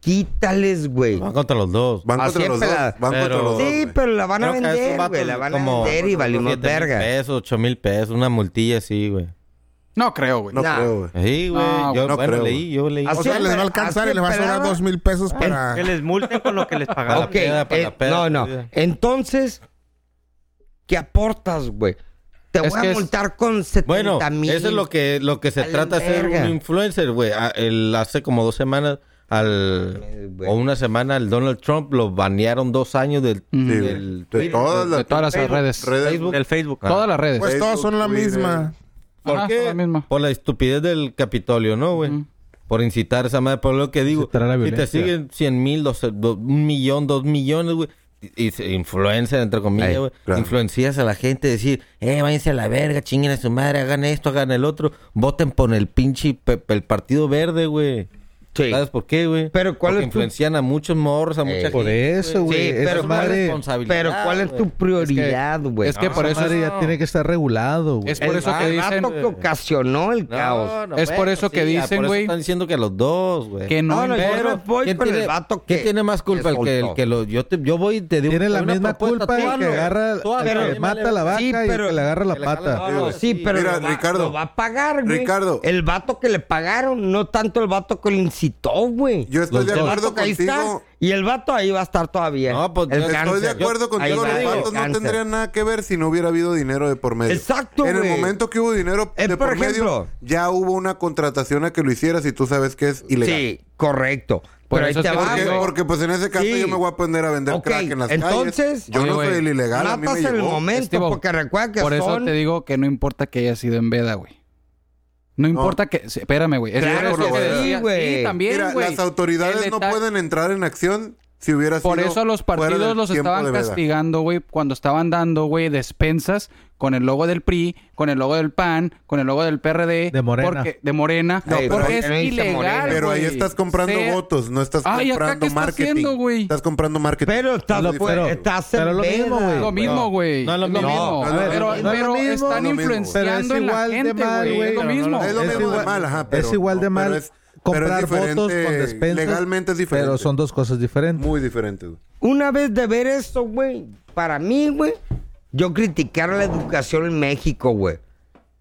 Speaker 5: quítales, güey.
Speaker 3: Van contra los dos.
Speaker 6: Van
Speaker 5: así
Speaker 6: contra
Speaker 5: es
Speaker 6: los dos.
Speaker 5: pelada.
Speaker 6: Van contra
Speaker 3: Pero-
Speaker 6: los dos.
Speaker 5: Sí,
Speaker 6: güey.
Speaker 5: pero la van a
Speaker 3: Creo que esos
Speaker 5: vender,
Speaker 3: vatos
Speaker 5: güey, la van a
Speaker 3: como
Speaker 5: vender y valimos
Speaker 3: siete mil
Speaker 5: verga.
Speaker 3: pesos, ocho mil pesos, una multilla así, güey.
Speaker 4: No creo, güey.
Speaker 6: No
Speaker 5: Nah.
Speaker 6: creo, güey.
Speaker 3: Sí, güey.
Speaker 4: No,
Speaker 3: yo,
Speaker 6: no
Speaker 3: bueno,
Speaker 6: creo,
Speaker 3: leí, yo leí.
Speaker 5: Así
Speaker 8: O sea,
Speaker 5: es,
Speaker 8: les va a
Speaker 5: pero-
Speaker 8: alcanzar
Speaker 5: así
Speaker 8: y les va a sobrar
Speaker 5: pelada.
Speaker 8: 2 mil pesos para...
Speaker 7: Que les multen con lo que les pagaron.
Speaker 5: Ok,
Speaker 3: peda, para Ah, la
Speaker 5: eh,
Speaker 3: peda,
Speaker 5: no, no.
Speaker 3: perdida.
Speaker 5: Entonces, ¿qué aportas, güey? Te
Speaker 4: Es
Speaker 5: voy
Speaker 4: que
Speaker 5: a
Speaker 4: es-
Speaker 5: multar con 70
Speaker 3: Bueno,
Speaker 5: mil.
Speaker 3: eso es lo que, lo que se
Speaker 5: Valen
Speaker 3: trata de ser
Speaker 5: verga.
Speaker 3: un influencer, güey. A- el- Hace como dos semanas
Speaker 5: Eh,
Speaker 3: al
Speaker 5: güey.
Speaker 3: o una semana al Donald Trump lo banearon dos años del,
Speaker 5: Mm,
Speaker 4: Ujú.
Speaker 6: Sí,
Speaker 3: del
Speaker 6: güey. de todas
Speaker 4: De
Speaker 6: las
Speaker 4: todas las redes.
Speaker 6: redes,
Speaker 3: Facebook.
Speaker 7: Del Facebook.
Speaker 4: Todas las redes.
Speaker 8: Pues todos son la
Speaker 6: Facebook,
Speaker 8: misma.
Speaker 3: ¿Por
Speaker 4: Ajá,
Speaker 3: qué?
Speaker 4: la misma.
Speaker 3: Por la estupidez del Capitolio, ¿no, güey?
Speaker 4: Ujú.
Speaker 3: Por incitar esa madre, por lo que digo.
Speaker 2: Incitar a la
Speaker 3: Si te
Speaker 2: violencia.
Speaker 3: siguen 100 mil, 12 do- un millón, dos millones, güey. Y, y se- influencer, entre comillas,
Speaker 5: Ey,
Speaker 3: güey.
Speaker 6: claro.
Speaker 3: Influencias a la gente, decir, eh, váyanse a la verga, chinguen a su madre, hagan esto, hagan el otro. Voten por el pinche pe- pe- el Partido Verde, güey.
Speaker 5: Sí.
Speaker 3: ¿Sabes por qué, güey?
Speaker 5: Pero ¿cuál
Speaker 3: Porque
Speaker 5: es tu-
Speaker 3: influencian a muchos morros, a
Speaker 5: Eh,
Speaker 3: mucha
Speaker 2: Por
Speaker 3: gente.
Speaker 2: eso, güey.
Speaker 5: Sí,
Speaker 2: esa
Speaker 5: pero
Speaker 3: es una
Speaker 2: madre,
Speaker 3: responsabilidad,
Speaker 5: Pero ¿cuál es
Speaker 4: Ah,
Speaker 5: tu
Speaker 3: güey.
Speaker 5: prioridad, güey?
Speaker 4: es que
Speaker 2: esa
Speaker 4: por eso
Speaker 2: madre ya tiene que estar regulado, güey.
Speaker 4: es por eso que
Speaker 5: El
Speaker 4: dicen
Speaker 5: vato que ocasionó el caos.
Speaker 4: Es por eso que
Speaker 3: ah,
Speaker 4: dicen,
Speaker 3: por eso
Speaker 4: güey,
Speaker 3: Están diciendo que los dos, güey.
Speaker 4: que no,
Speaker 5: No, no, yo
Speaker 4: inventen-
Speaker 5: me voy
Speaker 3: ¿Quién
Speaker 5: con
Speaker 3: tiene-
Speaker 5: el vato que...
Speaker 3: ¿Quién tiene más culpa? El que,
Speaker 5: soltó.
Speaker 3: el que lo, yo, te, yo voy y te digo.
Speaker 2: Tiene la
Speaker 3: una
Speaker 2: misma
Speaker 3: propuesta
Speaker 2: culpa
Speaker 3: a ti,
Speaker 2: el que
Speaker 3: güey.
Speaker 2: agarra,
Speaker 3: Tú
Speaker 2: el
Speaker 3: hazlo,
Speaker 2: que
Speaker 3: vale,
Speaker 2: mata la
Speaker 3: vale.
Speaker 2: vaca
Speaker 5: Sí,
Speaker 2: y el
Speaker 5: pero-
Speaker 2: que le agarra la
Speaker 3: que le jala
Speaker 2: pata.
Speaker 3: la-
Speaker 5: No, no, sí, pero
Speaker 6: Mira,
Speaker 5: lo va,
Speaker 6: Ricardo.
Speaker 5: lo va a pagar, güey.
Speaker 6: Ricardo.
Speaker 5: El vato que le pagaron, no tanto el vato que le incitó, güey.
Speaker 6: Yo estoy
Speaker 5: Los
Speaker 6: de
Speaker 5: dos.
Speaker 6: acuerdo
Speaker 5: El vato que ahí está,
Speaker 6: contigo.
Speaker 5: y el vato ahí va a estar todavía.
Speaker 3: No, pues,
Speaker 5: El
Speaker 3: yo estoy
Speaker 6: Estoy de
Speaker 5: cáncer.
Speaker 6: acuerdo
Speaker 5: Ahí
Speaker 6: contigo,
Speaker 5: va,
Speaker 6: los
Speaker 5: el
Speaker 6: vatos no
Speaker 5: cáncer.
Speaker 6: tendrían nada que ver si no hubiera habido dinero de por medio.
Speaker 5: Exacto,
Speaker 6: En el
Speaker 5: güey.
Speaker 6: momento que hubo dinero
Speaker 5: Eh,
Speaker 6: de
Speaker 5: por
Speaker 6: por, medio,
Speaker 5: ejemplo.
Speaker 6: ya hubo una contratación a que lo hicieras y tú sabes que es ilegal.
Speaker 5: Sí, correcto.
Speaker 4: Por
Speaker 5: Pero ahí
Speaker 4: eso
Speaker 5: te
Speaker 4: es que
Speaker 5: va,
Speaker 4: ¿por qué?
Speaker 6: Porque,
Speaker 5: güey.
Speaker 6: porque, pues en ese caso
Speaker 5: Sí.
Speaker 6: yo me voy a poner a vender
Speaker 5: Ok,
Speaker 6: crack en las calles.
Speaker 5: entonces,
Speaker 6: Yo no
Speaker 4: oye,
Speaker 6: soy el ilegal, a mí me
Speaker 5: Matas el
Speaker 6: llegó.
Speaker 5: momento,
Speaker 4: Steve-O,
Speaker 5: porque recuerda que
Speaker 4: Por eso
Speaker 5: son...
Speaker 4: te digo que no importa que haya sido en veda, güey. No importa que... sí, Espérame, güey. Es
Speaker 5: Claro
Speaker 4: por eso
Speaker 6: que
Speaker 4: que
Speaker 6: sí,
Speaker 4: decía.
Speaker 5: güey.
Speaker 4: Sí, también,
Speaker 6: Mira,
Speaker 4: güey.
Speaker 6: las autoridades
Speaker 4: El
Speaker 6: no
Speaker 4: detalle-
Speaker 6: pueden entrar en acción si hubiera sido
Speaker 4: Por eso a los
Speaker 6: fuera
Speaker 4: partidos
Speaker 6: del
Speaker 4: los
Speaker 6: tiempo
Speaker 4: estaban
Speaker 6: de veda.
Speaker 4: castigando, güey, cuando estaban dando, güey, despensas con el logo del PRI, con el logo del PAN, con el logo del PRD.
Speaker 2: De Morena.
Speaker 4: Porque, de Morena.
Speaker 6: No, pero
Speaker 4: porque
Speaker 6: ahí-
Speaker 4: es
Speaker 5: ahí dice
Speaker 4: ilegal,
Speaker 5: Morena.
Speaker 6: Pero ahí
Speaker 4: güey.
Speaker 6: estás comprando
Speaker 4: Sea-
Speaker 6: votos, no estás
Speaker 4: Ay, ¿acá
Speaker 6: comprando
Speaker 4: qué está
Speaker 6: marketing.
Speaker 4: haciendo, güey?
Speaker 6: estás comprando marketing.
Speaker 5: Pero estás,
Speaker 6: Lo-
Speaker 5: pues,
Speaker 6: pero-
Speaker 5: estás
Speaker 2: pero
Speaker 5: en
Speaker 2: lo mismo,
Speaker 5: veda,
Speaker 2: güey.
Speaker 4: Lo mismo, güey.
Speaker 3: No es lo mismo.
Speaker 6: No, no es lo
Speaker 4: pero
Speaker 6: mismo.
Speaker 4: pero
Speaker 2: No es lo mismo.
Speaker 4: están
Speaker 6: No es lo mismo.
Speaker 4: influenciando en la gente, güey. Es lo mismo.
Speaker 6: Es lo
Speaker 2: Es
Speaker 6: mismo de
Speaker 2: igual-
Speaker 6: mal, ajá, pero
Speaker 2: es igual de
Speaker 6: no,
Speaker 2: mal
Speaker 6: pero es- pero es
Speaker 2: comprar
Speaker 6: diferente,
Speaker 2: votos con despensas.
Speaker 6: legalmente es diferente.
Speaker 2: Pero son dos cosas diferentes.
Speaker 6: muy diferente. güey.
Speaker 5: Una vez de ver esto, güey, para mí, güey, yo criticar la educación en México, güey.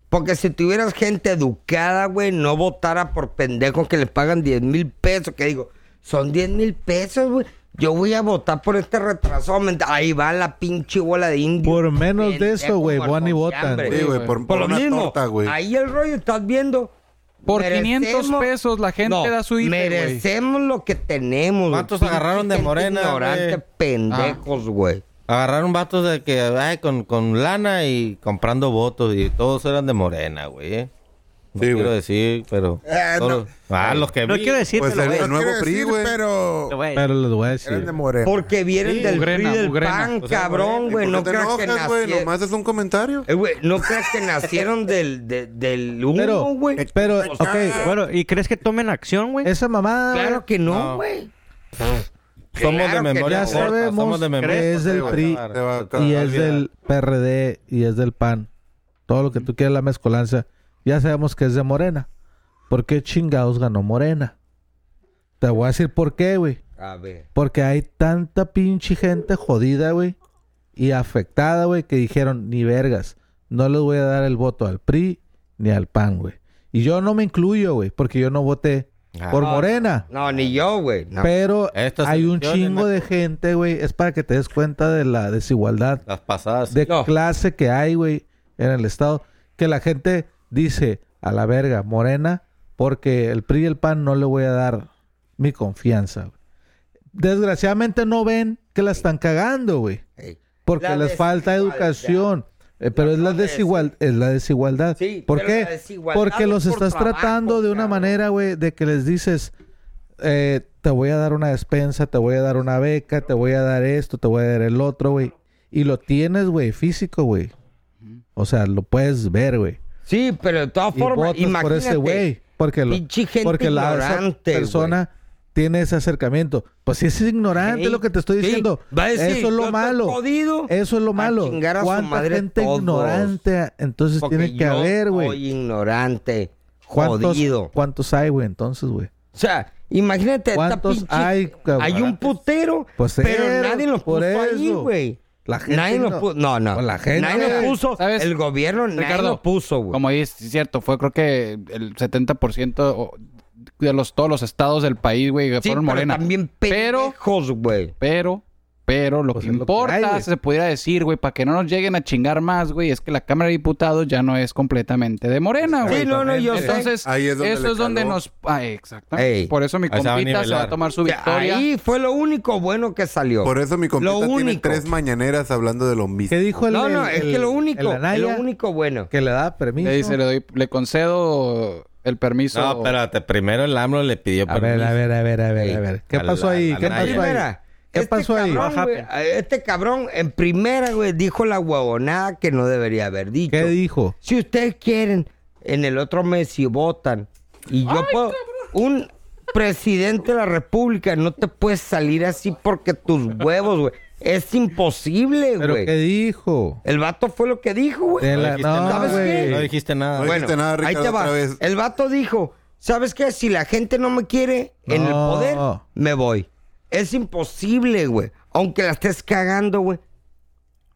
Speaker 5: Porque si tuvieras gente educada, güey, no votara por pendejos que les pagan 10 mil pesos. Que digo, son 10 mil pesos, güey. Yo voy a votar por este retraso. mental. Ahí va la pinche bola de indio.
Speaker 2: Por menos de eso, güey, van y votan,
Speaker 6: Sí,
Speaker 5: güey.
Speaker 4: güey.
Speaker 6: güey, por,
Speaker 5: Por
Speaker 6: por
Speaker 5: lo
Speaker 6: una
Speaker 5: mismo,
Speaker 6: torta, güey.
Speaker 5: ahí el rollo estás viendo.
Speaker 4: Por
Speaker 5: Merecemos-
Speaker 4: 500 pesos la gente da su ítem, güey.
Speaker 5: Merecemos lo que tenemos. güey.
Speaker 3: ¿Cuántos
Speaker 5: Pinche
Speaker 3: agarraron de
Speaker 5: gente
Speaker 3: Morena,
Speaker 5: Ignorante,
Speaker 3: güey?
Speaker 5: pendejos, güey.
Speaker 3: Agarraron vatos de que, ay, con, con lana y comprando votos y todos eran de morena, güey. eh. No
Speaker 6: Sí,
Speaker 3: quiero
Speaker 6: güey.
Speaker 3: decir, pero...
Speaker 8: Eh, no.
Speaker 3: todos- Ah, los que
Speaker 7: No
Speaker 3: vi.
Speaker 7: quiero decir,
Speaker 6: Pues
Speaker 7: te lo
Speaker 6: el-
Speaker 7: voy a-
Speaker 6: el nuevo
Speaker 8: quiero
Speaker 6: PRI,
Speaker 8: decir,
Speaker 6: güey.
Speaker 8: Pero...
Speaker 7: te voy a-
Speaker 2: Pero les voy a
Speaker 8: Eran de
Speaker 2: decir.
Speaker 8: morena.
Speaker 5: Porque vienen del
Speaker 4: Ugrena,
Speaker 5: PRI, del
Speaker 4: Ugrena.
Speaker 5: PAN,
Speaker 3: O sea,
Speaker 5: cabrón,
Speaker 6: ¿Y
Speaker 5: güey.
Speaker 6: por
Speaker 5: No
Speaker 6: qué te
Speaker 5: creas que
Speaker 6: enojas, güey?
Speaker 5: nacieron.
Speaker 6: Nomás es un comentario.
Speaker 5: Eh, güey, no creas que nacieron del, de- del
Speaker 2: Pero,
Speaker 5: humo, güey.
Speaker 2: pero, ok,
Speaker 7: Bueno, ¿y crees que tomen acción, güey?
Speaker 2: esa mamada güey,
Speaker 5: Claro que no, güey.
Speaker 3: Somos
Speaker 5: Claro
Speaker 3: de
Speaker 5: que
Speaker 3: memoria
Speaker 2: ya
Speaker 5: no.
Speaker 3: corta,
Speaker 2: sabemos
Speaker 3: somos de memoria
Speaker 2: que es
Speaker 3: corta,
Speaker 2: del
Speaker 3: güey.
Speaker 2: PRI
Speaker 6: Te va a-
Speaker 2: y
Speaker 6: a
Speaker 2: es
Speaker 6: olvidar.
Speaker 2: del PRD y es del PAN. Todo lo que tú quieras, la mezcolanza. Ya sabemos que es de Morena. ¿Por qué chingados ganó Morena? Te voy a decir por qué, güey.
Speaker 5: A ver.
Speaker 2: Porque hay tanta pinche gente jodida, güey. Y afectada, güey, que dijeron, ni vergas, no les voy a dar el voto al PRI ni al PAN, güey. Y yo no me incluyo, güey, porque yo no voté
Speaker 3: Ah.
Speaker 2: por Morena.
Speaker 5: No, ni yo, güey. No.
Speaker 2: Pero
Speaker 3: Estas
Speaker 2: hay un
Speaker 3: elecciones,
Speaker 2: chingo
Speaker 3: me-
Speaker 2: de gente, güey. Es para que te des cuenta de la desigualdad
Speaker 3: Las pasadas.
Speaker 2: de
Speaker 5: No.
Speaker 2: clase que hay, güey, en el Estado. Que la gente dice, a la verga, morena, porque el PRI y el PAN no le voy a dar mi confianza. güey". Desgraciadamente no ven que la están cagando, güey.
Speaker 5: Ey.
Speaker 2: Porque
Speaker 5: La
Speaker 2: les falta
Speaker 5: desigualdad.
Speaker 2: educación. Eh, pero es la,
Speaker 5: acabas de
Speaker 2: desigual, es la desigualdad.
Speaker 5: Sí,
Speaker 2: ¿Por
Speaker 5: pero la
Speaker 2: qué?
Speaker 5: desigualdad
Speaker 2: Porque
Speaker 5: es
Speaker 2: los
Speaker 5: por
Speaker 2: estás
Speaker 5: trabajo,
Speaker 2: tratando de una
Speaker 5: cabrón.
Speaker 2: manera, güey, de que les dices, eh, te voy a dar una despensa, te voy a dar una beca, te voy a dar esto, te voy a dar el otro, güey. Y lo tienes, güey, físico, güey. O sea, lo puedes ver, güey.
Speaker 5: Sí, pero de todas
Speaker 2: Y
Speaker 5: formas,
Speaker 2: votas
Speaker 5: imagínate.
Speaker 2: por ese güey. Porque, lo-
Speaker 5: pinche gente
Speaker 2: porque la esa
Speaker 5: ignorante, güey.
Speaker 2: persona tiene ese acercamiento. Pues si es ignorante
Speaker 5: Ey,
Speaker 2: lo que te estoy
Speaker 5: sí,
Speaker 2: diciendo.
Speaker 5: va a decir,
Speaker 2: Eso es
Speaker 5: yo
Speaker 2: lo
Speaker 5: estoy
Speaker 2: malo.
Speaker 5: jodido
Speaker 2: Eso es lo
Speaker 5: a
Speaker 2: malo.
Speaker 5: chingar a su
Speaker 2: ¿Cuánta
Speaker 5: madre
Speaker 2: gente
Speaker 5: todos?
Speaker 2: ignorante? Entonces
Speaker 5: Porque
Speaker 2: tiene que
Speaker 5: yo
Speaker 2: haber,
Speaker 5: Soy
Speaker 2: güey.
Speaker 5: ignorante.
Speaker 2: ¿Cuántos,
Speaker 5: Jodido.
Speaker 2: ¿Cuántos hay, güey? Entonces, güey.
Speaker 5: O sea, imagínate esta
Speaker 2: ¿Cuántos
Speaker 5: pinche-
Speaker 2: hay, cabrón?
Speaker 5: Hay un putero,
Speaker 2: Pues
Speaker 5: pero
Speaker 2: cero,
Speaker 5: nadie los puso
Speaker 2: por
Speaker 5: ahí,
Speaker 2: eso.
Speaker 5: güey.
Speaker 2: La gente
Speaker 5: nadie los
Speaker 2: no-
Speaker 5: puso. No, no.
Speaker 2: Pues la gente,
Speaker 5: nadie los
Speaker 2: güey.
Speaker 5: puso.
Speaker 4: ¿Sabes?
Speaker 5: El gobierno nadie
Speaker 4: Ricardo,
Speaker 5: los puso, güey.
Speaker 4: Como dices, es cierto, fue creo que el 70% o- de los todos los estados del país, güey,
Speaker 5: Sí,
Speaker 4: fueron
Speaker 5: pero
Speaker 4: morena.
Speaker 5: también
Speaker 4: Pero-
Speaker 5: pendejos, güey.
Speaker 4: Pero, pero lo
Speaker 2: Pues
Speaker 4: que
Speaker 2: es lo que
Speaker 4: importa,
Speaker 2: hay, güey.
Speaker 4: se pudiera decir, güey, para que no nos lleguen a chingar más, güey, es que la Cámara de Diputados ya no es completamente de morena, güey.
Speaker 5: Sí, no, no, yo sé.
Speaker 4: Entonces,
Speaker 6: Ahí es donde
Speaker 4: eso
Speaker 6: le
Speaker 4: es donde
Speaker 6: caló.
Speaker 4: nos... Ah, exactamente.
Speaker 5: Ey.
Speaker 4: Por eso mi
Speaker 3: Ahí se va a
Speaker 4: compita se va a
Speaker 3: nivelar.
Speaker 4: tomar su
Speaker 5: O sea,
Speaker 4: victoria.
Speaker 5: Ahí fue lo único bueno que salió.
Speaker 6: Por eso mi
Speaker 5: Lo
Speaker 6: compita tiene
Speaker 5: único.
Speaker 6: tres mañaneras hablando de lo mismo.
Speaker 2: ¿Qué dijo el
Speaker 5: no, no,
Speaker 2: el-
Speaker 5: es que lo
Speaker 2: el- el
Speaker 5: único,
Speaker 2: Anaya
Speaker 5: lo único bueno.
Speaker 2: que le da permiso?
Speaker 4: Le dice, le doy, le concedo el permiso.
Speaker 3: No, espérate. Primero el AMLO le pidió
Speaker 2: A ver, a ver, a ver, a ver,
Speaker 3: Sí.
Speaker 2: a ver. ¿Qué
Speaker 3: A la-
Speaker 2: pasó ahí?
Speaker 3: a la
Speaker 2: ¿Qué
Speaker 3: Anaya.
Speaker 2: pasó ahí?
Speaker 5: Mira,
Speaker 2: ¿Qué
Speaker 5: este
Speaker 2: pasó ahí?
Speaker 5: cabrón,
Speaker 7: What
Speaker 5: güey, este cabrón en primera, güey, dijo la huevonada que no debería haber dicho.
Speaker 2: ¿Qué dijo?
Speaker 5: Si ustedes quieren, en el otro mes si votan. Y yo puedo. Un presidente de la República no te puedes salir así porque tus huevos, güey. Es imposible,
Speaker 2: ¿Pero qué
Speaker 5: güey.
Speaker 2: dijo?
Speaker 5: El vato fue lo que dijo, güey.
Speaker 2: De la- no,
Speaker 5: ¿Sabes
Speaker 2: güey.
Speaker 5: qué?
Speaker 3: No dijiste nada.
Speaker 6: Bueno, dijiste nada,
Speaker 5: ahí
Speaker 6: Ricardo,
Speaker 5: te va.
Speaker 6: otra vez.
Speaker 5: El vato dijo, ¿sabes qué? Si la gente no me quiere en el
Speaker 2: No.
Speaker 5: poder, me voy. Es imposible, güey. Aunque la estés cagando, güey.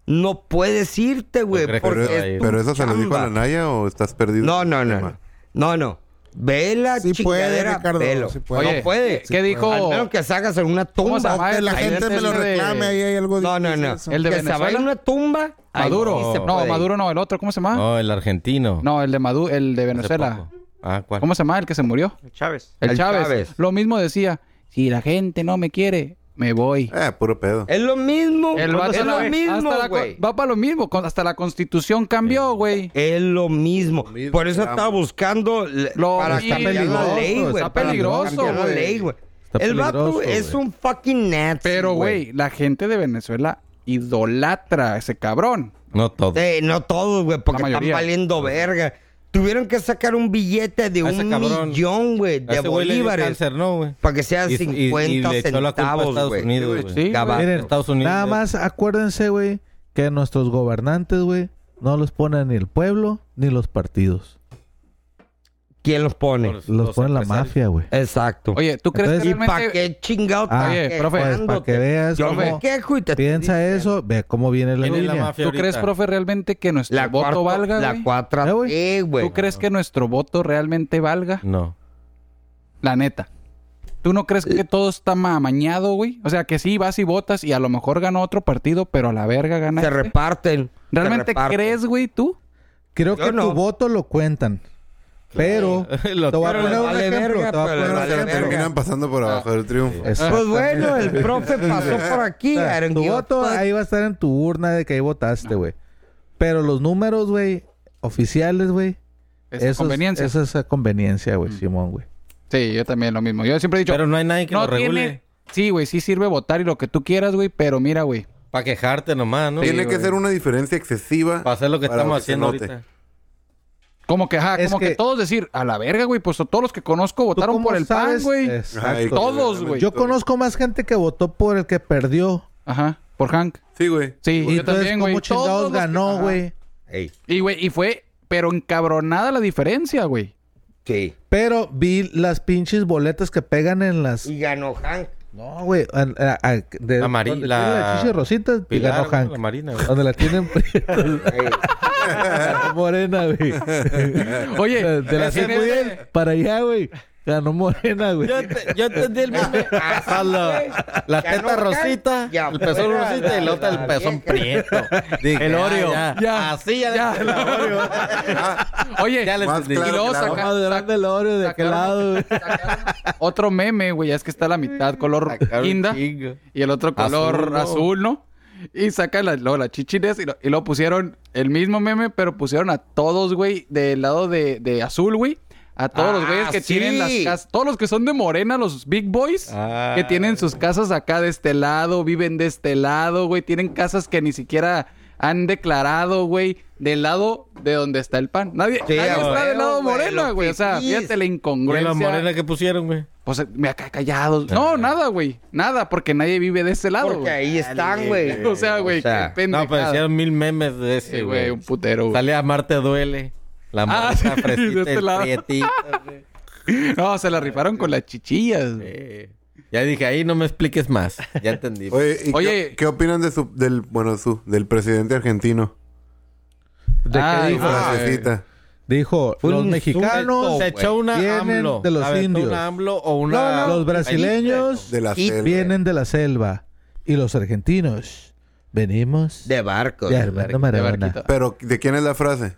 Speaker 5: No puedes irte, güey.
Speaker 3: crees que
Speaker 5: Porque
Speaker 3: se va a
Speaker 5: es
Speaker 3: ir?
Speaker 5: tu
Speaker 6: Pero eso se lo dijo a
Speaker 5: chamba.
Speaker 6: la Naya o estás perdido.
Speaker 5: No, no,
Speaker 6: en el
Speaker 5: no,
Speaker 6: tema?
Speaker 5: no. No, no. Vela,
Speaker 8: Sí puede,
Speaker 5: chingadera,
Speaker 8: Ricardo.
Speaker 5: velo.
Speaker 8: sí puede.
Speaker 4: Oye,
Speaker 5: no puede.
Speaker 4: ¿Qué dijo?
Speaker 5: Al menos que salgas en una tumba.
Speaker 4: se llama?
Speaker 8: Que la
Speaker 4: Ay,
Speaker 8: gente
Speaker 4: el
Speaker 8: me lo
Speaker 4: ese de-
Speaker 8: reclame, ahí hay algo
Speaker 5: No, no,
Speaker 8: difícil
Speaker 5: no.
Speaker 8: eso.
Speaker 4: El de
Speaker 5: que se vaya en
Speaker 4: Venezuela.
Speaker 5: una tumba. ahí
Speaker 4: Maduro.
Speaker 5: sí se
Speaker 4: no,
Speaker 5: puede.
Speaker 4: Maduro no, el otro, ¿cómo se llama? Ah. No,
Speaker 3: No, el argentino.
Speaker 4: el de Maduro, el de
Speaker 3: Hace
Speaker 4: Venezuela.
Speaker 3: poco. Ah, ¿cuál?
Speaker 4: ¿Cómo se llama el que se murió?
Speaker 7: Chávez.
Speaker 4: El,
Speaker 5: El
Speaker 4: Chávez.
Speaker 5: Chávez.
Speaker 4: Lo mismo decía, si la gente no me quiere, me voy.
Speaker 6: Ah, puro pedo.
Speaker 5: Es lo mismo.
Speaker 4: El vato
Speaker 5: es
Speaker 4: la-
Speaker 5: lo
Speaker 4: hasta
Speaker 5: mismo,
Speaker 4: la co-
Speaker 5: güey.
Speaker 4: Va para lo mismo, con- hasta la constitución cambió, güey.
Speaker 5: Es lo mismo.
Speaker 6: mismo,
Speaker 5: Por eso
Speaker 6: claro.
Speaker 5: estaba buscando l-
Speaker 4: Lo
Speaker 5: para
Speaker 4: mismo.
Speaker 5: cambiar la ley, güey.
Speaker 4: Está
Speaker 5: para
Speaker 4: peligroso,
Speaker 5: cambiar la
Speaker 4: güey.
Speaker 5: ley, güey.
Speaker 3: Está
Speaker 5: El vato
Speaker 3: peligroso,
Speaker 5: es
Speaker 3: güey.
Speaker 5: un fucking nazi,
Speaker 4: Pero, güey, la gente de Venezuela idolatra a ese cabrón.
Speaker 3: No todo.
Speaker 5: Eh, no todos, güey, porque
Speaker 4: La
Speaker 5: están
Speaker 4: mayoría.
Speaker 5: valiendo verga. Tuvieron que sacar un billete de
Speaker 3: A ese
Speaker 5: un
Speaker 3: cabrón.
Speaker 5: millón, güey,
Speaker 3: A
Speaker 5: de
Speaker 3: ese güey le dio
Speaker 5: bolívares.
Speaker 3: cáncer, ¿no, güey?
Speaker 5: Para que sean
Speaker 3: Y- y-
Speaker 5: 50
Speaker 3: y le echó la culpa a
Speaker 5: centavos,
Speaker 3: Estados
Speaker 5: güey.
Speaker 3: Unidos, güey.
Speaker 4: Sí, güey.
Speaker 5: Gabacho.
Speaker 3: Miren, Estados Unidos.
Speaker 2: Nada más acuérdense, güey, que nuestros gobernantes, güey, no los pone ni el pueblo ni los partidos.
Speaker 5: ¿Quién los pone?
Speaker 3: Los-
Speaker 2: Los
Speaker 3: los
Speaker 2: pone la
Speaker 3: empresarios.
Speaker 2: mafia, güey.
Speaker 5: Exacto.
Speaker 4: Oye, ¿tú crees
Speaker 5: ¿Y
Speaker 4: que
Speaker 5: para
Speaker 4: realmente...
Speaker 5: qué chingado?
Speaker 2: Ah,
Speaker 5: estás
Speaker 4: oye, profe,
Speaker 2: Pues para
Speaker 5: quejándote?
Speaker 2: que veas
Speaker 5: Yo
Speaker 2: cómo
Speaker 5: me quejo y te
Speaker 2: piensa
Speaker 5: estoy
Speaker 2: eso, ve cómo viene la
Speaker 3: ¿Quién es la
Speaker 2: línea.
Speaker 3: mafia
Speaker 4: ¿Tú crees,
Speaker 3: ahorita?
Speaker 4: profe, realmente que nuestro
Speaker 5: La
Speaker 4: voto
Speaker 5: cuarta,
Speaker 4: valga,
Speaker 5: la
Speaker 4: güey?
Speaker 5: cuatro,
Speaker 2: Eh, güey.
Speaker 5: eh, güey. Mm.
Speaker 4: ¿Tú crees que nuestro voto realmente valga?
Speaker 3: No.
Speaker 4: La neta. ¿Tú no crees
Speaker 5: Eh.
Speaker 4: que todo está ma- amañado, güey? O sea, que sí, vas y votas y a lo mejor gana otro partido, pero a la verga gana
Speaker 5: Se
Speaker 4: este.
Speaker 5: reparten. se
Speaker 4: ¿Realmente
Speaker 5: reparten.
Speaker 4: crees, güey, tú?
Speaker 2: Creo
Speaker 5: Yo
Speaker 2: que
Speaker 5: no.
Speaker 2: tu voto lo cuentan. Pero
Speaker 3: Lo-
Speaker 2: te voy a
Speaker 5: pero
Speaker 2: poner
Speaker 5: le
Speaker 2: un
Speaker 5: vale
Speaker 2: ejemplo.
Speaker 5: verga,
Speaker 2: te voy a
Speaker 5: pero le
Speaker 2: poner
Speaker 6: Pero
Speaker 2: un
Speaker 5: vale verga.
Speaker 2: ejemplo.
Speaker 6: terminan pasando por abajo del triunfo.
Speaker 2: Exacto.
Speaker 5: Pues
Speaker 4: Ah,
Speaker 5: bueno, pues- el profe pasó por aquí.
Speaker 2: O sea,
Speaker 5: I don't
Speaker 2: tu
Speaker 5: give a
Speaker 2: voto
Speaker 5: fuck.
Speaker 2: ahí va a estar en tu urna de que ahí votaste, güey. Pero los números, güey, oficiales, güey.
Speaker 4: Esa
Speaker 2: esos-
Speaker 4: conveniencia.
Speaker 2: Esa es la conveniencia, güey, Simón, güey.
Speaker 4: Sí, yo también lo mismo. Yo siempre he dicho,
Speaker 3: Pero no hay nadie que
Speaker 4: no
Speaker 3: lo regule.
Speaker 4: tiene... Sí, güey, sí sirve votar y lo que tú quieras, güey, pero mira, güey.
Speaker 3: Para quejarte nomás, ¿no?
Speaker 6: Tiene
Speaker 4: Sí,
Speaker 6: que
Speaker 4: güey.
Speaker 6: ser una diferencia excesiva.
Speaker 3: Para hacer lo que
Speaker 6: para
Speaker 3: estamos
Speaker 6: que se
Speaker 3: haciendo
Speaker 6: note.
Speaker 3: ahorita.
Speaker 4: Como que, ajá,
Speaker 2: Es
Speaker 4: como que...
Speaker 2: que-
Speaker 4: todos decir, a la verga, güey, pues todos los que conozco votaron por el PAN, güey.
Speaker 2: Exacto.
Speaker 6: Ay,
Speaker 4: Todos, güey.
Speaker 2: Yo conozco más gente que votó por el que perdió.
Speaker 4: Ajá, por Hank.
Speaker 6: Sí, güey.
Speaker 4: Sí,
Speaker 2: Y
Speaker 4: yo
Speaker 2: entonces,
Speaker 4: también, güey.
Speaker 2: ¿cómo
Speaker 4: Todos los
Speaker 2: chingados
Speaker 4: que-
Speaker 2: ganó,
Speaker 4: ajá.
Speaker 2: güey?
Speaker 5: Ey,
Speaker 4: Y, güey, y fue, pero encabronada la diferencia, güey.
Speaker 5: sí.
Speaker 2: Pero vi las pinches boletas que pegan en las.
Speaker 5: Y ganó Hank.
Speaker 2: No, güey. a- a- a- de-
Speaker 3: La Mari-
Speaker 2: donde tiene
Speaker 3: la-
Speaker 2: la chichi rosita, y
Speaker 3: Pilar,
Speaker 2: ganó
Speaker 3: güey,
Speaker 2: Hank.
Speaker 3: la Marina, güey.
Speaker 2: Donde la tienen prietas,
Speaker 5: Ey.
Speaker 2: ganó morena, güey.
Speaker 4: Oye,
Speaker 2: De, de la
Speaker 4: ese-
Speaker 2: San Miguel para allá, güey. Ganó morena, güey.
Speaker 3: Yo, te- yo entendí el meme. Hasta la, la
Speaker 5: Ya
Speaker 3: teta
Speaker 5: no cae,
Speaker 3: rosita,
Speaker 5: ya
Speaker 3: el pezón
Speaker 5: fuera
Speaker 3: rosita
Speaker 5: la-
Speaker 3: y la otra el
Speaker 5: la
Speaker 3: pezón
Speaker 5: vieja.
Speaker 3: prieto. Dije,
Speaker 9: El
Speaker 3: ah,
Speaker 9: Oreo.
Speaker 3: Ya,
Speaker 4: Ya.
Speaker 3: Así ya,
Speaker 4: Ya.
Speaker 3: el Oreo.
Speaker 4: Oye,
Speaker 3: Ya les
Speaker 6: Más
Speaker 3: entendí.
Speaker 6: claro
Speaker 4: y luego
Speaker 6: que la
Speaker 4: saca-
Speaker 2: Más grande el Oreo, de aquel
Speaker 4: sacaron-
Speaker 2: lado, güey. Mm.
Speaker 4: Otro meme, güey, ya es que está la mitad color
Speaker 3: Sacaron
Speaker 4: guinda
Speaker 3: chingo.
Speaker 4: y el otro color
Speaker 3: Azul, ¿no?
Speaker 4: azul, ¿no? Y sacan la, luego la chichines y lo, y luego pusieron el mismo meme, pero pusieron a todos, güey, del lado de, de azul, güey. A todos los
Speaker 5: Ah,
Speaker 4: güeyes que
Speaker 5: sí.
Speaker 4: tienen las casas, todos los que son de morena, los big boys,
Speaker 3: Ah.
Speaker 4: que tienen sus casas acá de este lado, viven de este lado, güey, tienen casas que ni siquiera han declarado, güey, del lado de donde está el pan. Nadie,
Speaker 5: Sí,
Speaker 4: nadie
Speaker 5: a
Speaker 4: está
Speaker 5: huevo,
Speaker 4: del lado
Speaker 5: güey,
Speaker 4: morena,
Speaker 5: los
Speaker 4: güey. O sea,
Speaker 5: fifís.
Speaker 4: fíjate la
Speaker 3: ¿Y
Speaker 4: incongruencia.
Speaker 3: la morena que pusieron, güey?
Speaker 4: Pues eh, me acá callados. No, nada, güey. Nada, porque nadie vive de ese lado,
Speaker 5: Porque
Speaker 4: güey.
Speaker 5: ahí están, güey.
Speaker 4: O sea, güey,
Speaker 5: O sea,
Speaker 4: qué
Speaker 3: No, pero
Speaker 4: pendejada.
Speaker 3: hicieron mil memes de ese,
Speaker 4: Sí,
Speaker 3: güey.
Speaker 4: güey, un putero, güey.
Speaker 3: Sale a Marte duele. La
Speaker 4: Ah,
Speaker 3: morena
Speaker 4: sí,
Speaker 3: fresita,
Speaker 4: de este
Speaker 3: el
Speaker 4: lado.
Speaker 3: prietito.
Speaker 4: No, se la rifaron con las chichillas. güey.
Speaker 3: Eh, Ya dije, ahí no me expliques más. Ya entendí.
Speaker 6: Oye, ¿y
Speaker 4: Oye.
Speaker 6: ¿qué, qué opinan de su, del, bueno, su, del presidente argentino?
Speaker 2: ¿De
Speaker 4: Ah,
Speaker 2: qué
Speaker 6: Su
Speaker 2: dijo?
Speaker 4: ah,
Speaker 6: frasecita.
Speaker 2: Dijo,
Speaker 5: Fue
Speaker 2: los
Speaker 5: un
Speaker 2: mexicanos
Speaker 5: insulto,
Speaker 3: se
Speaker 5: güey.
Speaker 3: echó una
Speaker 2: vienen
Speaker 3: AMLO.
Speaker 2: de los
Speaker 3: Aventó
Speaker 2: indios.
Speaker 3: una AMLO o una...
Speaker 2: los brasileños
Speaker 6: De la
Speaker 5: Y
Speaker 6: selva.
Speaker 2: vienen de la selva y los argentinos venimos
Speaker 5: De barcos.
Speaker 2: de Armando
Speaker 4: De
Speaker 2: Maradona.
Speaker 4: barquito.
Speaker 6: Pero, ¿de quién es la frase?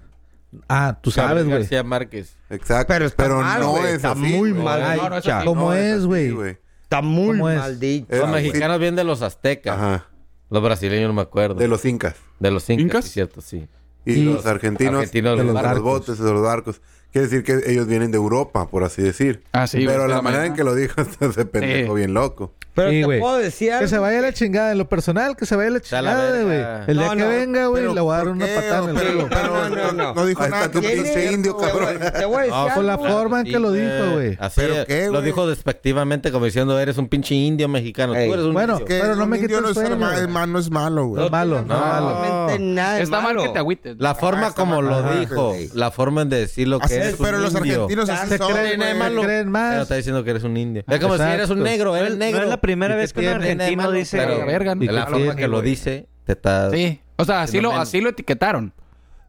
Speaker 2: Ah, tú sabes,
Speaker 3: Gabriel
Speaker 2: güey.
Speaker 3: García Márquez.
Speaker 6: Exacto.
Speaker 5: Pero está mal,
Speaker 6: no
Speaker 5: güey,
Speaker 6: es
Speaker 5: está
Speaker 6: así,
Speaker 5: muy
Speaker 6: güey.
Speaker 5: mal
Speaker 6: Ay,
Speaker 4: No, no es
Speaker 5: dicha.
Speaker 4: así.
Speaker 2: ¿Cómo
Speaker 6: no
Speaker 2: es,
Speaker 6: así,
Speaker 2: güey?
Speaker 5: Está muy
Speaker 2: ¿Cómo es?
Speaker 5: mal dicho.
Speaker 6: Es
Speaker 3: Los
Speaker 6: así.
Speaker 3: mexicanos vienen de los aztecas.
Speaker 6: Ajá.
Speaker 3: Los brasileños no me acuerdo.
Speaker 6: De los incas.
Speaker 3: De los incas,
Speaker 4: ¿Incas?
Speaker 3: sí, cierto, sí.
Speaker 6: Y,
Speaker 2: Y-
Speaker 6: los argentinos, de
Speaker 3: Argentinos de
Speaker 6: los,
Speaker 3: los barcos.
Speaker 6: botes, de los barcos. Quiere decir que ellos vienen de Europa, por así decir.
Speaker 4: Ah, sí, güey,
Speaker 6: Pero
Speaker 4: de
Speaker 6: la
Speaker 4: la
Speaker 6: manera
Speaker 4: mañana.
Speaker 6: en que lo dijo, se pendejo
Speaker 4: Sí.
Speaker 6: bien loco.
Speaker 5: Pero
Speaker 2: Sí,
Speaker 5: te
Speaker 2: güey.
Speaker 5: puedo decir
Speaker 2: Que se
Speaker 5: algo.
Speaker 2: vaya la chingada, en lo personal, que se vaya la
Speaker 3: Sea la
Speaker 2: chingada, güey.
Speaker 3: verga.
Speaker 2: El día
Speaker 5: No,
Speaker 2: que
Speaker 5: no,
Speaker 2: venga, güey,
Speaker 8: Pero,
Speaker 2: le voy a dar
Speaker 8: ¿por
Speaker 2: una
Speaker 8: qué?
Speaker 2: patada en el
Speaker 8: Pero-
Speaker 2: culo.
Speaker 8: pero
Speaker 5: No, no, no.
Speaker 8: dijo
Speaker 6: Ahí
Speaker 8: nada.
Speaker 6: está tu
Speaker 8: ¿Quién
Speaker 6: pinche
Speaker 8: es?
Speaker 6: indio,
Speaker 5: Te voy-
Speaker 6: cabrón.
Speaker 5: Te voy a decir
Speaker 2: fue la
Speaker 5: algo.
Speaker 2: forma en que lo dijo, güey.
Speaker 3: Así
Speaker 8: ¿Pero
Speaker 3: es.
Speaker 8: qué,
Speaker 3: Lo
Speaker 8: güey?
Speaker 3: dijo despectivamente, como diciendo, eres un pinche indio mexicano.
Speaker 5: Ey.
Speaker 3: Tú eres un
Speaker 2: Bueno,
Speaker 3: indio.
Speaker 8: Que
Speaker 2: Pero no
Speaker 8: un
Speaker 2: me
Speaker 8: indio
Speaker 2: quita el
Speaker 8: no es
Speaker 2: sueño,
Speaker 8: ma-
Speaker 2: güey.
Speaker 8: es ma- no es malo, güey.
Speaker 2: No, malo, no,
Speaker 5: No,
Speaker 2: malo.
Speaker 5: absolutamente nada de
Speaker 4: Está mal
Speaker 5: malo.
Speaker 4: que te agüites.
Speaker 3: La forma
Speaker 8: está
Speaker 3: como
Speaker 8: mal.
Speaker 3: lo
Speaker 8: Ajá.
Speaker 3: dijo,
Speaker 5: Sí.
Speaker 3: la forma en decir lo que
Speaker 8: Así
Speaker 3: eres
Speaker 8: es, pero
Speaker 3: un
Speaker 8: los
Speaker 3: indio.
Speaker 8: argentinos así
Speaker 2: Se
Speaker 8: son,
Speaker 2: creen,
Speaker 8: güey.
Speaker 2: se creen
Speaker 3: Pero
Speaker 2: más.
Speaker 3: está diciendo que eres un indio. Es como si
Speaker 2: Exacto.
Speaker 3: eres un negro,
Speaker 7: No
Speaker 3: eres
Speaker 7: es, no
Speaker 3: negro.
Speaker 7: es la primera vez que un
Speaker 3: tiene de
Speaker 7: argentino
Speaker 3: malo?
Speaker 7: dice...
Speaker 3: Pero-
Speaker 4: "A la verga,
Speaker 3: De
Speaker 4: ni
Speaker 3: la
Speaker 4: que
Speaker 3: forma
Speaker 4: tiene,
Speaker 3: que lo
Speaker 4: güey".
Speaker 3: dice, te está...
Speaker 4: Sí. O sea, así
Speaker 3: Haciendo
Speaker 4: lo,
Speaker 3: menos.
Speaker 4: así lo etiquetaron.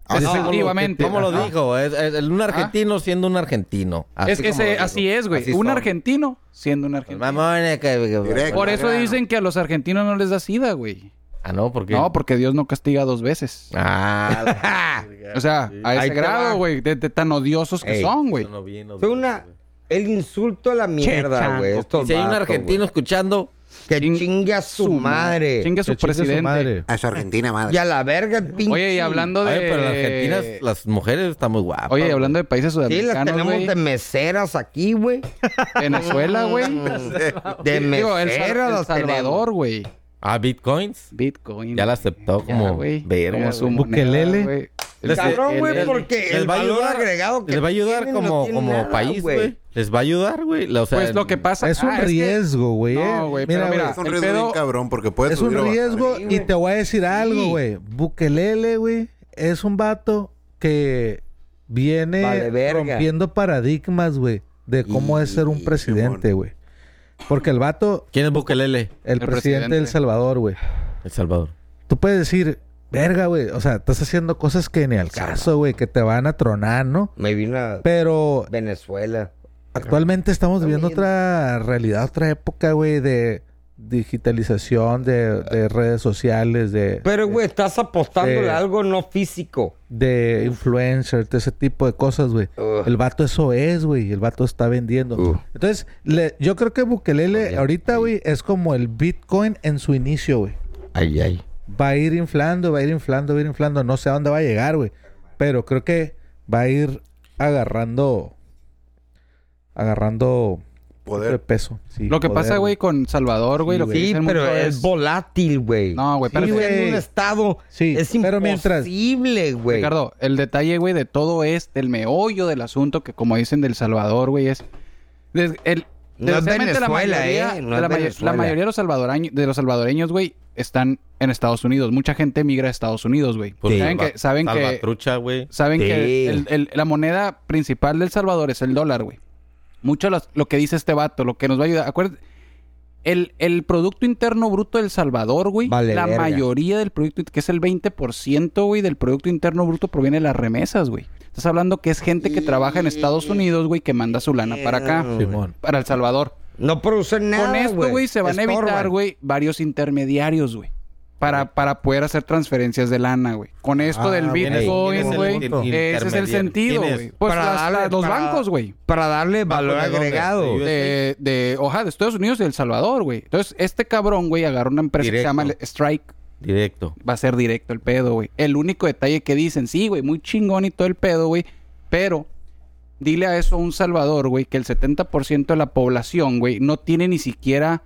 Speaker 4: Ah,
Speaker 3: No,
Speaker 4: Efectivamente.
Speaker 3: ¿Cómo lo
Speaker 4: Ajá.
Speaker 3: dijo? Es, es- es un argentino siendo un argentino. Así
Speaker 4: es que
Speaker 3: como
Speaker 4: ese-
Speaker 3: lo dijo.
Speaker 4: así es, güey.
Speaker 3: Así
Speaker 4: Un
Speaker 3: son. Pues,
Speaker 4: argentino siendo un argentino.
Speaker 3: Mamones que-
Speaker 6: Directo.
Speaker 4: Por eso
Speaker 6: Claro.
Speaker 4: dicen que a los argentinos no les da sida, güey.
Speaker 3: Ah, no, porque.
Speaker 4: No, pues, porque Dios no castiga dos veces.
Speaker 3: Ah, la-
Speaker 4: O sea, a ese
Speaker 3: Ahí te va.
Speaker 4: grado, güey, de, de tan odiosos que
Speaker 5: Ey.
Speaker 4: son, güey.
Speaker 3: Eso no vino,
Speaker 5: Fue
Speaker 3: güey.
Speaker 5: una. El insulto a la mierda,
Speaker 4: chango.
Speaker 5: güey.
Speaker 3: Y Si hay un argentino escuchando,
Speaker 5: Que
Speaker 4: Ching-
Speaker 5: chingue a su madre.
Speaker 4: Chingue a su
Speaker 2: Que chingue
Speaker 4: presidente.
Speaker 2: madre.
Speaker 6: A su Argentina, madre.
Speaker 5: Y a la verga, el pinche.
Speaker 4: Oye, y hablando de.
Speaker 3: Ay, pero en Argentina las mujeres están muy guapas.
Speaker 4: Oye, y hablando de países
Speaker 5: Sí, las
Speaker 4: sudamericanos,
Speaker 5: tenemos
Speaker 4: güey.
Speaker 5: de meseras aquí, güey. Ah,
Speaker 4: Venezuela, güey.
Speaker 5: Mm. De
Speaker 4: Digo, El, Sal-
Speaker 5: meseras
Speaker 4: El
Speaker 5: las
Speaker 4: Salvador,
Speaker 5: tenemos.
Speaker 4: güey.
Speaker 3: Ah, bitcoins.
Speaker 4: Bitcoin.
Speaker 3: Ya la aceptó
Speaker 4: Ya,
Speaker 3: como.
Speaker 4: güey.
Speaker 3: verga,
Speaker 4: Como su
Speaker 3: güey.
Speaker 4: moneda,
Speaker 2: Bukelele.
Speaker 4: güey. Este,
Speaker 3: Les-
Speaker 5: Cabrón,
Speaker 3: el-
Speaker 5: güey,
Speaker 3: el-
Speaker 5: porque
Speaker 3: les
Speaker 5: el
Speaker 3: va a
Speaker 5: valor
Speaker 3: ayudar-
Speaker 5: agregado que
Speaker 3: Les va a ayudar
Speaker 5: tienen no
Speaker 3: como,
Speaker 5: tiene
Speaker 3: como
Speaker 5: nada,
Speaker 3: país, güey. Les va a ayudar, güey. O sea,
Speaker 4: Pues lo que
Speaker 3: el-
Speaker 4: pasa
Speaker 2: Es un
Speaker 4: ah, que-
Speaker 2: riesgo, güey. eh.
Speaker 4: No, güey, pero mira,
Speaker 6: es un
Speaker 4: el
Speaker 6: riesgo
Speaker 4: pedo-
Speaker 6: bien cabrón porque puedes
Speaker 2: Es un
Speaker 6: subir o bajar.
Speaker 2: riesgo
Speaker 5: Sí,
Speaker 2: y
Speaker 5: güey.
Speaker 2: te voy a decir algo,
Speaker 5: Sí.
Speaker 2: güey. Bukelele, güey, es un vato que viene
Speaker 5: Vale verga.
Speaker 2: rompiendo paradigmas, güey, de cómo es ser un presidente, güey. Porque el vato,
Speaker 3: ¿Quién es Bukelele?
Speaker 2: el,
Speaker 4: El
Speaker 2: presidente
Speaker 4: presidente.
Speaker 2: del Salvador, güey.
Speaker 3: El Salvador.
Speaker 2: Tú puedes decir, verga, güey, o sea, estás haciendo cosas que ni al caso, güey, que te van a tronar, ¿no?
Speaker 5: Me vino a
Speaker 2: Pero
Speaker 5: Venezuela.
Speaker 2: Actualmente estamos
Speaker 5: Está
Speaker 2: viviendo
Speaker 5: bien.
Speaker 2: otra realidad, otra época, güey, de digitalización, de, de redes sociales, de,
Speaker 5: Pero, güey, estás apostando
Speaker 2: Eh.
Speaker 5: a algo no físico.
Speaker 2: de influencers, de ese tipo de cosas, güey.
Speaker 5: Ugh.
Speaker 2: El vato eso es, güey. El vato está vendiendo.
Speaker 5: Ugh.
Speaker 2: Entonces, le- yo creo que Bukelele
Speaker 5: Oye,
Speaker 2: ahorita,
Speaker 5: sí.
Speaker 2: güey, es como el Bitcoin en su inicio, güey.
Speaker 5: Ay, ay.
Speaker 2: Va a ir inflando, va a ir inflando, va a ir inflando. No sé a dónde va a llegar, güey. Pero creo que va a ir agarrando... Agarrando... de
Speaker 6: Poder.
Speaker 2: peso. sí,
Speaker 4: Lo que
Speaker 2: poder,
Speaker 4: pasa, güey, con Salvador, güey, lo que
Speaker 5: Sí,
Speaker 4: dicen
Speaker 5: pero
Speaker 4: mucho
Speaker 5: es volátil, güey.
Speaker 4: No, güey,
Speaker 5: pero
Speaker 4: pero-
Speaker 5: en
Speaker 2: güey.
Speaker 5: un estado
Speaker 2: Sí,
Speaker 5: es
Speaker 2: pero mientras-
Speaker 5: imposible, güey.
Speaker 4: Ricardo, el detalle, güey, de todo es del meollo del asunto que, como dicen del Salvador, güey, es. des- el,
Speaker 5: No es
Speaker 4: desgraciadamente,
Speaker 5: Venezuela,
Speaker 4: mayoría,
Speaker 5: eh, no
Speaker 4: la,
Speaker 5: es
Speaker 4: mayo- la
Speaker 5: Venezuela.
Speaker 4: mayoría de los, salvadoraños, de los salvadoreños, güey, están en Estados Unidos. Mucha gente migra a Estados Unidos, güey.
Speaker 3: Pues,
Speaker 4: saben
Speaker 3: salva-
Speaker 4: que, saben que,
Speaker 3: Salvatrucha, güey.
Speaker 4: saben
Speaker 5: Sí.
Speaker 4: que el- el- la moneda principal del Salvador es el dólar, güey. Mucho lo, lo que dice este vato, lo que nos va a ayudar. Acuérdate, el, el Producto Interno Bruto del Salvador, güey,
Speaker 5: Vale
Speaker 4: la
Speaker 5: verga.
Speaker 4: mayoría del producto, que es el 20%, güey, del Producto Interno Bruto proviene de las remesas, güey. Estás hablando que es gente que trabaja en Estados Unidos, güey, que manda su lana para acá,
Speaker 2: Simón.
Speaker 4: para El Salvador.
Speaker 5: No producen nada,
Speaker 4: Con
Speaker 5: güey.
Speaker 4: esto, güey, se van a evitar,
Speaker 5: Estorban.
Speaker 4: güey, varios intermediarios, güey. Para, para poder hacer transferencias de lana, güey. Con esto
Speaker 8: Ah,
Speaker 4: del
Speaker 8: bien
Speaker 3: ahí.
Speaker 4: Bitcoin,
Speaker 3: Tienes el
Speaker 4: güey.
Speaker 3: punto.
Speaker 4: Ese es el
Speaker 3: Intermediario.
Speaker 4: sentido,
Speaker 3: Tienes-
Speaker 4: güey. Pues
Speaker 5: Para
Speaker 4: las-
Speaker 5: darle-
Speaker 4: las- los
Speaker 5: para-
Speaker 4: bancos, güey.
Speaker 5: Para darle valor
Speaker 3: ¿de dónde?
Speaker 5: agregado.
Speaker 3: Sí,
Speaker 4: De, de, oja, de Estados Unidos y El Salvador, güey. Entonces, este cabrón, güey, agarró una empresa que se
Speaker 3: Directo.
Speaker 4: llama Strike.
Speaker 3: Directo.
Speaker 4: Va a ser directo el pedo, güey. El único detalle que dicen, sí, güey, muy chingón y todo el pedo, güey. Pero dile a eso a un Salvador, güey, que el 70% de la población, güey, no tiene ni siquiera...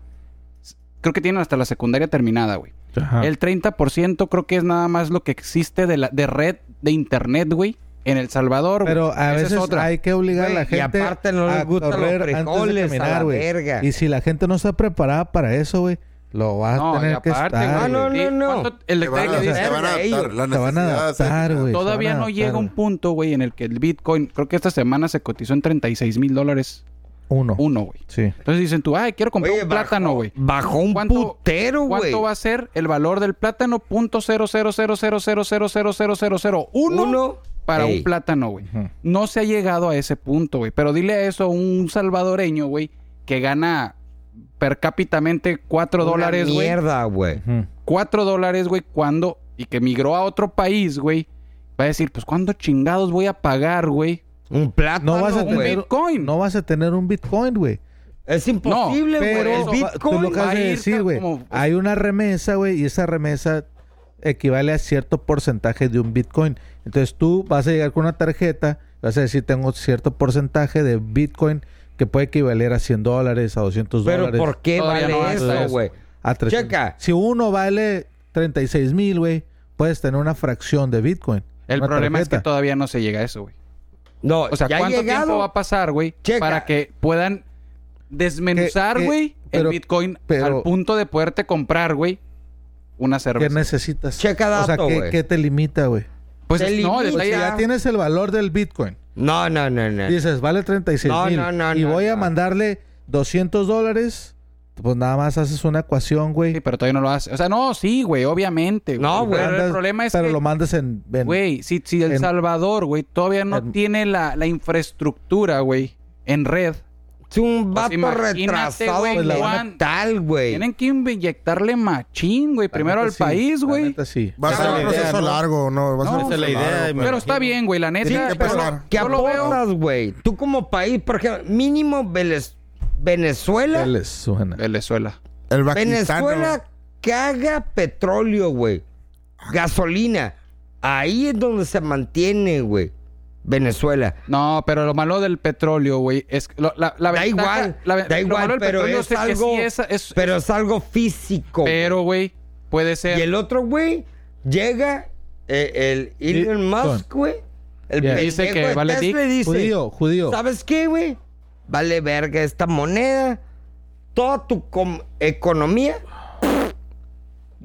Speaker 4: Creo que tienen hasta la secundaria terminada, güey.
Speaker 2: Ah.
Speaker 4: El 30% creo que es nada más lo que existe de, la, de red de internet, güey, en El Salvador. güey.
Speaker 2: Pero a
Speaker 4: Esa es
Speaker 2: veces
Speaker 4: otra.
Speaker 2: hay que obligar a la
Speaker 5: Güey, y
Speaker 2: gente
Speaker 5: aparte no les
Speaker 2: a
Speaker 5: gustan los
Speaker 2: correr antes
Speaker 5: frijoles,
Speaker 2: de
Speaker 5: a la
Speaker 2: caminar,
Speaker 5: verga.
Speaker 2: güey. Y si la gente no está preparada para eso, güey, lo vas
Speaker 4: No,
Speaker 2: a
Speaker 4: y
Speaker 2: tener que
Speaker 4: aparte,
Speaker 2: estar.
Speaker 4: güey,
Speaker 5: Ah, no,
Speaker 2: güey.
Speaker 4: sí,
Speaker 5: no, no.
Speaker 4: ¿cuánto- El
Speaker 6: Te van
Speaker 4: detalle
Speaker 6: a,
Speaker 4: que
Speaker 6: te
Speaker 4: dice,
Speaker 6: van a
Speaker 5: ellos.
Speaker 6: adaptar. La
Speaker 2: Te van a
Speaker 6: necesidad de hacer-
Speaker 2: adaptar, güey.
Speaker 4: Todavía
Speaker 2: se van a
Speaker 4: no llega
Speaker 2: adaptar,
Speaker 4: un punto, güey, en el que el Bitcoin, creo que esta semana se cotizó en 36 mil dólares
Speaker 2: güey. Uno.
Speaker 4: uno, güey.
Speaker 2: Sí.
Speaker 4: Entonces dicen tú, ay, quiero comprar
Speaker 5: Oye,
Speaker 4: un
Speaker 5: bajó-
Speaker 4: plátano, güey.
Speaker 5: Bajó un
Speaker 4: ¿Cuánto-
Speaker 5: putero, güey.
Speaker 4: ¿Cuánto va a ser el valor del plátano? Punto cero cero cero cero cero cero cero cero cero cero uno
Speaker 5: Uno.
Speaker 4: para
Speaker 5: Ey.
Speaker 4: un plátano, güey.
Speaker 2: Ujú.
Speaker 4: No se ha llegado a ese punto, güey. Pero dile a eso a un salvadoreño, güey, que gana per cápitamente 4
Speaker 5: Una
Speaker 4: dólares, güey.
Speaker 5: Mierda, güey.
Speaker 2: Ujú.
Speaker 4: 4 dólares, güey, cuando... Y que migró a otro país, güey. Va a decir, pues, ¿cuándo chingados voy a pagar, güey?
Speaker 5: Un plátano,
Speaker 2: No vas a
Speaker 5: güey.
Speaker 2: tener-
Speaker 4: Bitcoin.
Speaker 2: No vas a tener un Bitcoin, güey.
Speaker 5: Es imposible, güey.
Speaker 4: pero-
Speaker 5: el
Speaker 4: va-
Speaker 2: Tú lo
Speaker 5: Bitcoin.
Speaker 2: acabas
Speaker 4: va a
Speaker 2: de
Speaker 4: ir
Speaker 2: decir, güey.
Speaker 4: como-
Speaker 2: Hay una remesa, güey, y esa remesa equivale a cierto porcentaje de un Bitcoin. Entonces tú vas a llegar con una tarjeta, vas a decir, tengo cierto porcentaje de Bitcoin que puede equivaler a 100 dólares, a 200
Speaker 5: Pero
Speaker 2: dólares.
Speaker 5: ¿por qué
Speaker 4: Todavía
Speaker 5: vale
Speaker 4: no basta
Speaker 5: eso,
Speaker 4: eso,
Speaker 5: güey?
Speaker 2: A 300.
Speaker 5: Checa.
Speaker 2: Si uno vale 36 mil, güey, puedes tener una fracción de Bitcoin.
Speaker 4: El
Speaker 2: Una
Speaker 4: problema es que
Speaker 2: tarjeta.
Speaker 4: todavía no se llega a eso, güey.
Speaker 5: No,
Speaker 4: O sea,
Speaker 5: ya ha
Speaker 4: ¿cuánto tiempo
Speaker 5: llegado?
Speaker 4: va a pasar, güey?
Speaker 5: Checa.
Speaker 4: Para que puedan desmenuzar,
Speaker 2: Que- que-
Speaker 4: güey, el
Speaker 2: pero-
Speaker 4: Bitcoin
Speaker 2: pero-
Speaker 4: al punto de poderte comprar, güey, una
Speaker 2: ¿Qué
Speaker 4: cerveza.
Speaker 2: necesitas?
Speaker 5: Checa
Speaker 2: o sea,
Speaker 5: dato,
Speaker 2: ¿qué,
Speaker 5: güey.
Speaker 2: qué te limita, este güey?
Speaker 4: Pues
Speaker 5: Te
Speaker 4: no, el
Speaker 5: limita.
Speaker 4: detalle-
Speaker 2: Si
Speaker 5: Ya.
Speaker 2: ya tienes el valor del Bitcoin.
Speaker 5: No, no, no, no.
Speaker 2: Dices, vale 36
Speaker 5: Eh. No,
Speaker 2: mil.
Speaker 5: no, no,
Speaker 2: y
Speaker 5: no,
Speaker 2: voy a
Speaker 5: no.
Speaker 2: mandarle 200 dólares pues nada más haces una ecuación, güey.
Speaker 4: Sí, pero todavía no lo hace. O sea, no, sí, güey, obviamente.
Speaker 5: No, güey.
Speaker 4: Pero
Speaker 2: Mandas-
Speaker 4: el problema es
Speaker 2: pero
Speaker 4: que,
Speaker 2: lo mandas en... en-
Speaker 4: güey, si, si El
Speaker 2: en-
Speaker 4: Salvador, güey, todavía no
Speaker 2: en-
Speaker 4: tiene la, la infraestructura, güey, en red.
Speaker 5: Es un
Speaker 4: Pues
Speaker 5: vato
Speaker 4: imagínate,
Speaker 5: retrasado
Speaker 4: güey,
Speaker 5: pues, la van a
Speaker 4: Juan.
Speaker 5: tal, güey.
Speaker 4: Tienen que inyectarle machín, güey,
Speaker 2: la
Speaker 4: primero
Speaker 2: neta
Speaker 4: al
Speaker 2: sí,
Speaker 4: país,
Speaker 2: la
Speaker 4: güey.
Speaker 2: neta sí.
Speaker 8: Va a
Speaker 3: Esa
Speaker 8: ser
Speaker 3: es la
Speaker 8: un
Speaker 3: idea,
Speaker 8: proceso
Speaker 3: ¿no?
Speaker 8: largo, ¿no? Va a ser
Speaker 4: No,
Speaker 8: un
Speaker 4: esa
Speaker 3: es la
Speaker 8: proceso
Speaker 3: idea,
Speaker 8: largo,
Speaker 3: y
Speaker 8: pero-
Speaker 4: Pero está bien, güey, la
Speaker 8: Tienen
Speaker 4: neta.
Speaker 8: que
Speaker 4: yo lo-
Speaker 8: pasar.
Speaker 5: ¿Qué
Speaker 4: yo lo veo.
Speaker 5: aportas, güey? Tú como país, por ejemplo, mínimo Velez- Venezuela.
Speaker 2: Ya les suena.
Speaker 4: Venezuela.
Speaker 8: El vaquistano.
Speaker 5: Venezuela caga petróleo, güey. Gasolina. Ahí es donde se mantiene, güey. Venezuela.
Speaker 4: No, pero lo malo del petróleo, güey, es que lo- la, la
Speaker 5: Da
Speaker 4: ventaja-
Speaker 5: igual,
Speaker 4: la ve-
Speaker 5: da
Speaker 4: lo
Speaker 5: igual,
Speaker 4: malo del
Speaker 5: pero
Speaker 4: petróleo
Speaker 5: es
Speaker 4: que
Speaker 5: algo-
Speaker 4: sí es- es-
Speaker 5: Pero es algo físico. güey.
Speaker 4: pero, güey, puede ser.
Speaker 5: Y el otro, güey, llega eh, el Elon
Speaker 2: Sí,
Speaker 5: Musk, güey. El
Speaker 2: Ya.
Speaker 5: pendejo
Speaker 4: Dice que
Speaker 5: de
Speaker 4: vale
Speaker 5: Tesla
Speaker 4: dick.
Speaker 5: dice,
Speaker 2: Judío, judío.
Speaker 5: ¿sabes qué, güey? Vale verga esta moneda. Toda tu com- economía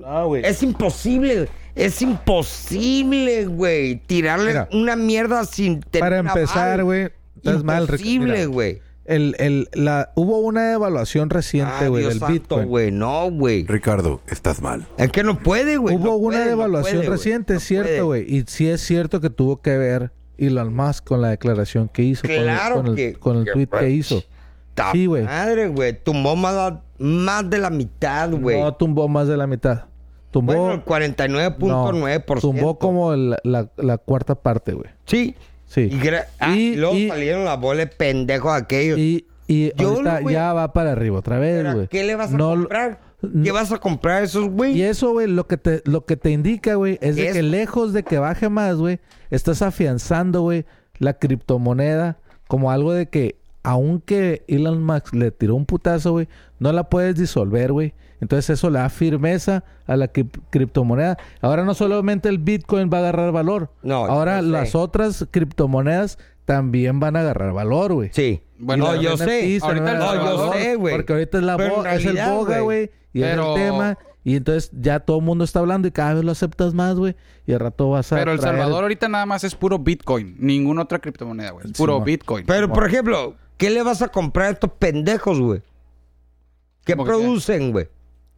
Speaker 7: Ah, güey.
Speaker 5: Es imposible, es imposible, güey, tirarle
Speaker 2: Mira,
Speaker 5: una mierda sin tener
Speaker 2: Para
Speaker 5: aval.
Speaker 2: empezar, güey, estás mal. Rick.
Speaker 5: Imposible,
Speaker 2: Mira,
Speaker 5: güey.
Speaker 2: El, el, la, hubo una evaluación
Speaker 5: Ah,
Speaker 2: reciente, güey,
Speaker 5: Dios
Speaker 2: del
Speaker 5: santo,
Speaker 2: Bitcoin.
Speaker 5: güey, no, güey.
Speaker 1: Ricardo, estás mal.
Speaker 5: Es que no puede, güey.
Speaker 2: Hubo
Speaker 5: no
Speaker 2: una
Speaker 5: puede, no
Speaker 2: devaluación
Speaker 5: puede, güey,
Speaker 2: reciente,
Speaker 5: no
Speaker 2: es cierto,
Speaker 5: puede.
Speaker 2: güey. Y sí es cierto que tuvo que ver Elon Musk con la declaración que hizo, con el-
Speaker 5: Claro
Speaker 2: con el,
Speaker 5: que-
Speaker 2: con el
Speaker 5: que-
Speaker 2: tweet que hizo.
Speaker 5: Ta
Speaker 2: Sí, güey.
Speaker 5: Madre, güey, tumbó más, más de la mitad, güey.
Speaker 2: No tumbó más de la mitad. Tumbó,
Speaker 5: bueno, el
Speaker 2: no,
Speaker 5: 49.9%.
Speaker 2: tumbó como el- la, la cuarta parte, güey.
Speaker 5: Sí.
Speaker 2: Sí.
Speaker 5: Y, gra- ah,
Speaker 2: Y-
Speaker 5: luego
Speaker 2: y-
Speaker 5: salieron las bolas de pendejos aquellos.
Speaker 2: Y, y
Speaker 5: Yo
Speaker 2: ahorita
Speaker 5: lo, güey.
Speaker 2: ya va para arriba otra
Speaker 5: Pero,
Speaker 2: vez,
Speaker 5: ¿a
Speaker 2: güey.
Speaker 5: ¿Qué le vas a
Speaker 2: No lo-
Speaker 5: comprar? ¿Qué
Speaker 2: no-
Speaker 5: vas a comprar a esos, güey?
Speaker 2: Y eso, güey, lo que te, lo que te indica, güey, es de
Speaker 5: Es-
Speaker 2: que lejos de que baje más, güey, estás afianzando, güey, la criptomoneda como algo de que, aunque Elon Musk le tiró un putazo, güey, no la puedes disolver, güey. Entonces eso le da firmeza a la cri- criptomoneda. Ahora no solamente el Bitcoin va a agarrar valor.
Speaker 5: No,
Speaker 2: Ahora
Speaker 5: yo sé.
Speaker 2: las otras criptomonedas también van a agarrar valor, güey.
Speaker 5: Sí.
Speaker 4: Bueno,
Speaker 5: no, yo sé.
Speaker 2: NFTs también
Speaker 4: Ahorita
Speaker 2: van a
Speaker 4: el
Speaker 2: agarrar
Speaker 4: Salvador-
Speaker 2: valor,
Speaker 5: No, yo sé, güey.
Speaker 2: Porque ahorita es, la
Speaker 5: Pero en
Speaker 2: bo- es el
Speaker 5: realidad,
Speaker 2: boga, güey.
Speaker 5: güey.
Speaker 2: Y
Speaker 4: Pero-
Speaker 2: es el tema. Y entonces ya todo el mundo está hablando y cada vez lo aceptas más, güey. Y al rato vas a.
Speaker 4: Pero El
Speaker 2: traer-
Speaker 4: Salvador ahorita nada más es puro Bitcoin. Ninguna otra criptomoneda, güey. Es puro
Speaker 2: Simón.
Speaker 4: Bitcoin.
Speaker 5: Pero, por ejemplo, ¿qué le vas a comprar a estos pendejos, güey? ¿Qué
Speaker 4: ¿Cómo que qué?
Speaker 5: producen, güey?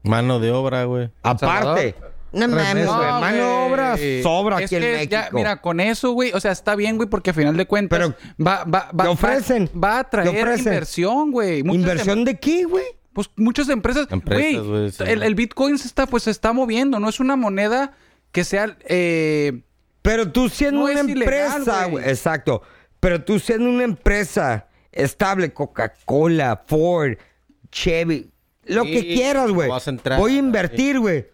Speaker 3: Mano de obra, güey.
Speaker 5: Aparte. No mames,
Speaker 4: No,
Speaker 5: pues, güey. Mano de
Speaker 4: güey.
Speaker 5: obra sobra
Speaker 4: Es
Speaker 5: aquí en
Speaker 4: que
Speaker 5: México.
Speaker 4: ya, mira, con eso, güey, o sea, está bien, güey, porque a final de cuentas
Speaker 5: Pero,
Speaker 4: va, va, va,
Speaker 5: ¿qué ofrecen?
Speaker 4: va, va a
Speaker 5: ¿Qué
Speaker 4: traer
Speaker 5: ofrecen?
Speaker 4: inversión, güey. Muchas
Speaker 5: ¿Inversión de qué, güey?
Speaker 4: Pues muchas empresas,
Speaker 3: Empresas,
Speaker 4: güey,
Speaker 3: güey, sí.
Speaker 4: el, el Bitcoin se está, pues se está moviendo, no es una moneda que sea, eh,
Speaker 5: Pero tú siendo
Speaker 4: No
Speaker 5: una
Speaker 4: es ilegal,
Speaker 5: empresa,
Speaker 4: güey.
Speaker 5: güey. Exacto. Pero tú siendo una empresa estable, Coca-Cola, Ford, Chevy, lo
Speaker 3: Sí,
Speaker 5: que quieras, güey.
Speaker 3: vas a entrar,
Speaker 5: Voy a
Speaker 3: sí.
Speaker 5: invertir, güey.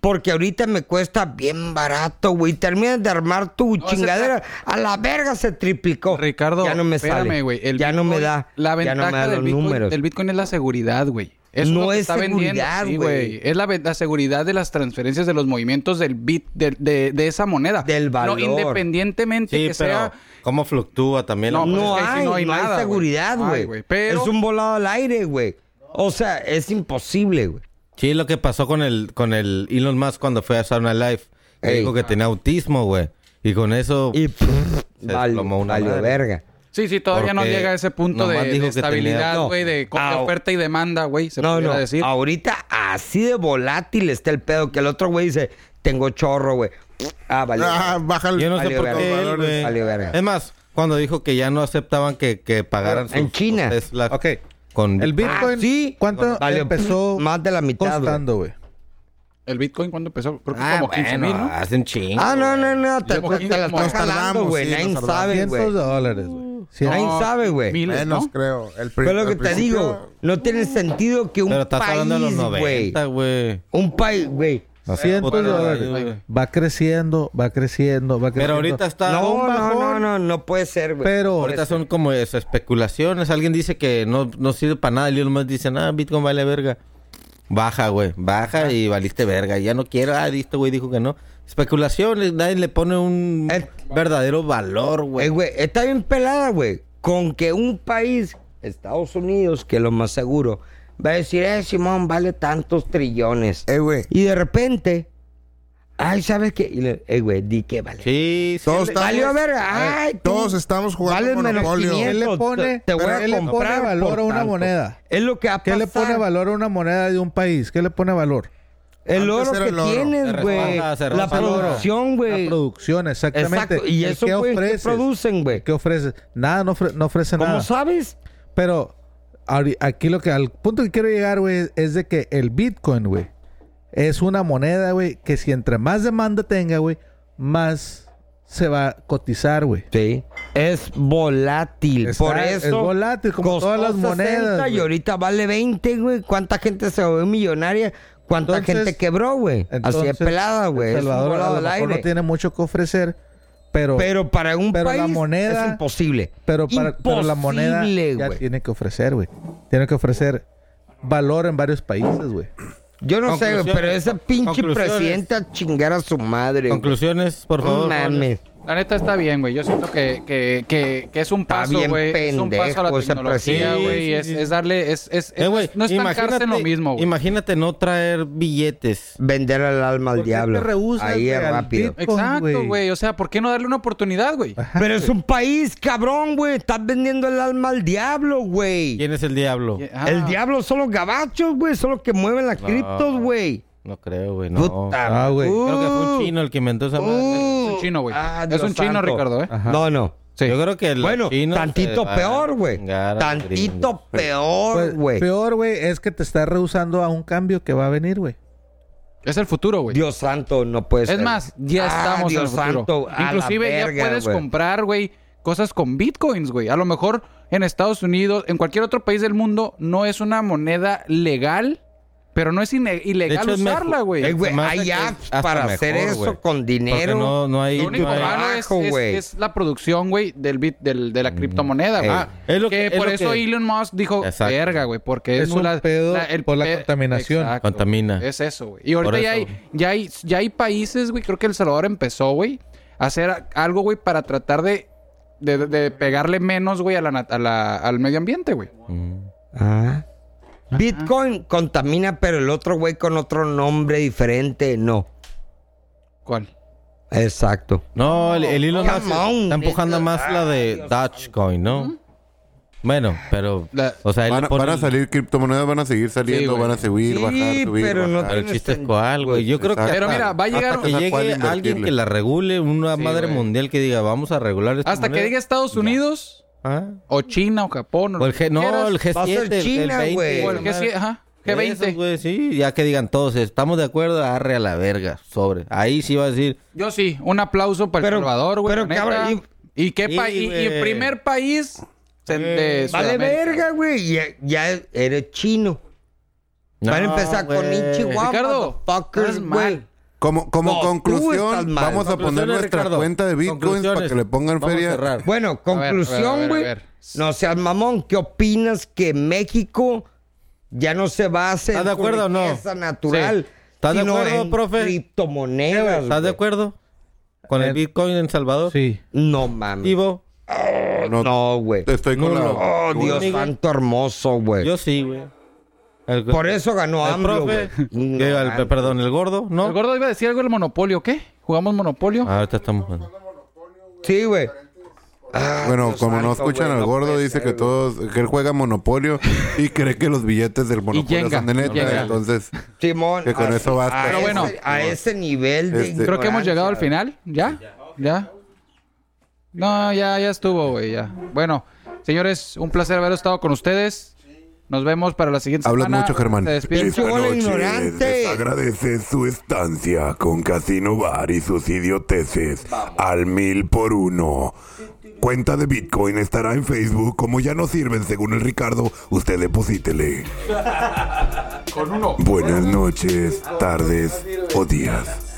Speaker 5: Porque ahorita me cuesta bien barato, güey. Terminas de armar tu
Speaker 4: No, se
Speaker 5: chingadera.
Speaker 4: está-
Speaker 5: A la verga se triplicó.
Speaker 4: Ricardo,
Speaker 5: ya no me
Speaker 4: espérame,
Speaker 5: sale.
Speaker 4: güey, el
Speaker 5: ya no me
Speaker 4: Bitcoin-
Speaker 5: da.
Speaker 4: La
Speaker 5: ya
Speaker 4: ventaja
Speaker 5: no me da
Speaker 4: del,
Speaker 5: los
Speaker 4: Bitcoin,
Speaker 5: números.
Speaker 4: del Bitcoin es la seguridad, güey. Eso
Speaker 5: No
Speaker 4: lo que
Speaker 5: es
Speaker 4: está vendiendo,
Speaker 5: seguridad,
Speaker 4: sí,
Speaker 5: güey.
Speaker 4: Es la, ve- la seguridad de las transferencias, de los movimientos del bit, del- de, de esa moneda.
Speaker 5: Del valor.
Speaker 4: No, independientemente
Speaker 3: Sí,
Speaker 4: que
Speaker 3: pero
Speaker 4: sea...
Speaker 3: cómo fluctúa también.
Speaker 4: No,
Speaker 3: la-
Speaker 4: pues
Speaker 5: no,
Speaker 4: es que ahí sí
Speaker 5: hay,
Speaker 4: no
Speaker 5: no
Speaker 4: hay
Speaker 5: hay,
Speaker 4: nada, güey.
Speaker 5: seguridad,
Speaker 4: No hay,
Speaker 5: güey.
Speaker 4: güey, pero-
Speaker 5: Es un volado al aire, güey. O sea, es imposible, güey.
Speaker 3: Sí, lo que pasó con el con el Elon Musk cuando fue a Sauna Life. que
Speaker 5: Ey.
Speaker 3: Dijo que tenía autismo, güey. Y con eso...
Speaker 5: Y pff,
Speaker 3: Se
Speaker 5: vale,
Speaker 3: desplomó una
Speaker 5: valió
Speaker 3: madre.
Speaker 5: verga.
Speaker 4: Sí, sí, todavía no
Speaker 3: Porque
Speaker 4: llega a ese punto de,
Speaker 3: nomás
Speaker 4: de
Speaker 3: dijo que tenía-
Speaker 4: estabilidad,
Speaker 3: No.
Speaker 4: güey, de co- de
Speaker 5: Ah,
Speaker 4: oferta y demanda, güey, se
Speaker 5: No,
Speaker 4: pudiera
Speaker 5: no.
Speaker 4: decir.
Speaker 5: Ahorita así de volátil está el pedo que el otro güey dice, tengo chorro, güey. Ah, vale.
Speaker 8: Ah, baja el-
Speaker 3: Yo no sé
Speaker 5: Valió
Speaker 3: por
Speaker 5: verga.
Speaker 3: qué,
Speaker 5: Valió
Speaker 3: güey. Em,
Speaker 5: verga.
Speaker 3: Es más, cuando dijo que ya no aceptaban que, que pagaran
Speaker 5: En China.
Speaker 3: Tesla
Speaker 2: Ok.
Speaker 3: Con
Speaker 2: El Bitcoin.
Speaker 5: Ah, sí.
Speaker 2: ¿Cuánto
Speaker 5: Vale,
Speaker 2: empezó
Speaker 5: más de la mitad,
Speaker 2: costando, güey?
Speaker 4: ¿El Bitcoin cuándo empezó? Creo que
Speaker 3: Ah,
Speaker 4: como 15 mil,
Speaker 3: bueno,
Speaker 4: ¿no?
Speaker 3: hace un chingo.
Speaker 5: Ah, no, no, no. Te,
Speaker 4: Como
Speaker 5: te la
Speaker 4: nos
Speaker 5: estás jalando,
Speaker 8: tardamos,
Speaker 5: güey.
Speaker 8: sí,
Speaker 5: Nadie
Speaker 8: nos tardamos.
Speaker 5: sabe,
Speaker 2: Cientos de
Speaker 5: güey.
Speaker 2: dólares, güey. Cien-
Speaker 5: Nadie
Speaker 4: No,
Speaker 5: sabe, güey.
Speaker 4: Miles,
Speaker 8: Menos,
Speaker 4: ¿no?
Speaker 8: creo. El pri-
Speaker 5: Pero lo
Speaker 8: al
Speaker 5: que te
Speaker 8: principio-
Speaker 5: digo, no tiene sentido que un
Speaker 3: Pero estás
Speaker 5: país,
Speaker 3: hablando de los
Speaker 5: güey.
Speaker 3: 90, güey.
Speaker 5: Un país, güey.
Speaker 3: O sea,
Speaker 2: Cientos
Speaker 3: puta
Speaker 2: de dólares.
Speaker 3: madre, güey.
Speaker 2: Va creciendo, va creciendo, va creciendo.
Speaker 3: Pero ahorita está...
Speaker 5: No, no,
Speaker 2: bajón,
Speaker 5: no, no, no puede ser, güey.
Speaker 2: Pero-
Speaker 3: Ahorita son como esas especulaciones. Alguien dice que no, no sirve para nada. Y Elon Musk dice, ah, Bitcoin vale verga. Baja, güey. Baja y valiste verga. Ya no quiero. Ah, este güey dijo que no. Especulaciones. Nadie le pone un
Speaker 5: Eh,
Speaker 3: verdadero valor,
Speaker 5: Eh,
Speaker 3: güey.
Speaker 5: güey, está bien pelada, güey. Con que un país, Estados Unidos, que es lo más seguro, va a decir, eh, Simón, vale tantos trillones.
Speaker 8: Eh, güey.
Speaker 5: Y de repente, Ay, ¿sabes qué? Y le, eh, güey, di que vale.
Speaker 3: Sí, sí.
Speaker 8: Todos estamos,
Speaker 5: Valió
Speaker 2: eh,
Speaker 5: verga. Ay, tú
Speaker 8: todos estamos jugando
Speaker 5: vales menos
Speaker 8: monopolio.
Speaker 5: 500.
Speaker 2: Él le
Speaker 5: Te-
Speaker 2: pone,
Speaker 5: te voy a
Speaker 2: él le pone
Speaker 5: comprar
Speaker 2: valor
Speaker 5: por
Speaker 2: a una
Speaker 5: tanto.
Speaker 2: moneda.
Speaker 5: Es lo que ha
Speaker 2: ¿Qué
Speaker 5: pasado.
Speaker 2: le pone valor a una moneda de un país? ¿Qué le pone valor?
Speaker 5: El
Speaker 8: Antes
Speaker 5: oro
Speaker 8: era
Speaker 5: que
Speaker 8: el oro.
Speaker 5: tienes,
Speaker 3: Se
Speaker 5: güey.
Speaker 3: respalda, se
Speaker 5: La
Speaker 3: respalda.
Speaker 5: producción,
Speaker 2: La
Speaker 5: güey.
Speaker 2: producción, exactamente.
Speaker 5: Exacto. Y
Speaker 2: ¿El
Speaker 5: eso,
Speaker 2: qué
Speaker 5: güey, ¿qué
Speaker 2: ofreces?
Speaker 5: producen, güey?
Speaker 2: ¿Qué ofrece? Nada, no, ofre- no ofrece
Speaker 5: ¿Cómo
Speaker 2: nada.
Speaker 5: sabes?
Speaker 2: Pero ahori- aquí lo que al punto que quiero llegar, güey, es de que el Bitcoin, güey, es una moneda, güey, que si entre más demanda tenga, güey, más se va a cotizar, güey.
Speaker 5: Sí. Es volátil.
Speaker 2: Está-
Speaker 5: Por eso.
Speaker 2: es volátil, como
Speaker 5: costó
Speaker 2: todas las
Speaker 5: 60
Speaker 2: monedas.
Speaker 5: Y
Speaker 2: güey.
Speaker 5: ahorita vale 20, güey. ¿Cuánta gente se volvió millonaria? ¿Cuánta
Speaker 2: Entonces-
Speaker 5: gente quebró, güey? Así de
Speaker 2: Entonces,
Speaker 5: pelada, güey.
Speaker 2: El
Speaker 5: Es un
Speaker 2: Salvador
Speaker 5: volado
Speaker 2: a lo
Speaker 5: al
Speaker 2: mejor
Speaker 5: aire.
Speaker 2: no tiene mucho que ofrecer, pero, pero,
Speaker 5: Pero para un
Speaker 2: pero la
Speaker 5: país
Speaker 2: moneda-
Speaker 5: es imposible.
Speaker 2: para, pero la moneda
Speaker 5: Imposible,
Speaker 2: ya
Speaker 5: güey.
Speaker 2: tiene que ofrecer, güey. Tiene que ofrecer valor en varios países, güey.
Speaker 5: Yo no sé, güey,
Speaker 3: Conclusiones.
Speaker 5: pero ese pinche
Speaker 3: Conclusiones.
Speaker 5: presidente a chingar a su madre. güey.
Speaker 3: Conclusiones, por
Speaker 5: No
Speaker 3: favor.
Speaker 5: mames.
Speaker 4: La neta está bien, güey. Yo siento que, que, que, que es un
Speaker 5: Está
Speaker 4: paso,
Speaker 5: bien
Speaker 4: güey. Es un paso a la
Speaker 5: pendejo ese
Speaker 4: tecnología,
Speaker 3: presidente.
Speaker 4: güey.
Speaker 3: Sí, sí,
Speaker 4: es,
Speaker 3: sí.
Speaker 4: es darle... Es, es,
Speaker 3: Eh, güey,
Speaker 4: es no estancarse
Speaker 3: imagínate,
Speaker 4: en lo mismo, güey.
Speaker 3: Imagínate no traer billetes.
Speaker 5: Vender el alma al
Speaker 2: ¿Por qué
Speaker 5: diablo.
Speaker 2: te rehusas,
Speaker 5: Ahí es
Speaker 2: güey, al
Speaker 5: rápido.
Speaker 2: Bitcoin,
Speaker 4: Exacto, güey. O sea, ¿por qué no darle una oportunidad, güey?
Speaker 5: Pero es un país, cabrón, güey. Estás vendiendo el alma al diablo, güey.
Speaker 3: ¿Quién es el diablo?
Speaker 4: Ah,
Speaker 5: El diablo son los gabachos, güey. Son los que mueven las criptos, güey.
Speaker 3: No creo, güey, no.
Speaker 5: Puta.
Speaker 2: Ah, güey.
Speaker 3: Creo que fue
Speaker 5: Uh,
Speaker 3: un chino el que inventó esa madre.
Speaker 5: uh.
Speaker 4: Es un chino, güey.
Speaker 5: Ah,
Speaker 4: Es
Speaker 5: Dios
Speaker 4: un chino,
Speaker 5: santo.
Speaker 4: Ricardo, ¿eh?
Speaker 5: No, no.
Speaker 4: Sí.
Speaker 3: Yo creo que los
Speaker 5: Bueno,
Speaker 3: chinos
Speaker 5: tantito
Speaker 3: se van a
Speaker 5: peor, güey.
Speaker 3: chingar a los gringos.
Speaker 5: Tantito
Speaker 2: Pues,
Speaker 5: peor, güey.
Speaker 2: peor, güey, es que te estás rehusando a un cambio que va a venir, güey.
Speaker 4: Es el futuro, güey.
Speaker 5: Dios santo, no puede ser.
Speaker 4: Es más, ya
Speaker 5: Ah,
Speaker 4: estamos
Speaker 5: Dios
Speaker 4: en el futuro.
Speaker 5: santo, a la
Speaker 4: Inclusive
Speaker 5: verga,
Speaker 4: ya puedes
Speaker 5: güey.
Speaker 4: comprar, güey, cosas con bitcoins, güey. A lo mejor en Estados Unidos, en cualquier otro país del mundo, no es una moneda legal, pero no es ine-
Speaker 3: De
Speaker 4: ilegal
Speaker 3: hecho, es
Speaker 4: usarla,
Speaker 3: mejor-
Speaker 4: güey.
Speaker 5: Eh, güey,
Speaker 3: Se me hace
Speaker 5: hay
Speaker 3: que es
Speaker 5: apps
Speaker 3: hasta
Speaker 5: para
Speaker 3: mejor,
Speaker 5: hacer eso
Speaker 3: güey.
Speaker 5: con dinero.
Speaker 3: Porque no, no hay...
Speaker 4: Lo único
Speaker 3: no hay-
Speaker 4: malo es,
Speaker 5: trabajo,
Speaker 4: es-
Speaker 5: güey.
Speaker 4: es la producción, güey, del bit, del,
Speaker 3: Mm,
Speaker 4: de la criptomoneda, güey.
Speaker 3: Ah, es lo que-
Speaker 4: que,
Speaker 3: es
Speaker 4: por
Speaker 3: lo
Speaker 4: eso
Speaker 3: que-
Speaker 4: Elon Musk dijo,
Speaker 3: Exacto.
Speaker 4: verga, güey, porque
Speaker 2: Es
Speaker 4: es,
Speaker 2: un pedo por la
Speaker 4: pe-
Speaker 2: contaminación.
Speaker 4: Exacto,
Speaker 3: Contamina.
Speaker 4: güey. Es eso, güey. Y ahorita
Speaker 3: Por
Speaker 4: ya
Speaker 3: eso.
Speaker 4: hay, ya hay, ya hay países, güey, creo que El Salvador empezó, güey, a hacer a- algo, güey, para tratar de, de, de pegarle menos, güey, a la, nat- a la- al medio ambiente, güey.
Speaker 3: Mm.
Speaker 5: Ah. Bitcoin contamina, pero el otro güey con otro nombre diferente, no.
Speaker 4: ¿Cuál?
Speaker 5: Exacto.
Speaker 3: No, el, el Elon
Speaker 5: Come
Speaker 3: Musk
Speaker 5: on,
Speaker 3: está empujando
Speaker 5: nigga.
Speaker 3: más la de Dogecoin, ¿no? Bueno, pero...
Speaker 4: La-
Speaker 3: O sea, él
Speaker 6: Van
Speaker 3: le
Speaker 6: a,
Speaker 3: pone-
Speaker 6: van a salir criptomonedas, van a seguir saliendo,
Speaker 4: Sí, güey.
Speaker 6: van a seguir,
Speaker 5: Sí,
Speaker 6: bajar, subir,
Speaker 5: pero no
Speaker 3: Pero
Speaker 6: bajar.
Speaker 3: el chiste es cuál, güey. Yo creo que...
Speaker 4: Pero
Speaker 3: hasta-
Speaker 4: mira, va a llegar...
Speaker 6: hasta
Speaker 3: que
Speaker 6: Esa cual
Speaker 3: llegue
Speaker 6: invertirle.
Speaker 3: alguien que la regule, una
Speaker 4: Sí,
Speaker 3: madre
Speaker 4: güey.
Speaker 3: mundial que diga, vamos a regular esta
Speaker 4: Hasta que
Speaker 3: moneda".
Speaker 4: diga Estados Unidos,
Speaker 3: Ah.
Speaker 4: o China, o Japón, o
Speaker 3: O
Speaker 4: lo
Speaker 3: el
Speaker 4: que
Speaker 3: G, no,
Speaker 4: quieras.
Speaker 3: el
Speaker 5: Va a ser
Speaker 3: G7, el-
Speaker 5: China,
Speaker 3: el 20,
Speaker 5: güey.
Speaker 4: O el G7, ajá, G20.
Speaker 3: Esos, güey, sí, ya que digan todos, estamos de acuerdo, arre a la verga, sobre. Ahí sí va a decir,
Speaker 4: Yo sí, un aplauso para
Speaker 5: Pero-
Speaker 4: El Salvador, güey.
Speaker 5: pero,
Speaker 4: la neta.
Speaker 5: cabrón,
Speaker 4: y, qué
Speaker 3: Sí,
Speaker 4: país, y,
Speaker 3: güey.
Speaker 4: primer país de- de
Speaker 5: Vale
Speaker 4: Sudamérica.
Speaker 5: verga, güey. Ya, ya eres chino. Van a
Speaker 3: "No,
Speaker 5: empezar con
Speaker 3: güey".
Speaker 5: Inchihuahua.
Speaker 4: Ricardo,
Speaker 5: fuckers,
Speaker 4: estás mal.
Speaker 6: Como, como
Speaker 5: No, tú estás
Speaker 6: conclusión,
Speaker 5: mal.
Speaker 6: vamos a poner
Speaker 3: Conclusiones,
Speaker 6: nuestra
Speaker 3: Ricardo.
Speaker 6: cuenta de bitcoins para
Speaker 3: Conclusiones.
Speaker 6: que le pongan
Speaker 3: Vamos a
Speaker 6: feria.
Speaker 3: cerrar.
Speaker 5: Bueno,
Speaker 4: ver, a ver, a ver, a
Speaker 5: conclusión,
Speaker 4: ver,
Speaker 5: güey.
Speaker 4: a ver.
Speaker 5: No seas mamón. ¿Qué opinas que México ya no se basa
Speaker 3: ¿Estás de acuerdo o no?
Speaker 5: riqueza natural?
Speaker 3: Sí. ¿Estás de
Speaker 5: sino
Speaker 3: acuerdo,
Speaker 5: en
Speaker 3: profe?
Speaker 5: Criptomonedas.
Speaker 3: ¿Estás de
Speaker 5: güey?
Speaker 3: acuerdo con el Bitcoin en Salvador?
Speaker 2: Sí.
Speaker 5: No mames.
Speaker 3: Ivo,
Speaker 6: No,
Speaker 5: No, güey.
Speaker 6: Estoy con
Speaker 3: Nulo.
Speaker 6: la...
Speaker 5: Oh, Dios
Speaker 3: Nigga.
Speaker 5: santo hermoso, güey.
Speaker 3: yo sí, güey. El-
Speaker 5: Por eso ganó
Speaker 3: el
Speaker 5: AMLO,
Speaker 3: profe,
Speaker 5: güey.
Speaker 3: que- el-
Speaker 5: Ignorante.
Speaker 3: perdón, el gordo, ¿no?
Speaker 4: El gordo iba a decir algo del monopolio, ¿qué? ¿Jugamos monopolio?
Speaker 3: Ah, ahorita estamos. jugando.
Speaker 5: Sí, güey. Ah,
Speaker 6: Bueno,
Speaker 5: Dios
Speaker 6: como no
Speaker 5: santo,
Speaker 6: escuchan
Speaker 5: güey,
Speaker 6: al
Speaker 5: no
Speaker 6: gordo,
Speaker 5: puede
Speaker 6: dice
Speaker 5: ser,
Speaker 6: que
Speaker 5: güey.
Speaker 6: todos, que él juega Monopolio y cree que los billetes del Monopolio
Speaker 4: Yenga,
Speaker 6: son de
Speaker 4: y Yenga.
Speaker 6: neta. Entonces,
Speaker 5: Simón,
Speaker 6: que con
Speaker 5: a-
Speaker 6: eso basta.
Speaker 5: A,
Speaker 6: Pero
Speaker 5: ese,
Speaker 4: bueno.
Speaker 5: a ese nivel de.
Speaker 6: Este-
Speaker 4: Creo que hemos
Speaker 5: ignorancia,
Speaker 4: llegado al final. ¿Ya? ¿Ya? No, ya, ya estuvo, güey, ya. Bueno, señores, un placer haber estado con ustedes. Nos vemos para la siguiente
Speaker 6: hablas
Speaker 4: semana.
Speaker 6: mucho, Germán.
Speaker 4: Se despiden.
Speaker 5: Esta Chihuahua ignorante.
Speaker 6: les agradece su estancia con Casino Bar y sus idioteces al mil por uno. Cuenta de Bitcoin estará en Facebook. Como ya no sirven, según el Ricardo, usted deposítele. Buenas noches, tardes o días.